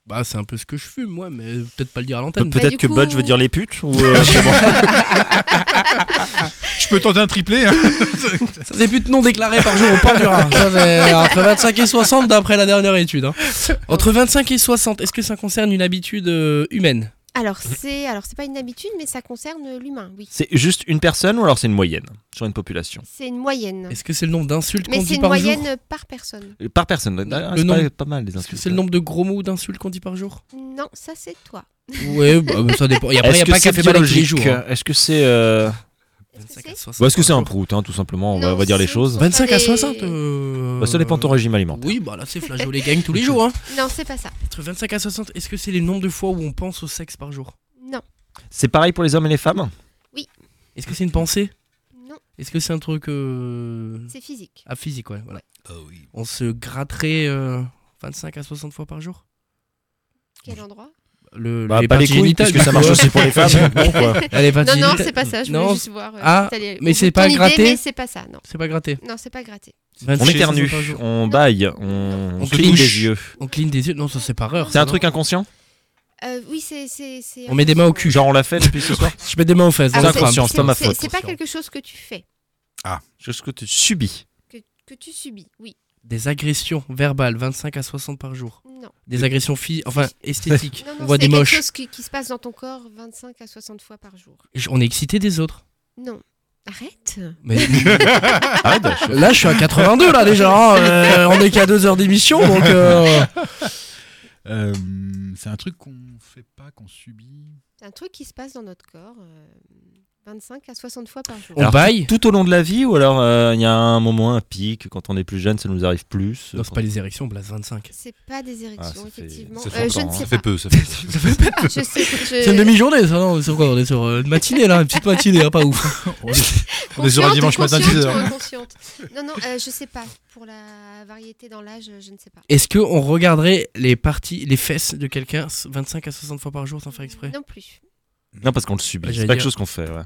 [SPEAKER 3] Bah c'est un peu ce que je fume moi, mais peut-être pas le dire à l'antenne.
[SPEAKER 1] Pe- Bah,
[SPEAKER 4] Peut-être
[SPEAKER 1] du
[SPEAKER 4] que
[SPEAKER 1] coup-
[SPEAKER 4] Bud veut dire les putes ou euh, je sais pas.
[SPEAKER 2] Je peux tenter un triplé. hein.
[SPEAKER 3] Ça c'est plus de non déclarés par jour au port du Rhin. Ça, c'est euh, entre 25 et 60 d'après la dernière étude. hein. Entre 25 et 60, est-ce que ça concerne une habitude euh, humaine
[SPEAKER 1] Alors,
[SPEAKER 3] Mmh.
[SPEAKER 1] c'est alors c'est pas une habitude, mais ça concerne l'humain, oui.
[SPEAKER 4] C'est juste une personne ou alors c'est une moyenne sur une population
[SPEAKER 1] C'est une moyenne.
[SPEAKER 3] Est-ce que c'est le nombre d'insultes qu'on
[SPEAKER 1] Mais c'est
[SPEAKER 3] dit
[SPEAKER 1] une
[SPEAKER 3] par
[SPEAKER 1] moyenne
[SPEAKER 3] jour
[SPEAKER 1] par personne.
[SPEAKER 4] Euh, Par personne. Ah,
[SPEAKER 3] Le
[SPEAKER 4] c'est
[SPEAKER 3] nombre.
[SPEAKER 4] pas, pas mal les
[SPEAKER 3] Est-ce
[SPEAKER 4] insultes.
[SPEAKER 3] que c'est le nombre de gros mots ou d'insultes qu'on dit par jour
[SPEAKER 1] Non, ça c'est toi.
[SPEAKER 3] Ouais, bah, ça dépend. Et après, il n'y a
[SPEAKER 4] Est-ce que
[SPEAKER 3] pas
[SPEAKER 4] c'est
[SPEAKER 3] café balai tous les jours.
[SPEAKER 4] biologique
[SPEAKER 3] hein.
[SPEAKER 4] Est-ce que c'est. euh,
[SPEAKER 1] Est-ce que c'est
[SPEAKER 4] Ou est-ce que c'est un prout, hein, tout simplement On va,
[SPEAKER 1] Non,
[SPEAKER 4] on va dire les
[SPEAKER 1] c'est-
[SPEAKER 4] choses.
[SPEAKER 1] c'est-
[SPEAKER 3] 25 à
[SPEAKER 1] Allez.
[SPEAKER 3] 60 euh...
[SPEAKER 4] Bah, ça dépend de ton régime alimentaire.
[SPEAKER 3] Oui, bah là c'est flageolet gagne tous les jours. Hein.
[SPEAKER 1] Non, c'est pas ça.
[SPEAKER 3] Entre 25 à 60, est-ce que c'est les nombres de fois où on pense au sexe par jour
[SPEAKER 1] Non,
[SPEAKER 4] C'est pareil pour les hommes et les femmes
[SPEAKER 3] Est-ce que c'est une pensée
[SPEAKER 1] non,
[SPEAKER 3] Est-ce que c'est un truc euh...
[SPEAKER 1] c'est physique.
[SPEAKER 3] ah, physique ouais, voilà. On se gratterait euh, 25 à 60 fois par jour
[SPEAKER 1] Quel endroit
[SPEAKER 3] le,
[SPEAKER 4] Bah,
[SPEAKER 3] les
[SPEAKER 4] pas les
[SPEAKER 3] parties
[SPEAKER 4] couilles,
[SPEAKER 3] génitales,
[SPEAKER 4] puisque ça
[SPEAKER 3] du
[SPEAKER 4] marche
[SPEAKER 3] coup,
[SPEAKER 4] aussi pour les femmes. Bon, quoi.
[SPEAKER 3] hein. Ah, les parties
[SPEAKER 1] Non, non,
[SPEAKER 3] génitales.
[SPEAKER 1] c'est pas ça. Je
[SPEAKER 3] Non,
[SPEAKER 1] voulais juste voir. euh,
[SPEAKER 3] Ah,
[SPEAKER 1] si t'allais-
[SPEAKER 3] mais
[SPEAKER 1] au
[SPEAKER 3] c'est
[SPEAKER 1] bout de
[SPEAKER 3] pas
[SPEAKER 1] ton idée,
[SPEAKER 3] gratter
[SPEAKER 1] mais c'est pas ça. Non,
[SPEAKER 3] c'est pas gratté.
[SPEAKER 1] non, c'est pas gratter.
[SPEAKER 4] On
[SPEAKER 3] 25 à 60
[SPEAKER 4] éternue,
[SPEAKER 3] par jour.
[SPEAKER 4] on baille, on,
[SPEAKER 3] On
[SPEAKER 4] on
[SPEAKER 3] se
[SPEAKER 4] cligne
[SPEAKER 3] touche.
[SPEAKER 4] des yeux.
[SPEAKER 3] On cligne des yeux. Non, ça c'est par heure.
[SPEAKER 4] C'est
[SPEAKER 3] ça,
[SPEAKER 4] un
[SPEAKER 3] non
[SPEAKER 4] truc inconscient
[SPEAKER 1] Euh, oui, c'est c'est- c'est- euh,
[SPEAKER 3] On met des mains au cul.
[SPEAKER 4] Genre on l'a fait depuis ce soir
[SPEAKER 3] Je mets des mains aux fesses.
[SPEAKER 1] Ah,
[SPEAKER 4] C'est
[SPEAKER 1] c'est-
[SPEAKER 3] d'accord.
[SPEAKER 4] inconscient,
[SPEAKER 1] c'est-
[SPEAKER 4] c'est pas ma
[SPEAKER 1] c'est-
[SPEAKER 4] faute.
[SPEAKER 1] C'est pas quelque chose que tu fais,
[SPEAKER 4] Chose que tu subis.
[SPEAKER 1] que, que tu subis. Oui,
[SPEAKER 3] Des agressions verbales 25 à 60 par jour.
[SPEAKER 1] non.
[SPEAKER 3] Des agressions filles, enfin esthétiques.
[SPEAKER 1] Non,
[SPEAKER 3] on
[SPEAKER 1] non,
[SPEAKER 3] voit
[SPEAKER 1] c'est
[SPEAKER 3] des
[SPEAKER 1] quelque
[SPEAKER 3] moches.
[SPEAKER 1] chose qui, qui se passe dans ton corps 25 à 60 fois par jour.
[SPEAKER 3] Je- On est excité des autres.
[SPEAKER 1] Non. Arrête.
[SPEAKER 3] Mais
[SPEAKER 4] Arrête, Ah, bah, je-
[SPEAKER 3] là, je suis à 82 là déjà. hein. Euh, on est qu'à deux heures d'émission, donc euh,
[SPEAKER 2] Euh, c'est un truc qu'on fait pas, qu'on subit.
[SPEAKER 1] C'est un truc qui se passe dans notre corps euh, 25 à 60 fois par jour.
[SPEAKER 3] on
[SPEAKER 4] Alors,
[SPEAKER 3] baille.
[SPEAKER 4] tout au long de la vie ou alors euh, il y a un moment, un pic, quand on est plus jeune, ça nous arrive plus.
[SPEAKER 3] Non, c'est pas les érections, Blase 25.
[SPEAKER 1] C'est pas des
[SPEAKER 4] Ah,
[SPEAKER 1] érections,
[SPEAKER 4] ça fait-
[SPEAKER 1] effectivement.
[SPEAKER 4] ça fait
[SPEAKER 1] Euh,
[SPEAKER 4] encore,
[SPEAKER 1] je ne
[SPEAKER 4] hein.
[SPEAKER 1] sais
[SPEAKER 2] Ça fait
[SPEAKER 1] pas.
[SPEAKER 2] peu, ça fait peu.
[SPEAKER 1] Je sais, je-
[SPEAKER 3] C'est une demi-journée, ça, non Sur quoi On est sur euh, une matinée, là, une petite matinée, hein, pas ouf.
[SPEAKER 2] On est sur un
[SPEAKER 1] Consciente ou
[SPEAKER 2] dimanche matin,
[SPEAKER 1] consciente
[SPEAKER 2] 10 heures.
[SPEAKER 1] ou inconsciente Non, non, euh, je sais pas. Pour la variété dans l'âge, je ne sais pas.
[SPEAKER 3] Est-ce qu'on regarderait les parties, les fesses de quelqu'un 25 à 60 fois par jour sans faire exprès
[SPEAKER 1] Non plus.
[SPEAKER 4] Non, parce qu'on le subit.
[SPEAKER 3] Bah,
[SPEAKER 4] c'est
[SPEAKER 3] j'allais
[SPEAKER 4] pas
[SPEAKER 3] dire-
[SPEAKER 4] quelque chose qu'on fait. ouais.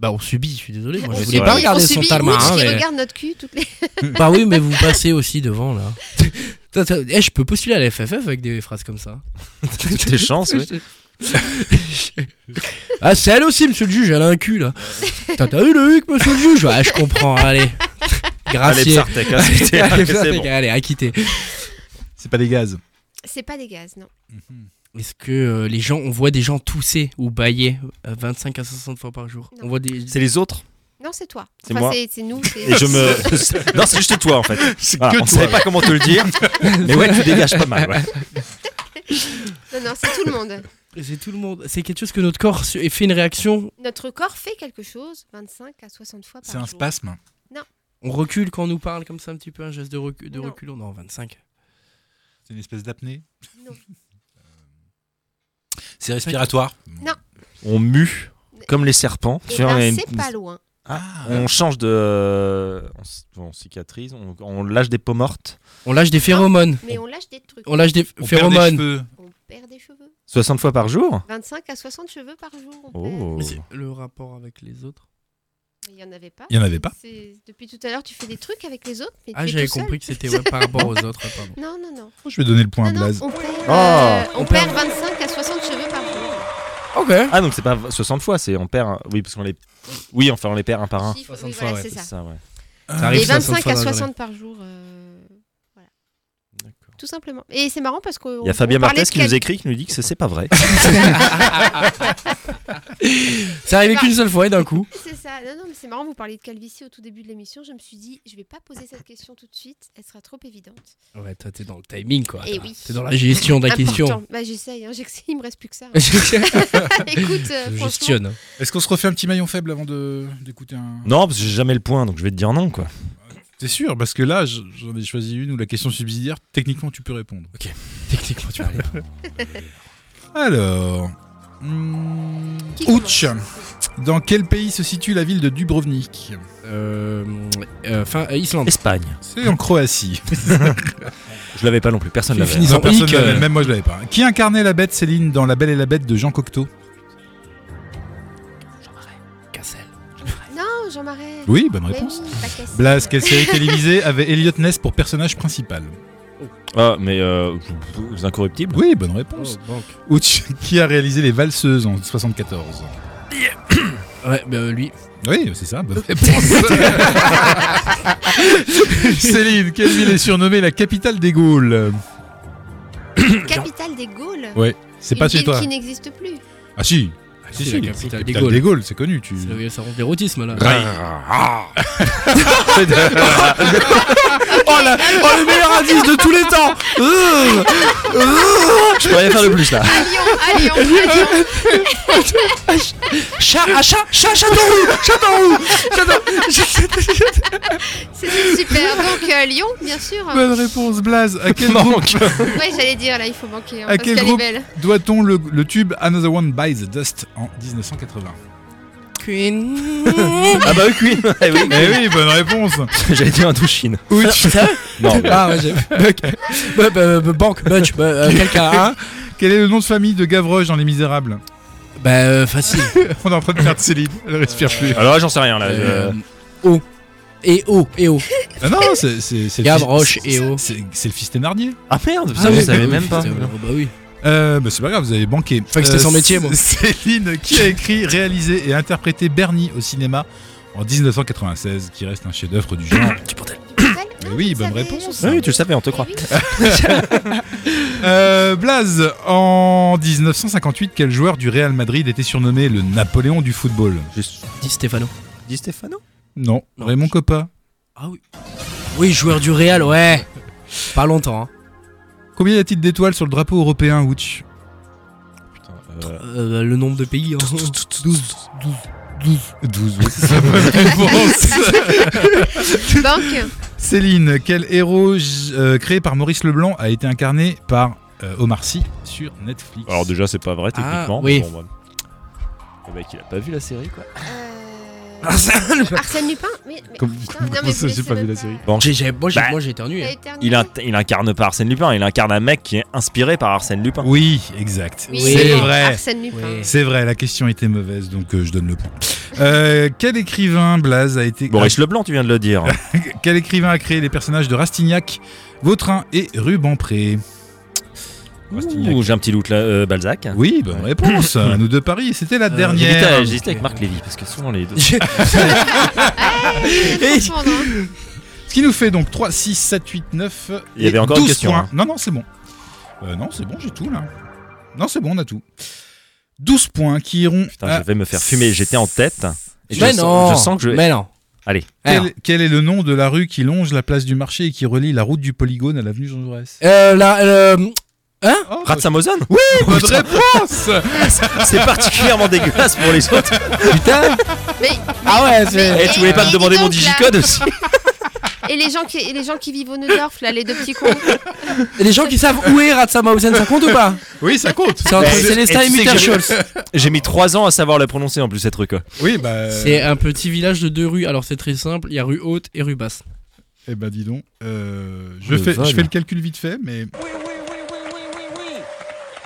[SPEAKER 3] Bah, on subit, je suis désolé. Moi,
[SPEAKER 1] On
[SPEAKER 3] je
[SPEAKER 4] voulais
[SPEAKER 3] voulais
[SPEAKER 1] subit-
[SPEAKER 3] pas
[SPEAKER 4] pas
[SPEAKER 3] regarder
[SPEAKER 1] on
[SPEAKER 3] son
[SPEAKER 1] subit
[SPEAKER 3] talma.
[SPEAKER 1] Witch
[SPEAKER 3] hein,
[SPEAKER 1] qui
[SPEAKER 3] mais-
[SPEAKER 1] regarde notre cul toutes les.
[SPEAKER 3] Bah oui, mais vous passez aussi devant, là. Putain, ça- eh, je peux postuler à la FFF avec des phrases comme ça.
[SPEAKER 4] Toutes tes chances, oui.
[SPEAKER 3] ah, c'est elle aussi, monsieur le juge, elle a un cul, là. Putain, T'as vu le huc, monsieur le juge Ah, je comprends, allez.
[SPEAKER 4] Allez,
[SPEAKER 3] Gracier.
[SPEAKER 4] Psartek, hein, c'était-
[SPEAKER 3] Ah, Allez,
[SPEAKER 4] c'est bon.
[SPEAKER 3] allez, acquitté.
[SPEAKER 2] C'est pas des gaz.
[SPEAKER 1] C'est pas des gaz, non.
[SPEAKER 3] Est-ce que euh, les gens, on voit des gens tousser ou bailler euh, 25 à 60 fois par jour
[SPEAKER 1] Non.
[SPEAKER 3] On voit des.
[SPEAKER 4] C'est les autres
[SPEAKER 1] Non, c'est toi.
[SPEAKER 4] C'est
[SPEAKER 1] Enfin,
[SPEAKER 4] moi.
[SPEAKER 1] C'est c'est nous.
[SPEAKER 4] et je me. non, c'est juste toi en fait. Voilà, on savait pas comment te le dire, mais ouais, tu dégages pas mal. ouais.
[SPEAKER 1] Non, non, c'est tout le monde.
[SPEAKER 3] C'est tout le monde. C'est quelque chose que notre corps su- fait une réaction.
[SPEAKER 1] Notre corps fait quelque chose 25 à 60 fois par
[SPEAKER 2] C'est un
[SPEAKER 1] jour.
[SPEAKER 2] spasme.
[SPEAKER 3] On recule quand on nous parle comme ça un petit peu, un geste de, recu- de
[SPEAKER 1] Non.
[SPEAKER 3] recul. Non, 25.
[SPEAKER 2] C'est une espèce d'apnée.
[SPEAKER 1] Non.
[SPEAKER 2] C'est respiratoire.
[SPEAKER 1] Non.
[SPEAKER 4] On mue comme les serpents.
[SPEAKER 1] Eh
[SPEAKER 4] Tu vois,
[SPEAKER 1] ben,
[SPEAKER 4] il y a une-
[SPEAKER 1] c'est pas loin.
[SPEAKER 2] Ah.
[SPEAKER 4] on change de. On, s- on cicatrise, on, on lâche des peaux mortes.
[SPEAKER 3] On lâche des phéromones.
[SPEAKER 1] Mais on lâche des trucs.
[SPEAKER 3] On lâche des
[SPEAKER 2] On perd des
[SPEAKER 3] phéromones.
[SPEAKER 2] cheveux.
[SPEAKER 1] On perd des cheveux.
[SPEAKER 4] 60 fois par jour
[SPEAKER 1] 25 à 60 cheveux par jour. on perd.
[SPEAKER 4] Oh.
[SPEAKER 3] Mais c'est Le rapport avec les autres.
[SPEAKER 1] Mais il y en avait pas.
[SPEAKER 2] Il y en avait pas.
[SPEAKER 1] C'est- Depuis tout à l'heure, tu fais des trucs avec les autres. Mais
[SPEAKER 3] Ah,
[SPEAKER 1] tu es
[SPEAKER 3] j'avais
[SPEAKER 1] tout seul.
[SPEAKER 3] compris que c'était ouais, par rapport aux autres. ouais, pardon.
[SPEAKER 1] Non, non, non.
[SPEAKER 2] Je vais donner le point à
[SPEAKER 1] Non, non,
[SPEAKER 2] Blaze.
[SPEAKER 1] on
[SPEAKER 3] Oh.
[SPEAKER 1] perd,
[SPEAKER 4] Ah.
[SPEAKER 1] euh, on perd 25 à 60 cheveux par jour.
[SPEAKER 3] Ok.
[SPEAKER 4] Ah, donc c'est pas 60 fois, c'est on perd. Oui, parce qu'on les. Oui, enfin, on les perd un par un.
[SPEAKER 1] Chiffre,
[SPEAKER 3] 60
[SPEAKER 1] oui,
[SPEAKER 3] Ah. fois,
[SPEAKER 1] voilà,
[SPEAKER 3] ouais,
[SPEAKER 1] c'est
[SPEAKER 4] C'est
[SPEAKER 1] ça.
[SPEAKER 4] ça, ouais.
[SPEAKER 2] Ah,
[SPEAKER 3] Ça
[SPEAKER 1] Et
[SPEAKER 3] arrive
[SPEAKER 1] 25
[SPEAKER 3] fois
[SPEAKER 1] à
[SPEAKER 3] dans la journée.
[SPEAKER 1] 60 par jour. euh, voilà. Tout simplement. Et c'est marrant parce que.
[SPEAKER 4] Il y a Fabien Martès qui nous écrit, qui nous dit que c'est- c'est pas vrai.
[SPEAKER 3] C'est arrivé qu'une seule fois et d'un coup.
[SPEAKER 1] C'est ça. Non, non, mais c'est marrant, vous parliez de calvitie au tout début de l'émission. Je me suis dit, je vais pas poser cette question tout de suite, elle sera trop évidente.
[SPEAKER 3] Ouais, toi, t'es dans le timing, quoi.
[SPEAKER 1] Eh
[SPEAKER 3] T'as-
[SPEAKER 1] oui.
[SPEAKER 3] T'es dans la gestion de la question.
[SPEAKER 1] Important. Bah, j'essaye, hein, j'essaye, il me reste plus que ça. hein.
[SPEAKER 3] Je
[SPEAKER 1] Écoute, euh, franchement,
[SPEAKER 3] gestionne.
[SPEAKER 2] Est-ce qu'on se refait un petit maillon faible avant de- d'écouter un.
[SPEAKER 4] Non, parce que j'ai jamais le point, donc je vais te dire non, quoi.
[SPEAKER 2] C'est sûr, parce que là, je- j'en ai choisi une où la question subsidiaire, techniquement, tu peux répondre.
[SPEAKER 3] Techniquement, tu vas aller.
[SPEAKER 2] Alors. hmm,
[SPEAKER 1] Qui
[SPEAKER 2] Ouch Dans quel pays se situe la ville de Dubrovnik
[SPEAKER 3] Euh, euh, fin, euh, Islande.
[SPEAKER 4] Espagne.
[SPEAKER 2] C'est en Croatie.
[SPEAKER 4] Je l'avais pas non plus, personne
[SPEAKER 3] Tu
[SPEAKER 4] l'avait.
[SPEAKER 3] finis- Ils
[SPEAKER 2] Non,
[SPEAKER 3] ont
[SPEAKER 2] personne
[SPEAKER 3] hic,
[SPEAKER 2] l'avait,
[SPEAKER 3] euh.
[SPEAKER 2] même moi je l'avais pas. Qui incarnait la bête Céline dans La Belle et la Bête de Jean Cocteau
[SPEAKER 3] Cassel.
[SPEAKER 1] non, Oh, Jean Marais.
[SPEAKER 2] Oui, bonne
[SPEAKER 1] Mais
[SPEAKER 2] réponse.
[SPEAKER 1] oui, pas cassé.
[SPEAKER 2] Blaze, quelle série télévisée avait Elliot Ness pour personnage principal
[SPEAKER 4] Ah, mais euh, vous incorruptible
[SPEAKER 2] Oui, bonne
[SPEAKER 3] Oh,
[SPEAKER 2] réponse. Ouch Qui a réalisé Les Valseuses en 74
[SPEAKER 3] Ouais, bah, euh, lui. Ah,
[SPEAKER 2] Oui, c'est ça, bonne réponse. Céline, quelle ville est surnommée la capitale des Gaules
[SPEAKER 1] Capitale des Gaules.
[SPEAKER 2] Ouais, c'est pas
[SPEAKER 1] Une
[SPEAKER 2] chez
[SPEAKER 1] ville
[SPEAKER 2] toi.
[SPEAKER 1] qui n'existe plus.
[SPEAKER 2] Ah si, si,
[SPEAKER 3] C'est
[SPEAKER 2] si,
[SPEAKER 3] la
[SPEAKER 2] c'est
[SPEAKER 3] capitale des Gaules.
[SPEAKER 2] des Gaules, c'est connu. Tu...
[SPEAKER 3] C'est le salon de l'érotisme, là. Ah. Oh, la- oh, le meilleur indice de tous les temps Euh, euh,
[SPEAKER 4] Je pourrais faire de plus là.
[SPEAKER 1] À Ah, Lyon, à Lyon, à Lyon.
[SPEAKER 3] Chat, ah, chat, chat, chat en roue Chat en roue
[SPEAKER 1] C'était super. Donc euh, Lyon, bien sûr.
[SPEAKER 2] Bonne réponse, Blaze. À quel groupe
[SPEAKER 4] Manque.
[SPEAKER 1] Ouais, j'allais dire là, il faut manquer. hein,
[SPEAKER 2] À
[SPEAKER 1] parce
[SPEAKER 2] quel
[SPEAKER 1] qu'elle est
[SPEAKER 2] groupe
[SPEAKER 1] belle.
[SPEAKER 2] doit-on le, le tube Another One Bites the Dust en 1980
[SPEAKER 3] Queen
[SPEAKER 4] Ah bah oui, Queen. Eh oui,
[SPEAKER 2] Eh oui, bonne réponse.
[SPEAKER 4] J'allais dire un Touchine.
[SPEAKER 2] Ouch.
[SPEAKER 4] Non, mais-
[SPEAKER 3] Ah ouais, j'ai... Bah, bah, bah, banque, budge, bah, euh, quelqu'un, hein
[SPEAKER 2] Quel est le nom de famille de Gavroche dans Les Misérables
[SPEAKER 3] Bah, euh, facile.
[SPEAKER 2] On est en train de perdre Céline. Elle respire plus.
[SPEAKER 4] Alors là, j'en sais rien là.
[SPEAKER 3] Euh,
[SPEAKER 4] Ah, je-
[SPEAKER 3] O. Et O, et O.
[SPEAKER 2] Ah non, c'est c'est- c'est le
[SPEAKER 3] Gavroche
[SPEAKER 2] fils-
[SPEAKER 3] et O.
[SPEAKER 2] C'est c'est le fils Thénardier.
[SPEAKER 4] Ah merde, ça, je
[SPEAKER 3] oui,
[SPEAKER 4] savais
[SPEAKER 3] bah,
[SPEAKER 4] même
[SPEAKER 3] oui,
[SPEAKER 4] pas.
[SPEAKER 3] c'est vrai, Bah oui.
[SPEAKER 2] Euh, bah c'est pas grave, vous avez banqué. Euh,
[SPEAKER 3] croyais que c'était son métier, moi.
[SPEAKER 2] Céline, qui a écrit, réalisé et interprété Bernie au cinéma en 1996, qui reste un chef-d'œuvre du genre. Mais oui,
[SPEAKER 1] hein,
[SPEAKER 2] bonne réponse.
[SPEAKER 4] Oui, tu le savais, on te croit.
[SPEAKER 1] Eh
[SPEAKER 2] Euh, Blaze, en 1958, quel joueur du Real Madrid était surnommé le Napoléon du football
[SPEAKER 4] Juste.
[SPEAKER 3] Dis Stéphano.
[SPEAKER 4] Dis Stéphano
[SPEAKER 2] Non,
[SPEAKER 3] Non.
[SPEAKER 2] Raymond Coppa.
[SPEAKER 3] Ah oui. Oui, joueur du Real, ouais. Pas longtemps, hein.
[SPEAKER 2] Combien y a-t-il d'étoiles sur le drapeau européen, Ouch
[SPEAKER 4] Putain, euh,
[SPEAKER 3] Euh, le nombre de pays, hein. 12.
[SPEAKER 2] 12. 12, oui, c'est sa bonne réponse.
[SPEAKER 1] Banque.
[SPEAKER 2] Céline, quel héros euh, créé par Maurice Leblanc a été incarné par euh, Omar Sy sur Netflix
[SPEAKER 4] Alors déjà, c'est pas vrai
[SPEAKER 3] Ah,
[SPEAKER 4] techniquement.
[SPEAKER 3] oui.
[SPEAKER 4] mais bon, bah. Le mec, il a pas vu la série quoi.
[SPEAKER 1] Euh,
[SPEAKER 3] Ah, Arsène
[SPEAKER 1] Arsène Lupin Mais, mais
[SPEAKER 2] Comme-
[SPEAKER 1] putain,
[SPEAKER 2] comme-
[SPEAKER 1] non,
[SPEAKER 2] Ah, comment
[SPEAKER 1] mais
[SPEAKER 2] ça,
[SPEAKER 1] vous
[SPEAKER 2] j'ai
[SPEAKER 1] laissez
[SPEAKER 2] pas vu la
[SPEAKER 1] même
[SPEAKER 2] série
[SPEAKER 4] Bon,
[SPEAKER 3] J'ai, j'ai- moi, j'ai,
[SPEAKER 4] Bah,
[SPEAKER 3] moi, j'ai éternué.
[SPEAKER 1] T'as
[SPEAKER 3] hein.
[SPEAKER 1] éternué
[SPEAKER 4] il, int- il incarne pas Arsène Lupin, il incarne un mec qui est inspiré par Arsène Lupin.
[SPEAKER 2] Oui, Ah, exact.
[SPEAKER 1] Oui,
[SPEAKER 2] C'est
[SPEAKER 1] non,
[SPEAKER 2] vrai.
[SPEAKER 1] Arsène Lupin.
[SPEAKER 3] Oui.
[SPEAKER 2] C'est vrai, la question était mauvaise, donc euh, je donne le point. Euh, quel écrivain, Blaze, a été.
[SPEAKER 4] Boris Leblanc, tu viens de le dire.
[SPEAKER 2] Quel écrivain a créé les personnages de Rastignac, Vautrin et Rubempré Rastignac.
[SPEAKER 4] Ouh, j'ai un petit doute là, euh, Balzac.
[SPEAKER 2] Oui, bonne réponse. à nous deux paris. C'était la
[SPEAKER 3] Euh,
[SPEAKER 4] J'hésitais
[SPEAKER 2] dernière.
[SPEAKER 4] à- j'hésitais avec Marc Lévy parce que souvent les deux.
[SPEAKER 1] Il vient de se confondre, hein.
[SPEAKER 2] Ce qui nous fait donc 3, 6, 7, 8, 9.
[SPEAKER 4] Il y avait encore une question,
[SPEAKER 2] Points.
[SPEAKER 4] hein.
[SPEAKER 2] Non, non, c'est bon. Euh, non, c'est bon, j'ai tout là. Non, c'est bon, on a tout. 12 points qui iront.
[SPEAKER 4] Putain,
[SPEAKER 2] à-
[SPEAKER 4] je vais me faire fumer. J'étais en tête. Et
[SPEAKER 3] mais
[SPEAKER 4] je sens-
[SPEAKER 3] non
[SPEAKER 4] je sens que je-
[SPEAKER 3] Mais non
[SPEAKER 4] Allez.
[SPEAKER 3] Alors,
[SPEAKER 2] Quel, quel est le nom de la rue qui longe la place du marché et qui relie la route du Polygone à l'avenue Jean Jaurès
[SPEAKER 3] euh, là, euh,
[SPEAKER 2] Oh,
[SPEAKER 4] Ratsamozon
[SPEAKER 2] bonne réponse
[SPEAKER 4] C'est particulièrement dégueulasse pour les autres.
[SPEAKER 3] putain
[SPEAKER 1] Mais-
[SPEAKER 3] Ah ouais,
[SPEAKER 4] Et
[SPEAKER 3] c'est...
[SPEAKER 4] tu voulais pas me
[SPEAKER 1] Et
[SPEAKER 4] demander
[SPEAKER 1] dis
[SPEAKER 4] mon
[SPEAKER 1] donc, là.
[SPEAKER 4] digicode aussi
[SPEAKER 1] Et les gens qui, et les gens qui vivent au Neudorf, là, les deux petits cons.
[SPEAKER 3] Et les gens qui savent où est Ratsamausen, ça compte ou pas
[SPEAKER 2] Oui, ça compte.
[SPEAKER 3] C'est entre
[SPEAKER 4] Et-
[SPEAKER 3] Célestin
[SPEAKER 4] et
[SPEAKER 3] et
[SPEAKER 4] tu sais que j'ai-
[SPEAKER 3] Mutterscholz.
[SPEAKER 4] J'ai mis 3 ans à savoir la prononcer en plus cette rue quoi.
[SPEAKER 2] Oui, bah.
[SPEAKER 3] C'est un petit village de deux rues, alors c'est très simple, il y a rue haute et rue basse.
[SPEAKER 2] Eh ben, dis donc. euh, je,
[SPEAKER 4] Le
[SPEAKER 2] fais, je
[SPEAKER 4] vol.
[SPEAKER 2] fais le calcul vite fait, mais.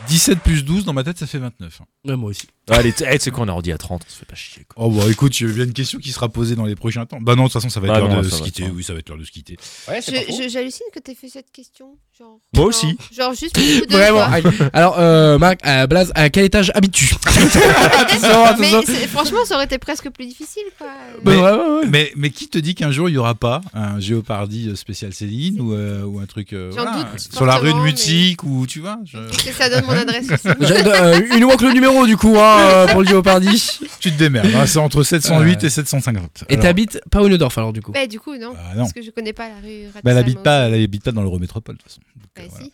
[SPEAKER 2] 17 plus 12, dans ma tête, ça fait 29. hein.
[SPEAKER 3] Ouais, moi aussi.
[SPEAKER 4] Allez, tu eh, tu sais quoi, on a ordi à 30, on se fait pas chier quoi.
[SPEAKER 2] Oh, bah écoute, il y a une question qui sera posée dans les prochains temps. Bah non, de toute façon, ça va être
[SPEAKER 4] Ah
[SPEAKER 2] l'heure
[SPEAKER 4] non,
[SPEAKER 2] de
[SPEAKER 4] ça
[SPEAKER 2] se
[SPEAKER 4] va,
[SPEAKER 2] quitter.
[SPEAKER 4] ça va.
[SPEAKER 2] Oui, ça va être l'heure de se quitter.
[SPEAKER 1] Je- je- J'hallucine que t'aies fait cette question. Genre,
[SPEAKER 4] Moi
[SPEAKER 1] genre-
[SPEAKER 4] aussi.
[SPEAKER 1] Genre, juste pour vous deux,
[SPEAKER 3] Vraiment.
[SPEAKER 1] quoi.
[SPEAKER 3] Alors, euh, Marc, euh, Blaze, à quel étage habites-tu Attention, attention.
[SPEAKER 1] Mais c'est- franchement, ça aurait été presque plus difficile, quoi.
[SPEAKER 2] Mais-
[SPEAKER 3] Ouais, ouais, ouais.
[SPEAKER 2] Mais, mais qui te dit qu'un jour il n'y aura pas un Géopardy spécial Céline ou, euh, ou un truc euh,
[SPEAKER 1] J'en doute
[SPEAKER 2] sur la rue de
[SPEAKER 1] fortement, mais-
[SPEAKER 2] Mutique ou tu vois je-
[SPEAKER 1] Et ça donne mon adresse aussi.
[SPEAKER 3] Je- euh, il nous manque le numéro du coup, hein, euh, pour le Géopardy.
[SPEAKER 2] Tu te démerdes. hein, c'est entre 708 et 750.
[SPEAKER 3] Et
[SPEAKER 2] Alors,
[SPEAKER 3] t'habites pas au Nord alors du coup.
[SPEAKER 1] Bah, du coup, non,
[SPEAKER 2] Bah, non.
[SPEAKER 1] Parce que je connais pas la rue
[SPEAKER 2] Bah, elle habite
[SPEAKER 1] Radisson,
[SPEAKER 2] pas, elle habite pas dans l'Eurométropole de toute façon. Donc,
[SPEAKER 1] hein. Bah,
[SPEAKER 2] euh, voilà.
[SPEAKER 1] si.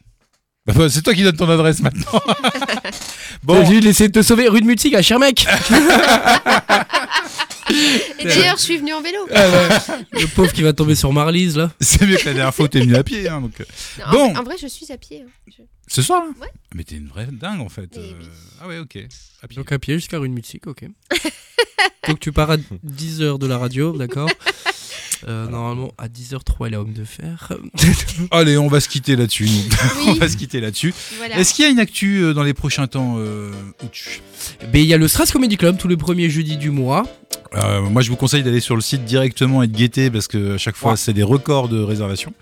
[SPEAKER 2] Bah, bah, c'est toi qui donne ton adresse maintenant.
[SPEAKER 3] Bon,
[SPEAKER 2] Bah, bon,
[SPEAKER 3] j'ai essayé de te sauver rue de Mutzig à Schirmeck.
[SPEAKER 1] Et d'ailleurs, je suis venue en vélo.
[SPEAKER 3] le pauvre qui va tomber sur Marlise là.
[SPEAKER 2] c'est mieux que la dernière fois où t'es venu à pied. hein, donc, euh,
[SPEAKER 1] Non,
[SPEAKER 2] Bon.
[SPEAKER 1] en, en vrai, je suis à pied. hein. Je-
[SPEAKER 2] ce soir là Ah,
[SPEAKER 1] Ouais.
[SPEAKER 2] Mais t'es une vraie dingue en fait.
[SPEAKER 1] Mais
[SPEAKER 2] euh,
[SPEAKER 1] oui.
[SPEAKER 2] Ah ouais, ok. À pied.
[SPEAKER 3] Donc à pied jusqu'à rue de Mutzig, ok. Donc tu pars à 10h de la radio, d'accord Euh, Normalement à 10h03 elle est à homme de fer.
[SPEAKER 2] Allez, on va se quitter là-dessus. nous. on
[SPEAKER 1] Oui,
[SPEAKER 2] va se quitter là-dessus.
[SPEAKER 1] voilà.
[SPEAKER 2] Est-ce qu'il y a une actu euh, dans les prochains temps euh, Ouch.
[SPEAKER 3] Mais il y a le Stras Comedy Club tous les premiers jeudis du mois.
[SPEAKER 2] Euh, Moi, je vous conseille d'aller sur le site directement et de guetter parce que à chaque fois,
[SPEAKER 3] Ouais.
[SPEAKER 2] c'est des records de réservation.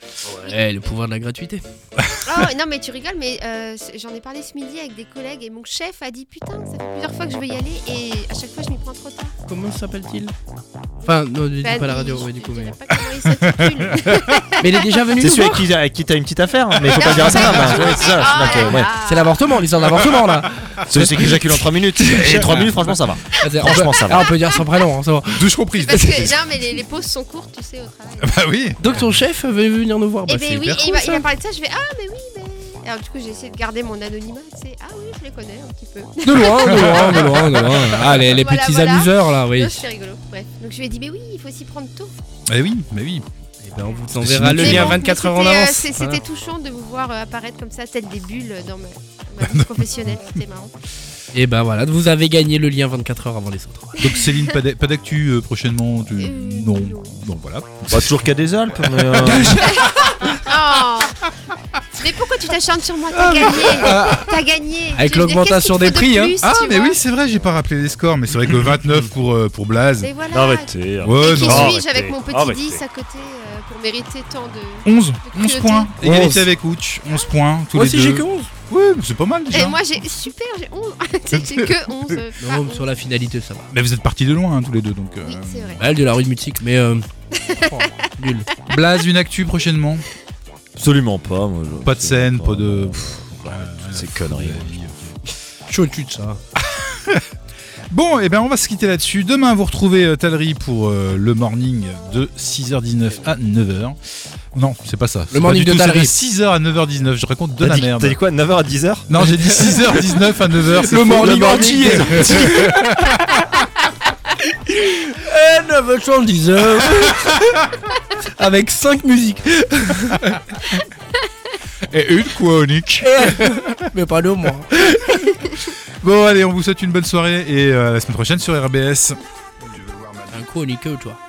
[SPEAKER 3] Eh, le pouvoir de la gratuité.
[SPEAKER 1] Oh, non, mais tu rigoles, mais euh, c'est- j'en ai parlé ce midi avec des collègues et mon chef a dit Putain, ça fait plusieurs fois que je veux y aller et à chaque fois je m'y prends trop tard.
[SPEAKER 3] Comment s'appelle-t-il Enfin, non, ne dis
[SPEAKER 1] Bah,
[SPEAKER 3] pas à la radio,
[SPEAKER 1] je
[SPEAKER 3] ouais,
[SPEAKER 1] te
[SPEAKER 3] du coup. Mais...
[SPEAKER 1] dirai pas comment il s'intitule.
[SPEAKER 3] mais il est déjà venu
[SPEAKER 4] C'est
[SPEAKER 3] nous
[SPEAKER 4] celui
[SPEAKER 3] voir.
[SPEAKER 4] avec qui, avec qui t'as une petite affaire, hein, mais faut
[SPEAKER 1] Non,
[SPEAKER 4] pas dire à
[SPEAKER 1] ça,
[SPEAKER 4] ça.
[SPEAKER 1] je
[SPEAKER 4] bah,
[SPEAKER 1] me
[SPEAKER 4] ouais,
[SPEAKER 1] suis
[SPEAKER 4] c'est
[SPEAKER 1] dit,
[SPEAKER 4] ça, donc,
[SPEAKER 1] oh
[SPEAKER 4] euh, ouais.
[SPEAKER 1] là là.
[SPEAKER 3] C'est l'avortement, l'histoire de l'avortement là.
[SPEAKER 4] Celui celui qui éjacule en 3 minutes. Et 3 minutes, franchement, ça va. Franchement, ça va.
[SPEAKER 3] Ah, on peut dire sans prénom, hein, c'est bon.
[SPEAKER 2] Douche comprise.
[SPEAKER 1] Parce que, non, mais les, les pauses sont courtes, tu sais, au travail.
[SPEAKER 2] bah oui.
[SPEAKER 3] Donc ton chef veut venir nous voir.
[SPEAKER 1] et
[SPEAKER 3] Ah Bah, c'est
[SPEAKER 1] ben oui,
[SPEAKER 3] hyper
[SPEAKER 1] et il
[SPEAKER 3] cool,
[SPEAKER 1] m'a
[SPEAKER 3] ça.
[SPEAKER 1] il m'a parlé de ça, je vais Ah, mais oui, mais. Alors, du coup, j'ai essayé de garder mon anonymat, tu sais. Ah, oui, je les connais un petit peu.
[SPEAKER 3] De loin, de loin, de loin, de loin. Ah, les, les
[SPEAKER 1] Voilà,
[SPEAKER 3] petits
[SPEAKER 1] voilà.
[SPEAKER 3] amuseurs là, oui.
[SPEAKER 1] Non, c'est rigolo. Bref. Donc, je lui ai dit Mais oui, il faut s'y prendre tôt.
[SPEAKER 2] Bah oui, bah oui.
[SPEAKER 3] Eh ben, on vous
[SPEAKER 2] enverra
[SPEAKER 3] enverra
[SPEAKER 2] le
[SPEAKER 3] le
[SPEAKER 1] Mais
[SPEAKER 3] lien
[SPEAKER 1] bon,
[SPEAKER 3] 24
[SPEAKER 1] mais
[SPEAKER 3] heures en
[SPEAKER 1] c'était, euh,
[SPEAKER 3] avance.
[SPEAKER 1] c'est- C'était touchant de vous voir euh, apparaître comme ça, tête des bulles euh, dans ma, ma vie professionnelle. C'était marrant.
[SPEAKER 3] Et ben voilà, vous avez gagné le lien 24 heures avant les autres.
[SPEAKER 2] Donc Céline, pas d'a- pas d'actu euh, prochainement tu-
[SPEAKER 1] Euh,
[SPEAKER 2] Non.
[SPEAKER 1] non.
[SPEAKER 2] Bon, voilà.
[SPEAKER 4] Pas ah, bah, toujours qu'à des Alpes, mais. euh,
[SPEAKER 1] Oh Mais pourquoi tu t'acharnes sur moi T'as gagné T'as gagné
[SPEAKER 3] Ah. Avec
[SPEAKER 1] Je veux dire,
[SPEAKER 3] l'augmentation
[SPEAKER 1] qu'est-ce qu'il te
[SPEAKER 3] des
[SPEAKER 1] faut
[SPEAKER 3] prix, hein
[SPEAKER 1] de plus,
[SPEAKER 2] Ah,
[SPEAKER 1] tu
[SPEAKER 2] mais
[SPEAKER 1] vois
[SPEAKER 2] oui, c'est vrai, j'ai pas rappelé les scores, mais c'est vrai que le 29 pour, euh, pour Blaze.
[SPEAKER 1] Mais voilà
[SPEAKER 4] Arrêtez. arrêtez.
[SPEAKER 2] Ouais,
[SPEAKER 1] Et qui
[SPEAKER 2] oh, non.
[SPEAKER 4] arrêtez,
[SPEAKER 1] suis-je avec mon petit
[SPEAKER 4] arrêtez.
[SPEAKER 1] 10 à côté euh, pour mériter tant de...
[SPEAKER 2] 11,
[SPEAKER 1] De
[SPEAKER 2] 11
[SPEAKER 1] cruauté.
[SPEAKER 2] points. Égalité
[SPEAKER 3] 11.
[SPEAKER 2] avec Ouch, 11 points. Tous
[SPEAKER 3] Moi
[SPEAKER 2] les
[SPEAKER 3] aussi
[SPEAKER 2] deux.
[SPEAKER 3] j'ai que 11.
[SPEAKER 2] Oui, mais c'est pas mal déjà.
[SPEAKER 1] Et Eh, moi j'ai... Super, j'ai 11 J'ai j'ai que 11 euh, pas
[SPEAKER 3] Non, mais
[SPEAKER 1] 11.
[SPEAKER 3] sur la finalité ça va. Bah,
[SPEAKER 2] Mais vous êtes partis de loin hein, tous les deux, donc. euh,
[SPEAKER 1] Oui, c'est vrai.
[SPEAKER 3] Elle de la rue de Mutique, mais euh, nul.
[SPEAKER 2] Blaze, une actu prochainement.
[SPEAKER 4] Absolument pas. moi, je-
[SPEAKER 2] Pas de scène, pas de. Pff,
[SPEAKER 4] Ouais,
[SPEAKER 2] ouais,
[SPEAKER 4] Ces
[SPEAKER 2] ouais,
[SPEAKER 4] conneries.
[SPEAKER 3] Je suis de ça.
[SPEAKER 2] Bon, et ben on va se quitter là-dessus. Demain, vous retrouvez euh, Talry pour euh, le morning de 6h19 à 9h. Non, c'est pas ça. C'est pas
[SPEAKER 3] morning
[SPEAKER 2] du
[SPEAKER 3] de
[SPEAKER 2] tout, c'est
[SPEAKER 3] Talry.
[SPEAKER 2] 6h à 9h19. Je raconte de
[SPEAKER 4] T'as
[SPEAKER 2] la
[SPEAKER 4] dit-
[SPEAKER 2] merde.
[SPEAKER 4] T'as dit quoi 9h à 10h
[SPEAKER 2] Non, j'ai dit 6h19 à 9h.
[SPEAKER 3] Le morning
[SPEAKER 2] entier.
[SPEAKER 3] Eh, 9h10 Avec 5 musiques.
[SPEAKER 2] Et une chronique.
[SPEAKER 3] Mais pas nous, moi.
[SPEAKER 2] Bon, allez, on vous souhaite une bonne soirée et euh, à la semaine prochaine sur RBS.
[SPEAKER 3] Un coup, on est que toi.